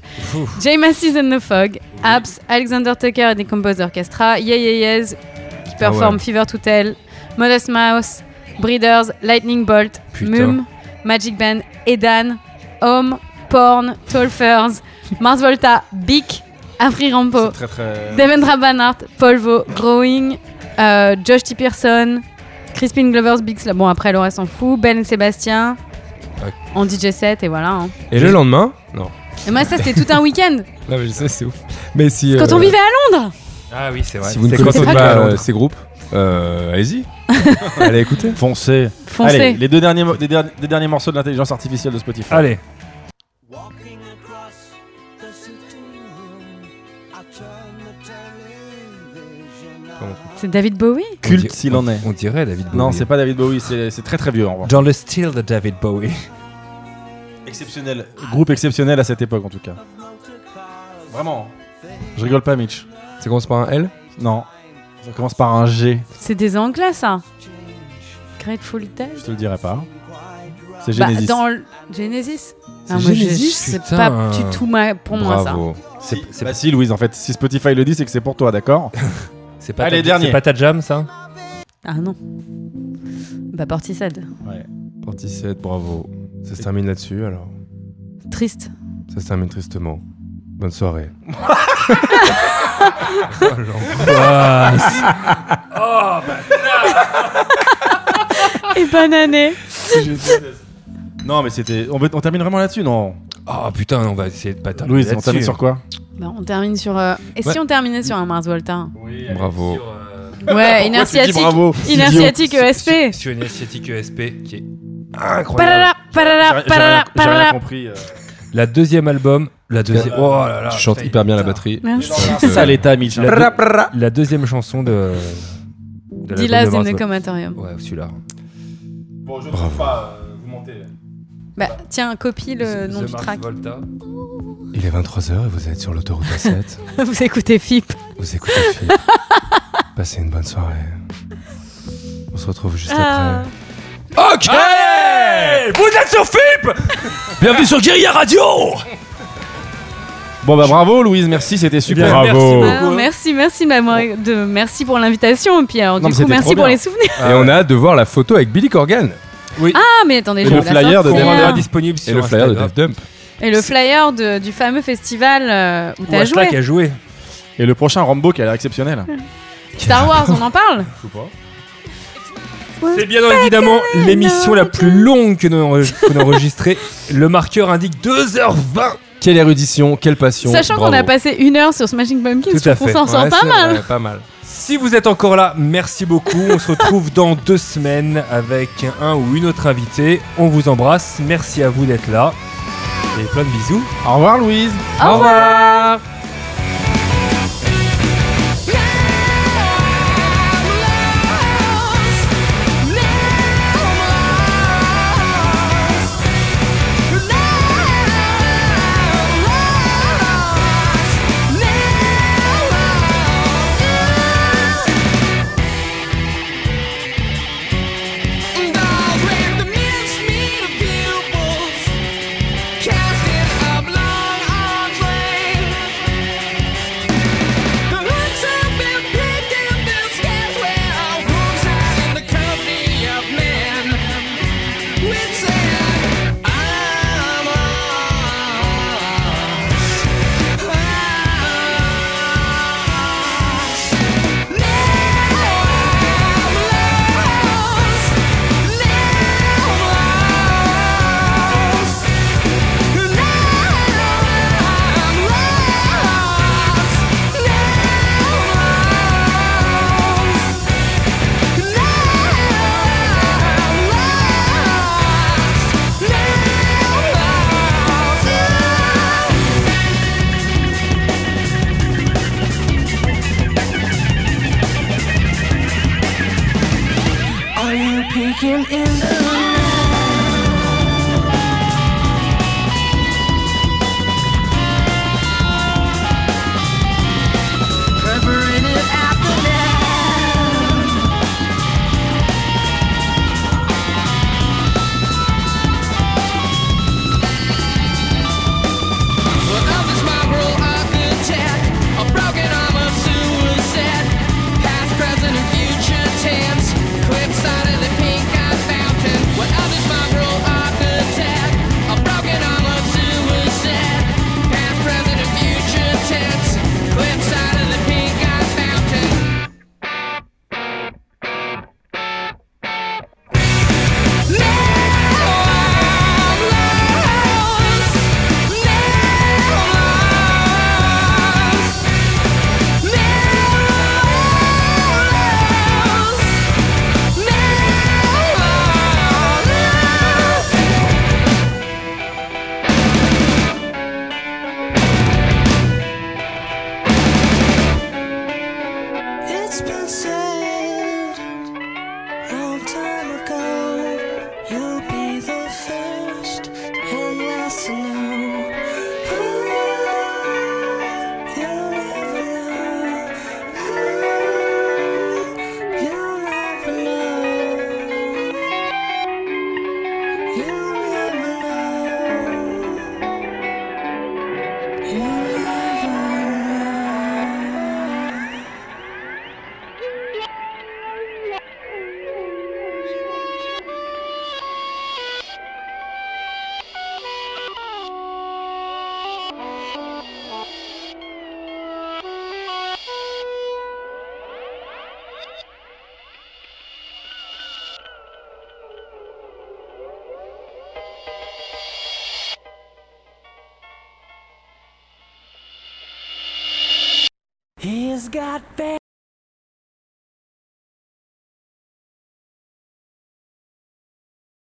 Speaker 5: Jay Massis and the Fog, Apps, Alexander Tucker et Decomposed Orchestra, Yeah Yeah Yeahs, qui
Speaker 4: Ah
Speaker 5: performe Fever to Tell, Modest Mouse, Breeders, Lightning Bolt,
Speaker 3: Putain.
Speaker 5: Mum, Magic Band, Edan, Home, Porn,
Speaker 4: [LAUGHS]
Speaker 5: Tolfers, Mars Volta, Bic, Afri Rampo,
Speaker 4: C'est très très.
Speaker 5: Devendra Banhart, Polvo, Growing, euh, Josh T. Pearson, Crispin Glover's Bix, là, bon après Laura s'en fout, Ben et Sébastien,
Speaker 3: Ouais.
Speaker 5: en DJ set et voilà. hein.
Speaker 3: Ah Et le lendemain Non.
Speaker 5: Et moi ça c'était tout
Speaker 4: [LAUGHS]
Speaker 5: un week-end,
Speaker 3: Non, mais je sais, c'est ouf. Mais si.
Speaker 5: quand
Speaker 3: euh,
Speaker 5: on vivait à Londres
Speaker 2: Ah oui, c'est vrai.
Speaker 3: Si vous ne
Speaker 2: C'est
Speaker 3: connaissez
Speaker 2: quand on
Speaker 3: pas
Speaker 2: va à
Speaker 3: euh,
Speaker 2: Londres.
Speaker 3: ces groupes, euh, allez-y. allez écouter.
Speaker 4: Foncez.
Speaker 5: Foncez.
Speaker 4: Allez, les deux derniers, mo- les derni- les derniers morceaux de l'intelligence artificielle de Spotify.
Speaker 2: Allez,
Speaker 6: Walking across the sitting room, I turn the television
Speaker 3: Comment
Speaker 6: on.
Speaker 5: C'est David Bowie
Speaker 2: On
Speaker 4: Culte
Speaker 2: di-
Speaker 4: s'il en est.
Speaker 2: on dirait David Bowie.
Speaker 4: Non, c'est pas David Bowie, c'est c'est très très vieux en vrai.
Speaker 2: Dans le style de David Bowie.
Speaker 4: Exceptionnel. Groupe exceptionnel à cette époque en tout cas. Vraiment. hein. Je rigole pas, Mitch.
Speaker 3: Ça commence par un L
Speaker 4: Non. Ça commence par un G,
Speaker 5: C'est des Anglais ça Grateful Dead
Speaker 4: je te le dirai pas. C'est
Speaker 5: Bah,
Speaker 4: Genesis.
Speaker 5: dans le- Genesis
Speaker 2: C'est
Speaker 5: Non, moi, je-
Speaker 2: Genesis,
Speaker 5: je- C'est
Speaker 2: putain.
Speaker 5: pas du tout ma- pour moi ça.
Speaker 3: Bravo.
Speaker 4: C'est
Speaker 2: C'est- c'est-
Speaker 4: bah si, Louise, en fait, si Spotify le dit, c'est que c'est pour toi, [LAUGHS] d'accord
Speaker 2: C'est pas,
Speaker 4: Allez,
Speaker 2: ta-
Speaker 4: dernier.
Speaker 2: c'est pas ta jam, [LAUGHS] ça
Speaker 5: Ah non. Bah Portishead.
Speaker 3: Portishead,
Speaker 4: [LAUGHS]
Speaker 3: bravo. Ça se termine là-dessus, alors.
Speaker 5: Triste.
Speaker 3: Ça se termine tristement. Bonne soirée.
Speaker 5: [LAUGHS]
Speaker 2: Ah,
Speaker 5: Et bonne année.
Speaker 4: Non, mais c'était. On, veut- on termine vraiment là-dessus, non
Speaker 2: Oh putain, on va essayer de pas terminer
Speaker 4: Louise, on
Speaker 2: là-dessus.
Speaker 4: termine sur quoi
Speaker 5: Bon, on termine sur. euh, Et
Speaker 3: Ouais.
Speaker 5: si on terminait sur un Mars Volta
Speaker 3: bravo.
Speaker 2: euh,
Speaker 5: Ouais, une
Speaker 4: dis
Speaker 5: asiatique.
Speaker 4: bravo
Speaker 5: Une
Speaker 4: idiot
Speaker 5: asiatique
Speaker 2: Sur-
Speaker 5: ESP.
Speaker 2: Sur une asiatique ESP qui est incroyable.
Speaker 5: Parara,
Speaker 4: J'ai-
Speaker 5: parara,
Speaker 4: J'ai
Speaker 5: parara,
Speaker 4: rien, j'ai rien
Speaker 5: parara.
Speaker 4: compris. euh.
Speaker 2: La deuxième album, la deuxième. Oh là là,
Speaker 3: Tu chantes hyper bien la batterie.
Speaker 5: Merci.
Speaker 4: [LAUGHS] C'est ça l'état, Mitch.
Speaker 2: La, deux- la deuxième chanson de. de
Speaker 5: Dilas
Speaker 2: l'album
Speaker 5: in
Speaker 2: de
Speaker 5: the
Speaker 2: Vince-
Speaker 5: Comatorium.
Speaker 2: Ouais, celui-là.
Speaker 4: Bon, je
Speaker 3: trouve Bravo.
Speaker 4: pas. euh, Vous montez.
Speaker 5: Bah, tiens, copie le nom du track.
Speaker 3: Il est 23h et vous êtes sur l'autoroute
Speaker 5: [LAUGHS]
Speaker 3: A7.
Speaker 5: Vous écoutez FIP.
Speaker 3: vous écoutez
Speaker 5: [LAUGHS]
Speaker 3: Philippe. Passez une bonne soirée. On se retrouve juste
Speaker 5: Ah.
Speaker 2: Ok Vous êtes sur FIP Bienvenue sur Guerilla Radio
Speaker 4: Bon, bah bravo, Louise, merci, c'était super.
Speaker 2: bien, merci
Speaker 3: Bravo.
Speaker 5: Ah, merci, merci, maman. De, merci pour l'invitation. Et puis, alors,
Speaker 4: Non, mais
Speaker 5: du coup,
Speaker 4: c'était
Speaker 5: merci
Speaker 4: trop
Speaker 5: pour
Speaker 4: bien.
Speaker 5: les souvenirs.
Speaker 3: Et on a hâte de voir la photo avec Billy Corgan
Speaker 5: Ah, mais attendez,
Speaker 4: Et
Speaker 5: je
Speaker 4: le
Speaker 5: vais vous la
Speaker 4: flyer de
Speaker 5: sortir.
Speaker 2: Demandeur
Speaker 4: Demandeur
Speaker 2: disponible
Speaker 3: et
Speaker 2: sur
Speaker 3: le flyer de
Speaker 2: Instagram.
Speaker 3: Daft Dump.
Speaker 5: Et le flyer de- du fameux festival euh, où
Speaker 2: Ou
Speaker 5: t'as
Speaker 2: Ashla qui
Speaker 5: joué.
Speaker 2: a joué.
Speaker 4: Et le prochain Rambo qui a l'air
Speaker 5: [LAUGHS]
Speaker 4: exceptionnel.
Speaker 2: [LAUGHS]
Speaker 5: Star Wars, on en parle
Speaker 2: C'est bien évidemment l'émission la plus longue que nous qu'on a enregistrée. Le marqueur indique 2h20.
Speaker 3: Quelle érudition, quelle passion.
Speaker 5: Sachant qu'on a passé une heure sur Smashing Pumpkins,
Speaker 2: Tout
Speaker 5: je
Speaker 2: à
Speaker 5: trouve
Speaker 2: fait.
Speaker 5: qu'on s'en sort pas mal.
Speaker 3: pas mal.
Speaker 2: Si vous êtes encore là, merci beaucoup. On se retrouve dans deux semaines avec un ou une autre invitée. On vous embrasse. Merci à vous d'être là. Et plein de bisous.
Speaker 4: Au revoir, Louise.
Speaker 5: Au revoir.
Speaker 6: Are you peeking in the Peppering it at the Well, I'm this mongrel architect, a broken arm of suicide, past, present, and future tense, cliffside of the pink-eyed fountain. Well, I'm this mongrel architect, a broken arm of suicide, past, present, and future tense, cliffside of the pink-eyed fountain. It's been said long time ago. You'll be the first and last to know. Ooh, you'll never know. Ooh, you'll never know. You'll never know. You'll never know. He's got bad.